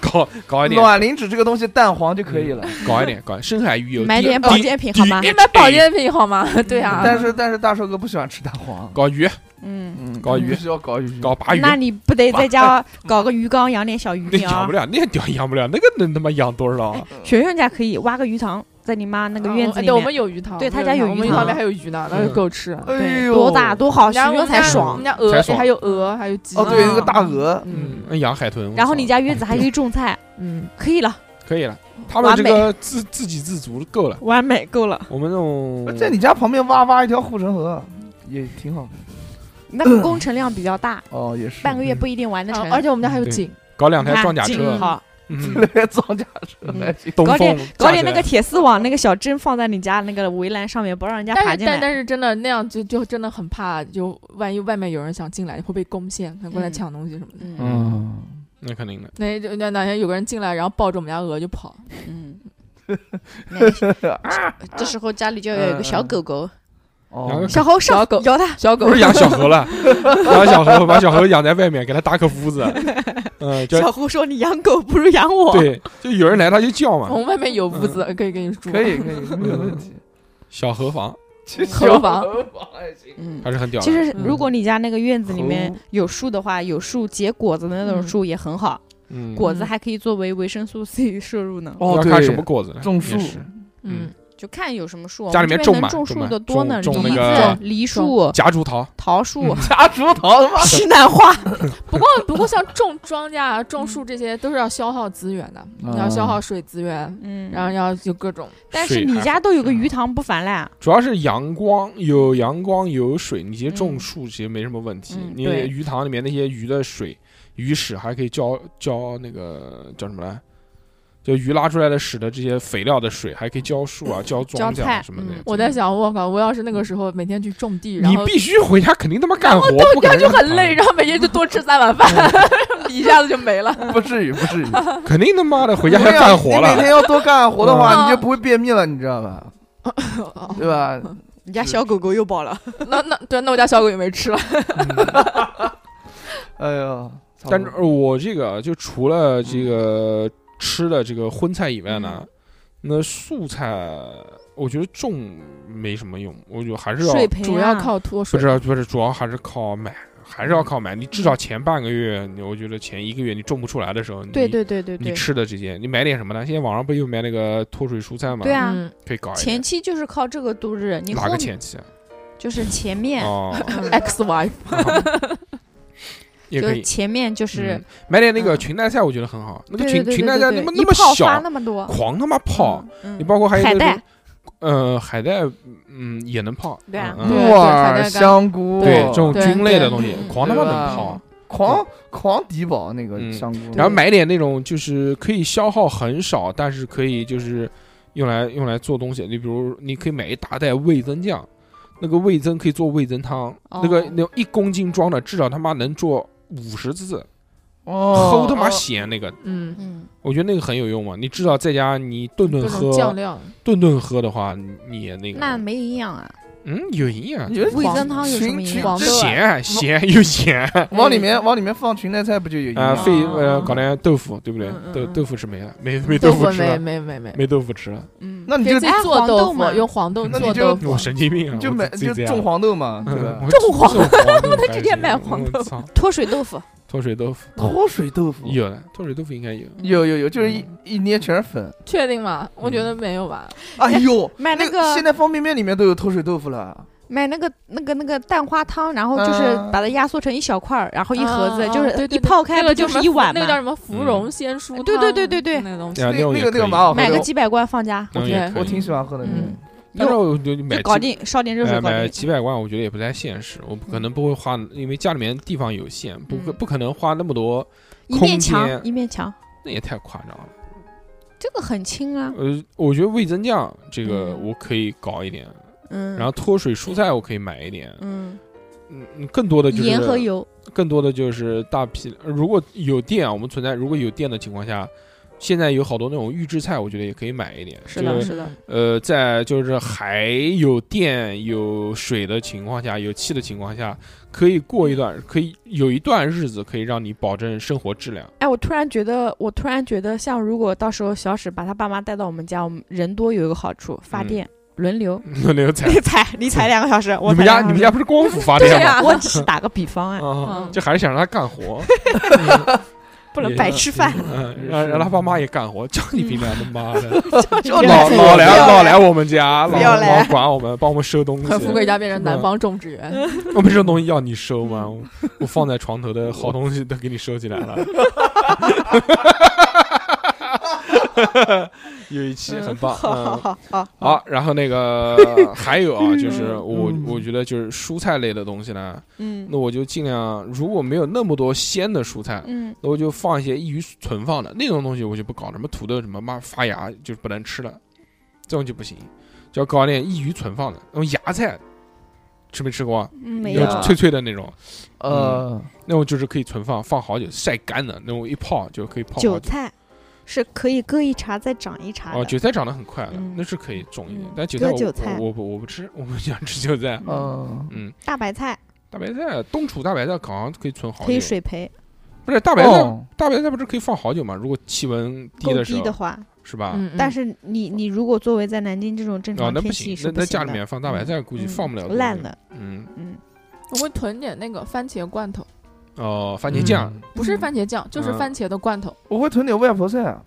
[SPEAKER 3] 搞搞一点嗯
[SPEAKER 2] 卵磷脂这个东西蛋黄就可以了。
[SPEAKER 3] 搞一点，搞一点深海鱼油，
[SPEAKER 6] 买
[SPEAKER 3] 低
[SPEAKER 6] 点
[SPEAKER 3] 低
[SPEAKER 6] 保健品
[SPEAKER 3] 低哎
[SPEAKER 6] 好吗？
[SPEAKER 7] 你买保健品好吗？对啊，
[SPEAKER 2] <laughs> 但是但是大寿哥不喜欢吃蛋黄，
[SPEAKER 3] 搞鱼，
[SPEAKER 6] 嗯，
[SPEAKER 2] 嗯，
[SPEAKER 3] 搞鱼
[SPEAKER 2] 必须要搞鱼，
[SPEAKER 3] 搞鲅鱼，
[SPEAKER 6] 那你啊不得在家搞个鱼缸，养点小鱼
[SPEAKER 3] 哎那养
[SPEAKER 6] 苗
[SPEAKER 3] 不？了，那屌养不了，那个能他妈养多少啊？
[SPEAKER 6] 熊熊家可以挖个鱼塘，在你妈那个
[SPEAKER 7] 啊
[SPEAKER 6] 院
[SPEAKER 7] 我
[SPEAKER 6] 子
[SPEAKER 7] 哎
[SPEAKER 6] 里
[SPEAKER 7] 对，我
[SPEAKER 6] 面，
[SPEAKER 7] 们有鱼塘，
[SPEAKER 6] 哦对
[SPEAKER 7] 我
[SPEAKER 6] 他
[SPEAKER 7] 们
[SPEAKER 6] 家
[SPEAKER 7] 有
[SPEAKER 6] 有
[SPEAKER 7] 鱼嗯塘
[SPEAKER 6] 鱼
[SPEAKER 7] 我们旁边
[SPEAKER 6] 塘
[SPEAKER 7] 还有鱼呢，那就够吃。
[SPEAKER 2] 哎呦，
[SPEAKER 6] 多大多好，
[SPEAKER 7] 人家
[SPEAKER 6] 熊
[SPEAKER 7] 我
[SPEAKER 6] 熊
[SPEAKER 7] 们
[SPEAKER 6] 才
[SPEAKER 7] 家我
[SPEAKER 6] 爽
[SPEAKER 7] 们。家鹅
[SPEAKER 3] 才
[SPEAKER 7] 哎
[SPEAKER 3] 爽
[SPEAKER 7] 还有鹅，还有鸡。
[SPEAKER 2] 哦，对，那个
[SPEAKER 7] 嗯
[SPEAKER 2] 大鹅，
[SPEAKER 7] 嗯
[SPEAKER 3] 嗯，养海豚。我
[SPEAKER 6] 然后
[SPEAKER 3] 操
[SPEAKER 6] 你家院子还可以种菜，
[SPEAKER 7] 嗯，
[SPEAKER 6] 可以了，
[SPEAKER 3] <laughs> 可以了，他们
[SPEAKER 6] 完
[SPEAKER 3] 这
[SPEAKER 6] 美
[SPEAKER 3] 个自自给自足够了。
[SPEAKER 6] 完美够了。
[SPEAKER 3] 我们这种
[SPEAKER 2] 在你家旁边挖挖一条护城河，也挺好。
[SPEAKER 6] 那个工程量比较大，
[SPEAKER 2] 哦，也是
[SPEAKER 6] 半
[SPEAKER 2] <laughs>
[SPEAKER 6] 个月不一定完得成
[SPEAKER 7] 啊。而且我们家还有
[SPEAKER 3] 对
[SPEAKER 7] 井，
[SPEAKER 3] 搞两台
[SPEAKER 6] 看
[SPEAKER 3] 装甲
[SPEAKER 6] 进
[SPEAKER 3] 车，
[SPEAKER 6] 好，嗯
[SPEAKER 3] 嗯，
[SPEAKER 2] 来装甲车来，
[SPEAKER 3] 东
[SPEAKER 6] 搞点
[SPEAKER 3] 风
[SPEAKER 6] 搞
[SPEAKER 3] 架
[SPEAKER 6] 点
[SPEAKER 3] 起
[SPEAKER 6] 那
[SPEAKER 3] 来
[SPEAKER 6] 个铁丝网，那个小针放在你家那个围栏上面，不让人家爬
[SPEAKER 7] 但是
[SPEAKER 6] 进
[SPEAKER 7] 但
[SPEAKER 6] 来。
[SPEAKER 7] 但是真的那样就就真的很怕，就万一外面有人想进来，会被攻陷，可能过来
[SPEAKER 5] 嗯
[SPEAKER 7] 抢东西什么的。
[SPEAKER 5] 嗯
[SPEAKER 2] 嗯，
[SPEAKER 3] 那肯定的。
[SPEAKER 7] 那就那哪天有个人进来，然后抱着我们家鹅就跑，
[SPEAKER 5] 嗯，
[SPEAKER 3] 嗯
[SPEAKER 5] <laughs>
[SPEAKER 3] <laughs>
[SPEAKER 5] 那这时候家里就要有个小狗狗，
[SPEAKER 3] 养
[SPEAKER 2] <laughs> 哦
[SPEAKER 3] 嗯个，
[SPEAKER 6] 小猴上
[SPEAKER 7] 小狗
[SPEAKER 6] 咬它，
[SPEAKER 7] 小狗
[SPEAKER 3] 不是养嗯小何了，养小何，把小何养在外面，给他搭个屋子，嗯，就
[SPEAKER 6] 小猴说：“你养狗不如养我。”
[SPEAKER 3] 对，就有人来他就叫
[SPEAKER 7] 我
[SPEAKER 3] 嘛，
[SPEAKER 7] 们外面有屋子嗯可以给你住， <laughs>
[SPEAKER 2] 可以可以，没有问题。
[SPEAKER 3] 嗯小何房
[SPEAKER 7] 河房
[SPEAKER 2] 河房还行，
[SPEAKER 5] 嗯
[SPEAKER 3] 还是很屌的。
[SPEAKER 6] 其实，
[SPEAKER 7] 嗯
[SPEAKER 6] 如果你家那个院子里面
[SPEAKER 2] 猴
[SPEAKER 6] 有树的话，有树结果子的那种
[SPEAKER 7] 嗯
[SPEAKER 6] 树也很好，
[SPEAKER 3] 嗯，
[SPEAKER 6] 果子
[SPEAKER 7] 嗯
[SPEAKER 6] 还可以作为维生素 C 摄入呢。
[SPEAKER 2] 哦
[SPEAKER 3] 要
[SPEAKER 2] 对
[SPEAKER 3] 看什么果子了，
[SPEAKER 2] 种
[SPEAKER 3] 也
[SPEAKER 2] 树
[SPEAKER 3] 是
[SPEAKER 7] 嗯，
[SPEAKER 6] 就看有什么树，
[SPEAKER 3] 家
[SPEAKER 6] 我
[SPEAKER 3] 里
[SPEAKER 6] 们
[SPEAKER 3] 面
[SPEAKER 6] 这
[SPEAKER 3] 种
[SPEAKER 6] 边
[SPEAKER 3] 吧
[SPEAKER 6] 能种
[SPEAKER 3] 种
[SPEAKER 6] 树
[SPEAKER 3] 吧
[SPEAKER 6] 的多呢，
[SPEAKER 3] 种种
[SPEAKER 6] 梨
[SPEAKER 3] 那嗯
[SPEAKER 6] 子、梨树、
[SPEAKER 3] 夹竹桃，
[SPEAKER 6] 桃 <laughs>
[SPEAKER 3] <laughs>
[SPEAKER 6] 树、
[SPEAKER 2] 夹竹桃他妈
[SPEAKER 6] 西南花。
[SPEAKER 7] <laughs> 不过不过像种庄稼啊、种树这些都是要消耗资源的，
[SPEAKER 2] 嗯
[SPEAKER 7] 要消耗水资源，
[SPEAKER 6] 嗯，
[SPEAKER 7] 然后要有各种，
[SPEAKER 6] 但是
[SPEAKER 3] 水
[SPEAKER 6] 你
[SPEAKER 3] 还嗯
[SPEAKER 6] 家都有个鱼塘，不烦啦？
[SPEAKER 3] 主要是阳光，有阳光有水，你其实种
[SPEAKER 6] 嗯
[SPEAKER 3] 树其实没什么问题。
[SPEAKER 5] 嗯
[SPEAKER 3] 你
[SPEAKER 6] 对
[SPEAKER 3] 鱼塘里面那些鱼的水、鱼屎还可以浇浇那个叫什么来？就鱼拉出来的屎的这些肥料的水，还可以浇树啊、浇庄
[SPEAKER 5] 浇
[SPEAKER 3] 稼啊
[SPEAKER 5] 菜
[SPEAKER 3] 什么的
[SPEAKER 5] 嗯。
[SPEAKER 7] <laughs> 我在想，我靠，我要是那个时候每天去种地，然
[SPEAKER 3] 你
[SPEAKER 7] 后
[SPEAKER 3] 必须回家，肯定他妈干活，不可
[SPEAKER 7] 那
[SPEAKER 3] 能嗯
[SPEAKER 7] 就
[SPEAKER 3] 让
[SPEAKER 7] 很
[SPEAKER 3] 你
[SPEAKER 7] 累，
[SPEAKER 3] 躺
[SPEAKER 7] 然后每天就多吃三碗饭， <laughs> 一下子就没了。
[SPEAKER 2] <laughs> 不至于，不至于。
[SPEAKER 3] 着，肯定他妈的 <laughs>
[SPEAKER 6] <laughs>
[SPEAKER 3] 回家要
[SPEAKER 2] 对呀
[SPEAKER 6] 啊
[SPEAKER 3] 干活
[SPEAKER 2] 你每
[SPEAKER 3] 了。
[SPEAKER 2] 天要多干活的
[SPEAKER 7] 嗯
[SPEAKER 2] 话，你就不会便秘了，你知道吧？对吧？
[SPEAKER 6] 你家小狗狗又饱了，
[SPEAKER 7] <laughs> 那那对，那我家小狗也没吃了。
[SPEAKER 2] 哎呦，操
[SPEAKER 3] 但是我这个就除了这个嗯吃的这个荤菜以外
[SPEAKER 6] 嗯
[SPEAKER 3] 呢，那素菜我觉得种没什么用，我觉得还是要
[SPEAKER 6] 水啊培
[SPEAKER 7] 主要靠脱
[SPEAKER 3] 不
[SPEAKER 7] 水
[SPEAKER 3] 知。道不是啊主要还是靠买，还是要靠买。你至少前半个月，你我觉得前一个月你种不出来的时候，你
[SPEAKER 6] 对对对对
[SPEAKER 3] 你
[SPEAKER 6] 对，
[SPEAKER 3] 吃的这些，你买点什么呢？现在网上不又卖那个脱水蔬菜吗？
[SPEAKER 6] 对啊，
[SPEAKER 7] 嗯，
[SPEAKER 3] 可以搞一
[SPEAKER 6] 前
[SPEAKER 3] 点。
[SPEAKER 6] 期就是靠这个度日，你
[SPEAKER 3] 哪
[SPEAKER 6] 后
[SPEAKER 3] 个
[SPEAKER 6] 面
[SPEAKER 3] 前
[SPEAKER 6] <laughs>
[SPEAKER 3] 期啊？
[SPEAKER 6] 就是前面，
[SPEAKER 3] 哦，
[SPEAKER 7] X Y
[SPEAKER 3] <laughs> 也
[SPEAKER 6] 就
[SPEAKER 3] 可
[SPEAKER 6] 是
[SPEAKER 3] 以
[SPEAKER 6] 前面就是
[SPEAKER 3] 嗯买点那个
[SPEAKER 6] 嗯
[SPEAKER 3] 裙带菜，我觉得很好。那个
[SPEAKER 6] 对
[SPEAKER 3] 裙
[SPEAKER 6] 对对
[SPEAKER 3] 裙带
[SPEAKER 6] 对
[SPEAKER 3] 菜
[SPEAKER 6] 对
[SPEAKER 3] 那么
[SPEAKER 6] 一
[SPEAKER 3] 那么
[SPEAKER 6] 泡发
[SPEAKER 3] 小，
[SPEAKER 6] 那么多，
[SPEAKER 3] 狂他妈泡。
[SPEAKER 6] 嗯，
[SPEAKER 3] 你包括还有
[SPEAKER 6] 海
[SPEAKER 3] 一个
[SPEAKER 6] 带
[SPEAKER 3] 就是，呃，海带，嗯，也能泡。
[SPEAKER 6] 对啊
[SPEAKER 3] 嗯嗯
[SPEAKER 7] 对
[SPEAKER 2] 木
[SPEAKER 7] 对
[SPEAKER 2] 耳、
[SPEAKER 7] 才在干
[SPEAKER 2] 香菇，
[SPEAKER 3] 对这种
[SPEAKER 7] 对
[SPEAKER 3] 菌类的
[SPEAKER 7] 对
[SPEAKER 3] 东西
[SPEAKER 6] 嗯，嗯
[SPEAKER 3] 狂他妈
[SPEAKER 2] 对吧
[SPEAKER 3] 能泡。啊
[SPEAKER 2] 狂狂低保那个
[SPEAKER 3] 嗯
[SPEAKER 2] 香菇，
[SPEAKER 3] 然后买点那种就是可以消耗很少，但是可以就是用来用来做东西。你比如你可以买一大袋味增酱，那个味增可以做味增汤，
[SPEAKER 6] 哦
[SPEAKER 3] 那个那种一公斤装的，至少他妈能做五十次，
[SPEAKER 2] 哦
[SPEAKER 3] 齁他妈
[SPEAKER 2] 哦
[SPEAKER 3] 咸那个。
[SPEAKER 7] 嗯，
[SPEAKER 6] 嗯，
[SPEAKER 3] 我觉得那个很有用嘛。你至少在家你顿顿
[SPEAKER 7] 各种
[SPEAKER 3] 嗯喝，
[SPEAKER 7] 酱料，
[SPEAKER 3] 顿顿喝的话，你你也那个
[SPEAKER 6] 那没营养啊，
[SPEAKER 3] 嗯有营养
[SPEAKER 2] 你。觉得
[SPEAKER 6] 味
[SPEAKER 7] 黄
[SPEAKER 6] 增汤有什么
[SPEAKER 2] 群
[SPEAKER 6] 营
[SPEAKER 2] 群
[SPEAKER 6] 养？
[SPEAKER 7] 黄豆啊
[SPEAKER 3] 咸咸又咸
[SPEAKER 2] 往里
[SPEAKER 7] 嗯
[SPEAKER 6] 嗯
[SPEAKER 2] 面往里面放裙带菜不就有营
[SPEAKER 3] 啊，
[SPEAKER 2] 养
[SPEAKER 3] 费
[SPEAKER 2] 吗？
[SPEAKER 3] 呃搞点豆腐，对不对
[SPEAKER 6] 嗯？嗯
[SPEAKER 3] 豆
[SPEAKER 6] 嗯
[SPEAKER 3] 豆腐吃没了，没没
[SPEAKER 7] 豆
[SPEAKER 3] 腐吃啊
[SPEAKER 7] 没
[SPEAKER 3] 了，
[SPEAKER 7] 没没没，
[SPEAKER 3] 没豆腐吃了。
[SPEAKER 6] 嗯，
[SPEAKER 2] 那你
[SPEAKER 7] 可以
[SPEAKER 2] 就
[SPEAKER 7] 自己
[SPEAKER 6] 哎
[SPEAKER 7] 做
[SPEAKER 6] 黄豆
[SPEAKER 7] 豆
[SPEAKER 6] 嘛
[SPEAKER 7] 腐，用黄豆
[SPEAKER 2] 那
[SPEAKER 7] 做
[SPEAKER 2] 你
[SPEAKER 7] 豆
[SPEAKER 2] 就
[SPEAKER 7] 腐
[SPEAKER 3] 我。神经病啊！
[SPEAKER 2] 你就
[SPEAKER 3] 我
[SPEAKER 2] 买
[SPEAKER 3] 自己
[SPEAKER 2] 就
[SPEAKER 3] 这样
[SPEAKER 2] 种黄豆嘛，对
[SPEAKER 3] 嗯，
[SPEAKER 6] <laughs>
[SPEAKER 2] 吧？
[SPEAKER 3] 我
[SPEAKER 6] 种黄
[SPEAKER 3] 豆，
[SPEAKER 6] <laughs>
[SPEAKER 3] 豆
[SPEAKER 6] 直接买黄豆
[SPEAKER 3] 我操
[SPEAKER 6] 脱水豆腐，
[SPEAKER 3] 脱水豆
[SPEAKER 6] <laughs>
[SPEAKER 3] 腐
[SPEAKER 2] 脱水豆腐
[SPEAKER 3] 有的，脱水豆腐应该有。
[SPEAKER 2] 有有有，就是一一捏全是粉。
[SPEAKER 7] 确定吗？我觉得没有吧。
[SPEAKER 2] 哎呦，
[SPEAKER 6] 买那个
[SPEAKER 2] 现在方便面里面都有脱水豆腐了，
[SPEAKER 6] 买那个那个那个蛋花汤，然后就是
[SPEAKER 2] 嗯
[SPEAKER 6] 把它压缩成一小块儿，然后一盒子，
[SPEAKER 3] 嗯
[SPEAKER 7] 啊
[SPEAKER 6] 就
[SPEAKER 7] 啊
[SPEAKER 6] 是
[SPEAKER 7] 对对
[SPEAKER 6] 一
[SPEAKER 7] 对
[SPEAKER 6] 泡开
[SPEAKER 7] 那
[SPEAKER 6] 不
[SPEAKER 7] 个
[SPEAKER 6] 就
[SPEAKER 7] 叫
[SPEAKER 6] 是
[SPEAKER 7] 什
[SPEAKER 6] 一
[SPEAKER 7] 么
[SPEAKER 6] 碗
[SPEAKER 7] 那个叫
[SPEAKER 6] 嘛，
[SPEAKER 7] 什么芙蓉鲜蔬汤？
[SPEAKER 6] 对对对对对
[SPEAKER 7] 那东西。
[SPEAKER 3] 啊
[SPEAKER 2] 那
[SPEAKER 3] 种
[SPEAKER 2] 那
[SPEAKER 3] 也可
[SPEAKER 2] 个那个
[SPEAKER 3] 以
[SPEAKER 2] 蛮好喝
[SPEAKER 6] 买个
[SPEAKER 2] 的，
[SPEAKER 6] 几百罐放家，
[SPEAKER 3] 那种
[SPEAKER 7] 我
[SPEAKER 3] 也
[SPEAKER 7] 觉
[SPEAKER 3] 可
[SPEAKER 2] 我
[SPEAKER 3] 以
[SPEAKER 2] 挺喜欢喝的那个
[SPEAKER 7] 嗯。
[SPEAKER 3] 但是我就买
[SPEAKER 6] 就搞
[SPEAKER 3] 几
[SPEAKER 6] 定烧点热水
[SPEAKER 3] 买
[SPEAKER 6] 搞
[SPEAKER 3] 买
[SPEAKER 6] 定。
[SPEAKER 3] 几百万，我觉得也不太现实。我不可能不会花，因为家里面地方有限，不可
[SPEAKER 6] 嗯
[SPEAKER 3] 不可能花那么多，
[SPEAKER 6] 一面
[SPEAKER 3] 空
[SPEAKER 6] 墙
[SPEAKER 3] 间
[SPEAKER 6] 一面墙，
[SPEAKER 3] 那也太夸张了。
[SPEAKER 6] 这个很轻啊，
[SPEAKER 3] 呃，我觉得味增酱这个
[SPEAKER 6] 嗯
[SPEAKER 3] 我可以搞一点，
[SPEAKER 6] 嗯，
[SPEAKER 3] 然后脱水蔬菜我可以买一点，
[SPEAKER 6] 嗯，
[SPEAKER 3] 嗯，嗯更多的就
[SPEAKER 6] 盐和
[SPEAKER 3] 是
[SPEAKER 6] 油，
[SPEAKER 3] 更多的就是大批，呃如果有店啊，我们存在如果有店的情况下，现在有好多那种预制菜，我觉得也可以买一点，
[SPEAKER 6] 是
[SPEAKER 3] 就
[SPEAKER 6] 的，
[SPEAKER 7] 对
[SPEAKER 6] 是的，
[SPEAKER 3] 呃，在就是还有电、有水的情况下，有气的情况下，可以过一段，可以有一段日子可以让你保证生活质量。 <laughs>
[SPEAKER 6] 哎，我突然觉得，我突然觉得，像如果到时候小史把他爸妈带到我们家，我们人多有一个好处，发
[SPEAKER 3] 嗯
[SPEAKER 6] 电、轮流，
[SPEAKER 3] 那有彩，
[SPEAKER 6] 你踩你踩两个小时，我
[SPEAKER 3] 你们
[SPEAKER 6] 踩
[SPEAKER 3] 家
[SPEAKER 6] 两
[SPEAKER 3] 你
[SPEAKER 6] 个
[SPEAKER 3] 们
[SPEAKER 6] 小
[SPEAKER 3] 家 <laughs> 不是光伏发
[SPEAKER 6] 时
[SPEAKER 3] 电
[SPEAKER 6] 对啊
[SPEAKER 3] 吗？
[SPEAKER 6] 呀，我只是打个比方哎，
[SPEAKER 3] 啊
[SPEAKER 7] 嗯，
[SPEAKER 3] 就还是想让他干活，
[SPEAKER 6] 不能白吃饭。
[SPEAKER 3] 嗯，让让他爸妈也干活，叫你平常他妈的
[SPEAKER 6] <laughs>
[SPEAKER 2] 叫
[SPEAKER 3] 嗯老
[SPEAKER 2] 老
[SPEAKER 3] 老
[SPEAKER 2] 来
[SPEAKER 3] 来老来我们家，
[SPEAKER 6] 不
[SPEAKER 3] 老
[SPEAKER 6] 要来
[SPEAKER 3] 老管我们，帮我们收东西
[SPEAKER 7] 快。富贵家变成南方种植园，嗯
[SPEAKER 3] 我们这种东西要你收吗？我我放在床头的好东西都给你收起来了。有一期很棒，
[SPEAKER 6] 好 <laughs> 好
[SPEAKER 3] 嗯，
[SPEAKER 6] 好好，
[SPEAKER 3] 好，然后那个还有啊，就是我
[SPEAKER 2] 嗯
[SPEAKER 3] 我觉得就是蔬菜类的东西呢，
[SPEAKER 6] 嗯
[SPEAKER 3] 那我就尽量如果没有那么多鲜的蔬菜，
[SPEAKER 6] 嗯，
[SPEAKER 3] 那我就放一些易于存放的那种东西，我就不搞什么土豆什么妈发芽就是不能吃了，这种就不行，就要搞点易于存放的，那种芽菜，吃没吃过啊？
[SPEAKER 6] 嗯没
[SPEAKER 2] 有
[SPEAKER 6] 有，
[SPEAKER 3] 就脆脆的那种，
[SPEAKER 2] 呃，
[SPEAKER 3] 那种就是可以存放，放好久晒干的那种，一泡就可以泡好
[SPEAKER 6] 韭
[SPEAKER 3] 久。
[SPEAKER 6] 菜是可以割一茬再长一茬
[SPEAKER 3] 哦，
[SPEAKER 6] 的。
[SPEAKER 3] 韭菜长得很快的，
[SPEAKER 6] 嗯
[SPEAKER 3] 那是可以种一点，
[SPEAKER 6] 嗯
[SPEAKER 3] 但韭菜
[SPEAKER 6] 割
[SPEAKER 3] 我
[SPEAKER 6] 韭菜
[SPEAKER 3] 我我不我不吃， <laughs> 我不想吃韭菜。
[SPEAKER 2] 嗯，
[SPEAKER 3] 嗯，
[SPEAKER 6] 大白菜
[SPEAKER 3] 大白菜冬储大白菜好像可以存好久，
[SPEAKER 6] 可以水培，
[SPEAKER 3] 不是大白菜、
[SPEAKER 2] 哦
[SPEAKER 3] 大白菜不是可以放好久吗？如果气温低
[SPEAKER 6] 够
[SPEAKER 3] 的时
[SPEAKER 6] 低
[SPEAKER 3] 候，
[SPEAKER 6] 的话，
[SPEAKER 3] 是吧？
[SPEAKER 7] 嗯，嗯
[SPEAKER 6] 但是你你如果作为在南京这种正
[SPEAKER 3] 啊
[SPEAKER 6] 常，
[SPEAKER 3] 那不
[SPEAKER 6] 天气
[SPEAKER 3] 行，
[SPEAKER 6] 是
[SPEAKER 3] 那
[SPEAKER 6] 不
[SPEAKER 3] 那
[SPEAKER 6] 行
[SPEAKER 3] 家里
[SPEAKER 6] 的
[SPEAKER 3] 面放大白菜，估计
[SPEAKER 6] 嗯
[SPEAKER 3] 放不了多久
[SPEAKER 6] 烂的。
[SPEAKER 3] 嗯，
[SPEAKER 6] 嗯，
[SPEAKER 7] 我会囤点那个番茄罐头，
[SPEAKER 3] 哦，番茄酱，
[SPEAKER 7] 不是
[SPEAKER 6] 嗯
[SPEAKER 7] 番茄酱，就是
[SPEAKER 3] 嗯
[SPEAKER 7] 番茄的罐头。
[SPEAKER 2] 我会囤点外婆菜，啊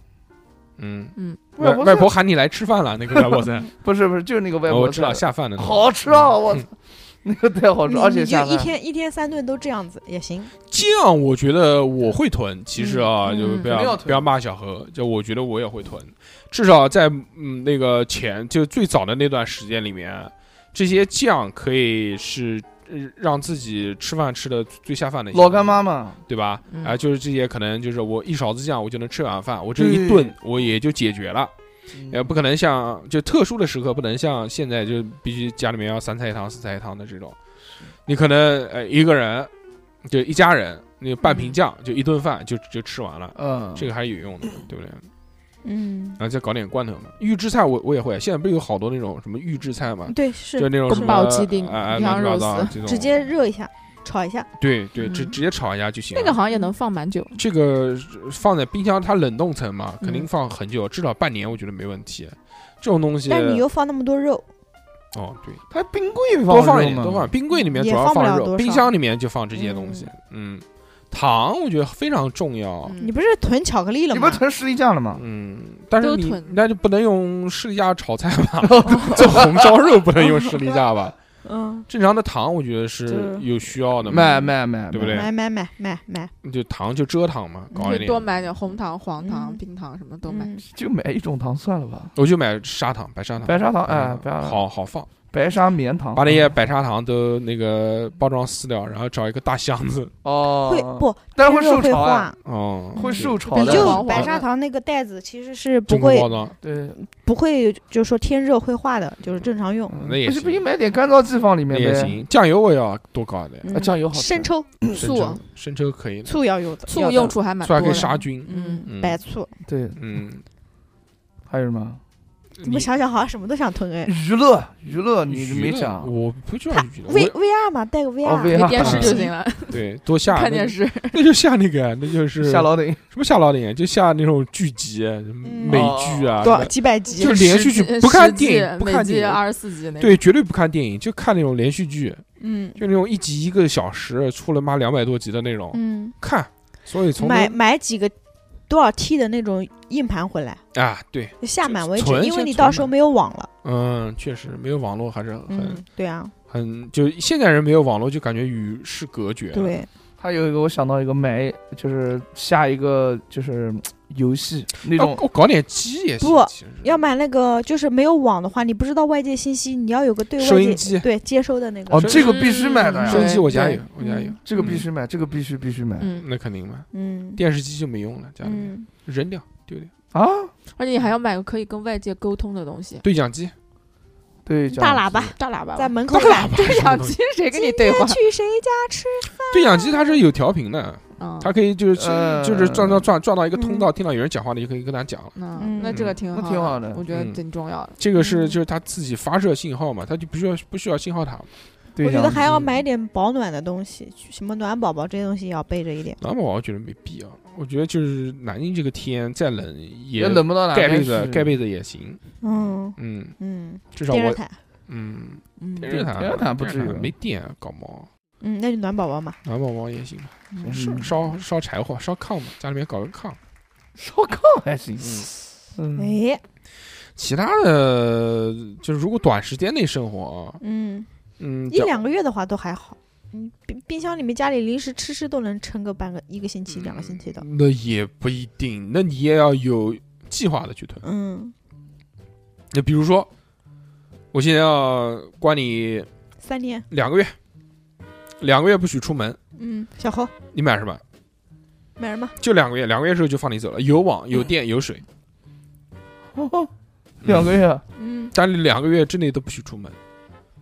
[SPEAKER 3] 嗯
[SPEAKER 7] 嗯，
[SPEAKER 3] 外
[SPEAKER 2] 外婆
[SPEAKER 3] 外
[SPEAKER 2] 菜
[SPEAKER 3] 婆喊你来吃饭了，那个外 <laughs> 婆菜，
[SPEAKER 2] 不是不是，就是那个外
[SPEAKER 3] 哦
[SPEAKER 2] 婆
[SPEAKER 3] 我
[SPEAKER 2] 菜，
[SPEAKER 3] 知道下饭的那个。嗯
[SPEAKER 2] 好吃啊！我操， <laughs> 那个太
[SPEAKER 7] 哦
[SPEAKER 2] 好吃，
[SPEAKER 6] 你
[SPEAKER 2] 而
[SPEAKER 6] 你
[SPEAKER 2] 且
[SPEAKER 6] 就
[SPEAKER 2] 下
[SPEAKER 6] 一
[SPEAKER 2] 饭。
[SPEAKER 6] 天一天三顿都这样子也行。
[SPEAKER 3] 酱我觉得我会囤，其实啊，
[SPEAKER 6] 嗯
[SPEAKER 3] 就
[SPEAKER 6] 嗯
[SPEAKER 3] 不
[SPEAKER 2] 肯定
[SPEAKER 3] 要
[SPEAKER 2] 要
[SPEAKER 3] 不要骂小何，就我觉得我也会囤，至少在嗯啊那个前就最早的那段时间里面，这些酱可以是呃让自己吃饭吃的最下饭的一些
[SPEAKER 2] 老干妈
[SPEAKER 3] 东
[SPEAKER 2] 嘛，
[SPEAKER 3] 西，对吧？啊、
[SPEAKER 7] 嗯
[SPEAKER 3] 就是这些可能就是我一勺子酱我就能吃碗饭，我这
[SPEAKER 2] 对
[SPEAKER 3] 一顿我也就解决了。也
[SPEAKER 2] 嗯
[SPEAKER 3] 不可能像就特殊的时刻，不能像现在就必须家里面要三菜一汤、四菜一汤的这种。你可能呃一个人，就一家人，那半瓶酱就一顿饭就就吃完了，
[SPEAKER 2] 嗯，
[SPEAKER 3] 这个还是有用的，对不对？
[SPEAKER 6] 嗯，
[SPEAKER 3] 然后再搞点罐头嘛，预制菜我我也会，现在不是有好多那种什么预制菜嘛，
[SPEAKER 6] 对，
[SPEAKER 3] 就是那种什么
[SPEAKER 7] 嗯宫保鸡丁
[SPEAKER 3] 啊啊，
[SPEAKER 7] 羊
[SPEAKER 3] 乱七八
[SPEAKER 7] 肉
[SPEAKER 3] 糟
[SPEAKER 7] 丝
[SPEAKER 3] 这种
[SPEAKER 6] 直接热一下，炒一下，
[SPEAKER 3] 对对，直
[SPEAKER 7] 嗯
[SPEAKER 3] 直接炒一下就行了。
[SPEAKER 7] 那个好像也能放蛮久。
[SPEAKER 3] 这个是放在冰箱，它冷冻层嘛，肯定
[SPEAKER 7] 嗯
[SPEAKER 3] 放很久，至少半年，我觉得没问题。这种东西，
[SPEAKER 6] 但是你又放那么多肉，
[SPEAKER 3] 哦对，
[SPEAKER 2] 它冰柜
[SPEAKER 3] 多放一
[SPEAKER 2] 肉
[SPEAKER 3] 点，
[SPEAKER 2] 嘛
[SPEAKER 3] 多放。冰柜里面主
[SPEAKER 6] 也
[SPEAKER 3] 要
[SPEAKER 6] 放不了
[SPEAKER 3] 肉，
[SPEAKER 6] 多
[SPEAKER 3] 冰
[SPEAKER 6] 少
[SPEAKER 3] 箱里面就放这些东西。嗯，糖我觉得非常重要。
[SPEAKER 7] 嗯
[SPEAKER 6] 你不是囤巧克力了
[SPEAKER 2] 你不
[SPEAKER 6] 吗
[SPEAKER 2] 是？囤士力架了吗？
[SPEAKER 3] 嗯，但是
[SPEAKER 7] 都
[SPEAKER 3] 你
[SPEAKER 7] 囤
[SPEAKER 3] 那就不能用士力架炒菜
[SPEAKER 6] <laughs>
[SPEAKER 3] 吧？做红烧肉不能用士力架吧？
[SPEAKER 6] 嗯，
[SPEAKER 3] 正常的糖我觉得是
[SPEAKER 6] 是
[SPEAKER 3] 有需要的嘛，
[SPEAKER 2] 买买买，
[SPEAKER 3] 对不对
[SPEAKER 6] 买买买买买，
[SPEAKER 3] 就糖就蔗糖嘛，搞一
[SPEAKER 7] 就多
[SPEAKER 3] 点。
[SPEAKER 7] 买点红糖、黄糖、
[SPEAKER 6] 嗯
[SPEAKER 7] 冰糖什么都买。
[SPEAKER 6] 嗯
[SPEAKER 2] 就买一种糖算了吧，
[SPEAKER 3] 我就买砂糖，白砂糖，
[SPEAKER 2] 白砂糖，哎
[SPEAKER 3] 嗯，
[SPEAKER 2] 白砂糖
[SPEAKER 3] 好好放，
[SPEAKER 2] 白砂棉糖，
[SPEAKER 3] 把那些白砂糖都那个包装撕掉，然后找一个大箱子，
[SPEAKER 2] 哦，
[SPEAKER 6] 会，不，
[SPEAKER 2] 但是会
[SPEAKER 6] 肉
[SPEAKER 2] 受
[SPEAKER 6] 会
[SPEAKER 2] 潮啊，
[SPEAKER 6] 化，
[SPEAKER 3] 哦，
[SPEAKER 2] 会受潮
[SPEAKER 6] 你
[SPEAKER 2] 的，
[SPEAKER 6] 就
[SPEAKER 7] 黄
[SPEAKER 6] 白
[SPEAKER 7] 黄
[SPEAKER 6] 砂糖那个袋子其实是不
[SPEAKER 3] 真空
[SPEAKER 6] 会
[SPEAKER 3] 包装，
[SPEAKER 2] 对，
[SPEAKER 6] 不会，就是说天热会化的，就是正常用。
[SPEAKER 2] 嗯
[SPEAKER 3] 那也
[SPEAKER 2] 不是
[SPEAKER 3] 行
[SPEAKER 2] 不行，买点干燥剂放里
[SPEAKER 3] 那
[SPEAKER 2] 面
[SPEAKER 3] 也
[SPEAKER 2] 呗，
[SPEAKER 3] 行。酱油我也要多搞
[SPEAKER 6] 嗯
[SPEAKER 3] 一点，
[SPEAKER 2] 啊，酱油好吃，
[SPEAKER 6] 生抽、啊
[SPEAKER 3] 生抽生抽可以的，
[SPEAKER 6] 醋要有的，
[SPEAKER 7] 醋
[SPEAKER 6] 要的
[SPEAKER 7] 用处还蛮
[SPEAKER 3] 醋
[SPEAKER 7] 多
[SPEAKER 3] 还
[SPEAKER 7] 的。
[SPEAKER 3] 可以杀菌。
[SPEAKER 7] 嗯，
[SPEAKER 3] 嗯，
[SPEAKER 6] 白醋。
[SPEAKER 2] 对，
[SPEAKER 3] 嗯，
[SPEAKER 2] 还有什么？
[SPEAKER 6] 怎么想想好像什么都想囤
[SPEAKER 3] 嗯
[SPEAKER 6] 哎。
[SPEAKER 2] 娱乐娱乐
[SPEAKER 3] 你
[SPEAKER 2] 你
[SPEAKER 3] 娱
[SPEAKER 2] 没
[SPEAKER 3] 乐
[SPEAKER 2] 讲，啊
[SPEAKER 3] 我不叫
[SPEAKER 6] 它
[SPEAKER 3] 娱乐，
[SPEAKER 6] V
[SPEAKER 3] 我
[SPEAKER 6] VR 嘛，带个
[SPEAKER 2] 哦
[SPEAKER 6] VR，
[SPEAKER 2] ，VR
[SPEAKER 7] 看电视就行了，
[SPEAKER 3] 对多下
[SPEAKER 7] 看电，视。
[SPEAKER 3] 那那就下那个，那就是
[SPEAKER 2] 夏老顶，
[SPEAKER 3] 什么下老啊点，就下那种剧集、啊美剧啊，
[SPEAKER 6] 多少几百集
[SPEAKER 3] 就？是连续剧，不看电影，不
[SPEAKER 7] 每
[SPEAKER 3] 看
[SPEAKER 7] 季
[SPEAKER 3] 电影，
[SPEAKER 7] 二十四集那种。
[SPEAKER 3] 对，绝对不看电影，就看那种连续剧，
[SPEAKER 6] 嗯
[SPEAKER 3] 就那种一集一个小时，出了妈两百多集的那种，
[SPEAKER 6] 嗯，
[SPEAKER 3] 看。所以从头
[SPEAKER 6] 买买几个多少 T 的那种硬盘回来，
[SPEAKER 3] 啊，对，
[SPEAKER 6] 就下满为止
[SPEAKER 3] 存，
[SPEAKER 6] 因
[SPEAKER 3] 先
[SPEAKER 6] 为你
[SPEAKER 3] 存
[SPEAKER 6] 到时候没有网了。
[SPEAKER 3] 嗯，确实没有网络还是很、
[SPEAKER 6] 嗯，对啊，
[SPEAKER 3] 很，就现在人没有网络就感觉与世隔绝。，
[SPEAKER 6] 对，
[SPEAKER 2] 还有一个我想到一个买，就是下一个就是游戏那
[SPEAKER 3] 要
[SPEAKER 2] 种
[SPEAKER 3] 哦搞搞点机也行，
[SPEAKER 6] 不
[SPEAKER 3] 其实
[SPEAKER 6] 要买那个就是没有网的话，你不知道外界信息，你要有个对
[SPEAKER 3] 收
[SPEAKER 6] 外
[SPEAKER 3] 音
[SPEAKER 6] 界
[SPEAKER 3] 机
[SPEAKER 6] 对接收的那个。
[SPEAKER 2] 哦，这个必须买的
[SPEAKER 7] 嗯
[SPEAKER 3] 收音
[SPEAKER 2] 呀，
[SPEAKER 3] 机我家有
[SPEAKER 7] 对，
[SPEAKER 3] 我家有
[SPEAKER 6] 嗯，
[SPEAKER 2] 这个必须买，这个必须必须买
[SPEAKER 3] 嗯，
[SPEAKER 7] 嗯，
[SPEAKER 3] 那肯定嘛。
[SPEAKER 6] 嗯
[SPEAKER 3] 电视机就没用了，家里面
[SPEAKER 6] 嗯，
[SPEAKER 3] 扔掉丢掉。
[SPEAKER 2] 啊！
[SPEAKER 7] 而且你还要买个可以跟外界沟通的东西，
[SPEAKER 3] 对讲机，
[SPEAKER 2] 对，这
[SPEAKER 6] 大
[SPEAKER 2] 样
[SPEAKER 6] 喇叭
[SPEAKER 7] 大喇叭吧。
[SPEAKER 6] 在门口
[SPEAKER 3] 大喇
[SPEAKER 6] 喊
[SPEAKER 7] <laughs>
[SPEAKER 3] 叭
[SPEAKER 7] 对
[SPEAKER 3] 什么
[SPEAKER 7] 讲
[SPEAKER 3] 东
[SPEAKER 7] 机
[SPEAKER 3] 西？
[SPEAKER 7] 谁跟你对话？
[SPEAKER 6] 去谁家吃？
[SPEAKER 3] 对讲机它是有调频的，
[SPEAKER 7] 嗯
[SPEAKER 3] 它可以就是
[SPEAKER 2] 呃
[SPEAKER 3] 就是转到转转到一个通道，听到有人讲话，你就可以跟他讲了。
[SPEAKER 7] 嗯
[SPEAKER 6] 嗯，
[SPEAKER 7] 那这个挺
[SPEAKER 2] 那
[SPEAKER 7] 好，
[SPEAKER 2] 挺好的
[SPEAKER 7] 我觉得
[SPEAKER 3] 嗯
[SPEAKER 7] 挺重要的。
[SPEAKER 3] 这个是
[SPEAKER 6] 嗯
[SPEAKER 3] 就是它自己发射信号嘛，它就不需要不需要信号塔嘛。
[SPEAKER 2] 对
[SPEAKER 6] 我觉
[SPEAKER 2] 讲
[SPEAKER 6] 得还要
[SPEAKER 3] 嗯
[SPEAKER 2] 机
[SPEAKER 6] 买点保暖的东西，什么暖宝宝这些东西也要备着一点。
[SPEAKER 3] 那么我觉得没必要，我觉得就是南京这个天再冷也
[SPEAKER 2] 也冷不到哪
[SPEAKER 3] 盖被
[SPEAKER 2] 边去
[SPEAKER 3] 子盖被子也行，
[SPEAKER 6] 嗯
[SPEAKER 3] 嗯，
[SPEAKER 6] 嗯，
[SPEAKER 3] 至少
[SPEAKER 6] 电热
[SPEAKER 3] 我
[SPEAKER 6] 毯，
[SPEAKER 3] 嗯
[SPEAKER 7] 嗯，
[SPEAKER 3] 电热毯
[SPEAKER 2] 电热毯不至于
[SPEAKER 3] 电热毯没电啊搞毛，
[SPEAKER 6] 嗯，那就暖宝宝嘛。
[SPEAKER 3] 暖宝宝也行吧，
[SPEAKER 7] 嗯
[SPEAKER 3] 烧
[SPEAKER 2] 嗯
[SPEAKER 3] 烧烧柴火烧炕嘛，家里面搞个炕，
[SPEAKER 2] 烧炕还行，
[SPEAKER 3] 嗯，
[SPEAKER 2] 嗯，
[SPEAKER 6] 哎，
[SPEAKER 3] 其他的就是如果短时间内生活啊，
[SPEAKER 6] 嗯，
[SPEAKER 3] 嗯，
[SPEAKER 6] 一
[SPEAKER 3] 讲
[SPEAKER 6] 两个月的话都还好。嗯，冰冰箱里面家里零食吃吃都能撑个半个一个星期、两个星期的。
[SPEAKER 3] 嗯那也不一定，那你也要有计划的去囤。
[SPEAKER 6] 嗯，
[SPEAKER 3] 那比如说，我现在要关你
[SPEAKER 6] 三年。
[SPEAKER 3] 两个月，两个月不许出门，
[SPEAKER 6] 嗯，小侯
[SPEAKER 3] 你买什么？
[SPEAKER 6] 买什么？
[SPEAKER 3] 就两个月，两个月之后就放你走了，有
[SPEAKER 2] 嗯
[SPEAKER 3] 网有电有
[SPEAKER 2] <laughs>
[SPEAKER 3] 水，嗯
[SPEAKER 2] 两个月，啊
[SPEAKER 6] 嗯，
[SPEAKER 3] 但是两个月之内都不许出门，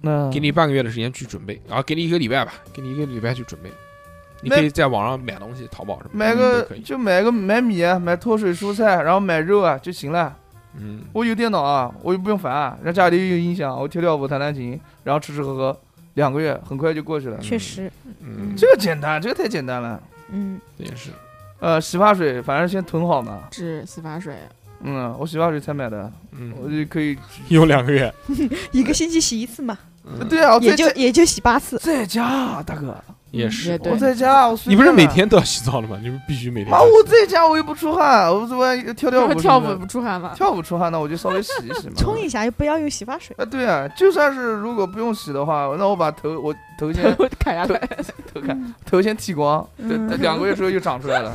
[SPEAKER 2] 那
[SPEAKER 3] 给你半个月的时间去准备，啊，给你一个礼拜吧，给你一个礼拜去准备。你可以在网上买东西，淘宝什么
[SPEAKER 2] 买
[SPEAKER 3] 的
[SPEAKER 2] 个
[SPEAKER 3] 嗯都可以。
[SPEAKER 2] 就买个买米啊，买脱水蔬菜，然后买肉啊就行了。
[SPEAKER 3] 嗯，
[SPEAKER 2] 我有电脑啊，我又不用烦、啊，然后家里又有音响，我跳跳舞、弹弹琴，然后吃吃喝喝，两个月很快就过去了。
[SPEAKER 6] 确实。
[SPEAKER 3] 嗯，
[SPEAKER 2] 这个简单，这个太简单了。
[SPEAKER 6] 嗯，
[SPEAKER 3] 这也是。
[SPEAKER 2] 呃，洗发水反正先囤好嘛。
[SPEAKER 7] 治洗发水，
[SPEAKER 2] 嗯，我洗发水才买的，我
[SPEAKER 3] 嗯，
[SPEAKER 2] 就可以。
[SPEAKER 3] 有两个月。
[SPEAKER 6] 一个星期洗一次嘛，
[SPEAKER 3] 嗯
[SPEAKER 2] 对啊，我
[SPEAKER 6] 也
[SPEAKER 2] 在
[SPEAKER 6] 就
[SPEAKER 2] 家
[SPEAKER 6] 也就洗八次。
[SPEAKER 2] 在家，啊大哥，
[SPEAKER 3] 也是
[SPEAKER 7] 也。对
[SPEAKER 2] 我在家，我随
[SPEAKER 3] 你
[SPEAKER 2] 便
[SPEAKER 3] 不是每
[SPEAKER 2] 了？
[SPEAKER 3] 天都要洗澡的吗？你不是必须每天
[SPEAKER 2] 妈，
[SPEAKER 3] 都要洗澡？
[SPEAKER 2] 我在家我又不出汗，我我跳跳
[SPEAKER 7] 然后
[SPEAKER 2] 舞什么
[SPEAKER 7] 跳舞
[SPEAKER 2] 的
[SPEAKER 7] 不出汗吗？
[SPEAKER 2] 跳舞出汗，那我就稍微洗一洗嘛。
[SPEAKER 6] 冲一下，又不要用洗发 <laughs> 水。
[SPEAKER 2] 啊，对啊，就算是如果不用洗的话，那我把头我
[SPEAKER 7] <laughs>
[SPEAKER 2] 头
[SPEAKER 3] <laughs>
[SPEAKER 2] 先
[SPEAKER 7] 砍下来，
[SPEAKER 2] 头看头先剃光，对
[SPEAKER 6] 嗯，
[SPEAKER 2] 两个月之后又长
[SPEAKER 3] <laughs>
[SPEAKER 2] 出来了。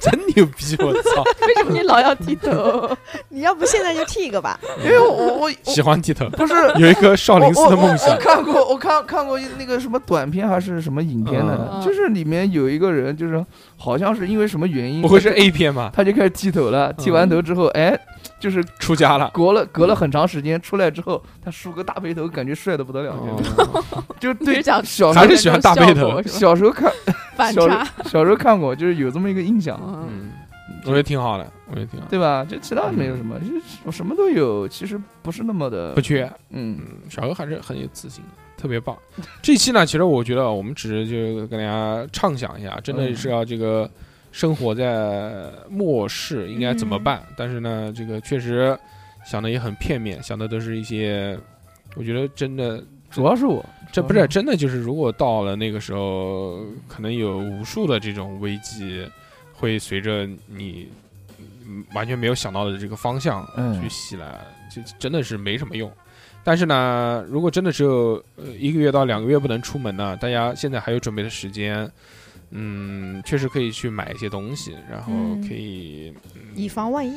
[SPEAKER 3] 真牛逼！我操，
[SPEAKER 7] 为什么你老要剃头？
[SPEAKER 6] 你要不现在就剃一个吧？
[SPEAKER 2] 因为我我我
[SPEAKER 3] 喜欢剃头，
[SPEAKER 2] 不是
[SPEAKER 3] 有一个少
[SPEAKER 2] 我
[SPEAKER 3] 林寺
[SPEAKER 2] 我
[SPEAKER 3] 的
[SPEAKER 2] 我
[SPEAKER 3] 梦想
[SPEAKER 2] 我。看过我看看过一那个什么短片还是什么影片的
[SPEAKER 7] 嗯，
[SPEAKER 2] 就是里面有一个人，就是好像是因为什么原因，
[SPEAKER 3] 不会是嗯 A 片吧？
[SPEAKER 2] 他就开始剃头了，剃完头之后，哎，就是
[SPEAKER 3] 出家了。
[SPEAKER 2] 隔了隔了很长时间出来之后，他梳个大背头，感觉帅的不得了，就就
[SPEAKER 7] 你
[SPEAKER 2] 对
[SPEAKER 7] 是想
[SPEAKER 2] 小时
[SPEAKER 3] 哦还
[SPEAKER 2] 候
[SPEAKER 3] 是喜欢大
[SPEAKER 7] <laughs>
[SPEAKER 3] 背头
[SPEAKER 7] 效果是吧
[SPEAKER 2] <laughs> 小时候看
[SPEAKER 7] 反
[SPEAKER 2] 小时
[SPEAKER 7] 差，
[SPEAKER 2] 候小时候看过，就是有这么一个印象，啊
[SPEAKER 7] 嗯，
[SPEAKER 3] 嗯，我觉得挺好的，我觉得挺好的，
[SPEAKER 2] 对吧？这其他没有什么，就是什么都有，其实不是那么的
[SPEAKER 3] 不，缺。
[SPEAKER 2] 嗯，
[SPEAKER 3] 嗯，小何还是很有自信的，特别
[SPEAKER 2] <laughs>
[SPEAKER 3] 棒。这期呢，其实我觉得我们只是就跟大家畅想一下，真的
[SPEAKER 2] 嗯
[SPEAKER 3] 是要这个生活在末世应该怎么办。
[SPEAKER 2] 嗯
[SPEAKER 3] 但是呢，这个确实想的也很片面，想的都是一些，我觉得真的
[SPEAKER 2] 主要是我，
[SPEAKER 3] 这
[SPEAKER 2] 主要
[SPEAKER 3] 不是
[SPEAKER 2] 我
[SPEAKER 3] 真的，就是如果到了那个时候，可能有无数的这种危机会随着你嗯完全没有想到的这个方向
[SPEAKER 2] 嗯
[SPEAKER 3] 去袭来，就真的是没什么用。但是呢，如果真的只有呃一个月到两个月不能出门呢，大家现在还有准备的时间，嗯，确实可以去买一些东西，然后
[SPEAKER 6] 嗯
[SPEAKER 3] 可以、嗯
[SPEAKER 6] 以防万一。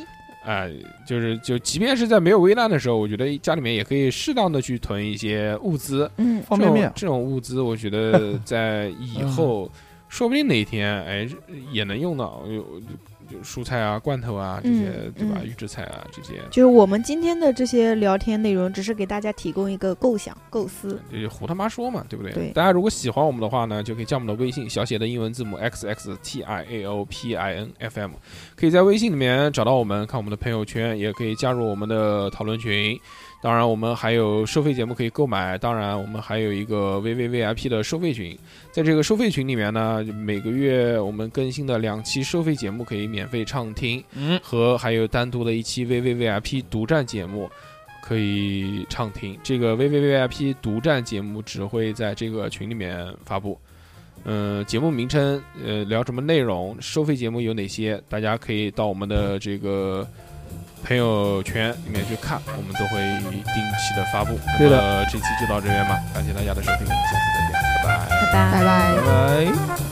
[SPEAKER 3] 哎、就是就即便是在没有危难的时候，我觉得家里面也可以适当的去囤一些物资，
[SPEAKER 6] 嗯，
[SPEAKER 2] 方便面嗯
[SPEAKER 3] 这种这种物资，我觉
[SPEAKER 2] <laughs>
[SPEAKER 3] 得在以后，说不定哪天哎也能用到，有就蔬菜啊、罐头啊这些，
[SPEAKER 6] 嗯
[SPEAKER 3] 对吧？
[SPEAKER 6] 嗯
[SPEAKER 3] 预制菜啊这些，
[SPEAKER 6] 就是我们今天的这些聊天内容，只是给大家提供一个构想、构思。
[SPEAKER 3] 就是呃胡他妈说嘛，对不对？
[SPEAKER 6] 对
[SPEAKER 3] 大家如果喜欢我们的话呢，就可以加我们的微信，小写的英文字母 x x t i a o p i n f m，可以在微信里面找到我们，看我们的朋友圈，也可以加入我们的讨论群。当然，我们还有收费节目可以购买，当然我们还有一个 V V V I P 的收费群，在这个收费群里面呢，每个月我们更新的两期收费节目可以免费畅听，
[SPEAKER 2] 嗯，
[SPEAKER 3] 和还有单独的一期 V V V I P 独占节目。可以畅听。这个 VVVIP 独占节目只会在这个群里面发布。嗯、节目名称，呃，聊什么内容，收费节目有哪些，大家可以到我们的这个朋友圈里面去看，我们都会定期的发布。
[SPEAKER 2] 对的
[SPEAKER 3] 那么这期就到这边吧，感谢大家的收听，我们下次再见，拜拜。
[SPEAKER 6] 拜拜。
[SPEAKER 2] 拜拜。